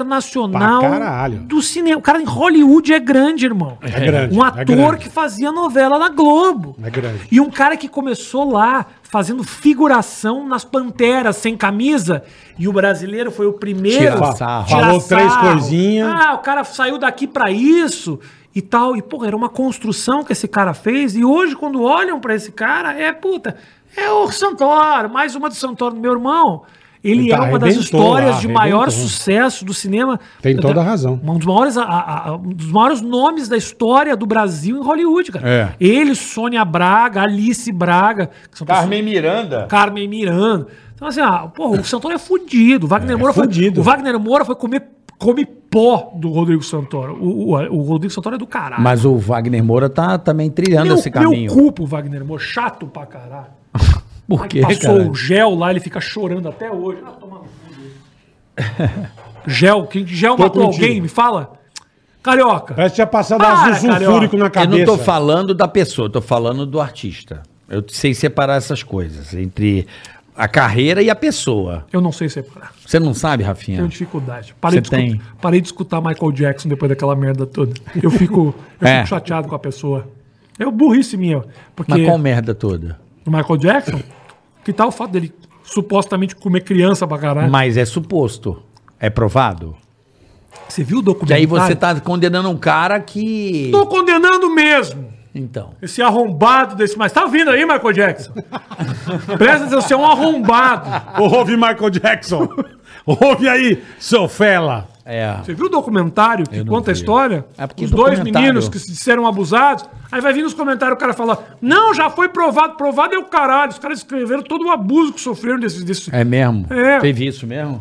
[SPEAKER 4] internacional
[SPEAKER 2] Pra caralho.
[SPEAKER 4] do cinema. O cara em Hollywood é grande, irmão.
[SPEAKER 2] É grande,
[SPEAKER 4] Um
[SPEAKER 2] é
[SPEAKER 4] ator
[SPEAKER 2] grande.
[SPEAKER 4] que fazia novela na Globo.
[SPEAKER 2] É grande.
[SPEAKER 4] E um cara que começou lá fazendo figuração nas panteras sem camisa. E o brasileiro foi o primeiro.
[SPEAKER 3] Tirar
[SPEAKER 4] a
[SPEAKER 3] sarro.
[SPEAKER 2] Falou três coisinhas.
[SPEAKER 4] Ah, o cara saiu daqui pra isso e tal. E, porra, era uma construção que esse cara fez. E hoje, quando olham pra esse cara, é puta. É o Santoro, mais uma do Santoro, meu irmão. Ele,
[SPEAKER 2] Ele tá
[SPEAKER 4] é uma das
[SPEAKER 2] arrebentou
[SPEAKER 4] histórias
[SPEAKER 2] lá,
[SPEAKER 4] de maior
[SPEAKER 2] arrebentou.
[SPEAKER 4] sucesso do cinema.
[SPEAKER 2] Tem toda
[SPEAKER 4] Da-
[SPEAKER 2] a razão.
[SPEAKER 4] Um dos, maiores, a- a- a- um dos maiores nomes da história do Brasil em Hollywood, cara.
[SPEAKER 3] É.
[SPEAKER 4] Ele, Sônia Braga, Alice Braga, que são pessoas-
[SPEAKER 3] Miranda.
[SPEAKER 4] Carmen Miranda. Então, assim, ah, porra, o Santoro é fudido. O Wagner Moura
[SPEAKER 2] fudido.
[SPEAKER 4] foi. O Wagner Moura foi comer come pó do Rodrigo Santoro. O, o- o Rodrigo Santoro é do caralho.
[SPEAKER 3] Mas o Wagner Moura tá também trilhando
[SPEAKER 4] meu,
[SPEAKER 3] esse caminho.
[SPEAKER 4] meu culpo, o Wagner Moura, chato pra caralho.
[SPEAKER 3] Por quê,
[SPEAKER 4] Passou
[SPEAKER 3] cara?
[SPEAKER 4] o gel lá, ele fica chorando até hoje. Ah, toma no cu dele. gel, que gel matou
[SPEAKER 2] contigo.
[SPEAKER 4] alguém? Me fala. Carioca.
[SPEAKER 2] Parece que tinha passado
[SPEAKER 4] Para,
[SPEAKER 2] azul sulfúrico
[SPEAKER 4] carioca.
[SPEAKER 2] na
[SPEAKER 3] Eu
[SPEAKER 2] cabeça.
[SPEAKER 3] não tô falando da pessoa, eu tô falando do artista. Eu sei separar essas coisas entre a carreira e a pessoa.
[SPEAKER 4] Eu não sei separar.
[SPEAKER 3] Você não sabe, Rafinha?
[SPEAKER 4] Tenho dificuldade. Parei,
[SPEAKER 3] Você É. tem?
[SPEAKER 4] escutar, parei de escutar Michael Jackson depois daquela merda toda. Eu fico, eu
[SPEAKER 3] É.
[SPEAKER 4] fico chateado com a pessoa. É burrice minha. Porque
[SPEAKER 3] Mas qual merda toda?
[SPEAKER 4] o Michael Jackson, que tal o fato dele supostamente comer criança pra caralho.
[SPEAKER 3] Mas é suposto. É provado.
[SPEAKER 4] Você viu o
[SPEAKER 3] E
[SPEAKER 4] documentário?
[SPEAKER 3] aí você tá condenando um cara que.
[SPEAKER 4] Tô condenando mesmo.
[SPEAKER 3] Então.
[SPEAKER 4] Esse arrombado desse. Mas tá vindo aí, Michael Jackson? Presta atenção, você é um arrombado.
[SPEAKER 2] Ouve Michael Jackson. Ouve aí, seu fela.
[SPEAKER 3] É.
[SPEAKER 4] Você viu o documentário que
[SPEAKER 3] não
[SPEAKER 4] conta a
[SPEAKER 3] vi.
[SPEAKER 4] história?
[SPEAKER 3] É porque
[SPEAKER 4] Os
[SPEAKER 3] o
[SPEAKER 4] dois
[SPEAKER 3] documentário-
[SPEAKER 4] meninos que se disseram abusados. Aí vai vir nos comentários o cara falar: Não, já foi provado, provado é o caralho. Os caras escreveram todo o abuso que sofreram desses. desses...
[SPEAKER 3] É mesmo?
[SPEAKER 4] É.
[SPEAKER 3] Teve isso mesmo?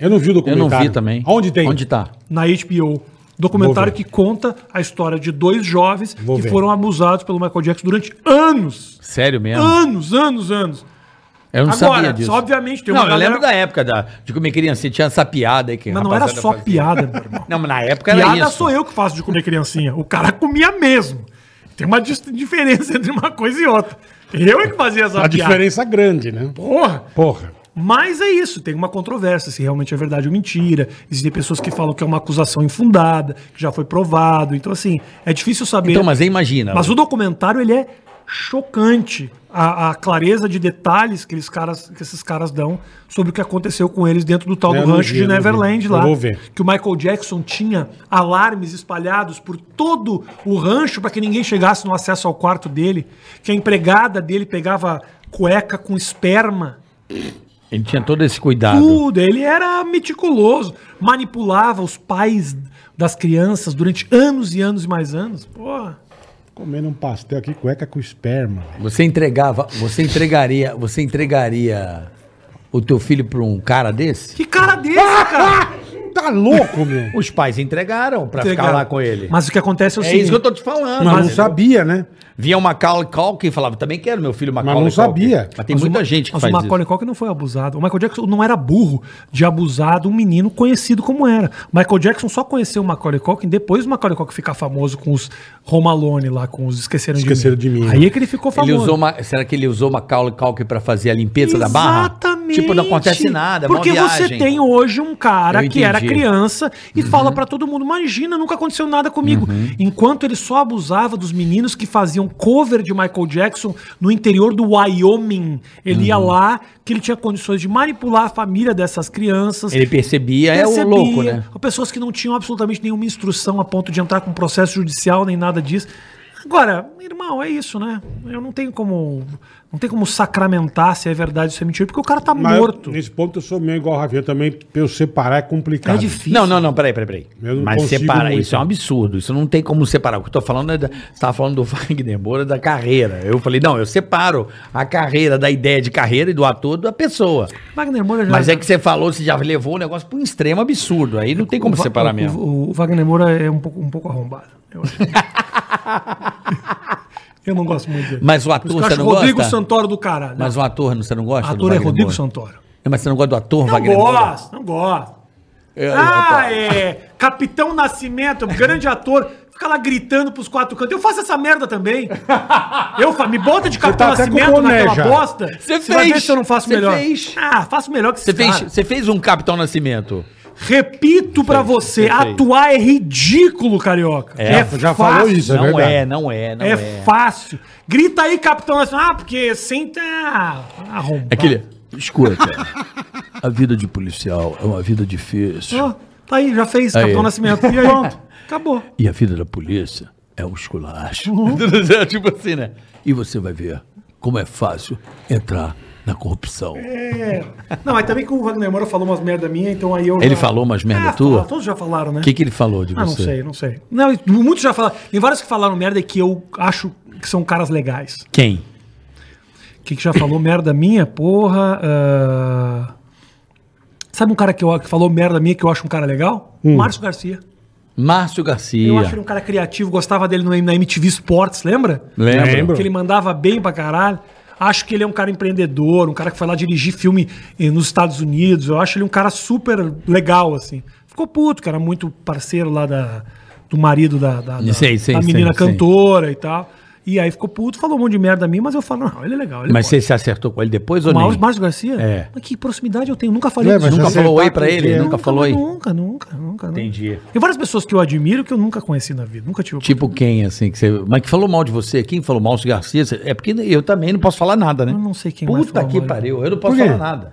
[SPEAKER 2] Eu não vi o
[SPEAKER 3] Eu
[SPEAKER 2] documentário.
[SPEAKER 3] não vi também.
[SPEAKER 2] Onde tem?
[SPEAKER 3] Onde tá?
[SPEAKER 4] na HBO. Documentário
[SPEAKER 2] Vou
[SPEAKER 4] que conta a história de dois jovens
[SPEAKER 2] Vou
[SPEAKER 4] que
[SPEAKER 2] ver.
[SPEAKER 4] foram abusados pelo Michael Jackson durante anos.
[SPEAKER 3] Sério
[SPEAKER 2] É.
[SPEAKER 3] mesmo?
[SPEAKER 4] Anos, anos, anos.
[SPEAKER 3] Eu não
[SPEAKER 4] Agora,
[SPEAKER 3] sabia disso.
[SPEAKER 4] obviamente, tem
[SPEAKER 3] Não,
[SPEAKER 4] uma
[SPEAKER 3] eu
[SPEAKER 4] galera-
[SPEAKER 3] lembro da época da, de é comer criança. Tinha essa piada aí que.
[SPEAKER 4] Mas não era
[SPEAKER 3] rapaziada
[SPEAKER 4] só
[SPEAKER 3] fazia.
[SPEAKER 4] piada, meu irmão.
[SPEAKER 3] Não, mas na época era
[SPEAKER 4] Piada
[SPEAKER 3] isso.
[SPEAKER 4] sou eu que faço de comer criancinha. O cara comia mesmo. Tem uma dis- diferença entre uma coisa e outra. Eu é que fazia essa
[SPEAKER 2] A
[SPEAKER 4] piada.
[SPEAKER 2] diferença grande, né?
[SPEAKER 4] Porra!
[SPEAKER 2] Porra.
[SPEAKER 4] Mas é isso, tem uma controvérsia se realmente é verdade ou mentira. Existem pessoas que falam que é uma acusação infundada, que já foi provado. Então, assim, é difícil saber.
[SPEAKER 3] Então, mas aí imagina.
[SPEAKER 4] Mas o documentário ele é chocante a, a clareza de detalhes que, eles caras, que esses caras dão sobre o que aconteceu com eles dentro do tal
[SPEAKER 2] É, Eu
[SPEAKER 4] do
[SPEAKER 2] não
[SPEAKER 4] rancho
[SPEAKER 2] vi,
[SPEAKER 4] de
[SPEAKER 2] eu não vi.
[SPEAKER 4] Neverland
[SPEAKER 2] Eu
[SPEAKER 4] lá.
[SPEAKER 2] vou ver.
[SPEAKER 4] Que o Michael Jackson tinha alarmes espalhados por todo o rancho para que ninguém chegasse no acesso ao quarto dele, que a empregada dele pegava cueca com esperma.
[SPEAKER 3] Ele tinha todo esse cuidado.
[SPEAKER 4] Tudo, ele era meticuloso, manipulava os pais das crianças durante anos e anos e mais anos. Porra.
[SPEAKER 2] Comendo um pastel aqui, cueca com esperma. velho.
[SPEAKER 3] Você entregava, você entregaria, você entregaria o teu filho pra um cara desse?
[SPEAKER 4] Que cara desse, cara?
[SPEAKER 2] Tá louco, meu?
[SPEAKER 3] Os pais entregaram pra
[SPEAKER 4] Entregar.
[SPEAKER 3] ficar lá com ele.
[SPEAKER 4] Tá Mas o que acontece é o
[SPEAKER 3] é
[SPEAKER 4] seguinte.
[SPEAKER 3] isso que eu tô te falando.
[SPEAKER 2] Mas não
[SPEAKER 3] entendeu?
[SPEAKER 2] sabia, né?
[SPEAKER 3] Vinha o Macaulay Culkin e falava, também quero meu filho Macaulay
[SPEAKER 2] não sabia.
[SPEAKER 3] Culkin. Mas tem
[SPEAKER 4] Mas
[SPEAKER 3] muita
[SPEAKER 4] o Ma-
[SPEAKER 3] gente que
[SPEAKER 4] mas
[SPEAKER 3] faz
[SPEAKER 4] o Macaulay Culkin não foi abusado. O Michael Jackson não era burro de abusar de um menino conhecido como era. O Michael Jackson só conheceu o Macaulay Culkin depois do Macaulay Culkin ficar famoso com os Home Alone lá, com os Esqueceram,
[SPEAKER 2] Esqueceram de Mim.
[SPEAKER 4] Aí é que ele ficou
[SPEAKER 3] isso.
[SPEAKER 4] famoso.
[SPEAKER 3] Ele usou uma- será que ele usou Macaulay Culkin pra fazer a limpeza da barra?
[SPEAKER 4] Exatamente.
[SPEAKER 3] Tipo, não acontece nada, é mó
[SPEAKER 4] Porque você
[SPEAKER 3] viagem.
[SPEAKER 4] tem hoje um cara
[SPEAKER 3] Eu
[SPEAKER 4] que era
[SPEAKER 3] entendi. Uhum.
[SPEAKER 4] criança e fala pra todo mundo: imagina, nunca aconteceu nada comigo. Enquanto ele só abusava dos meninos que faziam cover de Michael Jackson no interior do Wyoming.
[SPEAKER 3] Uhum.
[SPEAKER 4] Ele ia lá, que ele tinha condições de manipular a família dessas crianças.
[SPEAKER 3] Ele percebia, é o louco, né?
[SPEAKER 4] Pessoas que não tinham absolutamente nenhuma instrução a ponto de entrar com um processo judicial nem nada disso. Agora, irmão, é isso, né? Eu não tenho como. Não tem como sacramentar se é verdade ou se é mentira, porque o cara tá
[SPEAKER 2] Mas eu-
[SPEAKER 4] morto.
[SPEAKER 2] nesse ponto eu sou meio igual o Rafinha também. Pra eu separar é complicado.
[SPEAKER 4] É difícil.
[SPEAKER 3] Não, não, não, peraí, peraí, peraí.
[SPEAKER 2] Eu não
[SPEAKER 3] Mas
[SPEAKER 2] consigo
[SPEAKER 3] separa,
[SPEAKER 2] muito.
[SPEAKER 3] isso é um absurdo. Isso não tem como separar. O que eu tô falando é. Da, você tava falando do Wagner Moura da carreira. Eu falei, não, eu separo a carreira da ideia de carreira e do ator da pessoa.
[SPEAKER 4] Wagner Moura já.
[SPEAKER 3] Mas é que você falou, você já levou o negócio para um extremo absurdo. Aí não tem como
[SPEAKER 4] o Va-
[SPEAKER 3] separar
[SPEAKER 4] o-
[SPEAKER 3] mesmo.
[SPEAKER 4] O, o Wagner Moura é um pouco, um pouco arrombado, eu acho. eu não gosto muito dele.
[SPEAKER 3] Mas o
[SPEAKER 4] Por isso
[SPEAKER 3] ator
[SPEAKER 4] que eu
[SPEAKER 3] você
[SPEAKER 4] acho
[SPEAKER 3] não
[SPEAKER 4] Rodrigo
[SPEAKER 3] gosta.
[SPEAKER 4] Santoro do caralho.
[SPEAKER 3] Mas o ator você não gosta? do
[SPEAKER 4] ator é
[SPEAKER 3] Wagner
[SPEAKER 4] Rodrigo
[SPEAKER 3] Moura?
[SPEAKER 4] Santoro.
[SPEAKER 3] É, Mas você não gosta do ator
[SPEAKER 4] Não
[SPEAKER 3] Wagner Moura?
[SPEAKER 4] gosto, não gosto.
[SPEAKER 3] Eu- eu-
[SPEAKER 4] Ah, é. Capitão Nascimento, um grande ator. Fica lá gritando pros quatro cantos. Eu faço essa merda também. Eu fa- me bota de Capitão
[SPEAKER 2] tá até com
[SPEAKER 4] Nascimento
[SPEAKER 2] boné
[SPEAKER 4] naquela
[SPEAKER 2] já.
[SPEAKER 4] bosta.
[SPEAKER 3] Você
[SPEAKER 4] vai
[SPEAKER 3] fez,
[SPEAKER 4] ver se eu não faço
[SPEAKER 3] você
[SPEAKER 4] melhor.
[SPEAKER 3] fez.
[SPEAKER 4] Ah, faço melhor que
[SPEAKER 3] Você
[SPEAKER 4] você
[SPEAKER 3] fez, você fez um Capitão Nascimento.
[SPEAKER 4] Repito pra você,
[SPEAKER 3] você fez.
[SPEAKER 4] atuar é ridículo, carioca.
[SPEAKER 3] É,
[SPEAKER 2] já falou isso, é
[SPEAKER 3] não
[SPEAKER 2] verdade.
[SPEAKER 3] é, não é, não
[SPEAKER 4] é,
[SPEAKER 3] é.
[SPEAKER 4] fácil. Grita aí, Capitão Nascimento. Ah, porque senta Ah, arrombado.
[SPEAKER 3] Aquele.
[SPEAKER 6] Escuta, a vida de policial é uma vida difícil.
[SPEAKER 4] Ó, tá aí, já fez, Capitão Nascimento. E aí, pronto. Acabou.
[SPEAKER 6] E a vida da polícia é um esculacho.
[SPEAKER 4] Uhum.
[SPEAKER 3] tipo assim, né?
[SPEAKER 6] E você vai ver como é fácil entrar na corrupção.
[SPEAKER 4] É. Não, mas também que o Wagner Moura falou umas merda minha, então aí eu.
[SPEAKER 3] Ele
[SPEAKER 4] já-
[SPEAKER 3] falou umas merda
[SPEAKER 4] Ah,
[SPEAKER 3] tua?
[SPEAKER 4] fala- Todos já falaram, né?
[SPEAKER 3] O que, que ele falou de
[SPEAKER 4] Ah, não
[SPEAKER 3] você?
[SPEAKER 4] sei, não sei. Não, e muitos já falaram. Tem vários que falaram merda que eu acho que são caras legais.
[SPEAKER 3] Quem?
[SPEAKER 4] O que, que já falou merda minha? Porra. ah, Sabe um cara que, eu- que falou merda minha que eu acho um cara legal?
[SPEAKER 3] Hum.
[SPEAKER 4] Márcio Garcia.
[SPEAKER 3] Márcio Garcia.
[SPEAKER 4] Eu acho ele um cara criativo, gostava dele no, na MTV Sports, lembra?
[SPEAKER 3] Lembro.
[SPEAKER 4] Que ele mandava bem pra caralho. Acho que ele é um cara empreendedor, um cara que foi lá dirigir filme eh, nos Estados Unidos. Eu acho ele um cara super legal, assim. Ficou puto, que era muito parceiro lá da, do marido da, da, da-
[SPEAKER 3] Sei, sei,
[SPEAKER 4] da
[SPEAKER 3] sei,
[SPEAKER 4] menina
[SPEAKER 3] sei.
[SPEAKER 4] cantora e tal. E aí ficou puto, falou um monte de merda a mim, mas eu falo, não, ele é legal. Ele
[SPEAKER 3] Mas
[SPEAKER 4] é
[SPEAKER 3] você se acertou com ele depois
[SPEAKER 4] bom.
[SPEAKER 3] ou
[SPEAKER 4] O Márcio,
[SPEAKER 3] não?
[SPEAKER 4] Márcio Garcia?
[SPEAKER 3] É.
[SPEAKER 4] Mas que proximidade eu tenho, nunca falei
[SPEAKER 2] É,
[SPEAKER 4] disso.
[SPEAKER 2] mas
[SPEAKER 4] Nunca,
[SPEAKER 3] Nunca
[SPEAKER 2] Acertar
[SPEAKER 3] falou oi pra
[SPEAKER 2] com
[SPEAKER 3] ele?
[SPEAKER 2] quem?
[SPEAKER 3] Nunca falou oi?
[SPEAKER 4] tá Nunca, nunca, nunca. nunca.
[SPEAKER 3] Entendi.
[SPEAKER 4] Tem várias pessoas que eu admiro que eu nunca conheci na vida, nunca tive.
[SPEAKER 3] Tipo quem, assim, que você... Mas que falou mal de você? Quem falou mal de Garcia? Você- É porque eu também não posso falar nada, né?
[SPEAKER 4] Eu não sei quem mais
[SPEAKER 3] Puta
[SPEAKER 4] falou
[SPEAKER 3] que
[SPEAKER 4] mal de-
[SPEAKER 3] pariu, eu não posso
[SPEAKER 2] Por quê?
[SPEAKER 3] falar nada.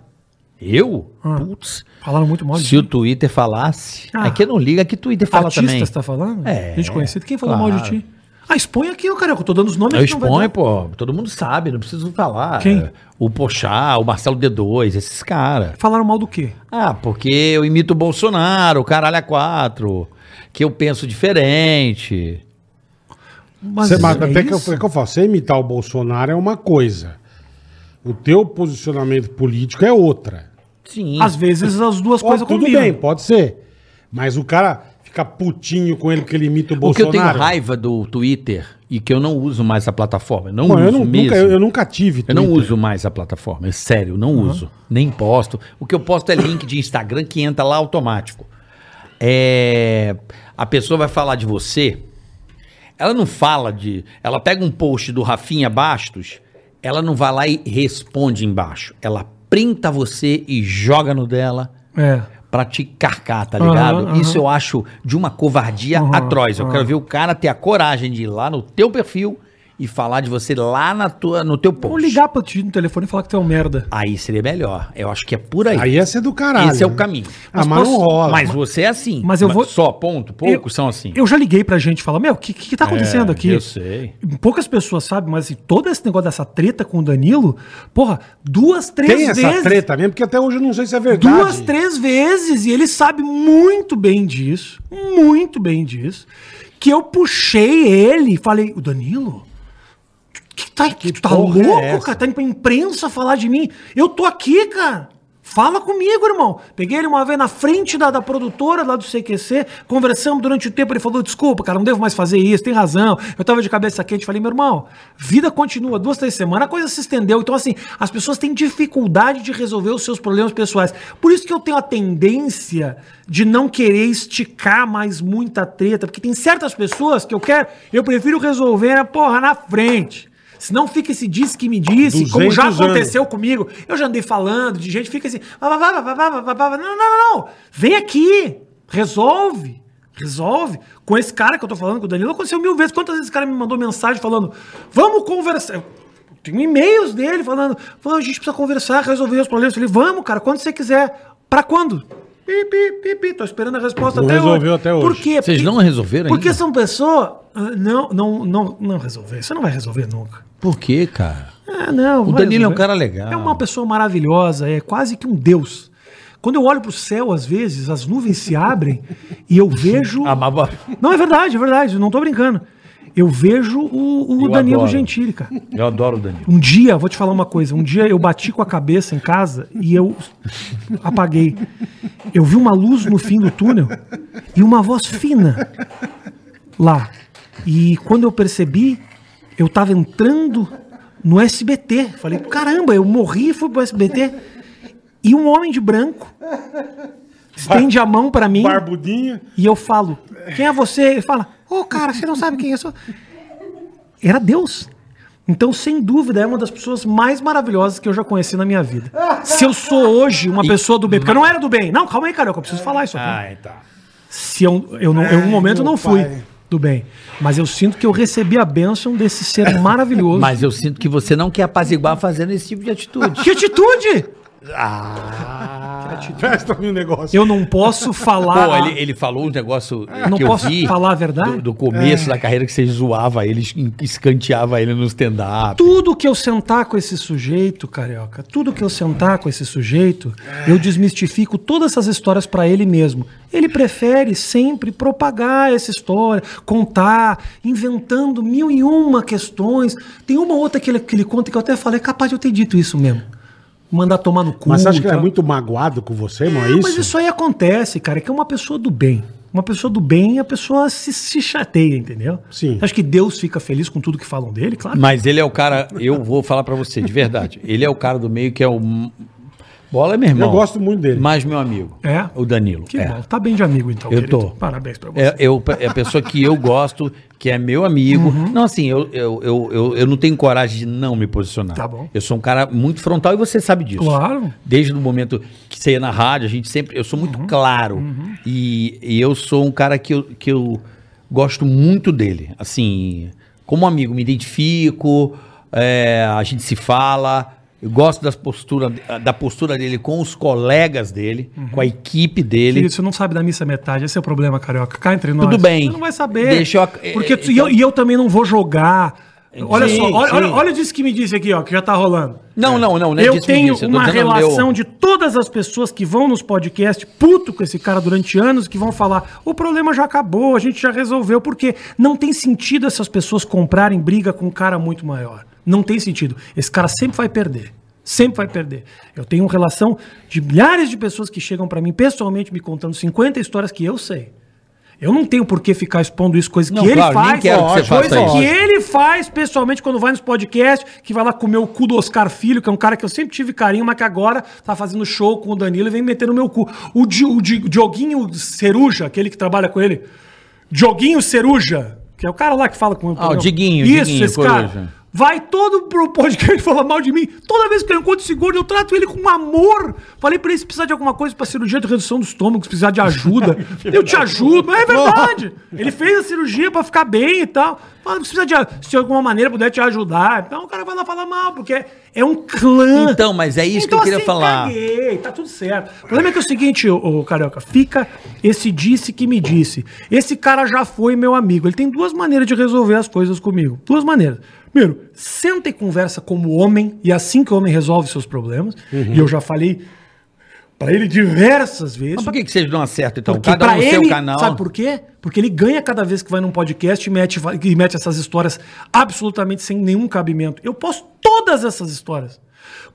[SPEAKER 3] Eu? Putz.
[SPEAKER 4] Falaram muito mal de
[SPEAKER 3] Se o
[SPEAKER 4] mim.
[SPEAKER 3] Twitter falasse...
[SPEAKER 4] Ah.
[SPEAKER 3] É que não liga que o Twitter fala
[SPEAKER 4] Artista,
[SPEAKER 3] também.
[SPEAKER 4] você tá falando?
[SPEAKER 3] É,
[SPEAKER 4] Gente conhecida, quem falou mal de
[SPEAKER 3] claro.
[SPEAKER 4] ti? Ah, expõe aqui, ô, cara, eu tô dando os nomes.
[SPEAKER 3] Eu
[SPEAKER 4] aqui, não vai
[SPEAKER 3] exponho,
[SPEAKER 4] dar.
[SPEAKER 3] pô. Todo mundo sabe, não preciso falar.
[SPEAKER 4] Quem?
[SPEAKER 3] O Pochá, o Marcelo D2, esses caras.
[SPEAKER 4] Falaram mal do quê?
[SPEAKER 3] Ah, porque eu imito o Bolsonaro, o caralho a quatro. Que eu penso diferente.
[SPEAKER 4] Mas,
[SPEAKER 2] Você- mas
[SPEAKER 4] é
[SPEAKER 2] até que eu,
[SPEAKER 4] isso?
[SPEAKER 2] é que eu falo, você imitar o Bolsonaro é uma coisa. O teu posicionamento político é outra.
[SPEAKER 3] Sim.
[SPEAKER 4] Às vezes as duas
[SPEAKER 2] Ó,
[SPEAKER 4] coisas
[SPEAKER 2] tudo
[SPEAKER 4] combinam.
[SPEAKER 2] bem, pode ser. Mas o cara fica putinho com ele porque ele imita o
[SPEAKER 3] o que eu
[SPEAKER 2] Bolsonaro.
[SPEAKER 3] tenho raiva do Twitter e que eu não uso mais a plataforma. Eu não
[SPEAKER 2] Pô,
[SPEAKER 3] uso
[SPEAKER 2] eu, não-
[SPEAKER 3] mesmo.
[SPEAKER 2] nunca, eu, eu nunca tive
[SPEAKER 3] Eu não
[SPEAKER 2] Twitter.
[SPEAKER 3] uso mais a plataforma, é sério, eu não uso. Nem posto. O que eu posto é link de Instagram que entra lá automático. É, a pessoa vai falar de você, ela não fala de. Ela pega um post do Rafinha Bastos, ela não vai lá e responde embaixo. Ela printa você e joga no dela
[SPEAKER 4] É.
[SPEAKER 3] pra te carcar, tá
[SPEAKER 4] Aham,
[SPEAKER 3] ligado?
[SPEAKER 4] aham.
[SPEAKER 3] Isso eu acho de uma covardia atroz. Eu quero ver o cara ter a coragem de ir lá no teu perfil e falar de você lá na tua, no teu post.
[SPEAKER 4] Vou ligar pra ti no telefone e falar que tu é um merda.
[SPEAKER 3] Aí seria melhor. Eu acho que é por aí.
[SPEAKER 2] Aí ia ser do caralho.
[SPEAKER 3] Esse é o
[SPEAKER 2] né?
[SPEAKER 3] caminho.
[SPEAKER 2] Ah, mas não rola.
[SPEAKER 3] Mas você é assim.
[SPEAKER 4] Mas eu vou-
[SPEAKER 3] Só ponto, poucos
[SPEAKER 4] Eu-
[SPEAKER 3] são assim. É,
[SPEAKER 4] Eu já liguei pra gente e falar, meu, o que, que que tá acontecendo aqui?
[SPEAKER 3] eu sei.
[SPEAKER 4] Poucas pessoas sabem, mas assim, todo esse negócio dessa treta com o Danilo, porra, duas, três
[SPEAKER 2] Tem
[SPEAKER 4] vezes.
[SPEAKER 2] essa treta mesmo, porque até hoje eu não sei se é verdade.
[SPEAKER 4] Duas, três vezes, e ele sabe muito bem disso, muito bem disso, que eu puxei ele e falei, o Danilo? tu- Que tá, tu tá
[SPEAKER 2] porra é
[SPEAKER 4] louco,
[SPEAKER 2] essa?
[SPEAKER 4] cara? Tá indo pra imprensa falar de mim? Eu tô aqui, cara. Fala comigo, irmão. Peguei ele uma vez na frente da, da produtora lá do CQC, conversamos durante o tempo, ele falou, desculpa, cara, não devo mais fazer isso, tem razão. Eu tava de cabeça quente, falei, meu irmão, vida continua, duas, três semanas, a coisa se estendeu. Então, assim, as pessoas têm dificuldade de resolver os seus problemas pessoais. Por isso que eu tenho a tendência de não querer esticar mais muita treta, porque tem certas pessoas que eu quero, eu prefiro resolver a porra na frente. Senão fica esse diz que me disse, como
[SPEAKER 2] 200
[SPEAKER 4] já
[SPEAKER 2] anos.
[SPEAKER 4] aconteceu aconteceu comigo. Eu já andei falando de gente, fica assim. "Vá, vá, vá, vá, vá, vá, vá, vá". Não, não, não, não. Vem aqui. Resolve. Resolve. Com esse cara que eu tô falando, com o Danilo, aconteceu mil vezes. Quantas vezes esse cara me mandou mensagem falando, vamos conversar. Eu Tenho e-mails dele falando, "Pô, a gente precisa conversar, resolver os problemas. Eu falei, vamos, cara, quando você quiser. Pra quando? Pi, pi, pi, pi. Tô esperando a resposta
[SPEAKER 2] Não
[SPEAKER 4] até
[SPEAKER 2] resolveu
[SPEAKER 4] hoje.
[SPEAKER 2] até hoje.
[SPEAKER 4] Por quê?
[SPEAKER 3] Vocês
[SPEAKER 4] Porque-
[SPEAKER 3] não resolveram
[SPEAKER 4] Porque
[SPEAKER 3] ainda?
[SPEAKER 4] são pessoas... ah, Não, não, não, não resolver. Você não vai resolver nunca.
[SPEAKER 3] Por quê, cara?
[SPEAKER 4] Ah, não.
[SPEAKER 3] O
[SPEAKER 4] vai
[SPEAKER 3] Danilo é um
[SPEAKER 4] resolver.
[SPEAKER 3] cara legal.
[SPEAKER 4] É uma pessoa maravilhosa, é quase que um deus. Quando eu olho pro céu, às vezes, as nuvens se abrem e eu vejo.
[SPEAKER 3] Amava.
[SPEAKER 4] Não, é verdade, é verdade, eu não tô brincando. Eu vejo o, o
[SPEAKER 3] Eu
[SPEAKER 4] Danilo
[SPEAKER 3] adoro.
[SPEAKER 4] Gentili, cara.
[SPEAKER 3] Eu adoro o Danilo.
[SPEAKER 4] Um dia, vou te falar uma coisa, um dia eu bati com a cabeça em casa e eu apaguei. Eu vi uma luz no fim do túnel e uma voz fina lá. E quando eu percebi, eu tava entrando no SBT. Falei, caramba, eu morri e fui pro SBT. E um homem de branco estende a mão pra mim.
[SPEAKER 2] Barbudinha.
[SPEAKER 4] E eu falo, quem é você? Ele fala, ô cara, você não sabe quem eu sou. Era Deus. Então, sem dúvida, é uma das pessoas mais maravilhosas que eu já conheci na minha vida. Se eu sou hoje uma pessoa do bem, porque eu não era do bem. Não, calma aí, carioca, eu preciso falar isso aqui.
[SPEAKER 3] Ah, tá.
[SPEAKER 4] Se eu, eu, não, eu um momento
[SPEAKER 2] É, meu
[SPEAKER 4] não fui
[SPEAKER 2] pai.
[SPEAKER 4] do bem. Mas eu sinto que eu recebi a bênção desse ser maravilhoso.
[SPEAKER 3] Mas eu sinto que você não quer apaziguar fazendo esse tipo de atitude.
[SPEAKER 4] Que atitude! Ah.
[SPEAKER 2] Presta-me um negócio.
[SPEAKER 4] Eu não posso falar.
[SPEAKER 3] Pô, ele, ele falou um negócio eh,
[SPEAKER 4] Não
[SPEAKER 3] que eu
[SPEAKER 4] posso
[SPEAKER 3] vi
[SPEAKER 4] falar a verdade?
[SPEAKER 3] do, do começo
[SPEAKER 4] É.
[SPEAKER 3] da carreira que você zoava ele, es- escanteava ele no stand-up.
[SPEAKER 4] Tudo que eu sentar com esse sujeito, carioca, tudo que eu sentar com esse sujeito, eu desmistifico todas essas histórias pra ele mesmo. Ele prefere sempre propagar essa história, contar, inventando mil e uma questões. Tem uma outra que ele, que ele conta que eu até falei, é capaz de eu ter dito isso mesmo. Mandar tomar no cu.
[SPEAKER 2] Mas você acha que ele é
[SPEAKER 4] tal.
[SPEAKER 2] muito magoado com você, não é isso?
[SPEAKER 4] Mas isso aí acontece, cara, é que é uma pessoa do bem. Uma pessoa do bem, a pessoa se, se chateia, entendeu?
[SPEAKER 2] Sim.
[SPEAKER 4] Acho que Deus fica feliz com tudo que falam dele, claro.
[SPEAKER 3] Mas ele é o cara, eu vou falar pra você, de verdade. Ele é o cara do meio que é o. Bola é meu irmão.
[SPEAKER 2] Eu gosto muito dele.
[SPEAKER 3] Mas meu amigo.
[SPEAKER 4] É?
[SPEAKER 3] O Danilo.
[SPEAKER 4] Que
[SPEAKER 3] é.
[SPEAKER 4] bom. Tá bem de amigo, então.
[SPEAKER 3] Eu
[SPEAKER 4] querido.
[SPEAKER 3] tô.
[SPEAKER 4] Parabéns pra você.
[SPEAKER 3] É, eu, é a pessoa que eu gosto, que é meu amigo.
[SPEAKER 4] Uhum.
[SPEAKER 3] Não, assim, eu, eu, eu, eu, eu não tenho coragem de não me posicionar.
[SPEAKER 4] Tá bom.
[SPEAKER 3] Eu sou um cara muito frontal e você sabe disso.
[SPEAKER 4] Claro.
[SPEAKER 3] Desde o momento que você ia na rádio, a gente sempre. Eu sou muito
[SPEAKER 4] Uhum.
[SPEAKER 3] claro. E, e eu sou um cara que eu, que eu gosto muito dele. Assim, como amigo, me identifico, é, a gente se fala. Eu gosto das postura, da postura dele com os colegas dele,
[SPEAKER 4] Uhum.
[SPEAKER 3] com a equipe dele.
[SPEAKER 4] Querido, você não sabe da missa metade, esse é o problema, Carioca. Cá entre nós.
[SPEAKER 3] Tudo bem.
[SPEAKER 4] Você não vai saber.
[SPEAKER 3] Deixa eu ac-
[SPEAKER 4] Porque tu- e
[SPEAKER 3] então-
[SPEAKER 4] eu- e eu também não vou jogar. Olha
[SPEAKER 3] Sim,
[SPEAKER 4] só, olha,
[SPEAKER 3] sim.
[SPEAKER 4] olha, olha disso que me disse aqui, ó, que já tá rolando.
[SPEAKER 3] Não, não, não, não é
[SPEAKER 4] eu
[SPEAKER 3] disso que me
[SPEAKER 4] tenho
[SPEAKER 3] disse, eu tô
[SPEAKER 4] uma
[SPEAKER 3] dizendo o meu-
[SPEAKER 4] relação de todas as pessoas que vão nos podcasts puto com esse cara durante anos, que vão falar: o problema já acabou, a gente já resolveu, porque não tem sentido essas pessoas comprarem briga com um cara muito maior. Não tem sentido. Esse cara sempre vai perder. Sempre vai perder. Eu tenho uma relação de milhares de pessoas que chegam pra mim pessoalmente me contando 50 histórias que eu sei. Eu não tenho por que ficar expondo isso, coisa
[SPEAKER 3] Não,
[SPEAKER 4] que
[SPEAKER 3] claro,
[SPEAKER 4] ele
[SPEAKER 3] nem
[SPEAKER 4] faz,
[SPEAKER 3] quero que você
[SPEAKER 4] coisa
[SPEAKER 3] faça isso.
[SPEAKER 4] que ele faz pessoalmente quando vai nos podcasts, que vai lá comer o cu do Oscar Filho, que é um cara que eu sempre tive carinho, mas que agora tá fazendo show com o Danilo e vem meter no meu cu. O, Di, o Di- Dioguinho Ceruja, aquele que trabalha com ele, Dioguinho Ceruja, que é o cara lá que fala com o
[SPEAKER 3] Ah, o Diguinho,
[SPEAKER 4] Isso,
[SPEAKER 3] Diguinho,
[SPEAKER 4] esse
[SPEAKER 3] Coruja.
[SPEAKER 4] cara. Vai todo pro podcast falar mal de mim. Toda vez que eu encontro esse gordo, eu trato ele com amor. Falei pra ele se precisar de alguma coisa pra cirurgia de redução do estômago, se precisar de ajuda. eu te ajudo. Mas é verdade. Ele fez a cirurgia pra ficar bem e tal. Fala, se precisa de, a- se de alguma maneira puder te ajudar. Então o cara vai lá falar mal, porque é- é um clã.
[SPEAKER 3] Então, mas é isso que eu queria falar.
[SPEAKER 4] assim, caguei, tá tudo certo. O problema é que é o seguinte, ô, ô, Carioca, fica esse disse que me disse. Esse cara já foi meu amigo. Ele tem duas maneiras de resolver as coisas comigo. Duas maneiras. Primeiro, senta e conversa como homem, e é assim que o homem resolve seus problemas.
[SPEAKER 3] Uhum.
[SPEAKER 4] E eu já falei pra ele diversas vezes.
[SPEAKER 3] Mas por que, que vocês dão acerto, então?
[SPEAKER 4] Porque
[SPEAKER 3] Cada um
[SPEAKER 4] pra
[SPEAKER 3] no
[SPEAKER 4] ele,
[SPEAKER 3] seu canal.
[SPEAKER 4] Sabe por quê? Porque ele ganha cada vez que vai num podcast e mete, e mete essas histórias absolutamente sem nenhum cabimento. Eu posto todas essas histórias.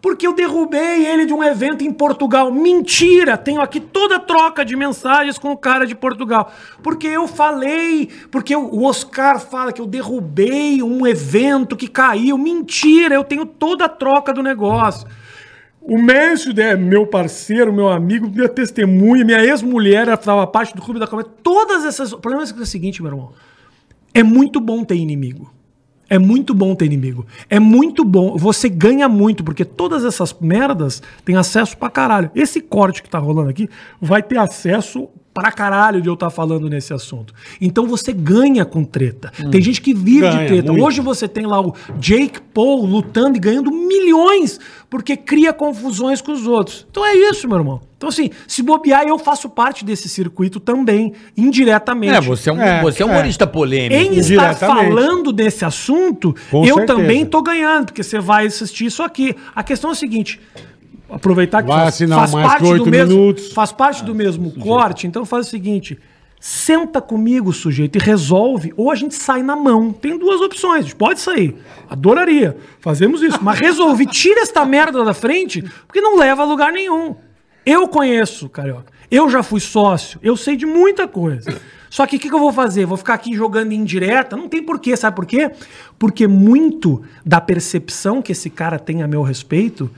[SPEAKER 4] Porque eu derrubei ele de um evento em Portugal. Mentira! Tenho aqui toda a troca de mensagens com o cara de Portugal. Porque eu falei, porque eu- o Oscar fala que eu derrubei um evento que caiu. Mentira! Eu tenho toda a troca do negócio. O Mércio, né, meu parceiro, meu amigo, minha testemunha, minha ex-mulher, ela estava parte do clube da comédia. Todas essas. O problema é o seguinte, meu irmão. É muito bom ter inimigo. É muito bom ter inimigo. É muito bom. Você ganha muito, porque todas essas merdas têm acesso pra caralho. Esse corte que tá rolando aqui vai ter acesso pra caralho de eu estar falando nesse assunto. Então você ganha com treta. Tem gente que vive
[SPEAKER 2] Hum. Ganha,
[SPEAKER 4] de treta.
[SPEAKER 2] muito.
[SPEAKER 4] Hoje Hoje você tem lá o Jake Paul lutando e ganhando milhões porque cria confusões com os outros. Então é isso, meu irmão. Então, assim, se bobear, eu faço parte desse circuito também, indiretamente.
[SPEAKER 3] É, você é um,
[SPEAKER 2] É,
[SPEAKER 3] você é um
[SPEAKER 2] é.
[SPEAKER 3] humorista polêmico.
[SPEAKER 4] Em estar
[SPEAKER 2] Indiretamente.
[SPEAKER 4] falando desse assunto,
[SPEAKER 2] Com
[SPEAKER 4] eu
[SPEAKER 2] certeza.
[SPEAKER 4] também tô ganhando, porque você vai assistir isso aqui. A questão é a seguinte. Aproveitar que
[SPEAKER 2] Vai assinar mais que oito
[SPEAKER 4] do mesmo,
[SPEAKER 2] minutos. Ah,
[SPEAKER 4] faz parte do mesmo corte, então faz o seguinte: senta comigo, sujeito, e resolve, ou a gente sai na mão. Tem duas opções, a gente pode sair. Adoraria. Fazemos isso. Mas resolve, tira esta merda da frente, porque não leva a lugar nenhum. Eu conheço, carioca. Eu já fui sócio, eu sei de muita coisa. Só que o que, que eu vou fazer? Vou ficar aqui jogando indireta? Não tem porquê, sabe por quê? Porque muito da percepção que esse cara tem a meu respeito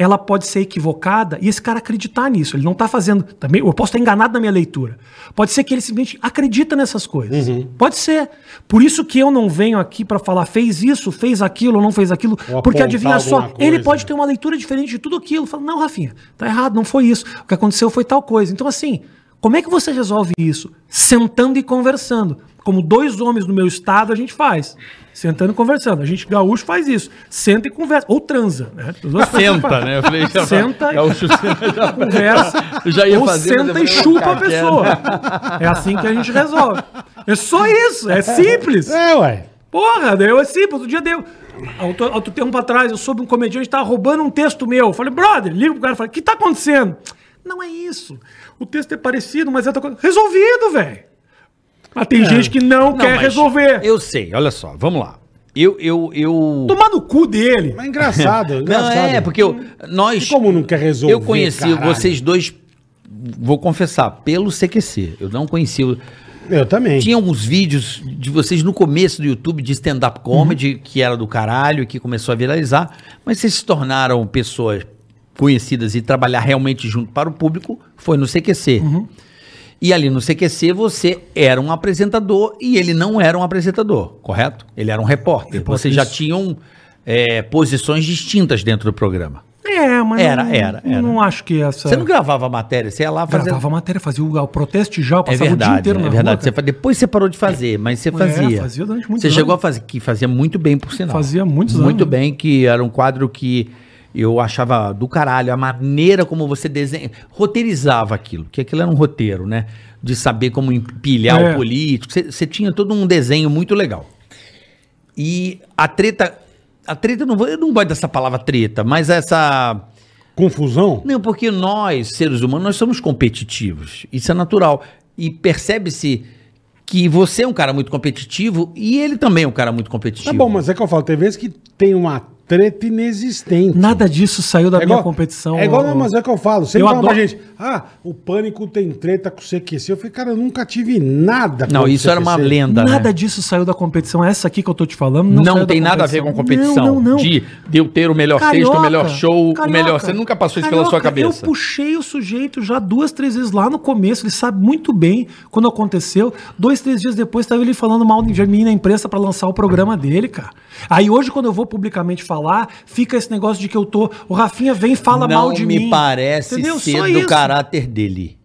[SPEAKER 4] ela pode ser equivocada e esse cara acreditar nisso. Ele não tá fazendo. Também, eu posso estar enganado na minha leitura. Pode ser que ele simplesmente acredita nessas coisas.
[SPEAKER 2] Uhum.
[SPEAKER 4] Pode ser. Por isso que eu não venho aqui para falar fez isso, fez aquilo, não fez aquilo.
[SPEAKER 2] Ou
[SPEAKER 4] porque
[SPEAKER 2] apontar
[SPEAKER 4] adivinha só,
[SPEAKER 2] alguma
[SPEAKER 4] ele
[SPEAKER 2] coisa.
[SPEAKER 4] pode ter uma leitura diferente de tudo aquilo. Fala, não, Rafinha, tá errado, não foi isso. O que aconteceu foi tal coisa. Então, assim, como é que você resolve isso? Sentando e conversando. Como dois homens no meu estado, a gente faz. Sentando e conversando. A gente, gaúcho, faz isso. Senta e conversa. Ou transa, né? As duas coisas
[SPEAKER 6] Senta, né? Eu falei, já-
[SPEAKER 4] Senta e-
[SPEAKER 6] Gaúcho senta, já-
[SPEAKER 4] conversa
[SPEAKER 6] Eu já ia
[SPEAKER 4] ou
[SPEAKER 6] fazer, mas eu
[SPEAKER 4] senta
[SPEAKER 6] falei,
[SPEAKER 4] e chupa a
[SPEAKER 6] cara,
[SPEAKER 4] pessoa. É assim que a gente resolve. É só isso, é simples.
[SPEAKER 2] É, ué.
[SPEAKER 4] Porra, deu é simples, outro dia deu. Há Outro, há outro tempo atrás, eu soube um comediante que tava roubando um texto meu. Eu Falei, brother, liga pro cara e falei, o que tá acontecendo? Não é isso. O texto é parecido, mas é outra coisa. Resolvido, velho. Mas
[SPEAKER 6] É.
[SPEAKER 4] tem gente que não,
[SPEAKER 3] Não,
[SPEAKER 4] quer
[SPEAKER 3] mas
[SPEAKER 4] resolver.
[SPEAKER 3] Eu sei, olha só, vamos lá. Eu, eu, eu...
[SPEAKER 4] Tomar no cu dele.
[SPEAKER 2] Mas é engraçado,
[SPEAKER 3] Não,
[SPEAKER 2] engraçado.
[SPEAKER 3] é, porque eu, nós...
[SPEAKER 2] E como não quer resolver,
[SPEAKER 3] Eu conheci
[SPEAKER 2] caralho?
[SPEAKER 3] vocês dois, vou confessar, pelo CQC. Eu não conhecia... o-
[SPEAKER 2] Eu também.
[SPEAKER 3] Tinha uns vídeos de vocês no começo do YouTube de stand-up comedy, que era do caralho, que começou a viralizar, mas vocês se tornaram pessoas conhecidas e trabalhar realmente junto para o público foi no CQC. E ali no CQC você era um apresentador e ele não era um apresentador, correto? Ele era um repórter. Vocês já tinham é, posições distintas dentro do programa.
[SPEAKER 4] É, mas
[SPEAKER 3] Era,
[SPEAKER 4] não,
[SPEAKER 3] era, era.
[SPEAKER 4] não acho que essa...
[SPEAKER 3] Você não gravava a matéria, você ia lá fazer.
[SPEAKER 4] Gravava a matéria, fazia o, o protesto de já,
[SPEAKER 3] É
[SPEAKER 4] passava o dia
[SPEAKER 3] verdade,
[SPEAKER 4] inteiro
[SPEAKER 3] é
[SPEAKER 4] na
[SPEAKER 3] verdade.
[SPEAKER 4] rua,
[SPEAKER 3] Você
[SPEAKER 4] cara. É,
[SPEAKER 3] fa- depois você parou de fazer, mas você fazia.
[SPEAKER 4] fazia durante muitos
[SPEAKER 3] Você chegou a
[SPEAKER 4] anos.
[SPEAKER 3] fazer, que fazia muito bem, por sinal.
[SPEAKER 4] Fazia muitos
[SPEAKER 3] Muito
[SPEAKER 4] anos.
[SPEAKER 3] bem, que era um quadro que eu achava do caralho, a maneira como você desenha, roteirizava aquilo, que aquilo era um roteiro, né? De saber como empilhar
[SPEAKER 4] É.
[SPEAKER 3] o político. Você- Você tinha todo um desenho muito legal. E a treta, a treta, eu não, vou- eu não gosto dessa palavra treta, mas essa...
[SPEAKER 2] Confusão?
[SPEAKER 3] Não, porque nós, seres humanos, nós somos competitivos. Isso é natural. E percebe-se que você é um cara muito competitivo e ele também é um cara muito competitivo.
[SPEAKER 2] Tá bom, mas é que eu falo, tem vezes que tem uma treta inexistente.
[SPEAKER 4] Nada disso saiu da
[SPEAKER 2] É
[SPEAKER 4] minha
[SPEAKER 2] igual-
[SPEAKER 4] competição.
[SPEAKER 2] É igual, não,
[SPEAKER 4] ô-
[SPEAKER 2] mas é que eu falo. Sempre
[SPEAKER 4] Eu
[SPEAKER 2] fala pra
[SPEAKER 4] adoro-
[SPEAKER 2] gente, ah, o pânico tem treta com o CQC. Eu falei, cara, eu nunca tive nada com
[SPEAKER 3] Não,
[SPEAKER 2] o
[SPEAKER 3] isso era uma
[SPEAKER 2] CQC.
[SPEAKER 3] lenda, né?
[SPEAKER 4] Nada disso saiu da competição. É Essa aqui que eu tô te falando
[SPEAKER 3] Não,
[SPEAKER 4] saiu da
[SPEAKER 3] tem nada a ver com competição.
[SPEAKER 4] Não, não, não.
[SPEAKER 3] De, de eu ter o melhor texto, o melhor show, o melhor. Você nunca passou isso pela sua
[SPEAKER 4] Carioca,
[SPEAKER 3] cabeça.
[SPEAKER 4] Eu puxei o sujeito já duas, três vezes lá no começo. Ele sabe muito bem quando aconteceu. Dois, três dias depois, estava ele falando mal de mim na imprensa pra lançar o programa dele, cara. Aí hoje, quando eu vou publicamente falar, fica esse negócio de que eu tô. O Rafinha vem e fala
[SPEAKER 3] não
[SPEAKER 4] mal de
[SPEAKER 3] me
[SPEAKER 4] mim.
[SPEAKER 3] parece
[SPEAKER 4] Entendeu? Só
[SPEAKER 3] ser do
[SPEAKER 4] isso.
[SPEAKER 3] caráter dele.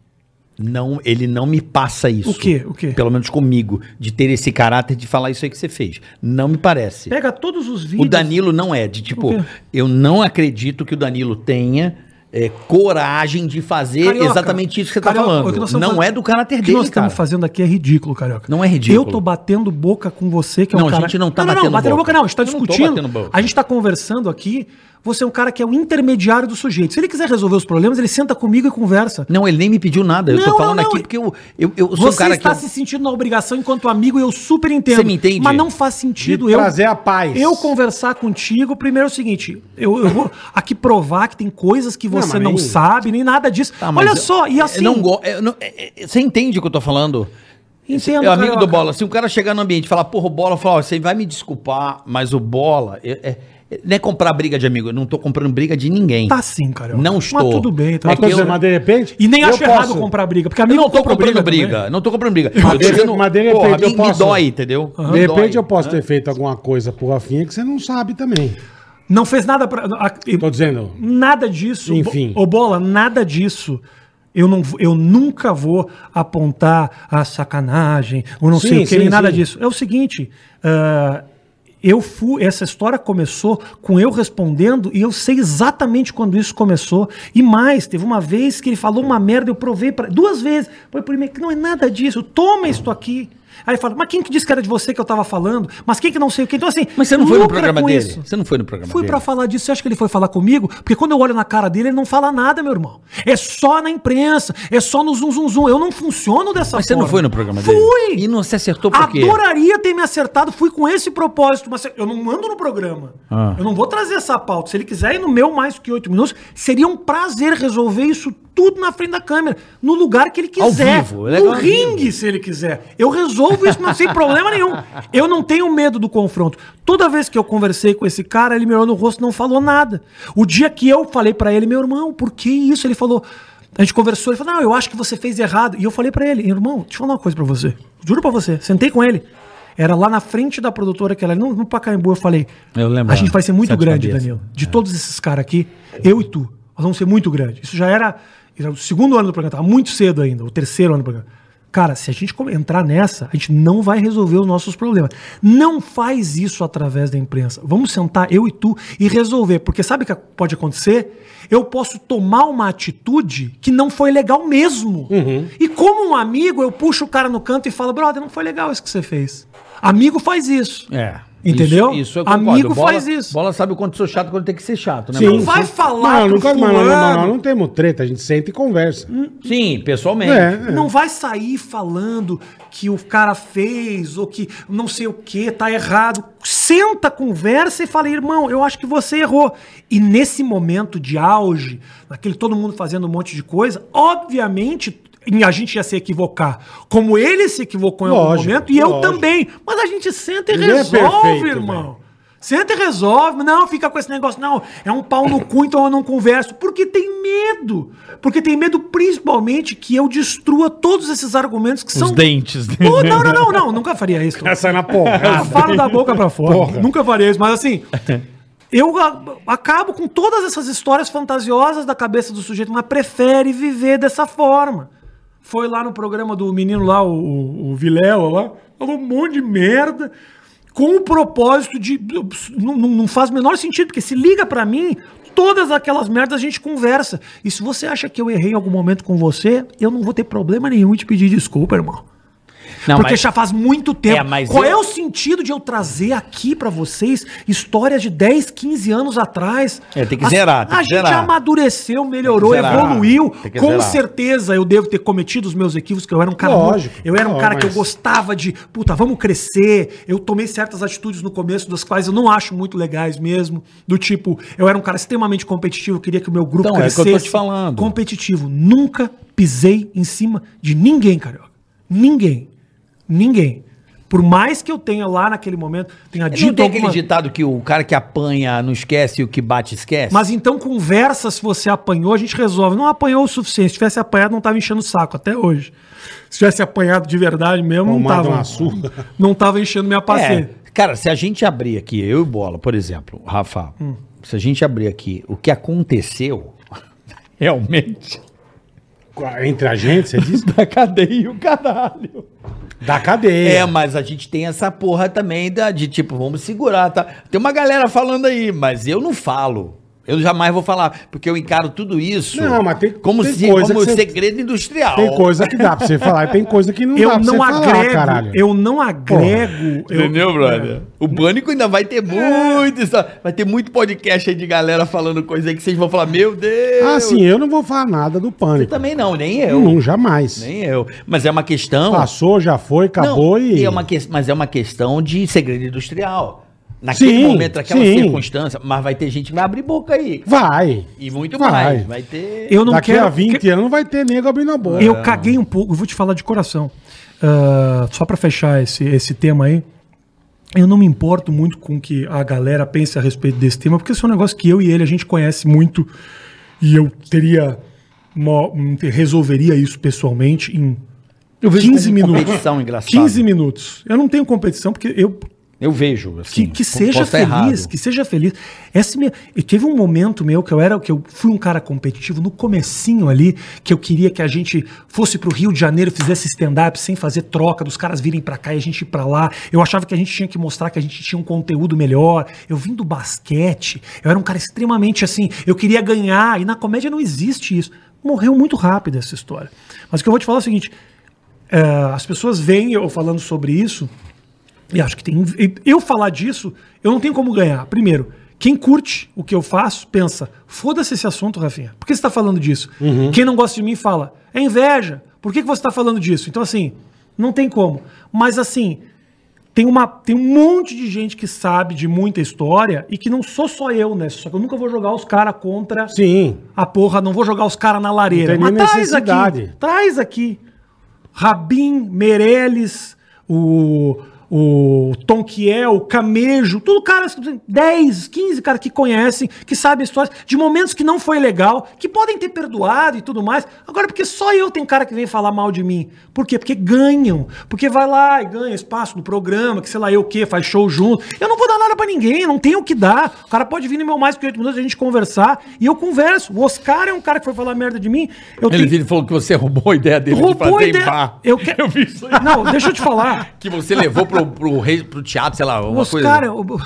[SPEAKER 3] Não, ele não me passa isso.
[SPEAKER 4] O quê? O quê?
[SPEAKER 3] Pelo menos comigo, de ter esse caráter de falar isso aí que você fez. Não me parece.
[SPEAKER 4] Pega todos os
[SPEAKER 3] O
[SPEAKER 4] vídeos.
[SPEAKER 3] Danilo não é de tipo,
[SPEAKER 4] Por quê?
[SPEAKER 3] eu não acredito que o Danilo tenha é, coragem de fazer
[SPEAKER 4] Carioca,
[SPEAKER 3] exatamente isso que você está
[SPEAKER 4] Carioca,
[SPEAKER 3] falando.
[SPEAKER 4] o que nós
[SPEAKER 3] Não
[SPEAKER 4] estamos fazendo-
[SPEAKER 3] é do caráter
[SPEAKER 4] O que
[SPEAKER 3] dele,
[SPEAKER 4] nós estamos
[SPEAKER 3] cara.
[SPEAKER 4] fazendo aqui é ridículo, Carioca.
[SPEAKER 3] Não é ridículo.
[SPEAKER 4] Eu tô batendo boca com você, que é
[SPEAKER 3] Não,
[SPEAKER 4] um
[SPEAKER 3] a
[SPEAKER 4] cara...
[SPEAKER 3] gente não tá
[SPEAKER 4] não, não,
[SPEAKER 3] batendo
[SPEAKER 4] não,
[SPEAKER 3] boca.
[SPEAKER 4] boca. não. A gente tá
[SPEAKER 3] Eu não tô
[SPEAKER 4] discutindo,
[SPEAKER 3] batendo boca.
[SPEAKER 4] a gente tá conversando aqui. Você é um cara que é o intermediário do sujeito. Se ele quiser resolver os problemas, ele senta comigo e conversa.
[SPEAKER 3] Não, ele nem me pediu nada. eu
[SPEAKER 4] Não,
[SPEAKER 3] tô falando
[SPEAKER 4] não, não.
[SPEAKER 3] aqui porque eu, eu, eu sou um
[SPEAKER 4] Você
[SPEAKER 3] cara que.
[SPEAKER 4] está
[SPEAKER 3] eu-
[SPEAKER 4] se sentindo na obrigação enquanto amigo e eu super entendo.
[SPEAKER 3] Você me entende?
[SPEAKER 4] Mas não faz
[SPEAKER 2] De
[SPEAKER 4] sentido eu...
[SPEAKER 2] trazer a paz.
[SPEAKER 4] Eu conversar contigo, primeiro é o seguinte, eu, eu vou aqui provar que tem coisas que você
[SPEAKER 2] mas
[SPEAKER 4] não,
[SPEAKER 2] nem-
[SPEAKER 4] sabe, nem nada disso.
[SPEAKER 3] Tá, mas
[SPEAKER 4] Olha
[SPEAKER 3] eu-
[SPEAKER 4] só, e
[SPEAKER 3] eu
[SPEAKER 4] assim...
[SPEAKER 3] não go- eu não- é, é, você entende o que eu tô falando?
[SPEAKER 4] Entendo,
[SPEAKER 3] é o amigo
[SPEAKER 4] Carioca.
[SPEAKER 3] do Bola. Se o cara chegar no ambiente e falar, porra, o Bola, fala, ó, você vai me desculpar, mas o Bola. É, é- é- não é comprar briga de amigo. Eu não tô comprando briga de ninguém.
[SPEAKER 4] Tá sim, Carioca.
[SPEAKER 3] Não
[SPEAKER 4] Mas
[SPEAKER 3] estou.
[SPEAKER 4] tudo bem, tá
[SPEAKER 2] Mas,
[SPEAKER 3] É que
[SPEAKER 2] por
[SPEAKER 3] eu-
[SPEAKER 2] exemplo, mas de repente.
[SPEAKER 4] E nem
[SPEAKER 2] eu
[SPEAKER 4] acho errado
[SPEAKER 2] posso-
[SPEAKER 4] comprar briga, porque a
[SPEAKER 3] Eu
[SPEAKER 4] mim
[SPEAKER 3] não tô comprando briga, não tô comprando briga. Eu tô
[SPEAKER 2] de-
[SPEAKER 3] dizendo,
[SPEAKER 2] mas de repente
[SPEAKER 3] porra,
[SPEAKER 2] eu
[SPEAKER 3] mim me
[SPEAKER 2] posso-
[SPEAKER 3] dói, entendeu?
[SPEAKER 2] De repente eu
[SPEAKER 3] né?
[SPEAKER 2] posso ter feito alguma coisa pro Rafinha que você não sabe também.
[SPEAKER 4] Não fez nada pra. a- e-
[SPEAKER 2] Tô dizendo.
[SPEAKER 4] Nada disso.
[SPEAKER 2] Enfim.
[SPEAKER 4] Bo- Ô, bola, nada disso. Eu, não, vou- eu nunca vou apontar a sacanagem, ou não
[SPEAKER 2] Sim,
[SPEAKER 4] sei o que,
[SPEAKER 2] sim,
[SPEAKER 4] nem nada
[SPEAKER 2] sim.
[SPEAKER 4] disso. É o seguinte. ah, eu fui, essa história começou com eu respondendo e eu sei exatamente quando isso começou. E mais, teve uma vez que ele falou uma merda, eu provei pra, duas vezes. Foi primeiro que não é nada disso. Toma isto aqui. Aí ele fala: "Mas quem que disse que era de você que eu tava falando? Mas quem que não sei o quê?" Então assim,
[SPEAKER 3] Mas você não foi no
[SPEAKER 4] lucra
[SPEAKER 3] programa
[SPEAKER 4] com
[SPEAKER 3] dele?
[SPEAKER 4] isso.
[SPEAKER 3] Você não foi no programa
[SPEAKER 4] Fui
[SPEAKER 3] dele?
[SPEAKER 4] pra falar disso, você acha que ele foi falar comigo? Porque quando eu olho na cara dele, ele não fala nada, meu irmão. É só na imprensa, é só no zum zum zum. Eu não funciono dessa
[SPEAKER 3] Mas você
[SPEAKER 4] forma.
[SPEAKER 3] não foi no programa
[SPEAKER 4] fui.
[SPEAKER 3] dele?
[SPEAKER 4] Fui!
[SPEAKER 3] E não se acertou por quê?
[SPEAKER 4] Adoraria ter me acertado, fui com esse propósito, mas eu não mando no programa.
[SPEAKER 3] Ah.
[SPEAKER 4] Eu não vou trazer essa pauta. Se ele quiser ir no meu mais que oito minutos, seria um prazer resolver isso tudo na frente da câmera, no lugar que ele
[SPEAKER 3] Ao
[SPEAKER 4] quiser.
[SPEAKER 3] vivo, é legal
[SPEAKER 4] no
[SPEAKER 3] ao
[SPEAKER 4] ringue, se ele quiser. Eu resolvo isso, não sem problema nenhum. Eu não tenho medo do confronto. Toda vez que eu conversei com esse cara, ele me olhou no rosto e não falou nada. O dia que eu falei pra ele, meu irmão, por que isso? Ele falou. A gente conversou, ele falou: "Não, eu acho que você fez errado". E eu falei pra ele: "Irmão, deixa eu falar uma coisa pra você. Juro pra você, sentei com ele. Era lá na frente da produtora que ela é no, no Pacaembu, eu falei:
[SPEAKER 3] Eu lembro,
[SPEAKER 4] A gente vai ser muito
[SPEAKER 3] Sete
[SPEAKER 4] grande,
[SPEAKER 3] Cabeças.
[SPEAKER 4] Danilo. De todos esses caras aqui, eu e tu, nós vamos ser muito grande. Isso já era, era o segundo ano do programa, tava muito cedo ainda, o terceiro ano do programa. Cara, se a gente come- entrar nessa, a gente não vai resolver os nossos problemas. Não faz isso através da imprensa. Vamos sentar, eu e tu, e resolver. Porque sabe o que pode acontecer? Eu posso tomar uma atitude que não foi legal mesmo. E como um amigo, eu puxo o cara no canto e falo, brother, não foi legal isso que você fez. Amigo faz isso.
[SPEAKER 3] É.
[SPEAKER 4] Entendeu?
[SPEAKER 3] Isso, isso eu concordo.
[SPEAKER 4] Amigo
[SPEAKER 3] Bola-
[SPEAKER 4] faz isso.
[SPEAKER 3] Bola sabe o quanto sou chato quando tem que ser chato, né?
[SPEAKER 2] Sim,
[SPEAKER 3] Mauro?
[SPEAKER 2] sim.
[SPEAKER 4] vai falar
[SPEAKER 2] não,
[SPEAKER 4] pro
[SPEAKER 2] nunca, mas não, não,
[SPEAKER 4] fulano.
[SPEAKER 2] não, não temos treta, a gente senta e conversa.
[SPEAKER 4] Hum.
[SPEAKER 3] Sim, pessoalmente.
[SPEAKER 2] É.
[SPEAKER 4] Não vai sair falando que o cara fez ou que não sei o que, tá errado. Senta, conversa e fala, irmão, eu acho que você errou. E nesse momento de auge, naquele todo mundo fazendo um monte de coisa, obviamente em- a gente ia se equivocar. Como ele se equivocou em algum
[SPEAKER 2] Lógico,
[SPEAKER 4] momento e eu
[SPEAKER 2] lógico.
[SPEAKER 4] também. Mas a gente senta e
[SPEAKER 2] Ninguém é
[SPEAKER 4] resolve,
[SPEAKER 2] perfeito,
[SPEAKER 4] irmão. Senta e resolve. Mas Não, fica com esse negócio. Não, é um pau no cu, então eu não converso. Porque tem medo. Porque tem medo principalmente que eu destrua todos esses argumentos que
[SPEAKER 7] Os
[SPEAKER 4] são...
[SPEAKER 7] dentes
[SPEAKER 3] né?
[SPEAKER 7] dele.
[SPEAKER 4] Oh, não, não, não, não. Nunca faria isso.
[SPEAKER 2] Essa é. na porra.
[SPEAKER 4] Eu falo da boca pra fora.
[SPEAKER 2] Porra.
[SPEAKER 4] Nunca faria isso, mas assim. Eu a- acabo com todas essas histórias fantasiosas da cabeça do sujeito, mas prefere viver dessa forma. Foi lá no programa do menino lá, o, o, o Vilela lá, falou um monte de merda, com o propósito de. Não, não- não faz o menor sentido, porque se liga pra mim, todas aquelas merdas a gente conversa. E se você acha que eu errei em algum momento com você, eu não vou ter problema nenhum em te pedir desculpa, irmão.
[SPEAKER 7] Não,
[SPEAKER 4] Porque
[SPEAKER 7] mas-
[SPEAKER 4] já faz muito tempo.
[SPEAKER 7] É, mas
[SPEAKER 4] Qual
[SPEAKER 7] eu-
[SPEAKER 4] é o sentido de eu trazer aqui pra vocês histórias de 10, 15 anos atrás?
[SPEAKER 3] É, tem que
[SPEAKER 4] As-
[SPEAKER 3] zerar, tem
[SPEAKER 4] a
[SPEAKER 3] que
[SPEAKER 4] gente
[SPEAKER 3] zerar.
[SPEAKER 4] amadureceu, melhorou,
[SPEAKER 3] Tem que zerar,
[SPEAKER 4] evoluiu.
[SPEAKER 3] tem que
[SPEAKER 4] Com
[SPEAKER 3] zerar.
[SPEAKER 4] certeza eu devo ter cometido os meus equívocos, que eu era um cara.
[SPEAKER 2] Lógico,
[SPEAKER 4] eu era um
[SPEAKER 2] não,
[SPEAKER 4] cara que eu
[SPEAKER 2] mas-
[SPEAKER 4] gostava de, puta, vamos crescer. Eu tomei certas atitudes no começo, das quais eu não acho muito legais mesmo. Do tipo, eu era um cara extremamente competitivo, eu queria que o meu grupo
[SPEAKER 3] Então, é o que eu
[SPEAKER 4] crescesse.
[SPEAKER 3] tô te falando.
[SPEAKER 4] Competitivo. Nunca pisei em cima de ninguém, carioca. Ninguém. Ninguém. Por mais que eu tenha lá naquele momento, tenha
[SPEAKER 3] Não
[SPEAKER 4] dito
[SPEAKER 3] tem
[SPEAKER 4] alguma...
[SPEAKER 3] aquele ditado que o cara que apanha não esquece e o que bate esquece?
[SPEAKER 4] Mas então conversa se você apanhou, a gente resolve. Não apanhou o suficiente. Se tivesse apanhado, não tava enchendo o saco até hoje. Se tivesse apanhado de verdade mesmo, não
[SPEAKER 2] Tomado
[SPEAKER 4] tava.
[SPEAKER 2] uma surra.
[SPEAKER 4] Não tava enchendo minha
[SPEAKER 3] É,
[SPEAKER 4] paciência.
[SPEAKER 3] cara, se a gente abrir aqui, eu e Bola, por exemplo, Rafa, se a gente abrir aqui o que aconteceu realmente
[SPEAKER 2] Entre a gente, você diz?
[SPEAKER 3] da cadeia e o caralho.
[SPEAKER 2] Da cadeia.
[SPEAKER 3] É, mas a gente tem essa porra também da, de tipo, vamos segurar, tá? Tem uma galera falando aí, mas eu não falo. Eu jamais vou falar, porque eu encaro tudo isso
[SPEAKER 2] Não, mas tem-
[SPEAKER 3] como,
[SPEAKER 2] tem
[SPEAKER 3] se,
[SPEAKER 2] coisa
[SPEAKER 3] como
[SPEAKER 2] que você-
[SPEAKER 3] segredo industrial.
[SPEAKER 2] Tem coisa que dá pra você falar e tem coisa que não dá
[SPEAKER 4] Eu
[SPEAKER 2] pra
[SPEAKER 4] não,
[SPEAKER 2] você falar,
[SPEAKER 4] agrego,
[SPEAKER 2] caralho.
[SPEAKER 4] eu não agrego. eu-
[SPEAKER 3] Entendeu,
[SPEAKER 2] É.
[SPEAKER 3] brother? O pânico ainda vai ter muito. isso- Vai ter muito podcast aí de galera falando coisa aí que vocês vão falar, meu Deus!
[SPEAKER 2] Ah, sim, eu não vou falar nada do pânico.
[SPEAKER 3] Também não, nem eu.
[SPEAKER 2] Não, Ah, jamais.
[SPEAKER 3] É um Nem eu. Mas é uma questão.
[SPEAKER 2] Passou, já foi, acabou
[SPEAKER 3] Não,
[SPEAKER 2] e...
[SPEAKER 3] é uma que- mas é uma questão de segredo industrial. Naquele
[SPEAKER 2] Sim,
[SPEAKER 3] momento, naquela
[SPEAKER 2] sim.
[SPEAKER 3] circunstância, mas vai ter gente que vai abrir boca aí.
[SPEAKER 2] Vai.
[SPEAKER 3] E muito
[SPEAKER 2] Vai.
[SPEAKER 3] mais. Vai ter.
[SPEAKER 4] Eu não
[SPEAKER 2] Daqui
[SPEAKER 4] quero.
[SPEAKER 2] a 20 anos não vai ter nego abrindo a boca.
[SPEAKER 3] É.
[SPEAKER 4] Eu caguei um pouco, eu vou te falar de coração. Ah, só pra fechar esse, esse tema aí, eu não me importo muito com o que a galera pensa a respeito desse tema, porque esse é um negócio que eu e ele a gente conhece muito e eu teria. uma- hum, resolveria isso pessoalmente em 15
[SPEAKER 3] como
[SPEAKER 4] minutos.
[SPEAKER 3] competição engraçada.
[SPEAKER 4] 15 minutos. Eu não tenho competição, porque eu
[SPEAKER 3] Eu vejo.
[SPEAKER 4] que,
[SPEAKER 3] Assim,
[SPEAKER 4] que seja feliz, que seja feliz. Esse me- eu teve um momento meu que eu era que eu fui um cara competitivo no comecinho ali, que eu queria que a gente fosse pro Rio de Janeiro, fizesse stand-up sem fazer troca, dos caras virem pra cá e a gente ir pra lá. Eu achava que a gente tinha que mostrar que a gente tinha um conteúdo melhor. Eu vim do basquete, eu era um cara extremamente assim, eu queria ganhar, e na comédia não existe isso. Morreu muito rápido essa história. Mas o que eu vou te falar é o seguinte: é, as pessoas veem eu falando sobre isso e acho que tem. Eu falar disso, eu não tenho como ganhar. Primeiro, quem curte o que eu faço, pensa, foda-se esse assunto, Rafinha. Por que você está falando disso?
[SPEAKER 2] Uhum.
[SPEAKER 4] Quem não gosta de mim fala, é inveja. Por que, que você está falando disso? Então, assim, não tem como. Mas, assim, tem, uma, tem um monte de gente que sabe de muita história e que não sou só eu, né? Só que eu nunca vou jogar os caras contra
[SPEAKER 2] Sim.
[SPEAKER 4] a porra, não vou jogar os caras na lareira.
[SPEAKER 2] Não tem
[SPEAKER 4] Mas
[SPEAKER 2] nem
[SPEAKER 4] traz aqui,
[SPEAKER 2] necessidade.
[SPEAKER 4] traz aqui. Rabin, Meirelles, o, o Tom Kiel, o Camejo, tudo caras, 10, 15 caras que conhecem, que sabem histórias, de momentos que não foi legal, que podem ter perdoado e tudo mais. Agora, porque só eu tenho cara que vem falar mal de mim. Por quê? Porque ganham. Porque vai lá e ganha espaço no programa, que sei lá eu o quê, faz show junto. Eu não vou dar nada pra ninguém, não tenho o que dar. O cara pode vir no meu mais que 8 minutos, a gente conversar, e eu converso. O Oscar é um cara que foi falar merda de mim. Eu
[SPEAKER 7] Ele vira e falou que você roubou a ideia dele de
[SPEAKER 4] Roubou
[SPEAKER 7] fazer
[SPEAKER 4] a
[SPEAKER 7] em
[SPEAKER 4] ideia.
[SPEAKER 7] bar.
[SPEAKER 4] Eu, que...
[SPEAKER 7] vi isso aí.
[SPEAKER 4] Não, deixa eu te falar.
[SPEAKER 7] Que você levou pro, pro, rei, pro teatro, sei lá, uma
[SPEAKER 4] Os
[SPEAKER 7] coisa. né?
[SPEAKER 4] cara, o-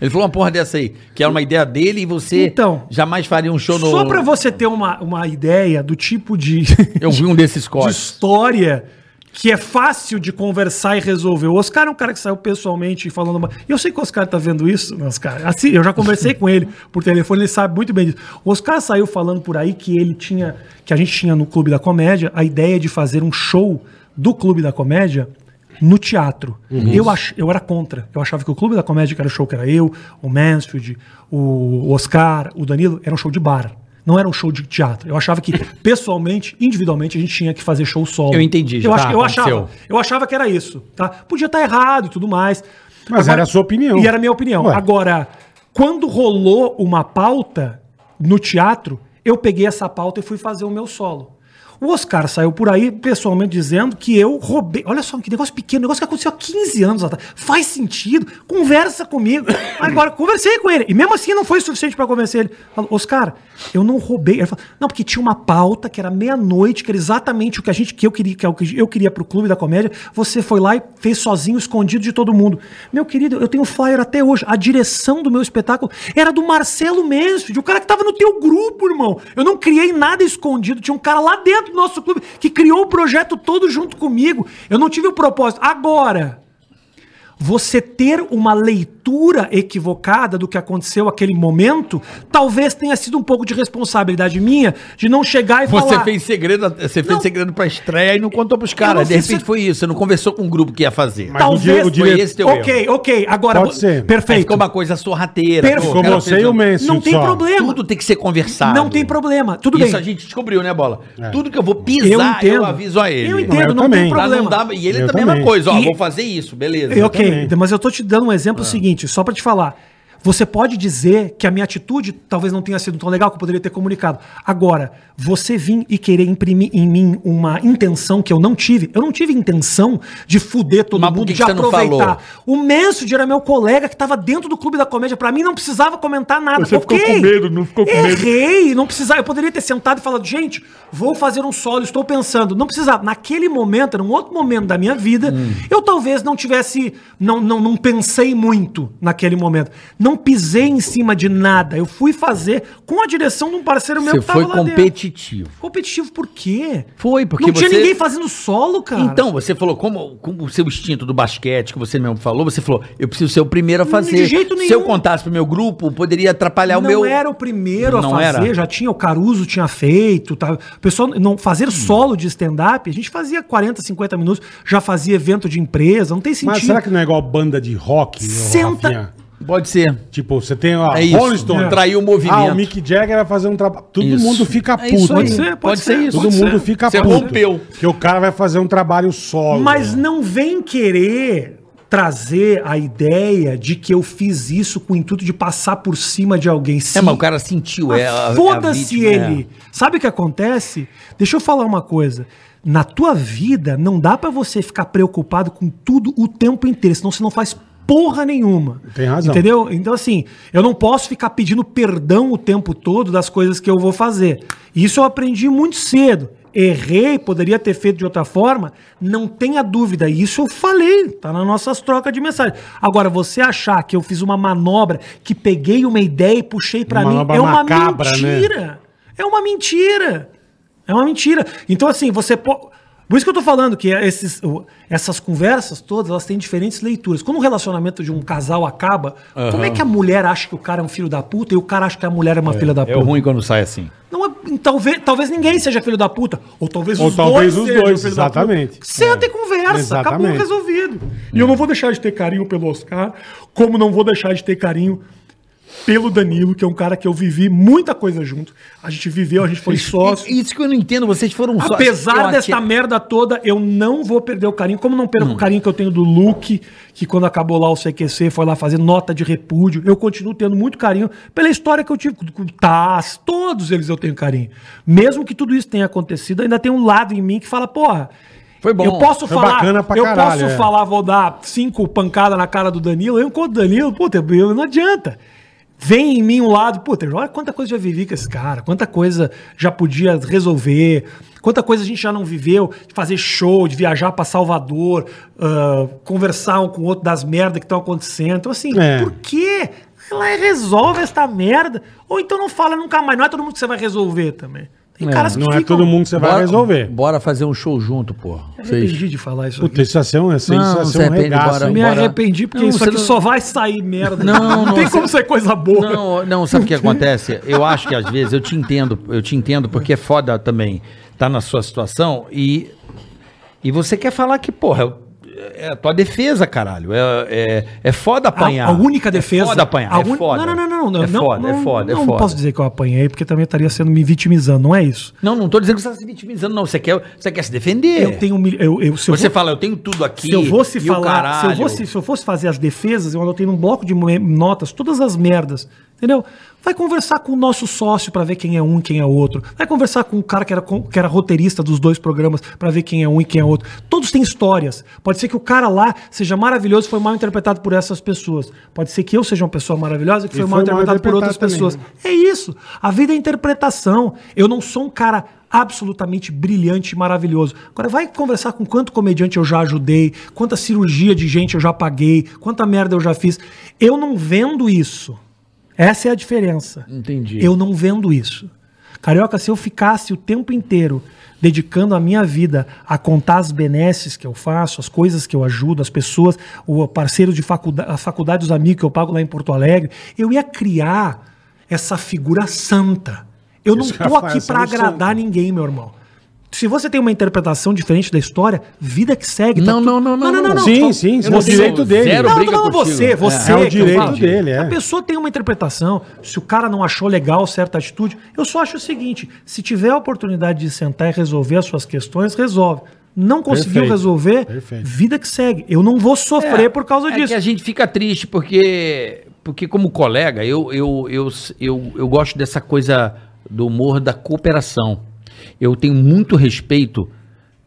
[SPEAKER 3] Ele falou uma porra dessa aí, que era uma ideia dele e você
[SPEAKER 4] Então.
[SPEAKER 3] jamais faria um show no.
[SPEAKER 4] só pra você ter uma, uma ideia do tipo de,
[SPEAKER 7] Eu vi um desses
[SPEAKER 4] de
[SPEAKER 7] cortes.
[SPEAKER 4] história que é fácil de conversar e resolver. O Oscar é um cara que saiu pessoalmente falando. uma- E eu sei que o Oscar tá vendo isso, né, Oscar. Assim, eu já conversei com ele por telefone, ele sabe muito bem disso. O Oscar saiu falando por aí que ele tinha. que a gente tinha no Clube da Comédia a ideia de fazer um show do Clube da Comédia no teatro.
[SPEAKER 3] Uhum.
[SPEAKER 4] Eu, ach, eu era contra. Eu achava que o Clube da Comédia, que era o show que era eu, o Mansfield, o Oscar, o Danilo, era um show de bar. Não era um show de teatro. Eu achava que, pessoalmente, individualmente, a gente tinha que fazer show solo.
[SPEAKER 3] Eu entendi, já
[SPEAKER 4] Eu, ach-
[SPEAKER 3] tá,
[SPEAKER 4] eu achava,
[SPEAKER 3] aconteceu.
[SPEAKER 4] eu achava que era isso. Tá? Podia estar tá errado e tudo mais.
[SPEAKER 2] Mas era a sua opinião.
[SPEAKER 4] E era a minha opinião.
[SPEAKER 2] Ué.
[SPEAKER 4] Agora, quando rolou uma pauta no teatro, eu peguei essa pauta e fui fazer o meu solo. O Oscar saiu por aí pessoalmente dizendo que eu roubei. Olha só, que negócio pequeno, negócio que aconteceu há 15 anos atrás. Faz sentido, conversa comigo. Agora, conversei com ele. E mesmo assim não foi suficiente para convencer ele. Falou, Oscar, eu não roubei. Ele falou, não, porque tinha uma pauta que era meia-noite, que era exatamente o que a gente que eu queria, que é o que eu queria pro clube da comédia. Você foi lá e fez sozinho, escondido de todo mundo. Meu querido, eu tenho um flyer até hoje. A direção do meu espetáculo era do Marcelo Mansfield, o cara que tava no teu grupo, irmão. Eu não criei nada escondido. Tinha um cara lá dentro do nosso clube que criou o projeto todo junto comigo. Eu não tive o propósito. Agora, você ter uma leitura equivocada do que aconteceu naquele momento, talvez tenha sido um pouco de responsabilidade minha de não chegar e
[SPEAKER 3] Você
[SPEAKER 4] falar.
[SPEAKER 3] fez segredo, você fez
[SPEAKER 4] Não.
[SPEAKER 3] segredo pra estreia e não contou pros
[SPEAKER 4] Eu não
[SPEAKER 3] caras. De
[SPEAKER 4] sei se-
[SPEAKER 3] repente foi isso, você não conversou com o grupo que ia fazer.
[SPEAKER 2] Mas o dire- o dire-
[SPEAKER 3] Foi esse teu erro.
[SPEAKER 4] ok, ok. Agora,
[SPEAKER 2] Pode ser.
[SPEAKER 3] Aí
[SPEAKER 4] perfeito.
[SPEAKER 3] É, ficou uma coisa sorrateira.
[SPEAKER 4] Perfeito.
[SPEAKER 3] pô,
[SPEAKER 2] Ficou
[SPEAKER 3] o cara
[SPEAKER 2] você
[SPEAKER 3] fez
[SPEAKER 2] e o
[SPEAKER 3] um-
[SPEAKER 2] Messi.
[SPEAKER 4] Não tem
[SPEAKER 2] só.
[SPEAKER 4] problema.
[SPEAKER 3] Tudo tem que ser conversado.
[SPEAKER 4] Não tem problema. Tudo
[SPEAKER 3] Isso
[SPEAKER 4] bem. É.
[SPEAKER 3] a gente descobriu, né, Bola? Tudo que eu vou pisar, eu,
[SPEAKER 4] entendo.
[SPEAKER 3] aviso a ele.
[SPEAKER 4] Eu
[SPEAKER 2] Não, eu
[SPEAKER 4] entendo, não,
[SPEAKER 2] também.
[SPEAKER 4] tem
[SPEAKER 3] Pra
[SPEAKER 4] problema.
[SPEAKER 3] não dar- E ele
[SPEAKER 2] Eu
[SPEAKER 3] também é uma
[SPEAKER 2] também.
[SPEAKER 3] coisa, ó,
[SPEAKER 4] E-
[SPEAKER 3] vou fazer isso, beleza. Ah.
[SPEAKER 4] É, ok, mas eu tô te dando um exemplo seguinte, só pra te falar. Você pode dizer que a minha atitude talvez não tenha sido tão legal que eu poderia ter comunicado. Agora, você vir e querer imprimir em mim uma intenção que eu não tive, eu não tive intenção de fuder todo
[SPEAKER 3] Mas por
[SPEAKER 4] mundo,
[SPEAKER 3] que
[SPEAKER 4] de
[SPEAKER 3] que você não falou?
[SPEAKER 4] aproveitar. O Mansfield era meu colega que estava dentro do clube da comédia. Pra mim não precisava comentar nada. Você ficou com medo, não ficou com Errei, medo. Errei, não precisava. Eu poderia ter sentado e falado, gente, vou fazer um solo, estou pensando. Não precisava. Naquele momento, era um outro momento da minha vida, eu talvez não tivesse, não, não, não pensei muito naquele momento. Não pisei em cima de nada. Eu fui fazer com a direção de um parceiro meu
[SPEAKER 7] Você
[SPEAKER 4] que tava
[SPEAKER 7] foi
[SPEAKER 4] lá dentro.
[SPEAKER 7] competitivo.
[SPEAKER 4] Competitivo por quê?
[SPEAKER 7] Foi, porque
[SPEAKER 4] Não tinha
[SPEAKER 7] você-
[SPEAKER 4] ninguém fazendo solo, cara.
[SPEAKER 3] Então, você falou, como, como o seu instinto do basquete, que você mesmo falou, você falou, eu preciso ser o primeiro a fazer.
[SPEAKER 4] de jeito
[SPEAKER 3] Se eu
[SPEAKER 4] nenhum.
[SPEAKER 3] contasse pro meu grupo, poderia
[SPEAKER 2] é
[SPEAKER 3] atrapalhar
[SPEAKER 4] não
[SPEAKER 3] o meu.
[SPEAKER 4] era o primeiro
[SPEAKER 3] Não
[SPEAKER 4] a fazer,
[SPEAKER 3] era?
[SPEAKER 4] já tinha, o Caruso tinha feito, tá? O pessoal não
[SPEAKER 3] Hum.
[SPEAKER 4] fazer solo de stand-up, a gente fazia 40, 50 minutos, já fazia evento de empresa, não tem sentido.
[SPEAKER 2] Mas será que não é igual banda de rock, ô,
[SPEAKER 4] Senta-
[SPEAKER 2] Rafinha?
[SPEAKER 3] Pode ser.
[SPEAKER 2] Tipo, você tem ó,
[SPEAKER 3] É isso.
[SPEAKER 2] Rolling Stone.
[SPEAKER 3] É. Traiu o movimento.
[SPEAKER 2] Ah, o Mick Jagger vai fazer um trabalho. Todo
[SPEAKER 3] Isso.
[SPEAKER 2] mundo fica
[SPEAKER 7] É
[SPEAKER 2] puto.
[SPEAKER 3] isso
[SPEAKER 4] É Pode
[SPEAKER 3] aí.
[SPEAKER 4] ser, Tá pode,
[SPEAKER 3] Pode ser
[SPEAKER 4] ser.
[SPEAKER 3] isso.
[SPEAKER 2] Todo
[SPEAKER 4] pode
[SPEAKER 2] mundo
[SPEAKER 4] ser.
[SPEAKER 2] fica
[SPEAKER 3] Você
[SPEAKER 2] puto.
[SPEAKER 3] rompeu.
[SPEAKER 2] Que o cara vai fazer um trabalho solo.
[SPEAKER 4] Mas não vem querer trazer a ideia de que eu fiz isso com o intuito de passar por cima de alguém.
[SPEAKER 3] É,
[SPEAKER 4] Sim,
[SPEAKER 3] mas o cara sentiu.
[SPEAKER 4] Mas
[SPEAKER 3] é, a- a
[SPEAKER 4] Foda-se
[SPEAKER 3] vítima, é.
[SPEAKER 4] ele. Sabe o que acontece? Deixa eu falar uma coisa. Na tua vida, não dá pra você ficar preocupado com tudo o tempo inteiro, senão você não faz porra nenhuma.
[SPEAKER 2] Tem razão.
[SPEAKER 4] Entendeu? Então, assim, eu não posso ficar pedindo perdão o tempo todo das coisas que eu vou fazer. Isso eu aprendi muito cedo. Errei, poderia ter feito de outra forma, não tenha dúvida. Isso eu falei, tá nas nossas trocas de mensagem. Agora, você achar que eu fiz uma manobra, que peguei uma ideia e puxei pra
[SPEAKER 2] Uma
[SPEAKER 4] mim,
[SPEAKER 2] manobra
[SPEAKER 4] é uma
[SPEAKER 2] macabra, né?
[SPEAKER 4] mentira. É uma mentira. É uma mentira. Então, assim, você pode. Por isso que eu tô falando que esses, o- essas conversas todas, elas têm diferentes leituras. Quando o relacionamento de um casal acaba, como é que a mulher acha que o cara é um filho da puta e o cara acha que a mulher é uma filha da
[SPEAKER 3] É
[SPEAKER 4] puta?
[SPEAKER 3] o ruim quando sai assim.
[SPEAKER 4] Não é- talvez, talvez ninguém seja filho da puta. Ou talvez
[SPEAKER 2] Ou
[SPEAKER 4] os
[SPEAKER 2] talvez
[SPEAKER 4] dois
[SPEAKER 2] os
[SPEAKER 4] sejam
[SPEAKER 2] dois,
[SPEAKER 4] filho da puta.
[SPEAKER 2] exatamente.
[SPEAKER 4] Senta
[SPEAKER 2] É.
[SPEAKER 4] e conversa. Acabou
[SPEAKER 2] Exatamente.
[SPEAKER 4] resolvido. E eu não vou deixar de ter carinho pelo Oscar, como não vou deixar de ter carinho pelo Danilo, que é um cara que eu vivi muita coisa junto. A gente viveu, a gente foi sócio.
[SPEAKER 3] Isso que eu não entendo, vocês foram só.
[SPEAKER 4] Apesar
[SPEAKER 3] eu
[SPEAKER 4] desta merda toda, eu não vou perder o carinho. Como não perco o carinho que eu tenho do Luke, que quando acabou lá o CQC foi lá fazer nota de repúdio. Eu continuo tendo muito carinho pela história que eu tive com o Taz. Todos eles eu tenho carinho. Mesmo que tudo isso tenha acontecido, ainda tem um lado em mim que fala, porra.
[SPEAKER 7] Foi bom.
[SPEAKER 4] Eu posso
[SPEAKER 2] Foi
[SPEAKER 4] falar,
[SPEAKER 2] bacana pra
[SPEAKER 4] eu
[SPEAKER 2] caralho,
[SPEAKER 4] posso
[SPEAKER 2] é.
[SPEAKER 4] falar, vou dar cinco pancadas na cara do Danilo. Eu encontro o Danilo, puta, eu- não adianta. Vem em mim um lado, puta, olha quanta coisa já vivi com esse cara, quanta coisa já podia resolver, quanta coisa a gente já não viveu, de fazer show, de viajar pra Salvador, ah, conversar um com o outro das merdas que estão acontecendo. Então, assim,
[SPEAKER 2] É.
[SPEAKER 4] por quê? Ela resolve esta merda. Ou então não fala nunca mais. Não é todo mundo que você vai resolver também. Tem caras que
[SPEAKER 2] Não é todo mundo que você vai
[SPEAKER 7] Bora-
[SPEAKER 2] resolver.
[SPEAKER 7] Bora fazer um show junto, porra.
[SPEAKER 4] Me
[SPEAKER 7] Vocês.
[SPEAKER 4] arrependi de falar isso
[SPEAKER 2] Puta, isso vai ser um, isso
[SPEAKER 7] Não,
[SPEAKER 2] vai ser
[SPEAKER 7] Zé
[SPEAKER 2] um
[SPEAKER 7] Pedro,
[SPEAKER 2] regaço.
[SPEAKER 7] bora-
[SPEAKER 4] Me
[SPEAKER 2] hein?
[SPEAKER 4] arrependi porque
[SPEAKER 7] Não,
[SPEAKER 4] isso
[SPEAKER 7] você
[SPEAKER 4] aqui
[SPEAKER 7] não-
[SPEAKER 4] só vai sair merda.
[SPEAKER 7] Não, não,
[SPEAKER 4] tem
[SPEAKER 7] você-
[SPEAKER 4] como sair coisa boa.
[SPEAKER 7] Não,
[SPEAKER 3] Não, sabe o que acontece? Eu acho que às vezes eu te entendo, eu te entendo porque é foda também tá na sua situação e e você quer falar que, porra, eu- é a tua defesa, caralho. É, é, é foda apanhar.
[SPEAKER 4] A, a única defesa.
[SPEAKER 3] É foda apanhar.
[SPEAKER 4] a
[SPEAKER 3] é
[SPEAKER 4] un-
[SPEAKER 3] foda.
[SPEAKER 4] Não, não, não, não, não.
[SPEAKER 3] É
[SPEAKER 4] não,
[SPEAKER 3] foda,
[SPEAKER 4] não,
[SPEAKER 3] é foda,
[SPEAKER 4] Não
[SPEAKER 3] é foda.
[SPEAKER 4] posso dizer que eu apanhei, porque também eu estaria sendo me vitimizando, não é isso.
[SPEAKER 3] Não, não tô dizendo que você tá se vitimizando, não. Você quer, você quer se defender.
[SPEAKER 4] Eu tenho. mil- Eu, eu, se eu
[SPEAKER 3] É. Você
[SPEAKER 4] vou-
[SPEAKER 3] fala, eu tenho tudo aqui.
[SPEAKER 4] se eu fosse
[SPEAKER 3] e o
[SPEAKER 4] falar, se eu
[SPEAKER 3] caralho.
[SPEAKER 4] fosse, se eu fosse fazer as defesas, eu anotei num bloco de me- notas todas as merdas, entendeu? Vai conversar com o nosso sócio pra ver quem é um e quem é outro. Vai conversar com o cara que era, co- que era roteirista dos dois programas pra ver quem é um e quem é outro. Todos têm histórias. Pode ser que o cara lá seja maravilhoso e foi mal interpretado por essas pessoas. Pode ser que eu seja uma pessoa maravilhosa que
[SPEAKER 2] E
[SPEAKER 4] foi, mal
[SPEAKER 2] foi mal
[SPEAKER 4] interpretado por outras
[SPEAKER 2] interpretado
[SPEAKER 4] pessoas.
[SPEAKER 2] também, né?
[SPEAKER 4] É isso. A vida é interpretação. Eu não sou um cara absolutamente brilhante e maravilhoso. Agora vai conversar com quanto comediante eu já ajudei, quanta cirurgia de gente eu já paguei, quanta merda eu já fiz. Eu não vendo isso. Essa é a diferença.
[SPEAKER 6] Entendi.
[SPEAKER 4] Eu não vendo isso. Carioca, se eu ficasse o tempo inteiro dedicando a minha vida a contar as benesses que eu faço, as coisas que eu ajudo, as pessoas, o parceiro de faculdade, a faculdade, os amigos que eu pago lá em Porto Alegre, eu ia criar essa figura santa. Eu não
[SPEAKER 2] Isso que
[SPEAKER 4] tô
[SPEAKER 2] eu um- ia falar,
[SPEAKER 4] aqui
[SPEAKER 2] essa
[SPEAKER 4] para
[SPEAKER 2] missão.
[SPEAKER 4] agradar ninguém, meu irmão. Se você tem uma interpretação diferente da história, vida que segue. tá
[SPEAKER 6] Não,
[SPEAKER 4] tu-
[SPEAKER 6] não, não, não, não.
[SPEAKER 2] Sim, sim, sim.
[SPEAKER 4] Eu
[SPEAKER 2] É o
[SPEAKER 4] tô-
[SPEAKER 2] direito dele.
[SPEAKER 6] Zero
[SPEAKER 4] não,
[SPEAKER 6] briga
[SPEAKER 4] não,
[SPEAKER 6] contigo.
[SPEAKER 4] você, você.
[SPEAKER 2] É o
[SPEAKER 4] que eu
[SPEAKER 2] direito
[SPEAKER 4] falo.
[SPEAKER 2] dele, é.
[SPEAKER 4] A pessoa tem uma interpretação. Se o cara não achou legal certa atitude, eu só acho o seguinte: se tiver a oportunidade de sentar e resolver as suas questões, resolve. Não conseguiu
[SPEAKER 2] Perfeito.
[SPEAKER 4] resolver,
[SPEAKER 2] Perfeito.
[SPEAKER 4] vida que segue. Eu não vou sofrer por causa
[SPEAKER 3] é
[SPEAKER 4] disso.
[SPEAKER 3] que a gente fica triste porque, porque como colega, eu, eu, eu, eu, eu gosto dessa coisa do humor da cooperação. Eu tenho muito respeito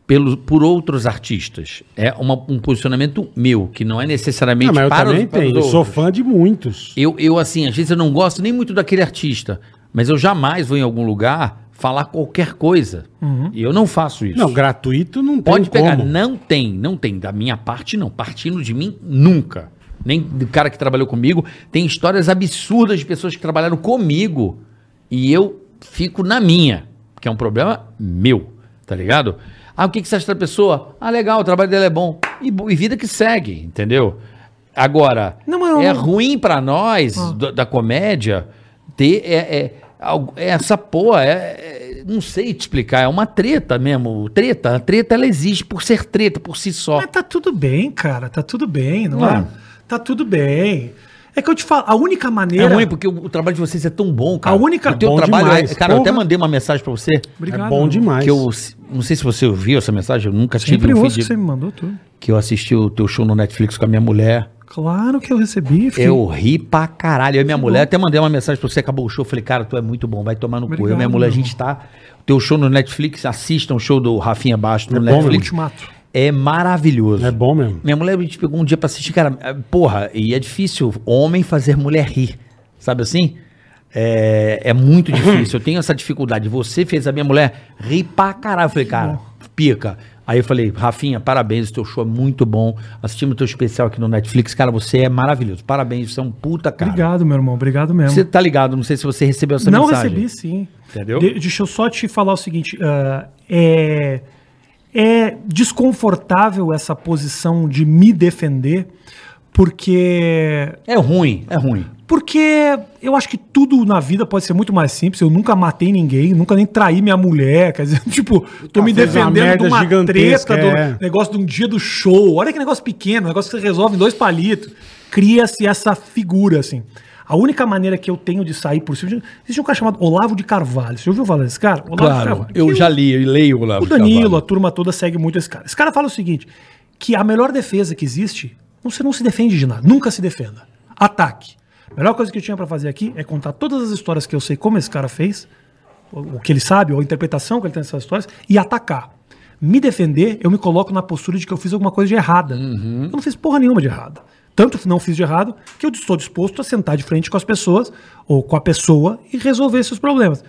[SPEAKER 3] pelo, por outros artistas. É uma- um posicionamento meu, que não é necessariamente
[SPEAKER 2] Ah, mas eu
[SPEAKER 3] para os-
[SPEAKER 2] também
[SPEAKER 3] para os
[SPEAKER 2] tenho. Eu sou
[SPEAKER 3] outros.
[SPEAKER 2] fã de muitos.
[SPEAKER 3] Eu, eu, assim, às vezes eu não gosto nem muito daquele artista, mas eu jamais vou em algum lugar falar qualquer coisa. E eu não faço isso.
[SPEAKER 2] Uhum. Não, gratuito não tem
[SPEAKER 3] Pode pegar.
[SPEAKER 2] como.
[SPEAKER 3] Não tem, não tem. Da minha parte, não. Partindo de mim, nunca. Nem do cara que trabalhou comigo. Tem histórias absurdas de pessoas que trabalharam comigo e eu fico na minha, que é um problema meu, tá ligado? Ah, o que, que você acha da pessoa? Ah, legal, o trabalho dela é bom. E, bo- e vida que segue, entendeu? Agora,
[SPEAKER 4] Não, eu-
[SPEAKER 3] é ruim pra nós, do- da comédia, ter é, é, al- é essa porra, é- é- não sei te explicar, é uma treta mesmo. Treta, a treta ela existe por ser treta, por si só.
[SPEAKER 4] Mas tá tudo bem, cara. Tá tudo bem, não é?
[SPEAKER 3] Não.
[SPEAKER 4] Tá tudo bem. É que eu te falo, a única
[SPEAKER 3] É
[SPEAKER 4] maneira.
[SPEAKER 3] ruim porque o, o trabalho de vocês é tão bom, cara.
[SPEAKER 4] A única-
[SPEAKER 3] O teu
[SPEAKER 2] Bom
[SPEAKER 3] trabalho,
[SPEAKER 2] demais,
[SPEAKER 3] é, cara, eu até
[SPEAKER 2] porra.
[SPEAKER 3] mandei uma mensagem pra você
[SPEAKER 4] Obrigado.
[SPEAKER 2] É bom demais.
[SPEAKER 3] que eu não sei se você ouviu essa mensagem, eu nunca
[SPEAKER 4] Sempre
[SPEAKER 3] tive um
[SPEAKER 4] ouço que
[SPEAKER 3] feed-
[SPEAKER 4] você me mandou tudo.
[SPEAKER 3] que eu assisti o teu show no Netflix com a minha mulher.
[SPEAKER 4] Claro que eu recebi. fiquei-
[SPEAKER 3] Eu ri pra caralho. Eu e minha mulher, até mandei uma mensagem pra você, acabou o show. Eu falei, cara, tu é muito bom, vai tomar no cu. Eu e minha
[SPEAKER 4] Obrigado,
[SPEAKER 3] mulher, a
[SPEAKER 4] meu
[SPEAKER 3] gente tá. O teu show no Netflix, assistam o show do Rafinha Basto no
[SPEAKER 2] É bom,
[SPEAKER 3] Netflix.
[SPEAKER 4] Ultimato.
[SPEAKER 3] é maravilhoso.
[SPEAKER 2] É bom mesmo.
[SPEAKER 3] Minha mulher, a gente pegou um dia pra assistir, cara, é, porra, e é difícil homem fazer mulher rir, sabe assim? É, é muito difícil, eu tenho essa dificuldade. Você fez a minha mulher rir pra caralho. Eu falei, cara, pica. Aí eu falei, Rafinha, parabéns, o teu show é muito bom. Assistimos o teu especial aqui no Netflix, cara, você é maravilhoso. Parabéns, você é um puta cara.
[SPEAKER 4] Obrigado, meu irmão. Obrigado mesmo.
[SPEAKER 3] Você tá ligado, não sei se você recebeu essa
[SPEAKER 4] não
[SPEAKER 3] mensagem.
[SPEAKER 4] recebi, sim.
[SPEAKER 3] Entendeu?
[SPEAKER 4] De- deixa eu só te falar o seguinte: ah, é, é desconfortável essa posição de me defender, porque
[SPEAKER 3] É ruim, é ruim.
[SPEAKER 4] porque eu acho que tudo na vida pode ser muito mais simples. Eu nunca matei ninguém, nunca nem traí minha mulher. Quer dizer, tipo, tô me
[SPEAKER 2] Ah, fez uma
[SPEAKER 4] defendendo de
[SPEAKER 2] merda
[SPEAKER 4] uma
[SPEAKER 2] gigantesca,
[SPEAKER 4] treta, do
[SPEAKER 2] é.
[SPEAKER 4] negócio de um dia do show. Olha que negócio pequeno, um negócio que você resolve em dois palitos. Cria-se essa figura, assim. A única maneira que eu tenho de sair por cima. Existe um cara chamado Olavo de Carvalho. Você ouviu falar desse cara? Olavo de
[SPEAKER 6] Claro,
[SPEAKER 4] Carvalho.
[SPEAKER 6] eu
[SPEAKER 4] Que um
[SPEAKER 6] já li, eu leio lá.
[SPEAKER 4] o Danilo, a turma toda segue muito esse cara. Esse cara fala o seguinte: que a melhor defesa que existe, você não se defende de nada, nunca se defenda. Ataque. A melhor coisa que eu tinha pra fazer aqui é contar todas as histórias que eu sei como esse cara fez, o o que ele sabe, ou a interpretação que ele tem dessas histórias, e atacar. Me defender, eu me coloco na postura de que eu fiz alguma coisa de errada. Eu não fiz porra nenhuma de errada. Tanto não fiz de errado que eu estou disposto a sentar de frente com as pessoas, ou com a pessoa, e resolver esses problemas.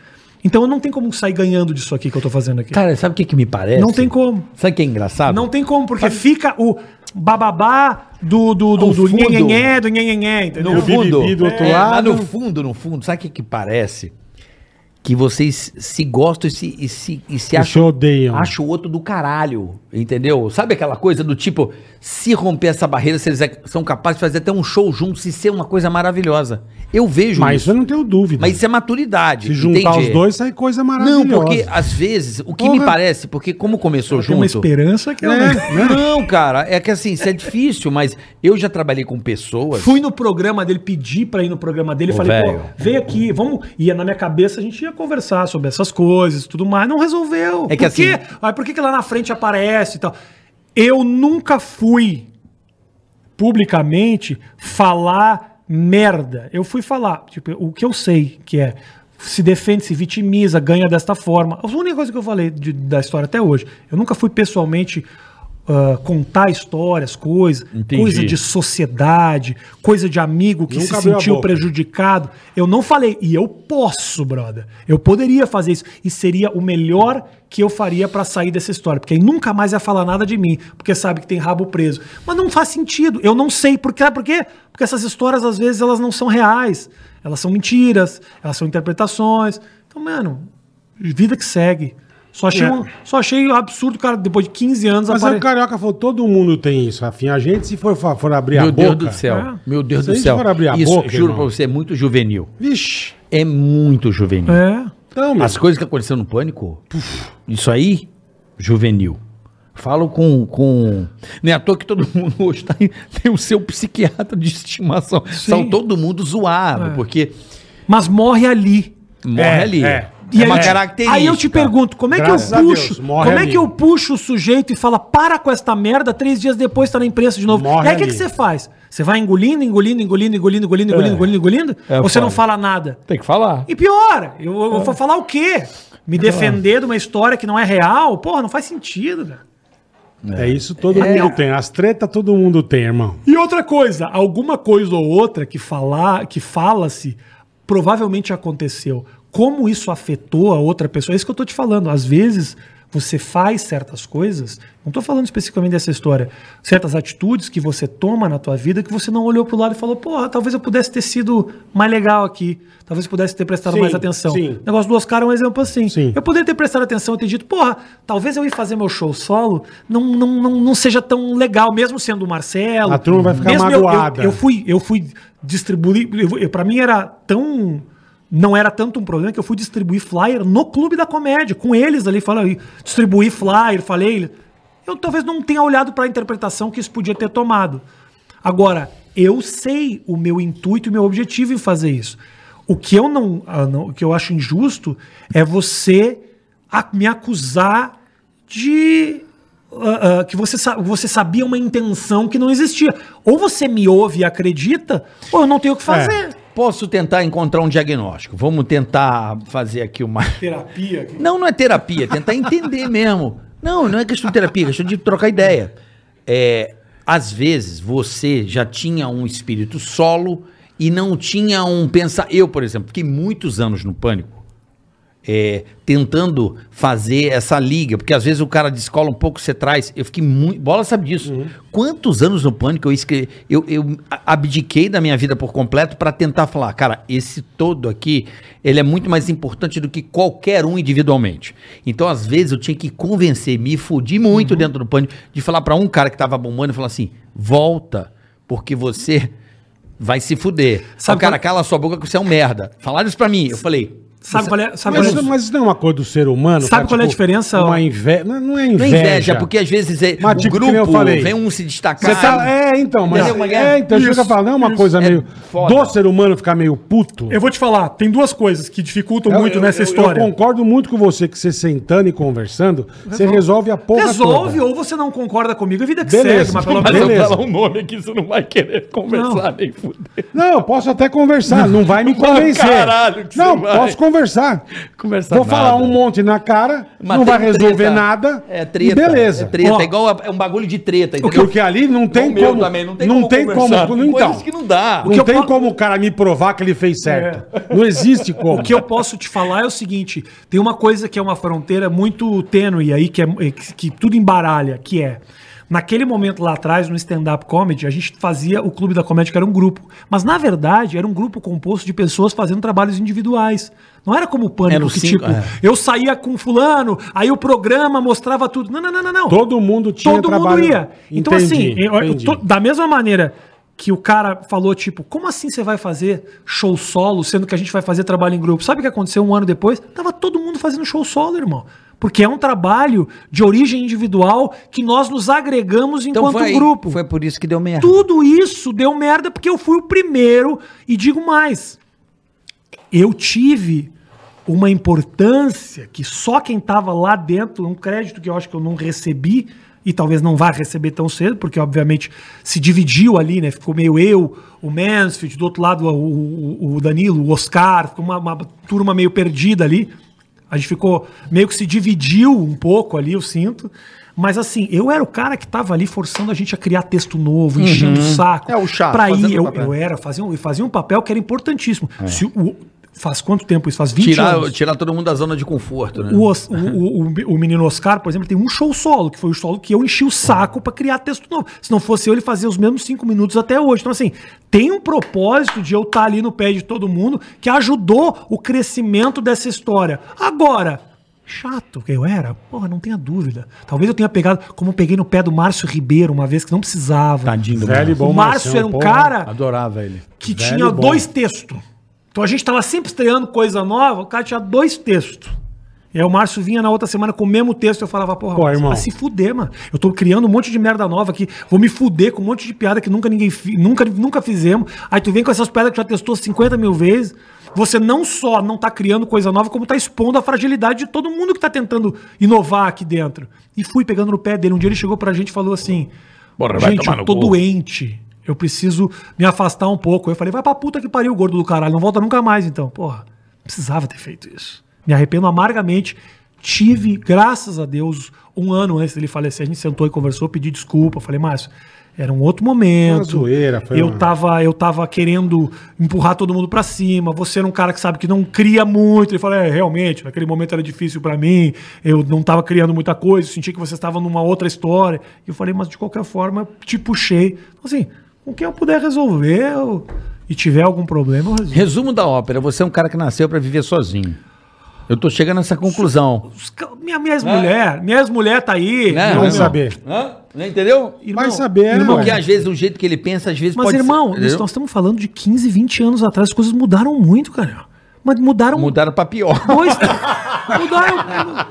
[SPEAKER 4] Então eu não tenho como sair ganhando disso aqui que eu tô fazendo aqui.
[SPEAKER 3] Cara, sabe o que, que me parece?
[SPEAKER 4] Não tem como.
[SPEAKER 3] Sabe o que é engraçado?
[SPEAKER 4] Não tem como, porque fica o bababá do do do,
[SPEAKER 3] Tá. O
[SPEAKER 4] do
[SPEAKER 3] fundo.
[SPEAKER 4] nhenhenhé, do nhenhenhé, entendeu?
[SPEAKER 2] No
[SPEAKER 3] no fundo,
[SPEAKER 2] BBB do outro
[SPEAKER 3] é, mas
[SPEAKER 2] lado.
[SPEAKER 3] no fundo, no fundo, sabe o que que parece? que vocês se gostam e se, e se,
[SPEAKER 2] Que
[SPEAKER 3] e se
[SPEAKER 2] se
[SPEAKER 3] acham.
[SPEAKER 2] odeiam.
[SPEAKER 3] Acho o outro do caralho, entendeu? Sabe aquela coisa do tipo, se romper essa barreira, vocês é- são capazes de fazer até um show juntos e ser uma coisa maravilhosa. Eu vejo
[SPEAKER 2] Mas isso eu não tenho dúvida.
[SPEAKER 3] Mas isso é maturidade.
[SPEAKER 2] Se juntar
[SPEAKER 3] entende?
[SPEAKER 2] os dois, sai coisa
[SPEAKER 3] Não,
[SPEAKER 2] maravilhosa.
[SPEAKER 3] porque às vezes, o que me
[SPEAKER 2] Porra.
[SPEAKER 3] parece, porque como começou
[SPEAKER 4] Tem uma
[SPEAKER 3] junto.
[SPEAKER 4] esperança
[SPEAKER 3] É.
[SPEAKER 4] que eu
[SPEAKER 2] né?
[SPEAKER 3] Não, cara, é que assim, isso é difícil, mas eu já trabalhei com pessoas.
[SPEAKER 4] Fui no programa dele, pedi pra ir no programa dele,
[SPEAKER 3] Ô,
[SPEAKER 4] falei,
[SPEAKER 3] velho.
[SPEAKER 4] pô, vem aqui, vamos. E na minha cabeça a gente ia conversar sobre essas coisas e tudo mais. Não resolveu.
[SPEAKER 3] É que
[SPEAKER 4] por quê?
[SPEAKER 3] assim-
[SPEAKER 4] Aí por que, que lá na frente aparece e tal? Eu nunca fui publicamente falar merda. Eu fui falar, tipo, o que eu sei que é se defende, se vitimiza, ganha desta forma. A única coisa que eu falei de- da história até hoje, eu nunca fui pessoalmente ah, contar histórias, coisas, coisa de sociedade, coisa de amigo que
[SPEAKER 2] Nunca
[SPEAKER 4] se
[SPEAKER 2] abriu a
[SPEAKER 4] sentiu
[SPEAKER 2] boca.
[SPEAKER 4] prejudicado. Eu não falei, e eu posso, brother. Eu poderia fazer isso e seria o melhor que eu faria pra sair dessa história, porque aí nunca mais ia falar nada de mim, porque sabe que tem rabo preso. Mas não faz sentido. Eu não sei porque, sabe por quê? Porque essas histórias às vezes elas não são reais. Elas são mentiras, elas são interpretações. Então, mano, vida que segue. Só achei, um- só achei absurdo, cara, depois de 15 anos
[SPEAKER 2] É. Mas aí
[SPEAKER 4] apare-
[SPEAKER 2] o Carioca falou, todo mundo tem isso, Rafinha. A gente, se for, for abrir a
[SPEAKER 3] Meu
[SPEAKER 2] boca...
[SPEAKER 3] Deus do céu.
[SPEAKER 4] É.
[SPEAKER 3] Meu Deus
[SPEAKER 2] Se
[SPEAKER 3] do
[SPEAKER 2] a gente
[SPEAKER 3] céu.
[SPEAKER 2] for abrir a
[SPEAKER 3] Isso,
[SPEAKER 2] boca,
[SPEAKER 3] juro
[SPEAKER 2] irmão.
[SPEAKER 3] pra você, é muito juvenil.
[SPEAKER 2] Vixe.
[SPEAKER 3] É muito juvenil.
[SPEAKER 4] É.
[SPEAKER 2] Então, meu,
[SPEAKER 3] As coisas que aconteceram no pânico, isso aí, juvenil. Falo com. com... Não é à toa que todo mundo hoje tá, aí- tem o seu psiquiatra de estimação. São todo mundo zoado, porque
[SPEAKER 4] Mas morre ali.
[SPEAKER 3] morre
[SPEAKER 2] É,
[SPEAKER 3] ali.
[SPEAKER 2] é.
[SPEAKER 3] É uma
[SPEAKER 4] aí,
[SPEAKER 3] característica.
[SPEAKER 4] Aí eu te pergunto, como é que
[SPEAKER 2] Graças a
[SPEAKER 4] eu puxo?
[SPEAKER 2] Deus, morre
[SPEAKER 4] como é
[SPEAKER 2] ali.
[SPEAKER 4] que eu puxo o sujeito e fala, para com esta merda, três dias depois tá na imprensa de novo?
[SPEAKER 2] Morre
[SPEAKER 4] e aí o que,
[SPEAKER 2] ali. É.
[SPEAKER 4] que você faz? Você vai engolindo, engolindo, engolindo, engolindo, engolindo, engolindo, engolindo, engolindo? ou você não fala nada?
[SPEAKER 3] Tem que falar.
[SPEAKER 4] E pior, eu, eu
[SPEAKER 2] É.
[SPEAKER 4] vou falar o quê? Me defender de uma história que não é real? Porra, não faz sentido, cara.
[SPEAKER 2] é isso todo mundo tem. As tretas todo mundo tem, irmão.
[SPEAKER 4] E outra coisa, alguma coisa ou outra que falar, que fala-se, provavelmente aconteceu. Como isso afetou a outra pessoa? É isso que eu tô te falando. Às vezes você faz certas coisas, não tô falando especificamente dessa história, certas atitudes que você toma na tua vida que você não olhou pro lado e falou, porra, talvez eu pudesse ter sido mais legal aqui, talvez eu pudesse ter prestado
[SPEAKER 2] Sim,
[SPEAKER 4] mais atenção.
[SPEAKER 2] sim.
[SPEAKER 4] O negócio do Oscar é um exemplo assim.
[SPEAKER 2] Sim.
[SPEAKER 4] Eu poderia ter prestado atenção e ter dito, porra, talvez eu ir fazer meu show solo não, não, não, não seja tão legal, mesmo sendo o Marcelo,
[SPEAKER 2] A turma vai ficar
[SPEAKER 4] mesmo eu- eu-
[SPEAKER 2] magoada.
[SPEAKER 4] Eu, fui, eu fui distribuir. eu- eu- Pra mim era tão. Não era tanto um problema que eu fui distribuir flyer no Clube da Comédia, com eles ali. Falei, distribuí flyer, falei. Eu talvez não tenha olhado pra interpretação que isso podia ter tomado. Agora, eu sei o meu intuito e o meu objetivo em fazer isso. O que eu não, ah, não- o que eu acho injusto é você a- me acusar de ah, ah, que você, sa- você sabia uma intenção que não existia. Ou você me ouve e acredita, ou eu não tenho o que fazer.
[SPEAKER 3] Posso tentar encontrar um diagnóstico. Vamos tentar fazer aqui uma.
[SPEAKER 4] Terapia.
[SPEAKER 3] Não, não é terapia, é tentar entender mesmo. Não, não é questão de terapia, é questão de trocar ideia. É, às vezes você já tinha um espírito solo e não tinha um pensar. Eu, por exemplo, fiquei muitos anos no pânico. é, tentando fazer essa liga, porque às vezes o cara descola um pouco, você traz. Eu fiquei muito. Bola sabe disso.
[SPEAKER 4] Uhum.
[SPEAKER 3] Quantos anos no pânico eu escrevi. Eu, eu abdiquei da minha vida por completo pra tentar falar, cara, esse todo aqui, ele é muito mais importante do que qualquer um individualmente. Então, às vezes, eu tinha que convencer, me fudi
[SPEAKER 4] Uhum.
[SPEAKER 3] muito dentro do pânico, de falar pra um cara que tava bombando e falar assim: volta, porque você. Vai se fuder.
[SPEAKER 4] Sabe
[SPEAKER 3] Sabe, cara,
[SPEAKER 4] quando-
[SPEAKER 3] cala sua boca que você é um merda. Falaram isso pra mim. Eu falei.
[SPEAKER 4] Sabe qual é, sabe
[SPEAKER 2] Mas,
[SPEAKER 4] qual
[SPEAKER 2] isso-
[SPEAKER 4] é-
[SPEAKER 2] mas isso não é uma coisa do ser humano? tá, tipo,
[SPEAKER 4] Sabe qual é a diferença, ó?
[SPEAKER 2] Uma inveja. Não, não é
[SPEAKER 3] Não é
[SPEAKER 2] inveja.
[SPEAKER 3] inveja, porque às vezes é,
[SPEAKER 2] Mas,
[SPEAKER 3] o
[SPEAKER 2] tipo, que nem
[SPEAKER 3] grupo
[SPEAKER 2] eu falei.
[SPEAKER 3] vem um se
[SPEAKER 2] Você
[SPEAKER 3] destacar.
[SPEAKER 2] tá, é, então, mas.
[SPEAKER 3] Entendeu como é que é?
[SPEAKER 2] É, então, chega a falar, não é uma
[SPEAKER 3] isso.
[SPEAKER 2] coisa
[SPEAKER 3] É
[SPEAKER 2] meio.
[SPEAKER 3] foda.
[SPEAKER 2] Do ser humano ficar meio puto.
[SPEAKER 4] é, Eu vou te falar, tem duas coisas que dificultam
[SPEAKER 2] Eu-
[SPEAKER 4] muito
[SPEAKER 2] eu-
[SPEAKER 4] nessa
[SPEAKER 2] eu-
[SPEAKER 4] história.
[SPEAKER 2] Eu concordo muito com você que você sentando e conversando, você resolve a porra
[SPEAKER 4] Resolve,
[SPEAKER 2] toda.
[SPEAKER 4] ou você não concorda comigo, a vida que
[SPEAKER 2] Beleza.
[SPEAKER 4] segue, mas pelo
[SPEAKER 2] Mas eu-
[SPEAKER 4] menos.
[SPEAKER 2] Beleza.
[SPEAKER 5] um
[SPEAKER 3] "Hum,
[SPEAKER 5] nome aqui, você não vai querer conversar nem fuder.
[SPEAKER 2] Não, eu posso até conversar, não vai me convencer.
[SPEAKER 5] caralho que
[SPEAKER 2] não,
[SPEAKER 5] você vai.
[SPEAKER 2] posso conversar.
[SPEAKER 5] Conversar
[SPEAKER 2] Vou falar um monte na cara,
[SPEAKER 3] Mas
[SPEAKER 2] não vai
[SPEAKER 3] tem
[SPEAKER 2] resolver
[SPEAKER 3] treta.
[SPEAKER 2] nada.
[SPEAKER 3] É
[SPEAKER 2] e
[SPEAKER 3] treta.
[SPEAKER 2] beleza.
[SPEAKER 3] É treta.
[SPEAKER 4] Ó.
[SPEAKER 3] é igual a- é um bagulho de treta. entendeu? É
[SPEAKER 2] Porque ali não tem
[SPEAKER 3] O meu
[SPEAKER 2] como.
[SPEAKER 3] também,
[SPEAKER 2] Não tem como.
[SPEAKER 3] conversar. Tem
[SPEAKER 2] então,
[SPEAKER 3] coisas que não dá.
[SPEAKER 2] Não
[SPEAKER 4] que eu
[SPEAKER 2] tem
[SPEAKER 4] falo-
[SPEAKER 2] como o cara me provar que ele fez certo.
[SPEAKER 3] É.
[SPEAKER 2] Não existe como.
[SPEAKER 4] O que eu posso te falar é o seguinte: tem uma coisa que é uma fronteira muito tênue aí, que, é, que, que tudo embaralha, que é Naquele momento lá atrás, no stand-up comedy, a gente fazia o Clube da Comédia, que era um grupo. Mas, na verdade, era um grupo composto de pessoas fazendo trabalhos individuais. Não era como o pânico,
[SPEAKER 3] Era o
[SPEAKER 4] que
[SPEAKER 3] cinco,
[SPEAKER 4] tipo,
[SPEAKER 3] é.
[SPEAKER 4] eu saía com fulano, aí o programa mostrava tudo. Não, não, não, não, não.
[SPEAKER 2] Todo mundo tinha
[SPEAKER 4] Todo
[SPEAKER 2] trabalho.
[SPEAKER 4] mundo ia. Então,
[SPEAKER 2] Entendi,
[SPEAKER 4] assim, eu- eu
[SPEAKER 2] entendi.
[SPEAKER 4] tô- da mesma maneira que o cara falou, tipo, como assim você vai fazer show solo, sendo que a gente vai fazer trabalho em grupo? Sabe o que aconteceu um ano depois? Tava todo mundo fazendo show solo, irmão. Porque é um trabalho de origem individual que nós nos agregamos
[SPEAKER 2] Então
[SPEAKER 4] enquanto
[SPEAKER 3] Então foi,
[SPEAKER 4] grupo.
[SPEAKER 3] foi por isso que deu merda.
[SPEAKER 4] Tudo isso deu merda porque eu fui o primeiro. E digo mais, eu tive uma importância que só quem estava lá dentro, um crédito que eu acho que eu não recebi e talvez não vá receber tão cedo, porque obviamente se dividiu ali, né? Ficou meio eu, o Mansfield, do outro lado o, o- o Danilo, o Oscar, ficou uma, uma turma meio perdida ali. A gente ficou meio que se dividiu um pouco ali, eu sinto. Mas assim, eu era o cara que tava ali forçando a gente a criar texto novo, enchendo o saco.
[SPEAKER 3] É, o chato,
[SPEAKER 4] Pra
[SPEAKER 3] fazendo
[SPEAKER 4] ir, eu,
[SPEAKER 3] papel.
[SPEAKER 4] eu era, fazia um, fazia um papel que era importantíssimo. Se o- faz quanto tempo isso? Faz 20
[SPEAKER 3] Tirar,
[SPEAKER 4] anos.
[SPEAKER 3] tirar todo mundo da zona de conforto, né?
[SPEAKER 4] O, Os- o, o, o- o menino Oscar, por exemplo, tem um show solo, que foi o solo que eu enchi o saco pra criar texto novo. Se não fosse eu, ele fazia os mesmos cinco minutos até hoje. Então, assim, tem um propósito de eu estar ali no pé de todo mundo que ajudou o crescimento dessa história. Agora, chato que eu era, porra, não tenha dúvida. Talvez eu tenha pegado, como eu peguei no pé do Márcio Ribeiro uma vez que não precisava.
[SPEAKER 3] Tadinho do
[SPEAKER 2] Velho e bom
[SPEAKER 4] o Márcio
[SPEAKER 2] Marcelo,
[SPEAKER 4] era um
[SPEAKER 2] porra.
[SPEAKER 4] cara
[SPEAKER 7] Adorava ele.
[SPEAKER 4] que
[SPEAKER 2] Velho
[SPEAKER 4] tinha
[SPEAKER 2] bom.
[SPEAKER 4] dois textos. Então a gente tava sempre estreando coisa nova, o cara tinha dois textos. E aí o Márcio vinha na outra semana com o mesmo texto, eu falava, porra,
[SPEAKER 2] Pô,
[SPEAKER 4] Márcio,
[SPEAKER 2] irmão.
[SPEAKER 4] vai se fuder, mano. Eu tô criando um monte de merda nova aqui, vou me fuder com um monte de piada que nunca ninguém fi- nunca, nunca fizemos. Aí tu vem com essas piadas que já testou 50 mil vezes. Você não só não tá criando coisa nova, como tá expondo a fragilidade de todo mundo que tá tentando inovar aqui dentro. E fui pegando no pé dele. Um dia ele chegou pra gente e falou assim:
[SPEAKER 5] Bora, vai
[SPEAKER 4] Gente,
[SPEAKER 5] tomar
[SPEAKER 4] eu
[SPEAKER 5] no
[SPEAKER 4] tô
[SPEAKER 5] cu."
[SPEAKER 4] doente. Eu preciso me afastar um pouco. Eu falei, vai pra puta que pariu, gordo do caralho. Não volta nunca mais, então. Porra, não precisava ter feito isso. Me arrependo amargamente. Tive, graças a Deus, um ano antes dele falecer, a gente sentou e conversou, pedi desculpa. Eu Falei, Márcio, era um outro momento.
[SPEAKER 2] Uma zoeira, foi
[SPEAKER 4] eu
[SPEAKER 2] uma-
[SPEAKER 4] tava, eu tava querendo empurrar todo mundo pra cima. Você era um cara que sabe que não cria muito. Ele falou: é, realmente, naquele momento era difícil pra mim. Eu não tava criando muita coisa. Eu senti que você estava numa outra história. E eu falei: mas de qualquer forma, eu te puxei. Então, assim, com quem eu puder resolver eu- e tiver algum problema, eu resolvo.
[SPEAKER 3] Resumo da ópera: você é um cara que nasceu pra viver sozinho. Eu tô chegando a essa conclusão.
[SPEAKER 4] Os ca- Minha, minha ex-mulher, minha ex-mulher tá aí.
[SPEAKER 3] É. Né?
[SPEAKER 4] Meu-
[SPEAKER 2] Vai
[SPEAKER 3] Não.
[SPEAKER 2] saber.
[SPEAKER 3] Hã? Não entendeu?
[SPEAKER 4] irmão,
[SPEAKER 2] vai saber,
[SPEAKER 4] irmão,
[SPEAKER 2] né,
[SPEAKER 3] Porque
[SPEAKER 2] ué?
[SPEAKER 3] às vezes o jeito que ele pensa, às vezes
[SPEAKER 4] Mas,
[SPEAKER 3] pode ser-
[SPEAKER 4] irmão,
[SPEAKER 3] entendeu?
[SPEAKER 4] nós estamos falando de 15, 20 anos atrás, as coisas mudaram muito, cara. Mas mudaram
[SPEAKER 3] mudaram pra pior.
[SPEAKER 4] Dois. mudaram,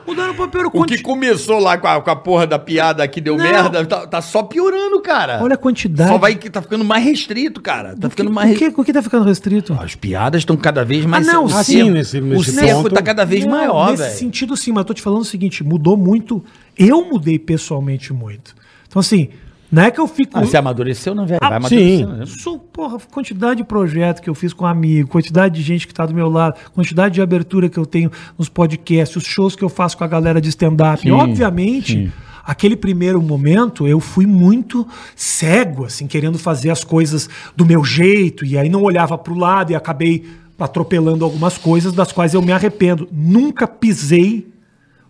[SPEAKER 4] mudaram o papel.
[SPEAKER 3] O que começou lá com a, com a porra da piada que deu
[SPEAKER 4] Não.
[SPEAKER 3] merda, tá, tá só piorando, cara.
[SPEAKER 4] Olha a quantidade.
[SPEAKER 3] Só vai que tá ficando mais restrito, cara. Tá ficando mais
[SPEAKER 4] o, que, o que tá ficando restrito?
[SPEAKER 3] As piadas estão cada vez mais...
[SPEAKER 4] Ah, não,
[SPEAKER 3] o
[SPEAKER 2] sim,
[SPEAKER 3] cerco-
[SPEAKER 2] nesse-
[SPEAKER 3] o
[SPEAKER 2] nesse
[SPEAKER 3] cerco
[SPEAKER 2] ponto.
[SPEAKER 3] tá cada vez
[SPEAKER 4] Não,
[SPEAKER 3] maior,
[SPEAKER 4] Nesse
[SPEAKER 3] velho.
[SPEAKER 4] sentido, sim, mas eu tô te falando o seguinte: mudou muito. Eu mudei pessoalmente muito. Então, assim, não é que eu fico.
[SPEAKER 3] Ah, você amadureceu, não, velho?
[SPEAKER 4] Ah,
[SPEAKER 3] Vai
[SPEAKER 2] sim.
[SPEAKER 3] amadurecendo. né?
[SPEAKER 4] Sou, porra, quantidade de projeto que eu fiz com amigo, quantidade de gente que tá do meu lado, quantidade de abertura que eu tenho nos podcasts, os shows que eu faço com a galera de stand-up. E, Obviamente, aquele primeiro momento eu fui muito cego, assim, querendo fazer as coisas do meu jeito, e aí não olhava pro lado e acabei atropelando algumas coisas das quais eu me arrependo. Nunca pisei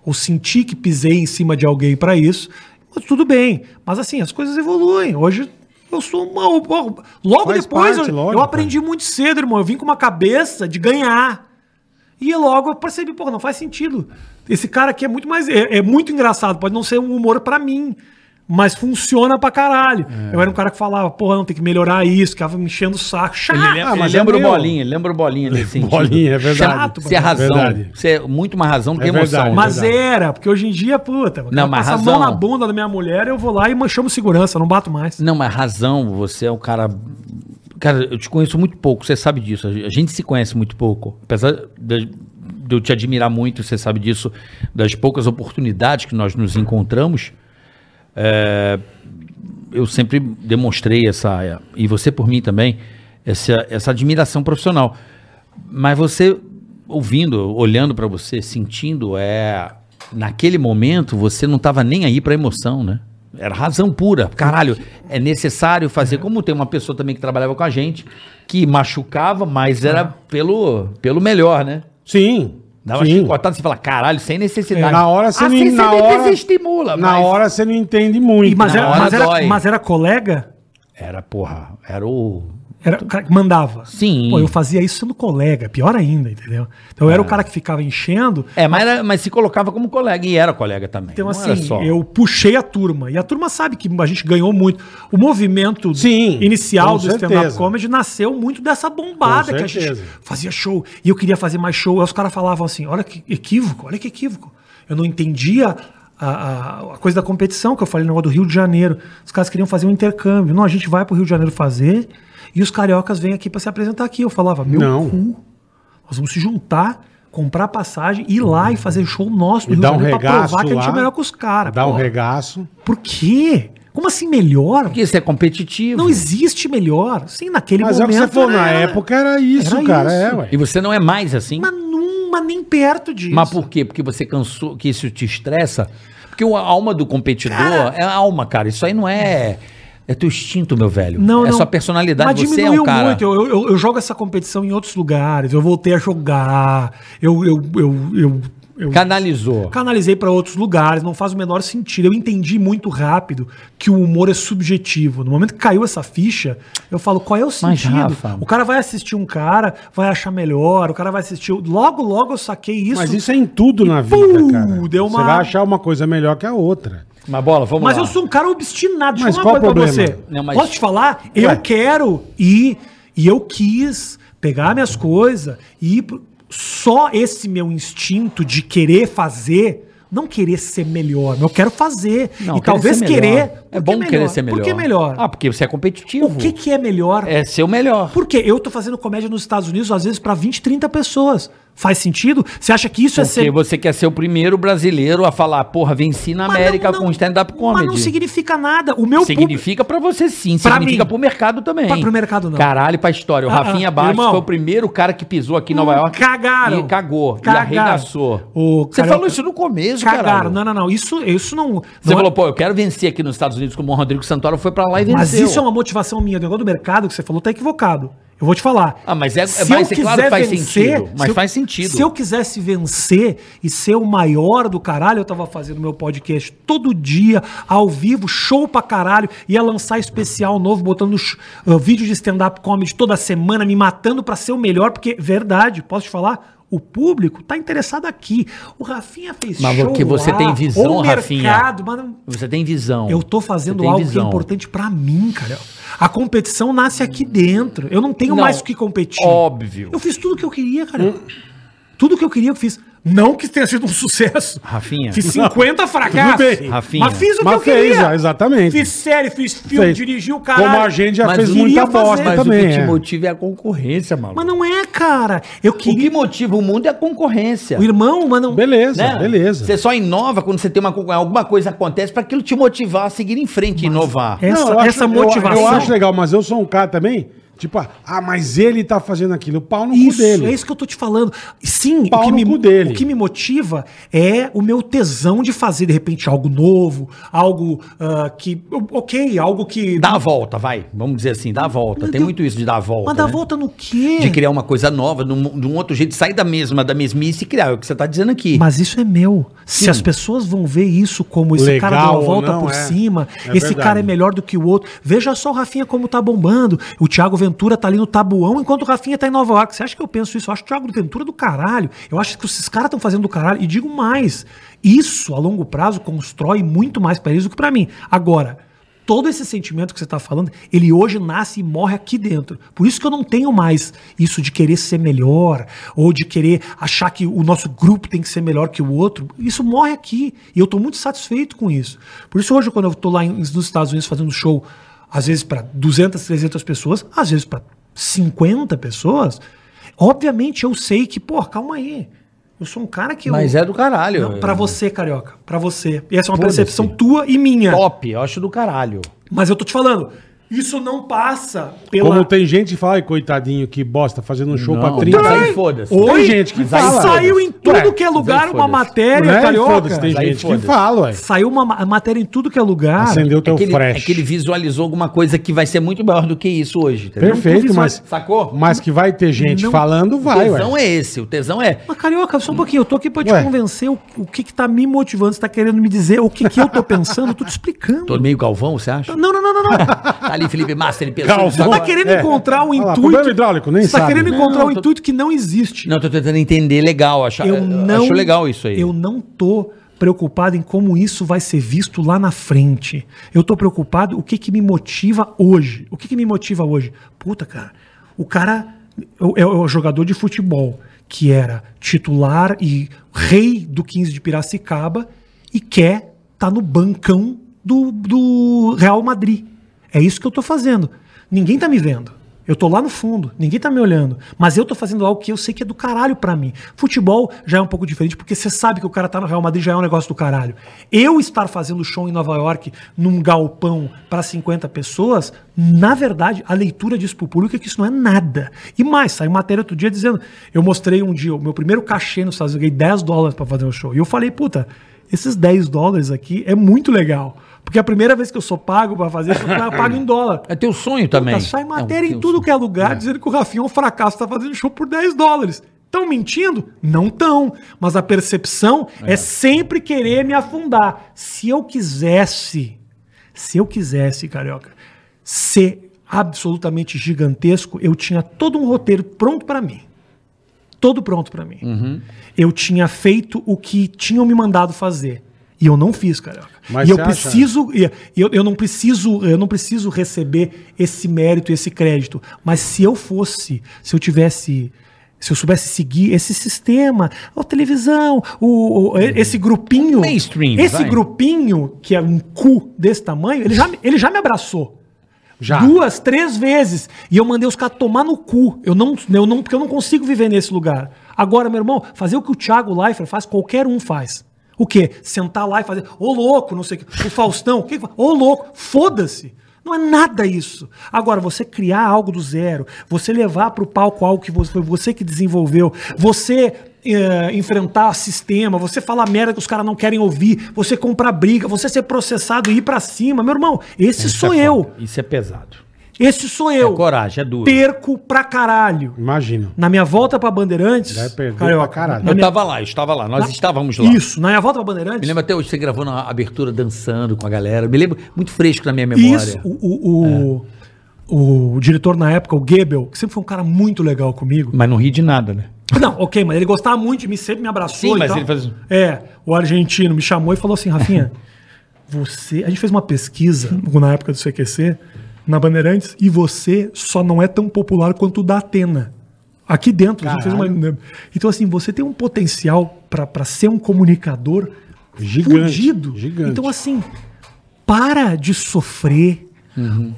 [SPEAKER 4] ou senti que pisei em cima de alguém para isso, mas tudo bem. Mas assim, as coisas evoluem. Hoje eu sou uma. Logo
[SPEAKER 2] Faz
[SPEAKER 4] depois
[SPEAKER 2] parte,
[SPEAKER 4] eu,
[SPEAKER 2] lógico.
[SPEAKER 4] eu aprendi muito cedo, irmão. Eu vim com uma cabeça de ganhar. E logo eu percebi, pô, não faz sentido. Esse cara aqui é muito mais. É, é muito engraçado, pode não ser um humor pra mim. Mas funciona pra caralho.
[SPEAKER 2] É.
[SPEAKER 4] Eu era um cara que falava, porra, não, tem que melhorar isso, ficava me enchendo o saco. Chato.
[SPEAKER 3] Ele, lembra-
[SPEAKER 2] Ah,
[SPEAKER 3] ele
[SPEAKER 2] mas é
[SPEAKER 3] lembra o
[SPEAKER 2] meu.
[SPEAKER 3] bolinha, ele lembra o bolinha nesse sentido.
[SPEAKER 2] Bolinha, é verdade.
[SPEAKER 3] Chato, você é razão.
[SPEAKER 2] Verdade.
[SPEAKER 3] Você é muito mais razão do que
[SPEAKER 2] É
[SPEAKER 3] emoção.
[SPEAKER 2] verdade.
[SPEAKER 4] Mas
[SPEAKER 2] verdade.
[SPEAKER 4] era, porque hoje em dia, puta,
[SPEAKER 3] Não, mas
[SPEAKER 4] passa a
[SPEAKER 3] razão.
[SPEAKER 4] mão na bunda da minha mulher, eu vou lá e chamo segurança, não bato mais.
[SPEAKER 3] Não, mas razão, você é um cara. Cara, eu te conheço muito pouco, você sabe disso. A gente se conhece muito pouco. Apesar de de eu te admirar muito, você sabe disso, das poucas oportunidades que nós nos encontramos, é, eu sempre demonstrei essa. E você por mim também, essa, essa admiração profissional. Mas você, ouvindo, olhando pra você, sentindo, é. Naquele momento, você não tava nem aí pra emoção, né? Era razão pura. Caralho, é necessário fazer. Como tem uma pessoa também que trabalhava com a
[SPEAKER 2] É.
[SPEAKER 3] gente, que machucava, mas era pelo, pelo melhor, né?
[SPEAKER 2] Sim.
[SPEAKER 3] Dava
[SPEAKER 2] Sim.
[SPEAKER 3] chicotada, você fala, caralho, sem necessidade.
[SPEAKER 2] É, na hora você
[SPEAKER 3] Ah,
[SPEAKER 2] não-
[SPEAKER 3] sim,
[SPEAKER 2] na
[SPEAKER 3] você
[SPEAKER 2] hora-
[SPEAKER 3] desestimula.
[SPEAKER 2] Na
[SPEAKER 3] mas-
[SPEAKER 2] hora você não entende
[SPEAKER 4] E,
[SPEAKER 2] muito. né?
[SPEAKER 4] mas,
[SPEAKER 3] Na
[SPEAKER 4] era,
[SPEAKER 3] hora
[SPEAKER 4] mas, era,
[SPEAKER 3] dói.
[SPEAKER 4] mas era colega?
[SPEAKER 3] Era, porra, era o...
[SPEAKER 4] Era o cara que mandava.
[SPEAKER 3] Sim.
[SPEAKER 4] Pô, eu fazia isso sendo colega, pior ainda, entendeu? Então eu era o cara que ficava enchendo.
[SPEAKER 3] É, mas, era- mas se colocava como colega, e era colega também.
[SPEAKER 4] Então,
[SPEAKER 3] não era
[SPEAKER 4] assim,
[SPEAKER 3] só.
[SPEAKER 4] eu puxei a turma. E a turma sabe que a gente ganhou muito. O movimento
[SPEAKER 2] Sim,
[SPEAKER 4] inicial
[SPEAKER 2] com
[SPEAKER 4] do stand-up
[SPEAKER 2] certeza.
[SPEAKER 4] comedy nasceu muito dessa bombada
[SPEAKER 2] Com
[SPEAKER 4] que a gente
[SPEAKER 2] certeza.
[SPEAKER 4] fazia show. E eu queria fazer mais show. Aí os caras falavam assim: olha que equívoco, olha que equívoco. Eu não entendia. A, a- a coisa da competição que eu falei, o negócio do Rio de Janeiro. Os caras queriam fazer um intercâmbio. Não, a gente vai pro Rio de Janeiro fazer e os cariocas vêm aqui pra se apresentar aqui. Eu falava, meu
[SPEAKER 2] Não.
[SPEAKER 4] cu, nós vamos se juntar, comprar passagem, ir lá e fazer show nosso no
[SPEAKER 2] E dá um
[SPEAKER 4] pra
[SPEAKER 2] regaço
[SPEAKER 4] provar que a gente é
[SPEAKER 2] lá,
[SPEAKER 4] melhor que os caras.
[SPEAKER 2] Dá um
[SPEAKER 4] pô.
[SPEAKER 2] regaço.
[SPEAKER 4] Por quê? Como assim melhor?
[SPEAKER 3] Porque isso é competitivo.
[SPEAKER 4] Não existe melhor. Sim, naquele
[SPEAKER 2] Mas é o
[SPEAKER 4] momento.
[SPEAKER 2] que você falou, na
[SPEAKER 4] era-
[SPEAKER 2] época era isso,
[SPEAKER 4] era
[SPEAKER 2] cara. É,
[SPEAKER 4] isso.
[SPEAKER 2] ué.
[SPEAKER 3] E você não é mais assim.
[SPEAKER 4] Mas, num, mas nem perto disso.
[SPEAKER 3] Mas por quê? Porque você cansou, que isso te estressa? Porque o- a alma do competidor é a alma, cara. Isso aí não é. É teu instinto, meu velho.
[SPEAKER 4] Não,
[SPEAKER 3] é
[SPEAKER 4] não.
[SPEAKER 3] sua personalidade.
[SPEAKER 4] Mas
[SPEAKER 3] você é
[SPEAKER 4] diminuiu
[SPEAKER 3] um cara.
[SPEAKER 4] muito. Eu, eu- eu jogo essa competição em outros lugares. Eu voltei a jogar. Eu, eu, eu, eu, eu
[SPEAKER 3] Canalizou.
[SPEAKER 4] canalizei para outros lugares. Não faz o menor sentido. Eu entendi muito rápido que o humor é subjetivo. No momento que caiu essa ficha, eu falo qual é o
[SPEAKER 3] Mas,
[SPEAKER 4] sentido.
[SPEAKER 3] Rafa-
[SPEAKER 4] o cara vai assistir um cara, vai achar melhor. O cara vai assistir. Logo, logo eu saquei isso.
[SPEAKER 2] Mas isso é em tudo na vida,
[SPEAKER 4] pum,
[SPEAKER 2] cara.
[SPEAKER 4] deu uma-
[SPEAKER 2] Você vai achar uma coisa melhor que a outra.
[SPEAKER 3] Mas bola, vamos
[SPEAKER 4] Mas
[SPEAKER 3] lá.
[SPEAKER 4] eu sou um cara obstinado. Deixa
[SPEAKER 2] Mas
[SPEAKER 4] eu
[SPEAKER 2] qual
[SPEAKER 4] falar uma
[SPEAKER 2] o
[SPEAKER 4] coisa pra
[SPEAKER 2] problema?
[SPEAKER 4] você.
[SPEAKER 3] Não, mas-
[SPEAKER 4] Posso te falar? Eu quero ir e eu quis pegar minhas coisas e ir pro... só esse meu instinto de querer fazer, não querer ser melhor, mas eu quero fazer.
[SPEAKER 3] Não,
[SPEAKER 4] um e
[SPEAKER 3] querer
[SPEAKER 4] talvez
[SPEAKER 3] ser melhor.
[SPEAKER 4] querer.
[SPEAKER 3] É bom querer ser melhor.
[SPEAKER 4] Por que melhor?
[SPEAKER 3] Ah, porque você é competitivo.
[SPEAKER 4] o que, que é melhor?
[SPEAKER 3] É ser o melhor.
[SPEAKER 4] Por quê? Eu tô fazendo comédia nos Estados Unidos, às vezes, pra 20, 30 pessoas. Faz sentido? Você acha que isso é
[SPEAKER 3] Porque
[SPEAKER 4] ser
[SPEAKER 3] você quer ser o primeiro brasileiro a falar, porra, venci na
[SPEAKER 4] Mas
[SPEAKER 3] América
[SPEAKER 4] não- não-
[SPEAKER 3] com um stand-up comedy.
[SPEAKER 4] Mas não significa nada. O meu público-
[SPEAKER 3] Significa pra você sim,
[SPEAKER 4] Pra
[SPEAKER 3] significa
[SPEAKER 4] mim.
[SPEAKER 3] pro mercado também.
[SPEAKER 4] Pra- pro mercado não.
[SPEAKER 3] Caralho, pra história. O
[SPEAKER 4] Ah, ah,
[SPEAKER 3] Rafinha Bastos
[SPEAKER 4] irmão.
[SPEAKER 3] foi o primeiro cara que pisou aqui em Nova
[SPEAKER 4] Hum,
[SPEAKER 3] York.
[SPEAKER 4] Cagaram.
[SPEAKER 3] E cagou.
[SPEAKER 4] Cagaram.
[SPEAKER 3] E arregaçou.
[SPEAKER 4] O
[SPEAKER 3] Você
[SPEAKER 4] Carioca-
[SPEAKER 3] falou isso no começo, cara.
[SPEAKER 4] Cagaram. Não, não, não. Isso, isso não.
[SPEAKER 3] Você
[SPEAKER 4] não
[SPEAKER 3] falou,
[SPEAKER 4] é...
[SPEAKER 3] pô, eu quero vencer aqui nos Estados Unidos como o Rodrigo Santoro foi pra lá e venceu.
[SPEAKER 4] Mas isso é uma motivação minha. O negócio do mercado que você falou tá equivocado. Eu vou te falar.
[SPEAKER 3] Ah, mas é- mas
[SPEAKER 4] Se eu
[SPEAKER 3] é claro que
[SPEAKER 4] quiser
[SPEAKER 3] faz
[SPEAKER 4] vencer,
[SPEAKER 3] sentido, mas
[SPEAKER 4] se eu-
[SPEAKER 3] faz sentido.
[SPEAKER 4] Se eu quisesse vencer e ser o maior do caralho, eu tava fazendo meu podcast todo dia, ao vivo, show pra caralho, ia lançar especial novo, botando sh- ah, vídeo de stand-up comedy toda semana, me matando pra ser o melhor, porque, verdade, posso te falar? O público tá interessado aqui. O Rafinha fez
[SPEAKER 3] Mas porque você tem visão,
[SPEAKER 4] ou o
[SPEAKER 3] Rafinha.
[SPEAKER 4] mercado, mas não-
[SPEAKER 3] Você tem visão.
[SPEAKER 4] eu tô
[SPEAKER 3] Você
[SPEAKER 4] fazendo
[SPEAKER 3] tem
[SPEAKER 4] algo que é
[SPEAKER 3] visão.
[SPEAKER 4] importante pra mim, cara. A competição nasce aqui dentro. Eu não tenho
[SPEAKER 3] Não,
[SPEAKER 4] mais o que competir.
[SPEAKER 3] óbvio.
[SPEAKER 4] Eu fiz tudo o que eu queria, cara. Tudo que eu queria, eu fiz. Não que tenha sido um sucesso.
[SPEAKER 3] Rafinha.
[SPEAKER 4] Fiz 50
[SPEAKER 2] Tudo
[SPEAKER 4] fracassos.
[SPEAKER 2] bem.
[SPEAKER 3] Rafinha.
[SPEAKER 4] Mas fiz o
[SPEAKER 2] Mas
[SPEAKER 4] que eu
[SPEAKER 2] fez,
[SPEAKER 4] queria.
[SPEAKER 2] ó, exatamente.
[SPEAKER 4] Fiz série, fiz filme,
[SPEAKER 2] Fez.
[SPEAKER 4] dirigi o caralho.
[SPEAKER 2] Como a gente já
[SPEAKER 3] Mas
[SPEAKER 2] fez
[SPEAKER 3] eu
[SPEAKER 2] muita
[SPEAKER 4] queria fazer.
[SPEAKER 2] bosta
[SPEAKER 4] Mas
[SPEAKER 3] Mas o
[SPEAKER 2] também.
[SPEAKER 3] que te
[SPEAKER 2] é.
[SPEAKER 3] motiva é a concorrência, maluco.
[SPEAKER 4] Mas não é, cara. Eu
[SPEAKER 3] O que
[SPEAKER 4] queria...
[SPEAKER 3] motiva o mundo é a concorrência.
[SPEAKER 4] O irmão, mas não...
[SPEAKER 2] Beleza,
[SPEAKER 3] né?
[SPEAKER 2] beleza.
[SPEAKER 3] Você só inova quando você tem uma concor- alguma coisa acontece pra aquilo te motivar a seguir em frente e inovar.
[SPEAKER 4] Essa,
[SPEAKER 2] Não, eu acho-
[SPEAKER 4] essa
[SPEAKER 2] eu-
[SPEAKER 4] motivação...
[SPEAKER 2] Eu, acho legal, mas eu sou um cara também, tipo, ah, mas ele tá fazendo aquilo. O pau no cu
[SPEAKER 4] Isso,
[SPEAKER 2] dele.
[SPEAKER 4] é isso que eu tô te falando. Sim, o
[SPEAKER 2] Pau
[SPEAKER 4] que,
[SPEAKER 2] no
[SPEAKER 4] me,
[SPEAKER 2] cu dele.
[SPEAKER 4] o que me motiva é o meu tesão de fazer, de repente, algo novo, algo ah, que. Ok, algo que.
[SPEAKER 3] Dá a volta, vai. Vamos dizer assim, dá a volta.
[SPEAKER 4] Meu
[SPEAKER 3] Tem
[SPEAKER 4] Deus.
[SPEAKER 3] muito isso de dar a volta.
[SPEAKER 4] mas dá
[SPEAKER 3] né?
[SPEAKER 4] volta no quê?
[SPEAKER 3] De criar uma coisa nova, de um, de um outro jeito, sair da mesma, da mesmice e criar. É o que você tá dizendo aqui.
[SPEAKER 4] Mas isso é meu. Se as pessoas vão ver isso como esse cara deu
[SPEAKER 2] Legal
[SPEAKER 4] uma
[SPEAKER 2] ou
[SPEAKER 4] volta
[SPEAKER 2] não,
[SPEAKER 4] por
[SPEAKER 2] é.
[SPEAKER 4] cima,
[SPEAKER 2] É
[SPEAKER 4] esse
[SPEAKER 2] verdade.
[SPEAKER 4] cara é melhor do que o outro. Veja só o Rafinha como tá bombando. O Thiago Ventura tá ali no tabuão, enquanto o Rafinha tá em Nova York. Você acha que eu penso isso? Eu acho o Thiago Ventura do caralho. Eu acho que esses caras estão fazendo do caralho. E digo mais, isso a longo prazo constrói muito mais pra eles do que pra mim. Agora, todo esse sentimento que você está falando, ele hoje nasce e morre aqui dentro. Por isso que eu não tenho mais isso de querer ser melhor ou de querer achar que o nosso grupo tem que ser melhor que o outro. Isso morre aqui e eu estou muito satisfeito com isso. Por isso hoje quando eu estou lá em- nos Estados Unidos fazendo show, às vezes para 200, 300 pessoas, às vezes para 50 pessoas, obviamente eu sei que, pô, calma aí. Eu sou um cara que
[SPEAKER 3] Mas
[SPEAKER 4] eu...
[SPEAKER 3] é do caralho.
[SPEAKER 4] Não, pra você, carioca, pra você. E essa é uma
[SPEAKER 3] Foda-se.
[SPEAKER 4] percepção tua e minha.
[SPEAKER 3] Top, eu acho do caralho.
[SPEAKER 4] Mas eu tô te falando, Isso não passa
[SPEAKER 2] Como
[SPEAKER 4] pela.
[SPEAKER 2] tem gente que fala, "Ai, coitadinho, que bosta, fazendo um show
[SPEAKER 7] Não,
[SPEAKER 2] pra
[SPEAKER 7] mas
[SPEAKER 2] 30.
[SPEAKER 4] é.
[SPEAKER 3] aí foda-se.
[SPEAKER 2] Tem
[SPEAKER 4] Oi?
[SPEAKER 2] gente que
[SPEAKER 4] Mas aí
[SPEAKER 2] fala.
[SPEAKER 4] Saiu em tudo
[SPEAKER 2] Ué,
[SPEAKER 4] que é lugar
[SPEAKER 3] aí
[SPEAKER 4] uma
[SPEAKER 3] foda-se.
[SPEAKER 4] matéria,
[SPEAKER 2] Né? Foda-se,
[SPEAKER 4] carioca.
[SPEAKER 2] tem
[SPEAKER 3] Mas aí
[SPEAKER 2] gente que
[SPEAKER 3] foda-se.
[SPEAKER 2] fala, ué.
[SPEAKER 4] Saiu uma ma- matéria em tudo que é lugar.
[SPEAKER 2] Acendeu teu
[SPEAKER 3] É que, ele, é
[SPEAKER 2] flash.
[SPEAKER 3] que ele visualizou alguma coisa que vai ser muito maior do que isso hoje, entendeu?
[SPEAKER 2] Perfeito,
[SPEAKER 4] Não,
[SPEAKER 2] mas,
[SPEAKER 3] Sacou?
[SPEAKER 2] mas que vai ter gente
[SPEAKER 4] Não-
[SPEAKER 2] falando,
[SPEAKER 3] o
[SPEAKER 2] vai, ué.
[SPEAKER 3] tesão é esse, o tesão é.
[SPEAKER 4] Mas, carioca, só um pouquinho. Eu tô aqui pra te
[SPEAKER 2] Ué.
[SPEAKER 4] convencer o, o que que tá me motivando. Você tá querendo me dizer o que que eu tô pensando? Eu tô te explicando.
[SPEAKER 3] Tô meio Galvão, você acha?
[SPEAKER 4] Não, não, não, não, não.
[SPEAKER 3] Tá ali Felipe Massa, ele pensou.
[SPEAKER 2] Galvão.
[SPEAKER 3] nisso
[SPEAKER 4] Você
[SPEAKER 3] agora.
[SPEAKER 4] tá querendo
[SPEAKER 2] É.
[SPEAKER 4] encontrar um
[SPEAKER 2] Olha lá,
[SPEAKER 4] intuito.
[SPEAKER 2] problema hidráulico, nem
[SPEAKER 4] Você tá
[SPEAKER 2] sabe. né?
[SPEAKER 4] querendo
[SPEAKER 3] Não,
[SPEAKER 4] encontrar um
[SPEAKER 3] tô-
[SPEAKER 4] intuito que não existe.
[SPEAKER 3] Não, tô tentando entender legal. Acho,
[SPEAKER 4] eu
[SPEAKER 3] é, eu
[SPEAKER 4] não.
[SPEAKER 3] acho legal isso aí.
[SPEAKER 4] Eu não tô preocupado em como isso vai ser visto lá na frente. Eu tô preocupado o que que me motiva hoje. O que que me motiva hoje? Puta, cara. O cara é o jogador de futebol que era titular e rei do 15 de Piracicaba e quer tá no bancão do, do Real Madrid. É isso que eu tô fazendo. Ninguém tá me vendo. Eu tô lá no fundo, ninguém tá me olhando. Mas eu tô fazendo algo que eu sei que é do caralho pra mim. Futebol já é um pouco diferente, porque você sabe que o cara tá no Real Madrid já é um negócio do caralho. Eu estar fazendo show em Nova York, num galpão pra 50 pessoas, na verdade, a leitura disso pro público é que isso não é nada. E mais, saiu matéria outro dia dizendo: eu mostrei um dia o meu primeiro cachê nos Estados Unidos, eu ganhei 10 dólares pra fazer um show. E eu falei, puta, esses 10 dólares aqui é muito legal. Porque é a primeira vez que eu sou pago pra fazer, isso, eu pago em dólar.
[SPEAKER 3] É teu sonho também.
[SPEAKER 4] Puta, sai
[SPEAKER 3] É o
[SPEAKER 4] matéria em
[SPEAKER 3] teu
[SPEAKER 4] tudo
[SPEAKER 3] sonho.
[SPEAKER 4] que é lugar dizendo que o Rafinha é um fracasso, tá fazendo show por 10 dólares. Estão mentindo? Não estão. Mas a percepção é. sempre querer me afundar. Se eu quisesse, se eu quisesse, carioca, ser absolutamente gigantesco, eu tinha todo um roteiro pronto pra mim. Todo pronto pra mim.
[SPEAKER 2] Uhum.
[SPEAKER 4] Eu tinha feito o que tinham me mandado fazer. E eu não fiz, carioca.
[SPEAKER 2] Mas
[SPEAKER 4] e eu
[SPEAKER 2] você acha-
[SPEAKER 4] preciso preciso- e eu, eu não preciso eu não preciso receber esse mérito esse crédito mas se eu fosse se eu tivesse se eu soubesse seguir esse sistema a televisão o, o-
[SPEAKER 2] Uhum.
[SPEAKER 4] esse grupinho
[SPEAKER 3] Mainstream,
[SPEAKER 4] esse
[SPEAKER 3] vai.
[SPEAKER 4] grupinho que é um cu desse tamanho ele já me- ele já me abraçou
[SPEAKER 2] Já.
[SPEAKER 4] Duas, três vezes. E eu mandei os caras tomar no cu. Eu não, eu não, porque eu não consigo viver nesse lugar. Agora, meu irmão, fazer o que o Thiago Leifert faz, qualquer um faz. O quê? Sentar lá e fazer. Ô louco, não sei o quê. O Faustão, o que que fa- Ô louco, foda-se. Não é nada isso. Agora, você criar algo do zero, você levar para o palco algo que você, foi você que desenvolveu, você eh, enfrentar sistema, você falar merda que os caras não querem ouvir, você comprar briga, você ser processado e ir para cima. Meu irmão, esse sou
[SPEAKER 3] Isso é
[SPEAKER 4] eu.
[SPEAKER 3] foda. Isso é pesado.
[SPEAKER 4] Esse sou eu.
[SPEAKER 3] É coragem, é duro.
[SPEAKER 4] Perco pra caralho.
[SPEAKER 2] Imagina.
[SPEAKER 4] Na minha volta pra Bandeirantes.
[SPEAKER 2] Vai perder
[SPEAKER 4] Carioca,
[SPEAKER 2] pra caralho.
[SPEAKER 4] Na
[SPEAKER 3] Eu
[SPEAKER 4] minha...
[SPEAKER 3] tava lá, eu estava lá, nós estávamos lá.
[SPEAKER 4] Isso, na minha volta pra
[SPEAKER 3] Me
[SPEAKER 4] Bandeirantes.
[SPEAKER 3] lembro até hoje você gravou na abertura dançando com a galera. Me lembro muito fresco na minha memória.
[SPEAKER 4] isso, o, o, o, o, diretor na época, o Goebel, que sempre foi um cara muito legal comigo.
[SPEAKER 3] Mas não ri de nada, né?
[SPEAKER 4] Não, ok, mas ele gostava muito de mim, sempre me abraçou.
[SPEAKER 3] Sim,
[SPEAKER 4] e
[SPEAKER 3] mas
[SPEAKER 4] tal.
[SPEAKER 3] ele faz-
[SPEAKER 4] É, o argentino me chamou e falou assim, Rafinha, você... A gente fez uma pesquisa na época do CQC, na Bandeirantes, e você só não é tão popular quanto o da Atena. Aqui dentro, a gente fez uma... Então, assim, você tem um potencial para ser um comunicador
[SPEAKER 2] Gigante,
[SPEAKER 4] fudido.
[SPEAKER 2] gigante. É,
[SPEAKER 4] Então, assim, para de sofrer,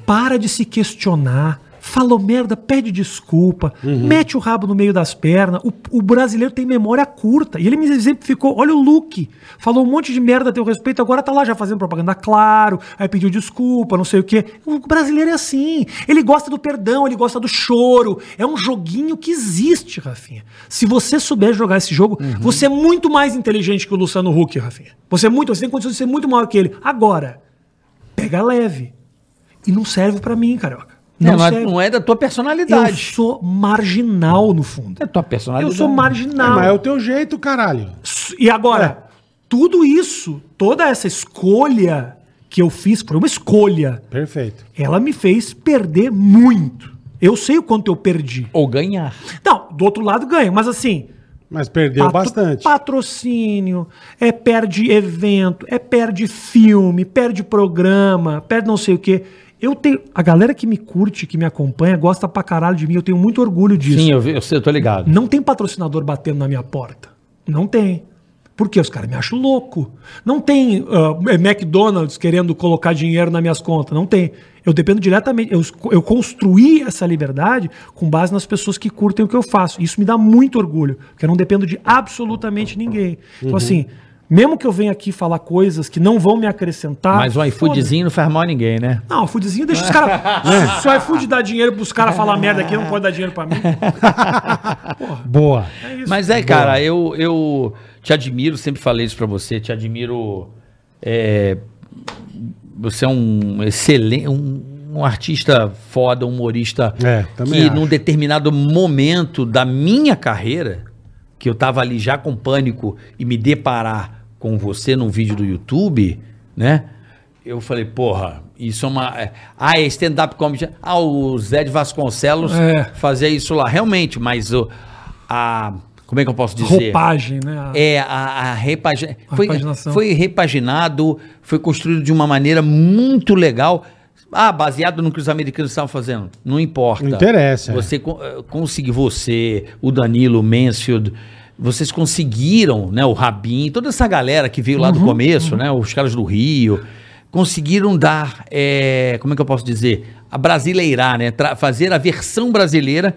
[SPEAKER 4] para de se questionar, falou merda, pede desculpa, mete o rabo no meio das pernas. O, o brasileiro tem memória curta. E ele me exemplificou: olha o Luke, falou um monte de merda a teu respeito, agora tá lá já fazendo propaganda, claro, aí pediu desculpa, não sei o quê. O brasileiro é assim. Ele gosta do perdão, ele gosta do choro. É um joguinho que existe, Rafinha. Se você souber jogar esse jogo, você é muito mais inteligente que o Luciano Huck, Rafinha. Você é muito, você tem condições de ser muito maior que ele. Agora pega leve. E não serve pra mim, carioca.
[SPEAKER 3] Não,
[SPEAKER 4] Não,
[SPEAKER 3] não, é,
[SPEAKER 4] serve.
[SPEAKER 3] não é da tua
[SPEAKER 4] Eu
[SPEAKER 3] personalidade.
[SPEAKER 4] sou marginal no fundo.
[SPEAKER 3] É tua
[SPEAKER 4] Eu
[SPEAKER 3] personalidade.
[SPEAKER 4] sou marginal.
[SPEAKER 2] Mas é o teu jeito, caralho.
[SPEAKER 4] E agora, tudo isso, toda essa escolha que eu fiz, foi uma escolha,
[SPEAKER 2] Perfeito.
[SPEAKER 4] ela me fez perder muito. Eu sei o quanto eu perdi.
[SPEAKER 3] Ou ganhar.
[SPEAKER 4] Não, do outro lado ganho, mas assim,
[SPEAKER 2] Mas perdeu
[SPEAKER 4] Patro-
[SPEAKER 2] bastante.
[SPEAKER 4] Patrocínio, é perde evento, é perde filme, perde programa, perde não sei o quê. Eu tenho. A galera que me curte, que me acompanha, gosta pra caralho de mim. Eu tenho muito orgulho disso.
[SPEAKER 3] Sim, eu, vi- eu sei, eu tô ligado.
[SPEAKER 4] Não tem patrocinador batendo na minha porta. Não tem. Porque os caras me acham louco. Não tem ah, eh, McDonald's querendo colocar dinheiro nas minhas contas. Não tem. Eu dependo diretamente. Eu, esco- eu construí essa liberdade com base nas pessoas que
[SPEAKER 3] Uhum.
[SPEAKER 4] curtem o que eu faço. Isso me dá muito orgulho. Porque eu não dependo de absolutamente ninguém. Então, assim, Mesmo que eu venha aqui falar coisas que não vão me acrescentar.
[SPEAKER 3] Mas um iFoodzinho É. não faz mal a ninguém, né?
[SPEAKER 4] foda-se. Não, o iFoodzinho deixa os caras. Se o iFood dá dinheiro pros caras falar merda aqui, não pode dar dinheiro pra mim.
[SPEAKER 2] Boa.
[SPEAKER 3] Mas é, cara, eu, eu te admiro, sempre falei isso pra você, te admiro. é, você é um excelente. Um, um artista foda, um humorista.
[SPEAKER 2] É, também
[SPEAKER 3] que
[SPEAKER 2] acho.
[SPEAKER 3] num determinado momento da minha carreira, que eu tava ali já com pânico e me deparar com você num vídeo do YouTube, né? Eu falei, porra, isso é uma. é- Ah, é stand-up comedy. Ah, o Zé de Vasconcelos
[SPEAKER 4] É.
[SPEAKER 3] fazia isso lá. Realmente, mas o- a. Como é que eu posso dizer?
[SPEAKER 4] Roupagem, né?
[SPEAKER 3] É, a, a repagi-
[SPEAKER 4] A
[SPEAKER 3] foi,
[SPEAKER 4] repaginação.
[SPEAKER 3] foi repaginado, foi construído de uma maneira muito legal. Ah, baseado no que os americanos estavam fazendo. Não importa.
[SPEAKER 2] Não interessa, é.
[SPEAKER 3] Você co- eh, conseguiu, você, o Danilo, o Mansfield, vocês conseguiram, né? O Rabin, toda essa galera que veio lá
[SPEAKER 4] Uhum,
[SPEAKER 3] do começo, né? Os caras do Rio, conseguiram dar, eh, como é que eu posso dizer? A brasileirar, né? tra- fazer a versão brasileira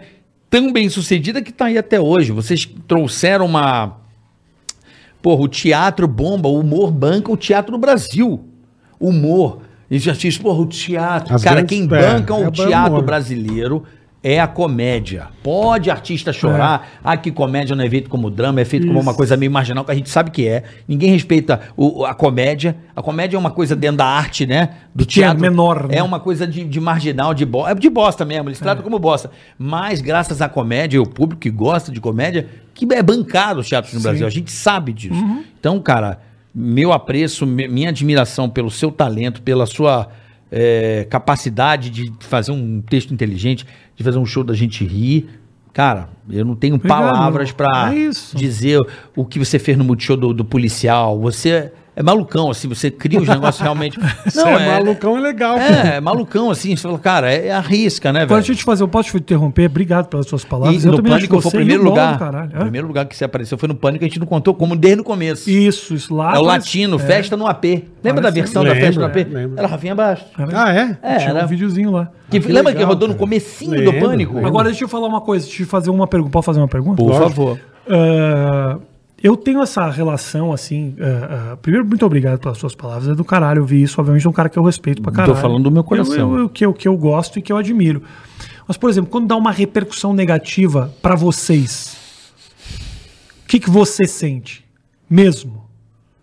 [SPEAKER 3] tão bem sucedida que tá aí até hoje. Vocês trouxeram uma... Porra, o teatro bomba, o humor banca o teatro no Brasil. Humor. E já diz, porra, o teatro.
[SPEAKER 2] As
[SPEAKER 3] cara,
[SPEAKER 2] grandes-
[SPEAKER 3] quem
[SPEAKER 2] é,
[SPEAKER 3] banca
[SPEAKER 2] é
[SPEAKER 3] o
[SPEAKER 2] bom
[SPEAKER 3] teatro
[SPEAKER 2] humor.
[SPEAKER 3] brasileiro é a comédia. Pode
[SPEAKER 2] É.
[SPEAKER 3] artista chorar. Ah, que comédia não é feito como drama, é feito como uma coisa meio marginal, que a gente sabe que é. Ninguém respeita o- a comédia. A comédia é uma coisa dentro da arte, né? Do
[SPEAKER 4] Pequena, menor, né?
[SPEAKER 3] É uma coisa de, de marginal, de, bo... é de bosta mesmo. Eles tratam como bosta. Mas graças à comédia, e o público que gosta de comédia, que é bancado os teatros no Brasil. A gente sabe disso. Então, cara, meu apreço, mi- minha admiração pelo seu talento, pela sua eh, capacidade de fazer um texto inteligente, de fazer um show da gente rir. Cara, eu não tenho
[SPEAKER 4] Obrigado,
[SPEAKER 3] palavras
[SPEAKER 4] meu.
[SPEAKER 3] pra
[SPEAKER 4] É isso.
[SPEAKER 3] dizer o que você fez no Multishow do, do policial. Você é malucão, assim, você cria os negócios realmente.
[SPEAKER 2] Você é malucão, é legal. cara.
[SPEAKER 3] É, é malucão assim. Você fala, cara, é, é arrisca, né,
[SPEAKER 4] Agora,
[SPEAKER 3] velho?
[SPEAKER 4] deixa eu te fazer, eu posso te interromper? Obrigado pelas suas palavras.
[SPEAKER 3] E
[SPEAKER 4] eu
[SPEAKER 3] no Pânico foi o
[SPEAKER 4] você
[SPEAKER 3] primeiro
[SPEAKER 4] irmão do
[SPEAKER 3] lugar.
[SPEAKER 4] caralho. é.
[SPEAKER 3] O
[SPEAKER 4] Hã?
[SPEAKER 3] primeiro lugar que você apareceu foi no Pânico, a gente não contou como desde o começo.
[SPEAKER 4] Isso, isso lá.
[SPEAKER 3] é o
[SPEAKER 4] mas-
[SPEAKER 3] latino,
[SPEAKER 4] é,
[SPEAKER 3] festa no AP. Lembra da
[SPEAKER 4] Parece-
[SPEAKER 3] versão da
[SPEAKER 2] Lembro,
[SPEAKER 3] festa no AP?
[SPEAKER 2] lembro.
[SPEAKER 3] Era Rafinha Baixo.
[SPEAKER 4] era-
[SPEAKER 2] Ah, é?
[SPEAKER 3] É,
[SPEAKER 4] Tinha
[SPEAKER 3] era-
[SPEAKER 4] um videozinho lá.
[SPEAKER 3] Que- lembra que
[SPEAKER 2] legal,
[SPEAKER 3] rodou no
[SPEAKER 2] cara.
[SPEAKER 3] comecinho do
[SPEAKER 2] Lembro,
[SPEAKER 3] Pânico?
[SPEAKER 2] lembro.
[SPEAKER 4] Agora, deixa eu falar uma coisa, deixa eu fazer uma pergunta. Posso fazer uma pergunta?
[SPEAKER 3] por
[SPEAKER 2] Lógico.
[SPEAKER 3] favor.
[SPEAKER 4] Ah, eu tenho essa relação, assim. ah, ah, primeiro, muito obrigado pelas suas palavras. É do caralho ouvir isso. Obviamente, é um cara que eu respeito pra caralho.
[SPEAKER 3] falando do meu coração.
[SPEAKER 4] Eu, eu- eu- que, eu, que eu gosto e que eu admiro. Mas, por exemplo, quando dá uma repercussão negativa pra vocês, o que, que você sente? Mesmo.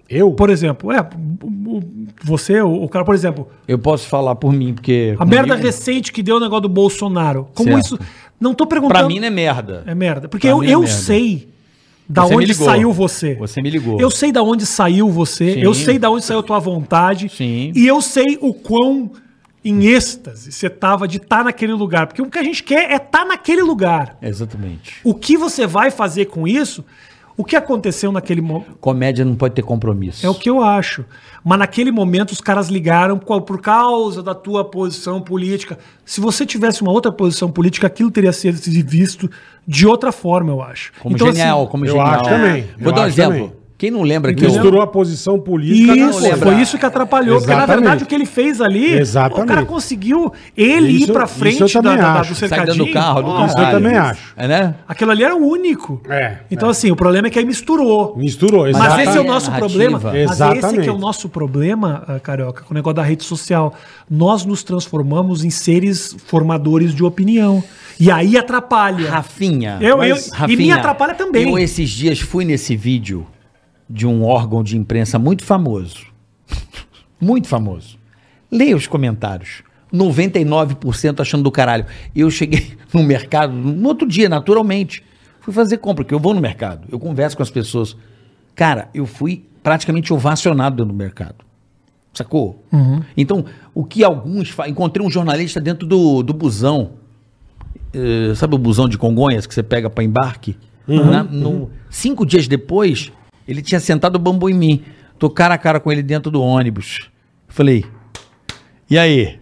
[SPEAKER 2] Eu?
[SPEAKER 4] Por exemplo, é. o- o- Você, o o cara, por exemplo,
[SPEAKER 3] Eu posso falar por mim, porque.
[SPEAKER 4] a
[SPEAKER 3] comigo-
[SPEAKER 4] merda recente que deu o negócio do Bolsonaro. Como
[SPEAKER 3] Certo.
[SPEAKER 4] isso. Não tô perguntando.
[SPEAKER 3] Pra mim não é merda.
[SPEAKER 4] É merda. Porque
[SPEAKER 3] Pra
[SPEAKER 4] eu,
[SPEAKER 3] mim é
[SPEAKER 4] eu
[SPEAKER 3] merda.
[SPEAKER 4] sei da
[SPEAKER 3] Você me
[SPEAKER 4] onde
[SPEAKER 3] ligou.
[SPEAKER 4] saiu você.
[SPEAKER 3] Você me ligou.
[SPEAKER 4] Eu sei da onde saiu você.
[SPEAKER 3] Sim.
[SPEAKER 4] Eu sei da onde saiu a tua vontade.
[SPEAKER 3] Sim.
[SPEAKER 4] E eu sei o quão em êxtase você tava de estar naquele lugar. Porque o que a gente quer é estar naquele lugar.
[SPEAKER 3] Exatamente.
[SPEAKER 4] O que você vai fazer com isso? O que aconteceu naquele momento?
[SPEAKER 3] Comédia não pode ter compromisso.
[SPEAKER 4] É o que eu acho. Mas naquele momento os caras ligaram qual- por causa da tua posição política. Se você tivesse uma outra posição política, aquilo teria sido visto de outra forma, eu acho.
[SPEAKER 3] Como
[SPEAKER 4] Então,
[SPEAKER 3] genial,
[SPEAKER 4] assim,
[SPEAKER 3] como
[SPEAKER 2] eu
[SPEAKER 3] genial.
[SPEAKER 2] acho também,
[SPEAKER 3] Vou
[SPEAKER 2] eu
[SPEAKER 3] dar um
[SPEAKER 2] acho
[SPEAKER 3] exemplo.
[SPEAKER 2] também.
[SPEAKER 3] Quem não lembra que eu...
[SPEAKER 2] Misturou a posição política
[SPEAKER 4] isso,
[SPEAKER 3] não lembra.
[SPEAKER 4] foi isso que atrapalhou. Porque, na
[SPEAKER 2] Exatamente.
[SPEAKER 4] verdade, o que ele fez ali,
[SPEAKER 2] Exatamente.
[SPEAKER 4] o cara conseguiu ele
[SPEAKER 2] Isso-
[SPEAKER 4] ir pra
[SPEAKER 2] isso eu
[SPEAKER 4] frente da,
[SPEAKER 2] também
[SPEAKER 4] da- da-
[SPEAKER 2] acho.
[SPEAKER 4] do
[SPEAKER 3] saída
[SPEAKER 4] cercadinho.
[SPEAKER 3] do carro, do
[SPEAKER 4] Porra,
[SPEAKER 2] Isso eu
[SPEAKER 3] caralho.
[SPEAKER 2] também acho.
[SPEAKER 3] É, né?
[SPEAKER 4] Aquilo ali era o único.
[SPEAKER 2] É,
[SPEAKER 4] Então,
[SPEAKER 2] é.
[SPEAKER 4] assim, o problema é que aí misturou.
[SPEAKER 2] Misturou,
[SPEAKER 4] Mas esse é o
[SPEAKER 3] Exatamente.
[SPEAKER 4] nosso
[SPEAKER 3] Narrativa.
[SPEAKER 4] problema. Mas é esse que
[SPEAKER 2] Exatamente.
[SPEAKER 4] é o nosso problema, ah, Carioca, com o negócio da rede social. Nós nos transformamos em seres formadores de opinião. E aí atrapalha.
[SPEAKER 3] Rafinha.
[SPEAKER 4] Eu- eu-
[SPEAKER 3] Mas,
[SPEAKER 4] e me atrapalha também.
[SPEAKER 3] Eu, esses dias, fui nesse vídeo de um órgão de imprensa muito famoso. Muito famoso. Leia os comentários. 99% achando do caralho. Eu cheguei no mercado, no outro dia, naturalmente. Fui fazer compra, porque eu vou no mercado. Eu converso com as pessoas. Cara, eu fui praticamente ovacionado dentro do mercado. Sacou?
[SPEAKER 4] Uhum.
[SPEAKER 3] Então, o que alguns. Fa... Encontrei um jornalista dentro do, do busão. Eh, sabe o busão de Congonhas que você pega para embarque? Na- no- Cinco dias depois, ele tinha sentado o bambu em mim. Tô cara a cara com ele dentro do ônibus. Falei, e aí?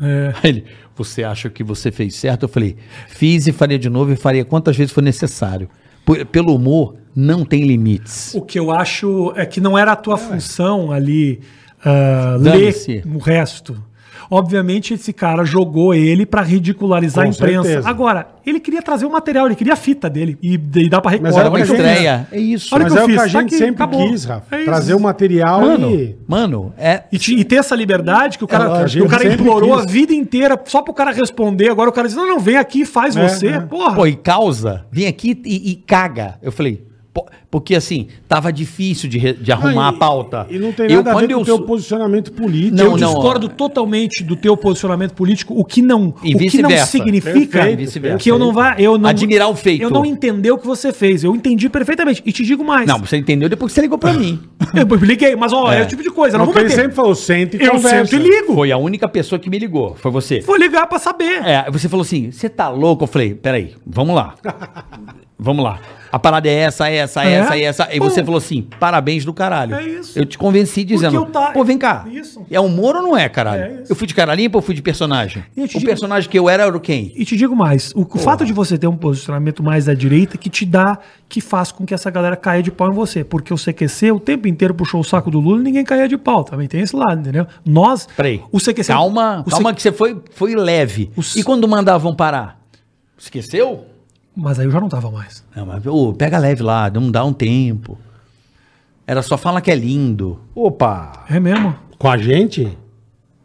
[SPEAKER 4] É.
[SPEAKER 3] Aí ele, você acha que você fez certo? Eu falei, fiz e faria de novo e faria quantas vezes for necessário. Por- pelo humor, não tem limites.
[SPEAKER 4] O que eu
[SPEAKER 2] É.
[SPEAKER 4] acho é que não era a tua função ali ah, ler
[SPEAKER 3] Dane-se.
[SPEAKER 4] o resto. Obviamente, esse cara jogou ele pra ridicularizar
[SPEAKER 2] Com
[SPEAKER 4] a imprensa.
[SPEAKER 2] certeza.
[SPEAKER 4] Agora, ele queria trazer o material, ele queria a fita dele e, e dar pra Record.
[SPEAKER 2] Mas era
[SPEAKER 4] Olha
[SPEAKER 2] uma
[SPEAKER 4] o que eu fiz.
[SPEAKER 3] estreia. É isso.
[SPEAKER 4] Olha
[SPEAKER 2] Mas
[SPEAKER 4] o que
[SPEAKER 2] é
[SPEAKER 4] eu
[SPEAKER 2] o que
[SPEAKER 4] fiz,
[SPEAKER 2] a
[SPEAKER 4] tá
[SPEAKER 2] gente
[SPEAKER 4] aqui,
[SPEAKER 2] sempre
[SPEAKER 4] acabou.
[SPEAKER 2] quis, Rafa.
[SPEAKER 4] É isso.
[SPEAKER 2] Trazer o material e...
[SPEAKER 3] Mano, é.
[SPEAKER 4] E, te- e ter essa liberdade que o
[SPEAKER 2] É
[SPEAKER 4] cara,
[SPEAKER 2] lógico,
[SPEAKER 4] o cara
[SPEAKER 2] sempre
[SPEAKER 4] implorou
[SPEAKER 2] quis.
[SPEAKER 4] a vida inteira só pro cara responder. Agora o cara diz: não, não, vem aqui, faz
[SPEAKER 2] É,
[SPEAKER 4] você.
[SPEAKER 2] é.
[SPEAKER 4] Porra.
[SPEAKER 3] Pô, e causa. Vim aqui e, e caga. Eu falei. pô, Porque assim, tava difícil de, re- de arrumar
[SPEAKER 2] Ah, e-
[SPEAKER 3] a pauta.
[SPEAKER 2] E não tem nada a ver com o teu
[SPEAKER 3] su-
[SPEAKER 2] posicionamento político.
[SPEAKER 3] Não,
[SPEAKER 4] eu
[SPEAKER 3] não,
[SPEAKER 4] discordo totalmente do teu posicionamento político, o que não,
[SPEAKER 3] E
[SPEAKER 4] o que não
[SPEAKER 3] vice-versa.
[SPEAKER 4] significa
[SPEAKER 2] Perfeito,
[SPEAKER 3] vice-versa.
[SPEAKER 4] que eu não vá, eu não
[SPEAKER 3] Admirar o feito.
[SPEAKER 4] Eu não entender o que você fez. Eu entendi perfeitamente e te digo mais.
[SPEAKER 3] Não, você entendeu depois que você ligou pra mim.
[SPEAKER 4] eu liguei, mas ó, é, o tipo de coisa,
[SPEAKER 2] Não,
[SPEAKER 4] não vou
[SPEAKER 2] porque ele
[SPEAKER 4] bater.
[SPEAKER 2] sempre falou, senta e
[SPEAKER 4] Eu
[SPEAKER 2] conversa.
[SPEAKER 4] sento e ligo.
[SPEAKER 3] Foi a única pessoa que me ligou. Foi você.
[SPEAKER 4] Vou ligar pra saber.
[SPEAKER 3] É, você falou assim, você tá louco? Eu falei, peraí, vamos lá. vamos lá. A parada é essa, é essa, é
[SPEAKER 4] É?
[SPEAKER 3] essa, é essa. E
[SPEAKER 4] Pô.
[SPEAKER 3] você falou assim, parabéns do caralho.
[SPEAKER 4] É isso.
[SPEAKER 3] Eu te convenci dizendo,
[SPEAKER 4] eu tá-
[SPEAKER 3] pô, vem cá.
[SPEAKER 4] Isso.
[SPEAKER 3] É humor ou não é, caralho?
[SPEAKER 4] É isso.
[SPEAKER 3] eu fui de cara limpa ou fui de personagem?
[SPEAKER 4] E eu
[SPEAKER 3] O
[SPEAKER 4] te digo-
[SPEAKER 3] personagem que eu era era o quem?
[SPEAKER 4] E te digo mais, o, o fato de você ter um posicionamento mais à direita que te dá, que faz com que essa galera caia de pau em você. Porque o CQC o tempo inteiro puxou o saco do Lula e ninguém caía de pau. Também tem esse lado, entendeu? Nós,
[SPEAKER 3] Peraí.
[SPEAKER 4] o CQC...
[SPEAKER 3] Calma,
[SPEAKER 4] o
[SPEAKER 3] calma
[SPEAKER 4] C-
[SPEAKER 3] que você foi, foi leve.
[SPEAKER 4] O c-
[SPEAKER 3] E quando mandavam parar? Esqueceu?
[SPEAKER 4] Mas aí eu já não tava mais.
[SPEAKER 3] Não, mas ô, pega leve lá, não dá um tempo. Era só falar que é lindo. Opa!
[SPEAKER 4] É mesmo.
[SPEAKER 2] Com a gente?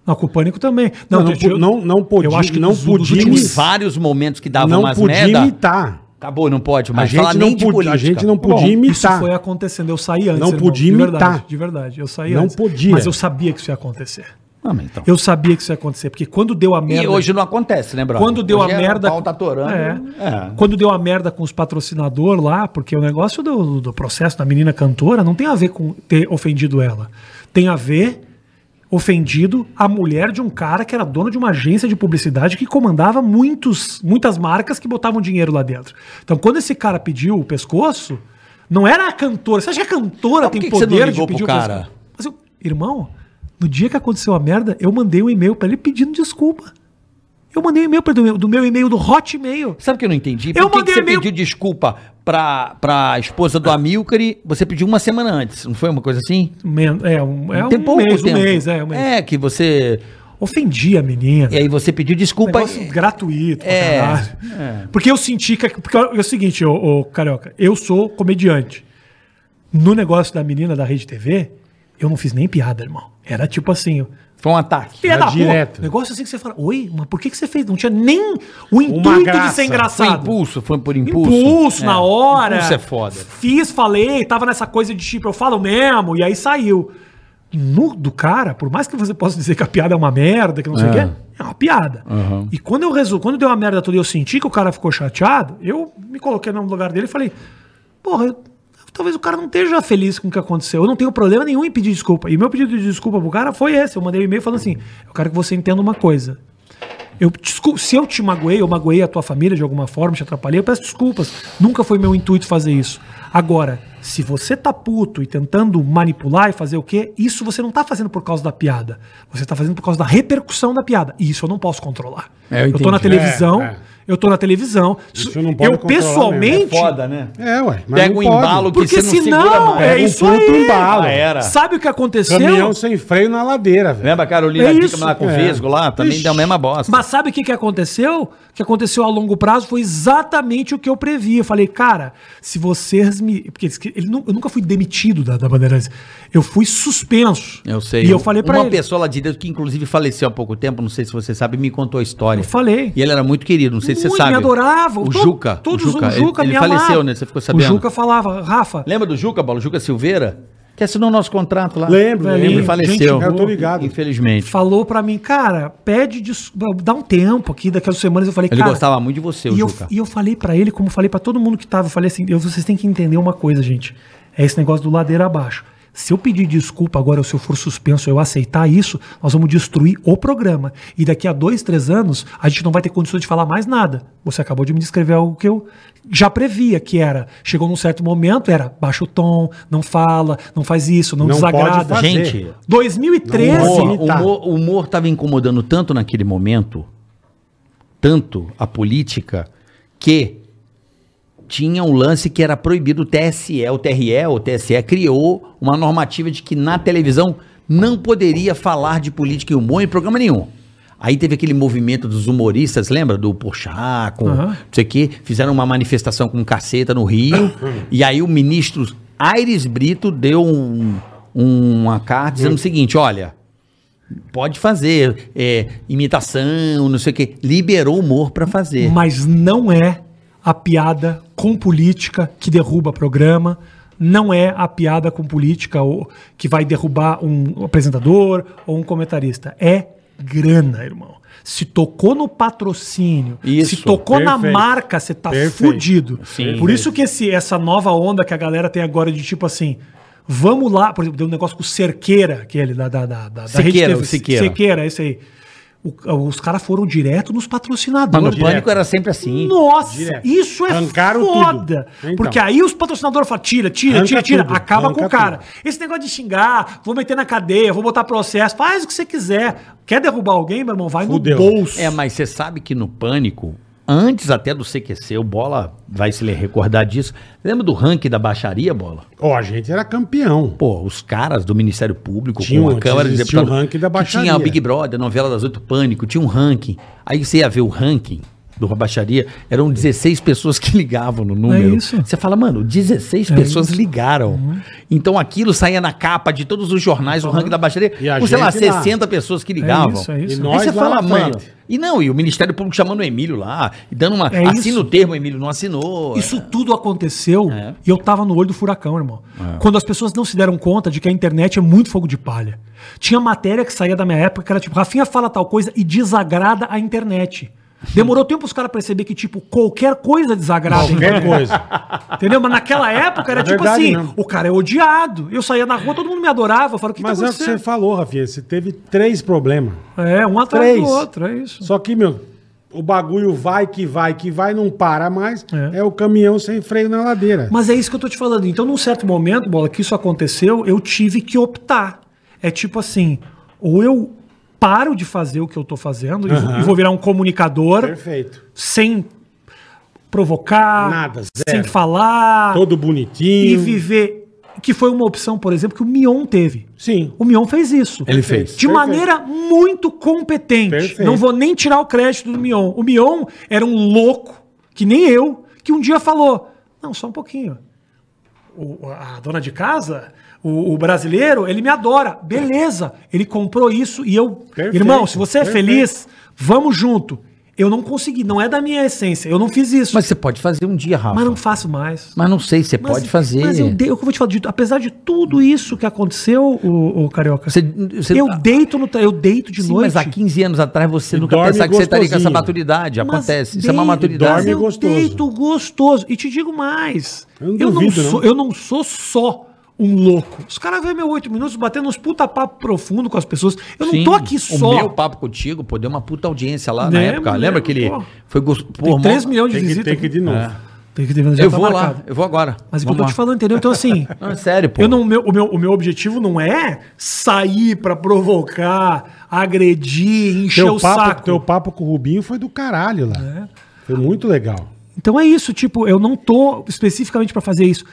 [SPEAKER 4] Não, com o Pânico também.
[SPEAKER 2] Não, não,
[SPEAKER 4] outro dia eu-
[SPEAKER 2] não, não podia.
[SPEAKER 4] Eu acho que
[SPEAKER 2] não
[SPEAKER 4] dos- dos
[SPEAKER 2] podia,
[SPEAKER 3] Tinha
[SPEAKER 4] últimos-
[SPEAKER 2] imitar.
[SPEAKER 3] vários momentos que davam
[SPEAKER 2] não
[SPEAKER 3] umas
[SPEAKER 2] podia
[SPEAKER 3] merda.
[SPEAKER 2] imitar.
[SPEAKER 3] Acabou, não pode
[SPEAKER 2] A
[SPEAKER 3] mais falar
[SPEAKER 2] gente,
[SPEAKER 3] nem
[SPEAKER 2] não
[SPEAKER 3] de
[SPEAKER 2] podia,
[SPEAKER 3] política.
[SPEAKER 2] a gente não podia
[SPEAKER 4] Bom,
[SPEAKER 2] imitar.
[SPEAKER 4] Isso foi acontecendo. Eu saí antes.
[SPEAKER 2] Não
[SPEAKER 4] irmão,
[SPEAKER 2] podia
[SPEAKER 4] de verdade,
[SPEAKER 2] imitar.
[SPEAKER 4] De verdade. Eu saí
[SPEAKER 2] Não
[SPEAKER 4] antes.
[SPEAKER 2] podia.
[SPEAKER 4] Mas eu sabia que isso ia acontecer.
[SPEAKER 3] Ah, mas então.
[SPEAKER 4] Eu sabia que isso ia acontecer. Porque quando deu a merda.
[SPEAKER 3] E hoje não acontece, né, brother?
[SPEAKER 4] Quando deu
[SPEAKER 3] Hoje
[SPEAKER 4] a
[SPEAKER 3] é
[SPEAKER 4] merda.
[SPEAKER 3] O pau tá atorando.
[SPEAKER 4] É.
[SPEAKER 3] É.
[SPEAKER 4] Quando deu a merda com os patrocinadores lá, porque o negócio do, do processo da menina cantora não tem a ver com ter ofendido ela. Tem a ver ofendido a mulher de um cara que era dono de uma agência de publicidade que comandava muitos, muitas marcas que botavam dinheiro lá dentro. Então, quando esse cara pediu o pescoço, não era a cantora. Você acha que a cantora
[SPEAKER 3] Mas por
[SPEAKER 4] tem
[SPEAKER 3] que que você não
[SPEAKER 4] poder de
[SPEAKER 3] ligou
[SPEAKER 4] pedir
[SPEAKER 3] pro
[SPEAKER 4] o
[SPEAKER 3] cara?
[SPEAKER 4] pescoço? Mas eu, irmão, no dia que aconteceu a merda, eu mandei um e-mail pra ele pedindo desculpa. Eu mandei um e-mail pra ele, do meu- do meu e-mail do Hotmail.
[SPEAKER 3] Sabe o que eu não entendi? Por que
[SPEAKER 4] Eu
[SPEAKER 3] que
[SPEAKER 4] mandei
[SPEAKER 3] você
[SPEAKER 4] e-mail-
[SPEAKER 3] pediu desculpa pra, pra esposa do Amilcar e você pediu uma semana antes, não foi uma coisa assim?
[SPEAKER 4] Men- É, um, é
[SPEAKER 3] Tem
[SPEAKER 4] um
[SPEAKER 3] pouco
[SPEAKER 4] mês, um
[SPEAKER 3] tempo.
[SPEAKER 4] mês, é, um mês.
[SPEAKER 3] É, que você...
[SPEAKER 4] Ofendi a menina. Um
[SPEAKER 3] E aí você pediu desculpa
[SPEAKER 4] Negócio
[SPEAKER 3] e...
[SPEAKER 4] gratuito pra
[SPEAKER 3] É,
[SPEAKER 4] caralho. Porque eu senti que. Porque é o seguinte, ô, ô, Carioca, eu sou comediante. No negócio da menina da Rede TV, eu não fiz nem piada, irmão. Era tipo assim. eu-
[SPEAKER 3] Foi um ataque.
[SPEAKER 4] Piada
[SPEAKER 2] direto.
[SPEAKER 4] pô. Negócio assim que você fala, oi, mas por que, que você fez? Não tinha nem o
[SPEAKER 2] Uma
[SPEAKER 4] intuito de
[SPEAKER 2] graça.
[SPEAKER 4] ser
[SPEAKER 3] Foi
[SPEAKER 4] engraçado.
[SPEAKER 3] um impulso, foi por impulso.
[SPEAKER 4] Impulso, na
[SPEAKER 3] É,
[SPEAKER 4] hora.
[SPEAKER 3] Impulso é foda.
[SPEAKER 4] Fiz, falei, tava nessa coisa de tipo, eu falo mesmo, e aí saiu. No do cara, por mais que você possa dizer que a piada é uma merda, que não sei o quê, é uma piada. E quando eu resol... quando deu uma merda toda e eu senti que o cara ficou chateado, eu me coloquei no lugar dele e falei, porra, eu- talvez o cara não esteja feliz com o que aconteceu. Eu não tenho problema nenhum em pedir desculpa. E meu pedido de desculpa pro cara foi esse. Eu mandei um e-mail falando assim, eu quero que você entenda uma coisa. Eu, descul- se eu te magoei, eu magoei a tua família de alguma forma, te atrapalhei, eu peço desculpas. Nunca foi meu intuito fazer isso. Agora, se você tá puto e tentando manipular e fazer o quê, isso você não tá fazendo por causa da piada. Você tá fazendo por causa da repercussão da piada. E isso eu não posso controlar.
[SPEAKER 3] É, eu
[SPEAKER 4] eu, tô na
[SPEAKER 3] entendi.
[SPEAKER 4] televisão,
[SPEAKER 2] É, é.
[SPEAKER 4] eu tô na televisão.
[SPEAKER 2] Isso não pode
[SPEAKER 4] eu
[SPEAKER 2] controlar mesmo.
[SPEAKER 4] pessoalmente.
[SPEAKER 3] Foda, né?
[SPEAKER 2] É, ué. mas
[SPEAKER 3] Pega
[SPEAKER 2] não
[SPEAKER 3] um
[SPEAKER 2] pode.
[SPEAKER 3] embalo que você
[SPEAKER 4] Porque
[SPEAKER 3] não segura
[SPEAKER 4] senão,
[SPEAKER 3] mais.
[SPEAKER 4] é
[SPEAKER 2] Um
[SPEAKER 4] isso
[SPEAKER 2] puto
[SPEAKER 4] aí.
[SPEAKER 2] embalo.
[SPEAKER 3] Ah, era.
[SPEAKER 4] Sabe o que aconteceu?
[SPEAKER 2] Caminhão sem freio na ladeira, velho.
[SPEAKER 3] Lembra a Carolina
[SPEAKER 4] É
[SPEAKER 3] Dickman
[SPEAKER 4] isso.
[SPEAKER 3] lá com o
[SPEAKER 2] É.
[SPEAKER 3] Vesgo lá? Também
[SPEAKER 2] Ixi.
[SPEAKER 3] deu a mesma bosta.
[SPEAKER 4] Mas sabe o que, que aconteceu? O que aconteceu a longo prazo foi exatamente o que eu previ. Eu falei, cara, se vocês me. Porque eles que- ele nu- eu nunca fui demitido da, da Bandeirantes. Eu fui suspenso.
[SPEAKER 3] Eu sei.
[SPEAKER 4] E eu falei pra
[SPEAKER 3] Uma
[SPEAKER 4] ele.
[SPEAKER 3] pessoa lá de dentro que inclusive faleceu há pouco tempo, não sei se você sabe, me contou a história.
[SPEAKER 4] Eu falei.
[SPEAKER 3] E ele era muito querido, não sei se você
[SPEAKER 4] Muito,
[SPEAKER 3] sabe.
[SPEAKER 4] Me adorava.
[SPEAKER 3] O
[SPEAKER 4] To-
[SPEAKER 3] Juca.
[SPEAKER 4] Todos
[SPEAKER 3] o Juca.
[SPEAKER 4] o Juca
[SPEAKER 3] ele,
[SPEAKER 4] me
[SPEAKER 3] ele faleceu,
[SPEAKER 4] amava.
[SPEAKER 3] né? Você ficou sabendo.
[SPEAKER 4] O Juca falava, Rafa.
[SPEAKER 3] Lembra do Juca, Paulo? Juca Silveira? Que assinou nosso contrato lá.
[SPEAKER 2] Lembro,
[SPEAKER 4] Velhinho,
[SPEAKER 2] lembro.
[SPEAKER 3] Ele faleceu.
[SPEAKER 2] boa. Eu tô ligado.
[SPEAKER 3] Infelizmente.
[SPEAKER 4] Falou pra mim, cara, pede desculpa, dá um tempo aqui, daqui a duas semanas. Eu falei,
[SPEAKER 3] Ele
[SPEAKER 4] cara.
[SPEAKER 3] gostava muito de você, o
[SPEAKER 4] e eu,
[SPEAKER 3] Juca.
[SPEAKER 4] e eu falei pra ele, como falei pra todo mundo que tava, eu falei assim, eu- vocês têm que entender uma coisa, gente. É esse negócio do ladeira abaixo. Se eu pedir desculpa agora, ou se eu for suspenso, eu aceitar isso, nós vamos destruir o programa. E daqui a dois, três anos, a gente não vai ter condições de falar mais nada. Você acabou de me descrever algo que eu já previa, que era, chegou num certo momento, era baixa o tom, não fala, não faz isso, não,
[SPEAKER 2] Não pode
[SPEAKER 4] desagrada.
[SPEAKER 2] fazer.
[SPEAKER 3] Gente,
[SPEAKER 4] 2013,
[SPEAKER 2] Não
[SPEAKER 3] humor,
[SPEAKER 2] pode.
[SPEAKER 3] o humor, o humor tava incomodando tanto naquele momento, tanto a política, que tinha um lance que era proibido o TSE, o TRE, o TSE criou uma normativa de que na televisão não poderia falar de política e humor em programa nenhum. Aí teve aquele movimento dos humoristas, lembra? Do Porchat, com
[SPEAKER 4] Aham.
[SPEAKER 3] não sei o quê. Fizeram uma manifestação com caceta no Rio. e aí o ministro Aires Brito deu um- uma carta dizendo o seguinte, olha... Pode fazer é, imitação, não sei o quê. Liberou o humor pra fazer.
[SPEAKER 4] Mas não é a piada com política que derruba programa. Não é a piada com política ou- que vai derrubar um apresentador ou um comentarista. É grana, irmão. Se tocou no patrocínio,
[SPEAKER 3] Isso,
[SPEAKER 4] se tocou na
[SPEAKER 2] perfeito.
[SPEAKER 4] marca, você tá
[SPEAKER 2] Perfeito.
[SPEAKER 4] fudido. Por isso que esse, essa nova onda que a galera tem agora de tipo assim. Vamos lá, por exemplo, deu um negócio com o Cerqueira, aquele da, da, da, da- da
[SPEAKER 3] Siqueira,
[SPEAKER 4] TV.
[SPEAKER 3] o Siqueira.
[SPEAKER 4] Siqueira, esse aí. O- os caras foram direto nos
[SPEAKER 3] Mas
[SPEAKER 4] patrocinadores.
[SPEAKER 3] no
[SPEAKER 4] Direto.
[SPEAKER 3] pânico era sempre assim.
[SPEAKER 4] Nossa,
[SPEAKER 2] É Direto.
[SPEAKER 4] isso é
[SPEAKER 2] Arrancaram
[SPEAKER 4] foda.
[SPEAKER 2] tudo. Então.
[SPEAKER 4] Porque aí os patrocinadores falam, tira, tira,
[SPEAKER 2] Arranca
[SPEAKER 4] tira, tira.
[SPEAKER 2] tudo,
[SPEAKER 4] Acaba
[SPEAKER 2] arranca
[SPEAKER 4] com o cara.
[SPEAKER 2] tudo.
[SPEAKER 4] Esse negócio de xingar, vou meter na cadeia, vou botar processo, faz o que você quiser. Quer derrubar alguém, meu irmão? Vai
[SPEAKER 2] Fudeu.
[SPEAKER 4] no bolso.
[SPEAKER 3] É, mas você sabe que no Pânico, antes até do CQC, o Bola vai se le- recordar disso. Lembra do ranking da baixaria, Bola?
[SPEAKER 2] Ó, a gente era campeão.
[SPEAKER 3] Pô, os caras do Ministério Público,
[SPEAKER 2] Tinha
[SPEAKER 3] com a
[SPEAKER 2] um-
[SPEAKER 3] Câmara de
[SPEAKER 2] existia
[SPEAKER 3] Deputados.
[SPEAKER 2] o ranking da
[SPEAKER 3] que
[SPEAKER 2] baixaria.
[SPEAKER 3] Tinha o Big Brother, novela das oito, Pânico, tinha um ranking. Aí você ia ver o ranking do baixaria, eram 16 pessoas que ligavam no número.
[SPEAKER 4] É isso.
[SPEAKER 3] Você fala, mano, 16 pessoas ligaram. Então aquilo saía na capa de todos os jornais, o ranking da baixaria,
[SPEAKER 2] E a
[SPEAKER 3] com, sei lá,
[SPEAKER 2] gente lá.
[SPEAKER 3] 60 pessoas que ligavam.
[SPEAKER 4] isso, é isso.
[SPEAKER 2] E
[SPEAKER 4] Aí
[SPEAKER 2] nós
[SPEAKER 3] Aí você
[SPEAKER 2] lá
[SPEAKER 3] fala,
[SPEAKER 2] na frente.
[SPEAKER 3] mano. E não, e o Ministério Público chamando o Emílio lá, e dando uma.
[SPEAKER 4] É
[SPEAKER 3] assina
[SPEAKER 4] isso.
[SPEAKER 3] o termo, o Emílio não assinou.
[SPEAKER 4] Isso tudo aconteceu e eu tava no olho do furacão, irmão.
[SPEAKER 2] É.
[SPEAKER 4] Quando as pessoas não se deram conta de que a internet é muito fogo de palha. Tinha matéria que saía da minha época que era tipo, Rafinha fala tal coisa e desagrada a internet. Demorou tempo os caras perceber que, tipo, qualquer coisa desagrada. a
[SPEAKER 2] Qualquer
[SPEAKER 4] internet.
[SPEAKER 2] coisa.
[SPEAKER 4] Entendeu? Mas naquela época era
[SPEAKER 2] É
[SPEAKER 4] tipo
[SPEAKER 2] verdade
[SPEAKER 4] assim,
[SPEAKER 2] mesmo.
[SPEAKER 4] o cara é odiado. Eu saía na rua, todo mundo me adorava. Eu falava, o que
[SPEAKER 2] Mas
[SPEAKER 4] tá
[SPEAKER 2] é o que você
[SPEAKER 4] acontecendo?
[SPEAKER 2] falou, Rafinha. Você teve três problemas.
[SPEAKER 4] É, um atrás
[SPEAKER 2] Três.
[SPEAKER 4] do outro, é isso.
[SPEAKER 2] Só que, meu, o bagulho vai que vai que vai, não para mais. É,
[SPEAKER 4] É.
[SPEAKER 2] o caminhão sem freio na ladeira.
[SPEAKER 4] Mas é isso que eu tô te falando. Então, num certo momento, bola, que isso aconteceu, eu tive que optar. É tipo assim, ou eu paro de fazer o que eu tô fazendo e vou- e vou virar um comunicador
[SPEAKER 2] Perfeito.
[SPEAKER 4] sem provocar,
[SPEAKER 2] Nada,
[SPEAKER 4] sem
[SPEAKER 2] zero.
[SPEAKER 4] falar
[SPEAKER 2] Todo
[SPEAKER 4] Ah, e
[SPEAKER 2] bonitinho.
[SPEAKER 4] viver. Que foi uma opção, por exemplo, que o Mion teve.
[SPEAKER 2] Sim.
[SPEAKER 4] O Mion fez isso.
[SPEAKER 3] Ele fez.
[SPEAKER 4] De
[SPEAKER 2] Perfeito.
[SPEAKER 4] maneira muito competente.
[SPEAKER 2] Perfeito.
[SPEAKER 4] Não vou nem tirar o crédito do Mion. O Mion era um louco, que nem eu, que um dia falou: Não, só um pouquinho. O- a dona de casa, o, o brasileiro, ele me adora. Beleza, ele comprou isso e eu.
[SPEAKER 2] Perfeito,
[SPEAKER 4] Irmão, se você é
[SPEAKER 2] perfeito.
[SPEAKER 4] feliz, vamos junto. Eu não consegui, não é da minha essência. Eu não fiz isso.
[SPEAKER 3] Mas você pode fazer um dia, Rafa.
[SPEAKER 4] mas não faço mais.
[SPEAKER 3] Mas não sei, você pode fazer.
[SPEAKER 4] Mas eu, dei, eu vou te falar, de, apesar de tudo isso que aconteceu, o, Carioca,
[SPEAKER 3] Você- você-
[SPEAKER 4] eu deito no tra- eu deito de
[SPEAKER 3] Sim,
[SPEAKER 4] noite.
[SPEAKER 3] mas há 15 anos atrás você nunca
[SPEAKER 2] dorme
[SPEAKER 3] pensava que você estaria com essa
[SPEAKER 2] gostosinho.
[SPEAKER 3] maturidade.
[SPEAKER 4] Mas
[SPEAKER 3] Acontece. Isso é uma
[SPEAKER 4] deito,
[SPEAKER 3] maturidade.
[SPEAKER 2] dorme
[SPEAKER 4] eu
[SPEAKER 2] gostoso.
[SPEAKER 4] deito gostoso. E te digo mais.
[SPEAKER 2] Eu não
[SPEAKER 4] Eu não,
[SPEAKER 2] duvido, né? não.
[SPEAKER 4] sou, eu não sou só um louco. Os caras veem meu 8 minutos batendo uns puta papo profundo com as pessoas. Eu
[SPEAKER 3] Sim,
[SPEAKER 4] não tô aqui só.
[SPEAKER 3] O meu papo contigo, pô, deu uma puta audiência lá na
[SPEAKER 4] Lembro,
[SPEAKER 3] época. Lembra
[SPEAKER 4] lembro,
[SPEAKER 3] aquele.
[SPEAKER 4] pô.
[SPEAKER 3] Foi gostoso. Pô,
[SPEAKER 4] Tem
[SPEAKER 3] mó-
[SPEAKER 4] 3 milhões de É.
[SPEAKER 2] Tem que,
[SPEAKER 4] visitas.
[SPEAKER 2] tem que ir de novo.
[SPEAKER 4] Tem que ter já
[SPEAKER 3] é Eu
[SPEAKER 4] tá
[SPEAKER 3] vou lá,
[SPEAKER 4] marcado.
[SPEAKER 3] eu vou agora.
[SPEAKER 4] Mas o que eu
[SPEAKER 3] Vamos
[SPEAKER 4] tô
[SPEAKER 3] lá.
[SPEAKER 4] te falando, entendeu? Então assim,
[SPEAKER 3] Não, é sério, pô.
[SPEAKER 4] Eu não, meu, o, meu, o meu objetivo não é sair pra provocar, agredir, encher
[SPEAKER 2] Teu
[SPEAKER 4] o
[SPEAKER 2] papo,
[SPEAKER 4] saco. É.
[SPEAKER 2] teu papo com o Rubinho foi do caralho lá. Foi muito legal.
[SPEAKER 4] Então é isso, tipo, eu não tô especificamente pra fazer isso,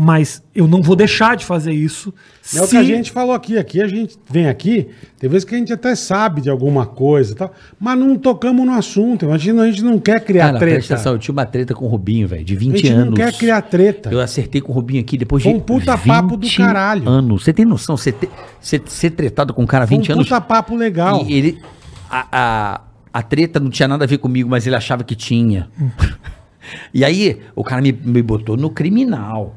[SPEAKER 4] mas eu não vou deixar de fazer isso.
[SPEAKER 2] É o que a gente falou aqui. Aqui a gente vem aqui, tem vezes que a gente até sabe de alguma coisa e tal, mas não tocamos no assunto. Imagina, a gente não quer criar
[SPEAKER 3] Cara, presta
[SPEAKER 2] treta.
[SPEAKER 3] atenção, eu tinha uma treta com o Rubinho, velho, de 20
[SPEAKER 2] a gente
[SPEAKER 3] anos.
[SPEAKER 2] não quer criar treta.
[SPEAKER 3] Eu acertei com o Rubinho aqui depois de.
[SPEAKER 2] Foi um puta papo do caralho.
[SPEAKER 3] anos. Você tem noção? Você te- você- ser tretado com um cara há
[SPEAKER 2] Foi
[SPEAKER 3] 20 anos.
[SPEAKER 2] puta papo legal.
[SPEAKER 3] E ele. A, a, a treta não tinha nada a ver comigo, mas ele achava que tinha.
[SPEAKER 2] Hum.
[SPEAKER 3] e aí, o cara me, me botou no criminal.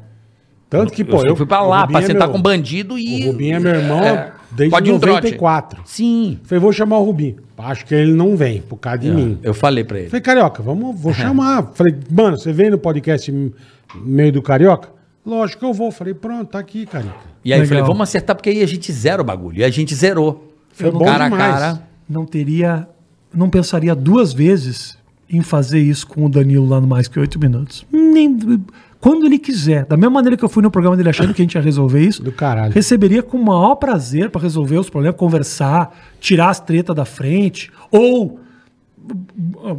[SPEAKER 2] Tanto que,
[SPEAKER 3] Pô, eu, fui pra lá pra sentar com
[SPEAKER 2] bandido.
[SPEAKER 3] bandido e.
[SPEAKER 2] é O Rubinho é meu irmão desde
[SPEAKER 3] pode ir um trote.
[SPEAKER 2] 94.
[SPEAKER 3] Sim.
[SPEAKER 2] Falei, vou chamar o Rubinho. Acho que ele não vem, por causa de mim.
[SPEAKER 3] Eu falei pra ele.
[SPEAKER 2] Falei, Carioca, vamos, vou chamar. Falei, mano, você vem no podcast m- meio do Carioca? Lógico que eu vou. Falei, pronto, tá aqui, Carioca.
[SPEAKER 3] E aí eu falei,
[SPEAKER 4] Legal.
[SPEAKER 3] vamos acertar, porque aí a gente zera o bagulho. E a gente zerou.
[SPEAKER 2] Foi bom
[SPEAKER 3] cara
[SPEAKER 2] demais.
[SPEAKER 3] a cara.
[SPEAKER 4] não teria, não pensaria duas vezes em fazer isso com o Danilo lá no mais que oito minutos. Nem quando ele quiser. Da mesma maneira que eu fui no programa dele achando que a gente ia resolver isso,
[SPEAKER 2] Do caralho.
[SPEAKER 4] receberia com o maior prazer pra resolver os problemas, conversar, tirar as tretas da frente ou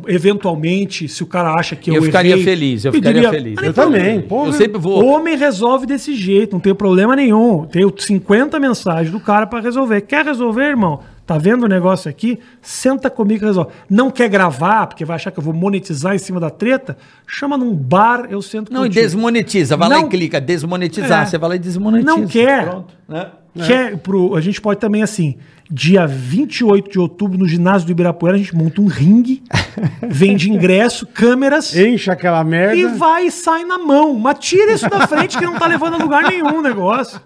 [SPEAKER 4] eventualmente, se o cara acha que eu,
[SPEAKER 3] Eu ficaria
[SPEAKER 4] errei,
[SPEAKER 3] feliz, eu
[SPEAKER 4] me
[SPEAKER 3] ficaria
[SPEAKER 4] diria,
[SPEAKER 3] feliz.
[SPEAKER 4] "Ah,
[SPEAKER 2] Eu
[SPEAKER 4] então,
[SPEAKER 2] também, porra.
[SPEAKER 3] Eu sempre vou.
[SPEAKER 4] Homem resolve desse jeito, não tem problema nenhum. Tenho 50 mensagens do cara pra resolver. Quer resolver, irmão? Tá vendo o negócio aqui? Senta comigo e resolve. Não quer gravar, porque vai achar que eu vou monetizar em cima da treta? Chama num bar, eu sento
[SPEAKER 3] Não, e
[SPEAKER 4] contigo.
[SPEAKER 3] desmonetiza. Vai lá
[SPEAKER 4] Não-
[SPEAKER 3] e clica desmonetizar.
[SPEAKER 4] É.
[SPEAKER 3] Você vai lá e desmonetiza.
[SPEAKER 4] Não quer.
[SPEAKER 3] Pronto. né?
[SPEAKER 4] Quer pro, a gente pode também, assim, dia 28 de outubro, no ginásio do Ibirapuera, a gente monta um ringue, vende ingresso, câmeras.
[SPEAKER 2] Enche aquela merda.
[SPEAKER 4] E vai e sai na mão. Mas tira isso da frente que não tá levando a lugar nenhum o negócio.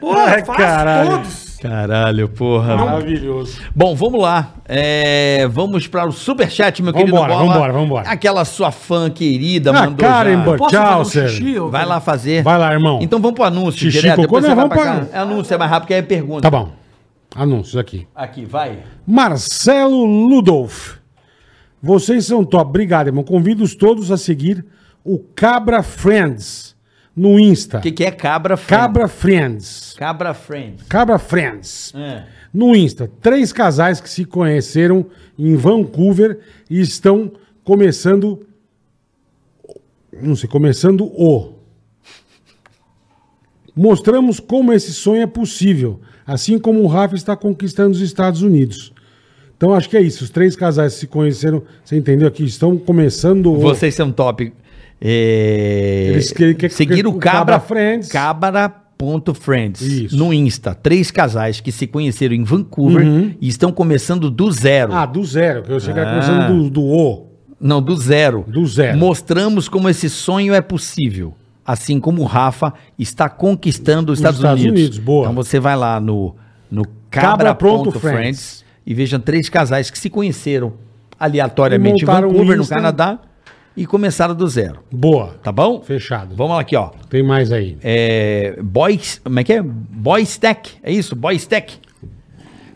[SPEAKER 4] Pô, faz
[SPEAKER 2] É, caralho.
[SPEAKER 4] todos.
[SPEAKER 3] Caralho, porra.
[SPEAKER 2] Maravilhoso.
[SPEAKER 3] Bom, vamos lá. É, vamos para o superchat, meu querido
[SPEAKER 2] Vambora,
[SPEAKER 3] Bola.
[SPEAKER 2] vambora, vambora.
[SPEAKER 3] Aquela sua fã querida
[SPEAKER 2] Ah,
[SPEAKER 3] mandou
[SPEAKER 2] Karen
[SPEAKER 3] já.
[SPEAKER 2] Bur-
[SPEAKER 4] Posso
[SPEAKER 2] Tchau,
[SPEAKER 4] fazer um
[SPEAKER 2] Sérgio.
[SPEAKER 4] xixi? ô?
[SPEAKER 3] Vai lá fazer.
[SPEAKER 2] Vai lá, irmão.
[SPEAKER 3] Então vamos pro anúncio
[SPEAKER 2] Xixi,
[SPEAKER 3] direto.
[SPEAKER 2] cocô,
[SPEAKER 3] Depois você vai
[SPEAKER 2] nós
[SPEAKER 3] pra
[SPEAKER 2] vamos
[SPEAKER 3] cá. Anúncio é mais rápido que aí é pergunta.
[SPEAKER 2] Tá bom. Anúncios aqui.
[SPEAKER 3] Aqui, vai.
[SPEAKER 2] Marcelo Ludolf. Vocês são top. Obrigado, irmão. Convido os todos a seguir o Cabra Friends no Insta.
[SPEAKER 3] O que, que é Cabra Friend?
[SPEAKER 2] Cabra Friends.
[SPEAKER 3] Cabra Friend.
[SPEAKER 2] Cabra Friends.
[SPEAKER 3] É.
[SPEAKER 2] No Insta, três casais que se conheceram em Vancouver e estão começando. Não sei, começando o. Mostramos como esse sonho é possível, assim como o Rafa está conquistando os Estados Unidos. Então acho que é isso. Os três casais que se conheceram, você entendeu aqui? Estão começando o.
[SPEAKER 3] Vocês são top. É...
[SPEAKER 2] Eles que- que-
[SPEAKER 3] Seguir
[SPEAKER 2] que-
[SPEAKER 3] o
[SPEAKER 2] o
[SPEAKER 3] Cabra,
[SPEAKER 2] Cabra Friends.
[SPEAKER 3] Cabra.friends.
[SPEAKER 2] Isso.
[SPEAKER 3] No Insta. Três casais que se conheceram em Vancouver
[SPEAKER 2] Uhum.
[SPEAKER 3] e estão começando do zero.
[SPEAKER 2] Ah, do zero, que eu achei que era
[SPEAKER 3] Ah.
[SPEAKER 2] começando do, do o.
[SPEAKER 3] Não, do zero.
[SPEAKER 2] Do zero.
[SPEAKER 3] Mostramos como esse sonho é possível. Assim como o Rafa está conquistando os Estados,
[SPEAKER 2] Estados
[SPEAKER 3] Unidos.
[SPEAKER 2] Unidos, boa.
[SPEAKER 3] Então você vai lá no, no
[SPEAKER 2] Cabra Pronto
[SPEAKER 3] cabra.friends
[SPEAKER 2] Friends.
[SPEAKER 3] e veja três casais que se conheceram aleatoriamente
[SPEAKER 2] E
[SPEAKER 3] em
[SPEAKER 2] montaram um
[SPEAKER 3] Vancouver, no
[SPEAKER 2] Insta.
[SPEAKER 3] Canadá, e começaram do zero.
[SPEAKER 2] Boa.
[SPEAKER 3] Tá bom?
[SPEAKER 2] Fechado.
[SPEAKER 3] Vamos lá aqui, ó.
[SPEAKER 2] Tem mais aí.
[SPEAKER 3] É, boys, como é que é? Boys Tech, é isso? Boys Tech.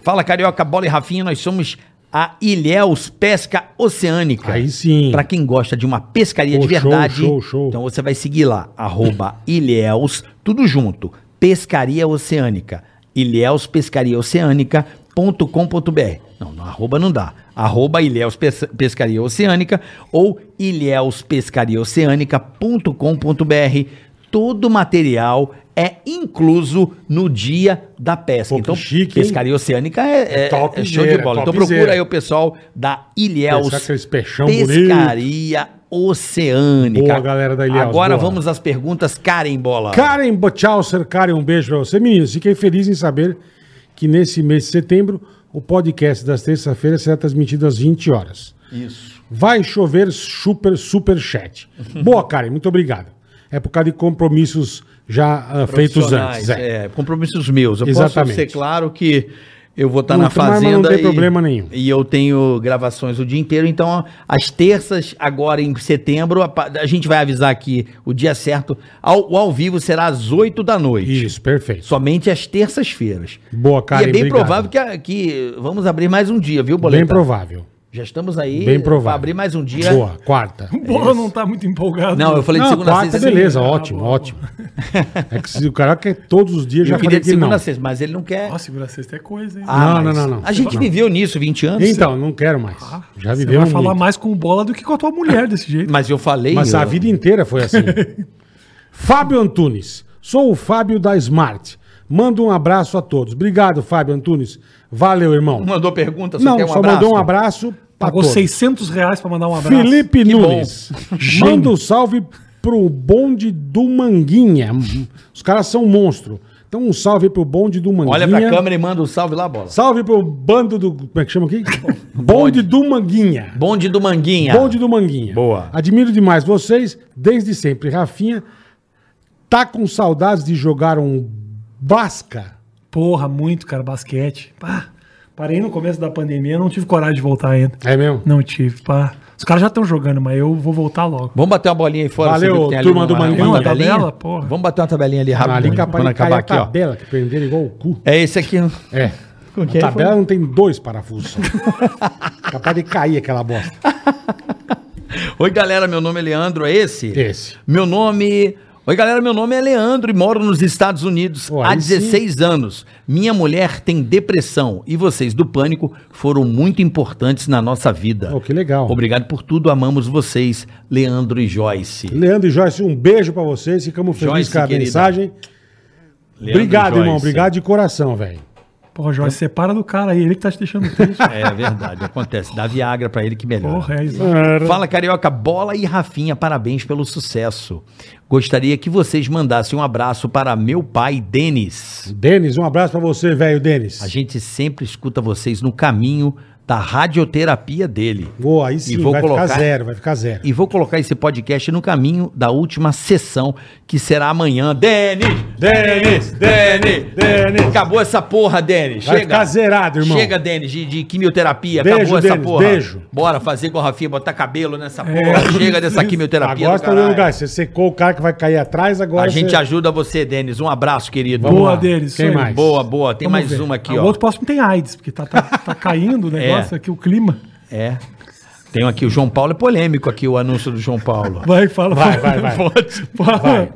[SPEAKER 3] Fala, Carioca, Bola e Rafinha, nós somos a Ilhéus Pesca Oceânica.
[SPEAKER 2] Aí sim.
[SPEAKER 3] Pra quem gosta de uma pescaria
[SPEAKER 2] Pô,
[SPEAKER 3] de
[SPEAKER 2] show,
[SPEAKER 3] verdade,
[SPEAKER 2] show, show.
[SPEAKER 3] então você vai seguir lá, arroba Ilhéus, tudo junto, Pescaria Oceânica, Ilhéus Pescaria Oceânica.com.br. Não, não, arroba não dá. Arroba Ilhéus Pes- Pescaria Oceânica ou Ilhéus Pescaria Oceânica.com.br. Todo material é incluso no dia da pesca.
[SPEAKER 2] Pô, que
[SPEAKER 3] então,
[SPEAKER 2] chique, hein?
[SPEAKER 3] Pescaria Oceânica é, é- é show
[SPEAKER 2] topzera,
[SPEAKER 3] de bola. Então
[SPEAKER 2] topzera.
[SPEAKER 3] procura aí o pessoal da Ilhéus
[SPEAKER 2] Pescar aqueles peixão
[SPEAKER 3] Pescaria Oceânica.
[SPEAKER 2] Boa, galera da Ilhéus,
[SPEAKER 3] Agora
[SPEAKER 2] boa.
[SPEAKER 3] vamos às perguntas Karen Bola.
[SPEAKER 2] Karen Botchauser, Karen, um beijo pra você. Meninos, fiquei feliz em saber que nesse mês de setembro o podcast das terças-feiras será transmitido às 20 horas.
[SPEAKER 3] Isso.
[SPEAKER 2] Vai chover super, super chat. Boa, Karen, muito obrigado. É por causa de compromissos já ah, feitos antes. É.
[SPEAKER 3] É, compromissos meus. Eu
[SPEAKER 2] Exatamente.
[SPEAKER 3] posso ser claro que eu vou estar
[SPEAKER 2] Não,
[SPEAKER 3] na
[SPEAKER 2] mas não
[SPEAKER 3] fazenda
[SPEAKER 2] tem problema nenhum.
[SPEAKER 3] E eu tenho gravações o dia inteiro, então às terças, agora em setembro, a, pa- a gente vai avisar aqui o dia certo. Ao, o ao vivo será às 8 da noite.
[SPEAKER 2] Isso, perfeito.
[SPEAKER 3] Somente às terças-feiras.
[SPEAKER 2] Boa, Karen,
[SPEAKER 3] e é bem
[SPEAKER 2] obrigado.
[SPEAKER 3] provável que, a- que vamos abrir mais um dia, viu, Boletar?
[SPEAKER 2] Bem provável.
[SPEAKER 3] Já estamos aí
[SPEAKER 2] Bem
[SPEAKER 3] pra
[SPEAKER 2] provável.
[SPEAKER 3] abrir mais um dia.
[SPEAKER 2] Boa, quarta.
[SPEAKER 4] O Bola não tá muito empolgado.
[SPEAKER 3] Não, eu falei de
[SPEAKER 2] Não,
[SPEAKER 3] segunda a
[SPEAKER 2] quarta,
[SPEAKER 3] sexta. assim, né?
[SPEAKER 2] beleza,
[SPEAKER 4] Ah,
[SPEAKER 2] ótimo,
[SPEAKER 4] boa,
[SPEAKER 2] ótimo. É que se o cara quer todos os dias,
[SPEAKER 3] Eu
[SPEAKER 2] já
[SPEAKER 3] queria
[SPEAKER 2] falei
[SPEAKER 3] de
[SPEAKER 2] que não.
[SPEAKER 3] segunda a sexta, mas ele não quer. Ah,
[SPEAKER 4] Nossa, segura sexta é coisa, hein?
[SPEAKER 2] não,
[SPEAKER 3] mas
[SPEAKER 2] não, não, não.
[SPEAKER 3] A gente
[SPEAKER 2] Não.
[SPEAKER 3] viveu nisso 20 anos.
[SPEAKER 2] Então, não quero mais. Já
[SPEAKER 4] Ah, Você
[SPEAKER 2] viveu
[SPEAKER 4] vai
[SPEAKER 2] muito.
[SPEAKER 4] falar mais com o Bola do que com a tua mulher desse jeito.
[SPEAKER 3] Mas eu falei.
[SPEAKER 2] Mas a
[SPEAKER 3] eu-
[SPEAKER 2] vida inteira foi assim. Fábio Antunes. Sou o Fábio da Smart. Mando um abraço a todos. Obrigado, Fábio Antunes. Valeu, irmão.
[SPEAKER 3] Mandou pergunta,
[SPEAKER 2] Não, só mandou um abraço pra
[SPEAKER 4] Pagou
[SPEAKER 2] todos.
[SPEAKER 4] 600 reais pra mandar um abraço.
[SPEAKER 2] Felipe
[SPEAKER 3] Que
[SPEAKER 2] Nunes. Manda um salve pro bonde do Manguinha. Os caras são monstro. Então um salve pro bonde do Manguinha.
[SPEAKER 3] Olha pra câmera e manda um salve lá, bola.
[SPEAKER 2] Salve pro bando do... Como é que chama aqui? bonde do Manguinha.
[SPEAKER 3] Bonde do Manguinha.
[SPEAKER 2] Bonde do Manguinha.
[SPEAKER 3] Ah. Boa.
[SPEAKER 2] Admiro demais vocês, desde sempre. Rafinha tá com saudades de jogar um Basca.
[SPEAKER 4] Porra, muito, cara, basquete. Pá, parei no começo da pandemia, não tive coragem de voltar ainda.
[SPEAKER 2] É mesmo?
[SPEAKER 4] Não tive, pá. Os caras já estão jogando, mas eu vou voltar logo.
[SPEAKER 3] Vamos bater uma bolinha aí fora.
[SPEAKER 2] Valeu,
[SPEAKER 3] você viu que tem ali
[SPEAKER 2] turma
[SPEAKER 3] uma-
[SPEAKER 2] do Manguinha.
[SPEAKER 3] Uma tabelinha?
[SPEAKER 4] Tabela, porra.
[SPEAKER 3] Vamos bater uma tabelinha ali rápido.
[SPEAKER 2] Ali capaz
[SPEAKER 3] quando
[SPEAKER 2] de cair
[SPEAKER 3] Tá acabar
[SPEAKER 2] a tá
[SPEAKER 3] aqui, ó.
[SPEAKER 2] tabela, que prenderam igual o cu.
[SPEAKER 3] É esse aqui. ó.
[SPEAKER 2] É.
[SPEAKER 3] Como que
[SPEAKER 2] a
[SPEAKER 3] é?
[SPEAKER 2] tabela não tem dois parafusos. só. capaz de cair aquela bosta.
[SPEAKER 3] Oi, galera, meu nome é Leandro, é esse?
[SPEAKER 2] Esse.
[SPEAKER 3] Meu nome. Oi, galera, meu nome é Leandro e moro nos Estados Unidos
[SPEAKER 2] Pô, aí
[SPEAKER 3] há 16 anos. Minha mulher tem depressão e vocês do Pânico foram muito importantes na nossa vida.
[SPEAKER 2] Pô, que legal.
[SPEAKER 3] Obrigado por tudo, amamos vocês, Leandro e Joyce.
[SPEAKER 2] Leandro e Joyce, um beijo pra vocês. Ficamos felizes
[SPEAKER 3] Joyce,
[SPEAKER 2] com a
[SPEAKER 3] querida.
[SPEAKER 2] mensagem.
[SPEAKER 3] Leandro e
[SPEAKER 2] obrigado, irmão.
[SPEAKER 3] Joyce.
[SPEAKER 2] Obrigado de coração, velho.
[SPEAKER 4] Pô, Jorge, separa do cara aí, ele que tá te deixando triste.
[SPEAKER 3] É verdade, acontece. Dá Viagra pra ele que melhora.
[SPEAKER 4] Porra, é isso.
[SPEAKER 3] Fala Carioca, Bola e Rafinha, parabéns pelo sucesso. Gostaria que vocês mandassem um abraço para meu pai, Denis.
[SPEAKER 2] Denis, um abraço pra você, velho Denis.
[SPEAKER 3] A gente sempre escuta vocês no caminho da radioterapia dele.
[SPEAKER 2] Boa, aí sim,
[SPEAKER 3] E vou
[SPEAKER 2] vai
[SPEAKER 3] colocar-
[SPEAKER 2] ficar zero, vai ficar zero.
[SPEAKER 3] E vou colocar esse podcast no caminho da última sessão, que será amanhã. Denis!
[SPEAKER 2] Denis,
[SPEAKER 3] Denis! Denis! Acabou essa porra, Denis.
[SPEAKER 2] Vai ficar zerado, irmão.
[SPEAKER 3] Chega, Denis, de, de quimioterapia.
[SPEAKER 2] Beijo,
[SPEAKER 3] Acabou essa
[SPEAKER 2] Denis,
[SPEAKER 3] porra.
[SPEAKER 2] beijo. É.
[SPEAKER 3] Bora fazer com a Rafinha, botar cabelo nessa porra. Chega dessa quimioterapia.
[SPEAKER 2] Agora
[SPEAKER 3] do
[SPEAKER 2] você tá no
[SPEAKER 3] caralho.
[SPEAKER 2] lugar. Você secou o cara que vai cair atrás, agora.
[SPEAKER 3] A gente
[SPEAKER 2] você...
[SPEAKER 3] ajuda você, Denis. Um abraço, querido.
[SPEAKER 2] Vamos
[SPEAKER 4] Boa,
[SPEAKER 2] lá.
[SPEAKER 4] Denis.
[SPEAKER 2] Quem
[SPEAKER 4] isso aí.
[SPEAKER 2] mais?
[SPEAKER 3] Boa, boa. Tem
[SPEAKER 4] Vamos
[SPEAKER 3] mais
[SPEAKER 4] ver.
[SPEAKER 3] uma aqui,
[SPEAKER 4] Ah,
[SPEAKER 3] ó.
[SPEAKER 4] O outro próximo tem AIDS, porque tá, tá, tá caindo o negócio
[SPEAKER 3] É.
[SPEAKER 4] aqui, o clima.
[SPEAKER 3] É. Tem aqui o João Paulo, é polêmico aqui o anúncio do João Paulo.
[SPEAKER 4] Vai, fala.
[SPEAKER 2] Vai, vai, vai.
[SPEAKER 4] Fala.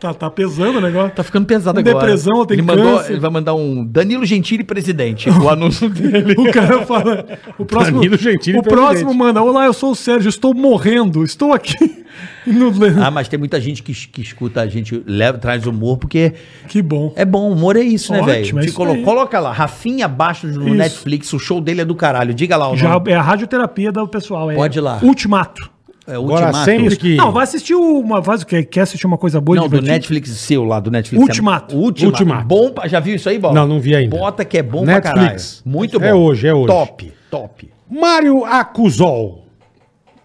[SPEAKER 4] Tá, tá pesando o negócio.
[SPEAKER 3] Tá ficando pesado
[SPEAKER 4] Tem
[SPEAKER 3] agora.
[SPEAKER 4] depressão, tem
[SPEAKER 3] ele mandou,
[SPEAKER 4] câncer.
[SPEAKER 3] Ele vai mandar um Danilo Gentili presidente, o anúncio dele.
[SPEAKER 4] O cara fala. O próximo,
[SPEAKER 2] Danilo Gentili,
[SPEAKER 4] o próximo
[SPEAKER 2] presidente.
[SPEAKER 4] manda. Olá, eu sou o Sérgio, estou morrendo, estou aqui. no-
[SPEAKER 3] Ah, mas tem muita gente que, es- que escuta a gente, leva, traz humor, porque
[SPEAKER 4] Que bom.
[SPEAKER 3] é bom, humor é isso, né,
[SPEAKER 4] Ótimo,
[SPEAKER 3] velho?
[SPEAKER 4] é
[SPEAKER 3] Te
[SPEAKER 4] isso
[SPEAKER 3] colo-
[SPEAKER 4] aí.
[SPEAKER 3] Coloca lá, Rafinha abaixo no
[SPEAKER 4] Isso.
[SPEAKER 3] Netflix, o show dele é do caralho. Diga lá o
[SPEAKER 4] Já
[SPEAKER 3] nome.
[SPEAKER 4] é a radioterapia do pessoal. É
[SPEAKER 3] Pode ir lá.
[SPEAKER 4] Ultimato.
[SPEAKER 3] É,
[SPEAKER 2] Agora sempre que.
[SPEAKER 4] Não, vai assistir uma. Vai, quer, quer assistir uma coisa boa e
[SPEAKER 3] Não, do
[SPEAKER 4] divertida?
[SPEAKER 3] Netflix seu lá, do Netflix.
[SPEAKER 4] Ultimato.
[SPEAKER 3] É, Ultimato.
[SPEAKER 2] Ultimato.
[SPEAKER 3] Bom, pra- já viu isso aí, Bola?
[SPEAKER 2] Não, não vi ainda.
[SPEAKER 3] Bota que é bom pra caralho.
[SPEAKER 2] Netflix.
[SPEAKER 3] Muito bom.
[SPEAKER 2] É hoje, é hoje.
[SPEAKER 3] Top, top.
[SPEAKER 2] Mário Acusol.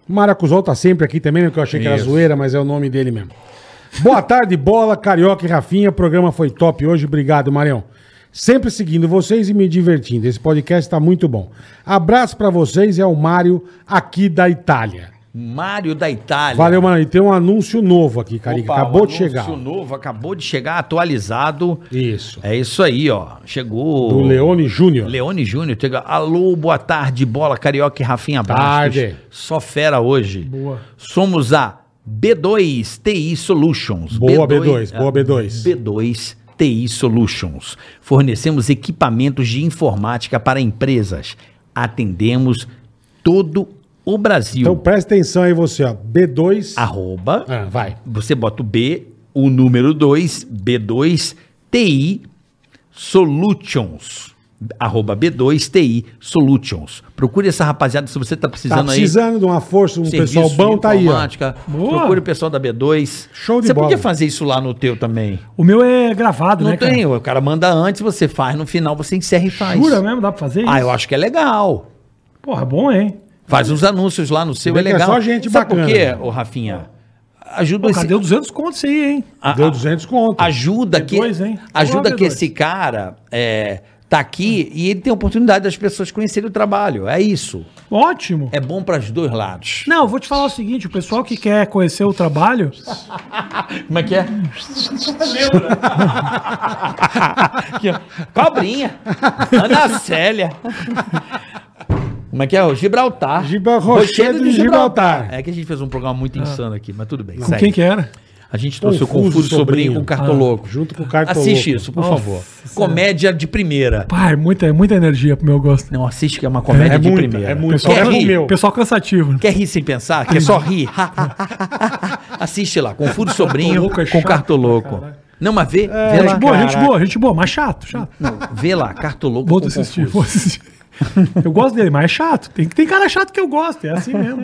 [SPEAKER 2] Mário Acusol tá sempre aqui também, né? Que eu achei que era
[SPEAKER 3] Isso.
[SPEAKER 2] zoeira, mas é o nome dele mesmo. Boa tarde, bola, carioca e Rafinha. O programa foi top hoje. Obrigado, Marião. Sempre seguindo vocês e me divertindo. Esse podcast tá muito bom. Abraço pra vocês, é o Mário aqui da Itália.
[SPEAKER 3] Mário da Itália.
[SPEAKER 2] Valeu, Mário. E tem um anúncio novo aqui, Carica.
[SPEAKER 3] Opa,
[SPEAKER 2] Acabou
[SPEAKER 3] um
[SPEAKER 2] de chegar.
[SPEAKER 3] anúncio novo, acabou de chegar, atualizado.
[SPEAKER 2] Isso.
[SPEAKER 3] É isso aí, ó. Chegou.
[SPEAKER 2] Do Leone Júnior.
[SPEAKER 3] Leone Júnior. chega. Alô, boa tarde, bola carioca e Rafinha Bastos.
[SPEAKER 2] Tarde.
[SPEAKER 3] Só fera hoje.
[SPEAKER 4] Boa.
[SPEAKER 3] Somos a B2 TI Solutions. é
[SPEAKER 2] Boa, B2, boa, B2.
[SPEAKER 3] B2 TI Solutions. Fornecemos equipamentos de informática para empresas. Atendemos todo o Brasil.
[SPEAKER 2] Então presta atenção aí você, ó. B2.
[SPEAKER 3] Arroba
[SPEAKER 2] Ah, vai.
[SPEAKER 3] você bota o B, o número 2, B2, TI Solutions. Arroba B2 TI Solutions. Procure essa rapaziada se você tá
[SPEAKER 2] Tá
[SPEAKER 3] precisando,
[SPEAKER 2] precisando de uma força, um
[SPEAKER 3] aí.
[SPEAKER 2] pessoal bom, tá aí, ó.
[SPEAKER 4] Boa.
[SPEAKER 3] Procure o pessoal da B2.
[SPEAKER 2] Show de
[SPEAKER 3] você
[SPEAKER 2] bola.
[SPEAKER 3] podia fazer isso lá no teu também.
[SPEAKER 4] O meu é gravado,
[SPEAKER 3] Não
[SPEAKER 4] né? cara?
[SPEAKER 3] tem. O cara manda antes, você faz. No final você encerra e faz.
[SPEAKER 4] Jura
[SPEAKER 2] né?
[SPEAKER 4] mesmo? Dá pra fazer
[SPEAKER 3] Ah, eu acho que é legal.
[SPEAKER 4] Porra, bom, hein?
[SPEAKER 3] Faz uns anúncios lá no seu, é
[SPEAKER 2] Bem que é
[SPEAKER 3] legal.
[SPEAKER 2] só gente
[SPEAKER 3] Sabe por
[SPEAKER 2] bacana.
[SPEAKER 3] quê, ô Rafinha? Ajuda
[SPEAKER 4] Pô,
[SPEAKER 3] esse...
[SPEAKER 4] cadê os 200 contos aí, hein?
[SPEAKER 3] a-
[SPEAKER 2] Deu
[SPEAKER 3] a-
[SPEAKER 2] 200 conto.
[SPEAKER 3] ajuda que
[SPEAKER 4] Depois, hein?
[SPEAKER 3] ajuda
[SPEAKER 4] Logo
[SPEAKER 3] que
[SPEAKER 4] depois.
[SPEAKER 3] esse cara é, tá aqui e ele tem a oportunidade das pessoas conhecerem o trabalho. É isso.
[SPEAKER 4] Ótimo.
[SPEAKER 3] É bom para os dois lados.
[SPEAKER 4] Não, eu vou te falar o seguinte, o pessoal que quer conhecer o trabalho,
[SPEAKER 3] Como é que é? Aqui, ó. Cobrinha. Ana Célia. Como é que é? O Gibraltar.
[SPEAKER 2] Gibra- Rochedo de Gibraltar. Ah.
[SPEAKER 3] É que a gente fez um programa muito insano aqui, mas tudo bem.
[SPEAKER 4] com quem que era?
[SPEAKER 3] A gente trouxe
[SPEAKER 2] Confuso
[SPEAKER 3] o Confuso Sobrinho,
[SPEAKER 2] Sobrinho.
[SPEAKER 3] com o Cartoloco.
[SPEAKER 2] Ah, junto com o Cartoloco.
[SPEAKER 3] Assiste isso, por
[SPEAKER 4] Nossa
[SPEAKER 3] favor.
[SPEAKER 4] Senhora.
[SPEAKER 3] Comédia de primeira.
[SPEAKER 4] Pá, é muita, é muita energia pro meu gosto.
[SPEAKER 3] Não assiste que é uma comédia
[SPEAKER 2] É
[SPEAKER 3] de
[SPEAKER 2] muita,
[SPEAKER 3] primeira.
[SPEAKER 2] é muita.
[SPEAKER 3] Quer
[SPEAKER 2] Só
[SPEAKER 3] rir?
[SPEAKER 2] meu.
[SPEAKER 4] Pessoal cansativo. né?
[SPEAKER 3] Quer rir sem pensar? Quer só rir? assiste lá, com Furo Sobrinho,
[SPEAKER 4] Cartoloco é
[SPEAKER 3] com
[SPEAKER 4] chato
[SPEAKER 3] Cartoloco. Não, mas
[SPEAKER 2] É,
[SPEAKER 3] vê, vê
[SPEAKER 4] Gente
[SPEAKER 3] lá.
[SPEAKER 4] boa,
[SPEAKER 2] cara.
[SPEAKER 4] gente boa, gente boa, mas chato, chato.
[SPEAKER 3] Vê lá, Cartoloco
[SPEAKER 4] Vou
[SPEAKER 3] com
[SPEAKER 4] assistir,
[SPEAKER 2] tipo.
[SPEAKER 4] vou
[SPEAKER 3] Confuso.
[SPEAKER 4] assistir. Eu gosto dele, mas é chato. Tem, tem cara chato que eu gosto, é assim mesmo.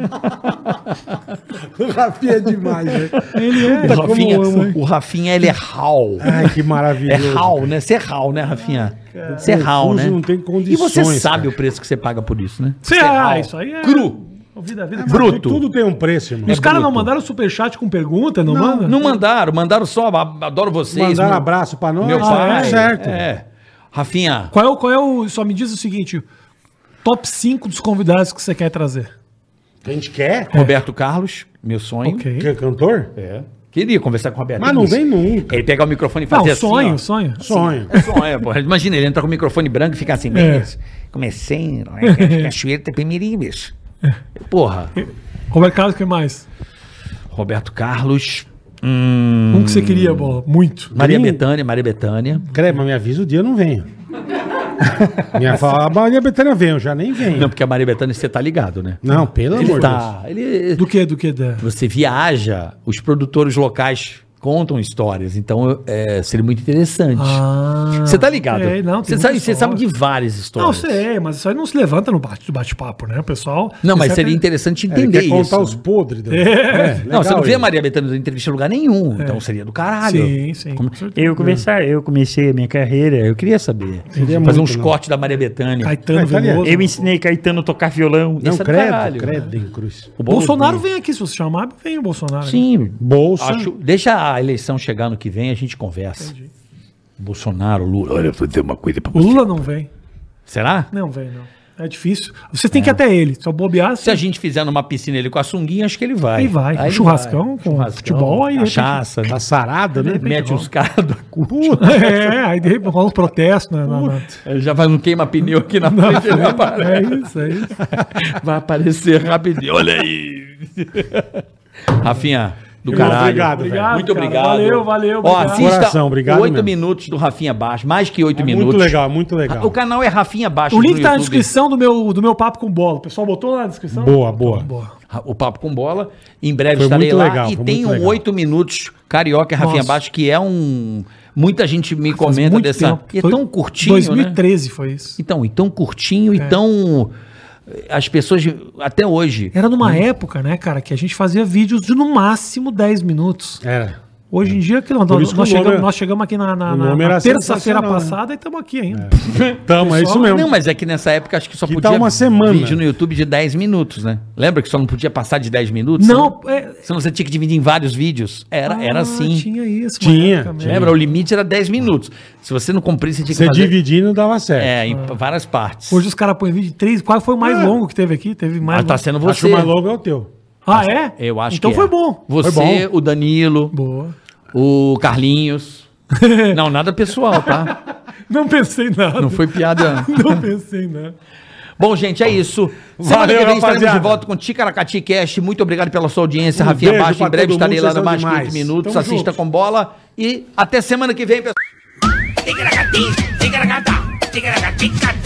[SPEAKER 2] O Rafinha é demais, velho.
[SPEAKER 4] Ele é.
[SPEAKER 3] O Rafinha,
[SPEAKER 4] Como eu amo.
[SPEAKER 3] o Rafinha, ele é Hal.
[SPEAKER 2] Ai, que
[SPEAKER 3] É
[SPEAKER 2] maravilhoso.
[SPEAKER 3] Hal, né? Você é Hal, né, Rafinha? Você é Hal,
[SPEAKER 2] Confuso
[SPEAKER 3] né?
[SPEAKER 2] não tem
[SPEAKER 3] e você
[SPEAKER 2] condições,
[SPEAKER 3] sabe
[SPEAKER 2] cara.
[SPEAKER 3] o preço que você paga por isso, né?
[SPEAKER 4] Cê-
[SPEAKER 3] Você é
[SPEAKER 4] ah,
[SPEAKER 3] Hal.
[SPEAKER 4] isso aí é-
[SPEAKER 3] Cru.
[SPEAKER 4] O Vida, a vida é
[SPEAKER 3] Bruto. É
[SPEAKER 2] Tudo tem um preço, irmão.
[SPEAKER 4] E os caras não
[SPEAKER 3] bruto.
[SPEAKER 4] mandaram superchat com pergunta, não, manda?
[SPEAKER 3] Não mandaram, mandaram só, a- adoro vocês.
[SPEAKER 2] Mandaram
[SPEAKER 3] meu-
[SPEAKER 2] abraço pra nós.
[SPEAKER 3] Meu
[SPEAKER 2] Ah,
[SPEAKER 3] pai.
[SPEAKER 2] é? certo.
[SPEAKER 3] É. Rafinha,
[SPEAKER 4] Qual é, o, qual é o. Só me diz o seguinte: top 5 dos convidados que você quer trazer.
[SPEAKER 2] A gente quer?
[SPEAKER 3] É. Roberto Carlos, meu sonho.
[SPEAKER 2] Quer cantor?
[SPEAKER 3] É, Queria conversar com o Roberto.
[SPEAKER 2] Mas não
[SPEAKER 3] Isso.
[SPEAKER 2] vem nunca.
[SPEAKER 3] Ele pegar o microfone e
[SPEAKER 4] Não,
[SPEAKER 3] fazer assim.
[SPEAKER 4] sonho,
[SPEAKER 3] ó. É
[SPEAKER 4] sonho.
[SPEAKER 2] Sonho.
[SPEAKER 3] Sonho, porra. Imagina ele entrar com o microfone branco e ficar assim,
[SPEAKER 4] É.
[SPEAKER 3] "Beleza, comecei lá em Cachoeira Itapemirim, bicho.
[SPEAKER 4] É.
[SPEAKER 3] Porra,
[SPEAKER 4] Roberto Carlos, o é que mais?
[SPEAKER 3] Roberto Carlos, hum,
[SPEAKER 4] Um que você queria, bola. Muito.
[SPEAKER 3] Maria
[SPEAKER 2] Gringo.
[SPEAKER 3] Bethânia, Maria Bethânia.
[SPEAKER 2] Crema, me avisa o dia, eu não venho. Minha fala, a Maria Bethânia vem, eu já nem venho.
[SPEAKER 3] Não, porque a Maria Bethânia você tá ligado, né?
[SPEAKER 2] Não, pelo
[SPEAKER 3] Ele
[SPEAKER 2] amor de Deus.
[SPEAKER 3] tá, ele,
[SPEAKER 4] Do que, do que? Da...
[SPEAKER 3] você viaja, os produtores locais contam histórias. Então é, seria muito interessante.
[SPEAKER 4] Ah.
[SPEAKER 3] Você tá ligado?
[SPEAKER 4] É, não, tem
[SPEAKER 3] você sabe,
[SPEAKER 4] muita
[SPEAKER 3] você sabe de
[SPEAKER 4] história.
[SPEAKER 3] várias
[SPEAKER 4] Não,
[SPEAKER 3] histórias.
[SPEAKER 4] sei, mas isso aí não se levanta no bate- do bate-papo, né, pessoal?
[SPEAKER 3] Não, mas
[SPEAKER 4] Isso é
[SPEAKER 3] seria
[SPEAKER 4] que-
[SPEAKER 3] interessante
[SPEAKER 2] É, ele
[SPEAKER 3] entender
[SPEAKER 2] quer contar
[SPEAKER 3] isso.
[SPEAKER 2] os podres. né? É,
[SPEAKER 3] Não, você
[SPEAKER 2] legal
[SPEAKER 3] não vê
[SPEAKER 2] ele.
[SPEAKER 3] a Maria Bethânia entrevista em lugar nenhum. Então seria do caralho.
[SPEAKER 4] Sim, sim.
[SPEAKER 3] Como-
[SPEAKER 4] com certeza.
[SPEAKER 7] Eu comecei, eu comecei a minha carreira, eu queria saber.
[SPEAKER 2] Seria
[SPEAKER 3] Fazer
[SPEAKER 2] muito,
[SPEAKER 3] uns
[SPEAKER 2] não.
[SPEAKER 3] cortes da Maria Bethânia.
[SPEAKER 4] Caetano
[SPEAKER 2] Ah, italiano.
[SPEAKER 4] Veloso.
[SPEAKER 7] Eu ensinei Caetano a tocar violão.
[SPEAKER 2] Não,
[SPEAKER 3] Isso é do
[SPEAKER 2] credo,
[SPEAKER 3] caralho.
[SPEAKER 2] credo em cruz.
[SPEAKER 3] O
[SPEAKER 4] Bolsonaro vem aqui, se você chamar, vem o Bolsonaro.
[SPEAKER 3] Sim.
[SPEAKER 2] Bolsa.
[SPEAKER 3] Acho- deixa a eleição chegar no que vem, a gente conversa. Bolsonaro, Lula.
[SPEAKER 6] Olha, eu vou dizer uma coisa pra
[SPEAKER 4] O Lula não vem.
[SPEAKER 3] Será?
[SPEAKER 4] Não vem, não. É difícil. Você tem
[SPEAKER 3] É.
[SPEAKER 4] que ir até ele. Se eu bobear,
[SPEAKER 3] Se a gente fizer numa piscina ele com a sunguinha, acho que ele vai.
[SPEAKER 4] Aí vai.
[SPEAKER 3] ele
[SPEAKER 4] Churrascão com futebol, aí-
[SPEAKER 3] Cachaça.
[SPEAKER 2] Tá sarada, né?
[SPEAKER 3] Mete uns caras do
[SPEAKER 2] Puta,
[SPEAKER 4] É, aí de repente rola um protesto. Né, na- na-
[SPEAKER 3] Ele já vai um queima-pneu aqui na frente, ele aparece.
[SPEAKER 4] É isso, é isso.
[SPEAKER 3] Vai aparecer rapidinho. Olha aí. Rafinha, do
[SPEAKER 2] Irmão,
[SPEAKER 3] caralho.
[SPEAKER 2] obrigado,
[SPEAKER 4] Obrigado,
[SPEAKER 3] Muito
[SPEAKER 4] cara.
[SPEAKER 3] obrigado.
[SPEAKER 4] Valeu, valeu.
[SPEAKER 3] Ó, assim,
[SPEAKER 4] obrigado.
[SPEAKER 3] assista
[SPEAKER 2] Coração, obrigado
[SPEAKER 3] oito
[SPEAKER 2] mesmo. É
[SPEAKER 3] minutos do Rafinha Baixo. Mais que oito minutos.
[SPEAKER 2] muito legal, muito legal.
[SPEAKER 3] O canal é Rafinha Baixo.
[SPEAKER 4] O
[SPEAKER 3] no
[SPEAKER 4] link tá na
[SPEAKER 3] YouTube.
[SPEAKER 4] descrição do meu, do meu papo com bola. O pessoal botou lá na descrição?
[SPEAKER 2] Boa, boa.
[SPEAKER 4] Boa.
[SPEAKER 3] O Papo com Bola. Em breve
[SPEAKER 2] Foi
[SPEAKER 3] estarei
[SPEAKER 2] muito
[SPEAKER 3] lá.
[SPEAKER 2] legal,
[SPEAKER 3] e
[SPEAKER 2] foi
[SPEAKER 3] tem
[SPEAKER 2] muito
[SPEAKER 3] um
[SPEAKER 2] legal.
[SPEAKER 3] oito minutos Carioca e Rafinha
[SPEAKER 4] Nossa.
[SPEAKER 3] Baixo, que é um. Muita gente me
[SPEAKER 4] Faz
[SPEAKER 3] comenta
[SPEAKER 4] muito
[SPEAKER 3] dessa.
[SPEAKER 4] tempo.
[SPEAKER 3] E é
[SPEAKER 4] Foi
[SPEAKER 3] tão curtinho. né?
[SPEAKER 4] 2013 foi isso.
[SPEAKER 3] Então, e tão curtinho
[SPEAKER 4] É.
[SPEAKER 3] e tão. eh, As pessoas, até hoje.
[SPEAKER 4] Era numa época, né, cara, que a gente fazia vídeos de no máximo 10 minutos.
[SPEAKER 2] Era.
[SPEAKER 4] Hoje em dia, que é- nós,
[SPEAKER 2] Por isso que
[SPEAKER 4] nós
[SPEAKER 2] o nome
[SPEAKER 4] chegamos,
[SPEAKER 2] era-
[SPEAKER 4] nós chegamos aqui na, na-
[SPEAKER 2] o
[SPEAKER 4] na-
[SPEAKER 2] nome
[SPEAKER 4] na
[SPEAKER 2] era
[SPEAKER 4] terça-feira
[SPEAKER 2] sensacional, né?
[SPEAKER 4] passada e estamos aqui ainda.
[SPEAKER 2] Tamo, é isso mesmo.
[SPEAKER 3] Não, mas é que nessa época acho que só
[SPEAKER 2] Que
[SPEAKER 3] podia
[SPEAKER 2] tá uma semana.
[SPEAKER 3] vídeo no YouTube de 10 minutos, né? Lembra que só não podia passar de 10 minutos?
[SPEAKER 4] Não,
[SPEAKER 3] Senão,
[SPEAKER 4] é-
[SPEAKER 3] senão você tinha que dividir em vários vídeos. Era, era
[SPEAKER 4] Ah,
[SPEAKER 3] assim.
[SPEAKER 4] Tinha isso. uma
[SPEAKER 2] Tinha,
[SPEAKER 4] época mesmo.
[SPEAKER 2] tinha.
[SPEAKER 3] Lembra? O limite era 10 minutos. Se você não cumprisse, você tinha que
[SPEAKER 2] Você
[SPEAKER 3] fazer...
[SPEAKER 2] dividindo dava certo.
[SPEAKER 3] É, em várias partes.
[SPEAKER 4] Hoje os caras põem vídeo de três. Qual foi o mais
[SPEAKER 2] É.
[SPEAKER 4] longo que teve aqui? Teve mais
[SPEAKER 3] Mas tá
[SPEAKER 4] longo.
[SPEAKER 3] sendo
[SPEAKER 2] Acho que
[SPEAKER 3] você.
[SPEAKER 2] o mais longo é o teu.
[SPEAKER 4] Ah, é?
[SPEAKER 3] Eu acho
[SPEAKER 4] então
[SPEAKER 3] que
[SPEAKER 4] foi
[SPEAKER 3] é.
[SPEAKER 4] bom.
[SPEAKER 3] Você,
[SPEAKER 2] Foi
[SPEAKER 3] o Danilo,
[SPEAKER 4] Boa.
[SPEAKER 3] o Carlinhos. não, nada pessoal, tá?
[SPEAKER 4] Não pensei em nada.
[SPEAKER 3] Não foi piada.
[SPEAKER 4] Não pensei em nada.
[SPEAKER 3] Bom, gente, é isso. Semana
[SPEAKER 2] Valeu,
[SPEAKER 3] que vem estaremos de
[SPEAKER 2] rapaziada.
[SPEAKER 3] volta com Ticaracati Cash. Muito obrigado pela sua audiência,
[SPEAKER 2] Um
[SPEAKER 3] Rafinha
[SPEAKER 2] beijo
[SPEAKER 3] Baixo.
[SPEAKER 2] pra
[SPEAKER 3] Em breve
[SPEAKER 2] todo
[SPEAKER 3] estarei
[SPEAKER 2] mundo,
[SPEAKER 3] lá
[SPEAKER 2] vocês são
[SPEAKER 3] no Mais que
[SPEAKER 2] demais.
[SPEAKER 3] 8 Minutos.
[SPEAKER 2] Tamo
[SPEAKER 3] Assista
[SPEAKER 2] junto.
[SPEAKER 3] com bola. E até semana que vem, pessoal.
[SPEAKER 1] Ticaracati, ticaracati, ticaracati,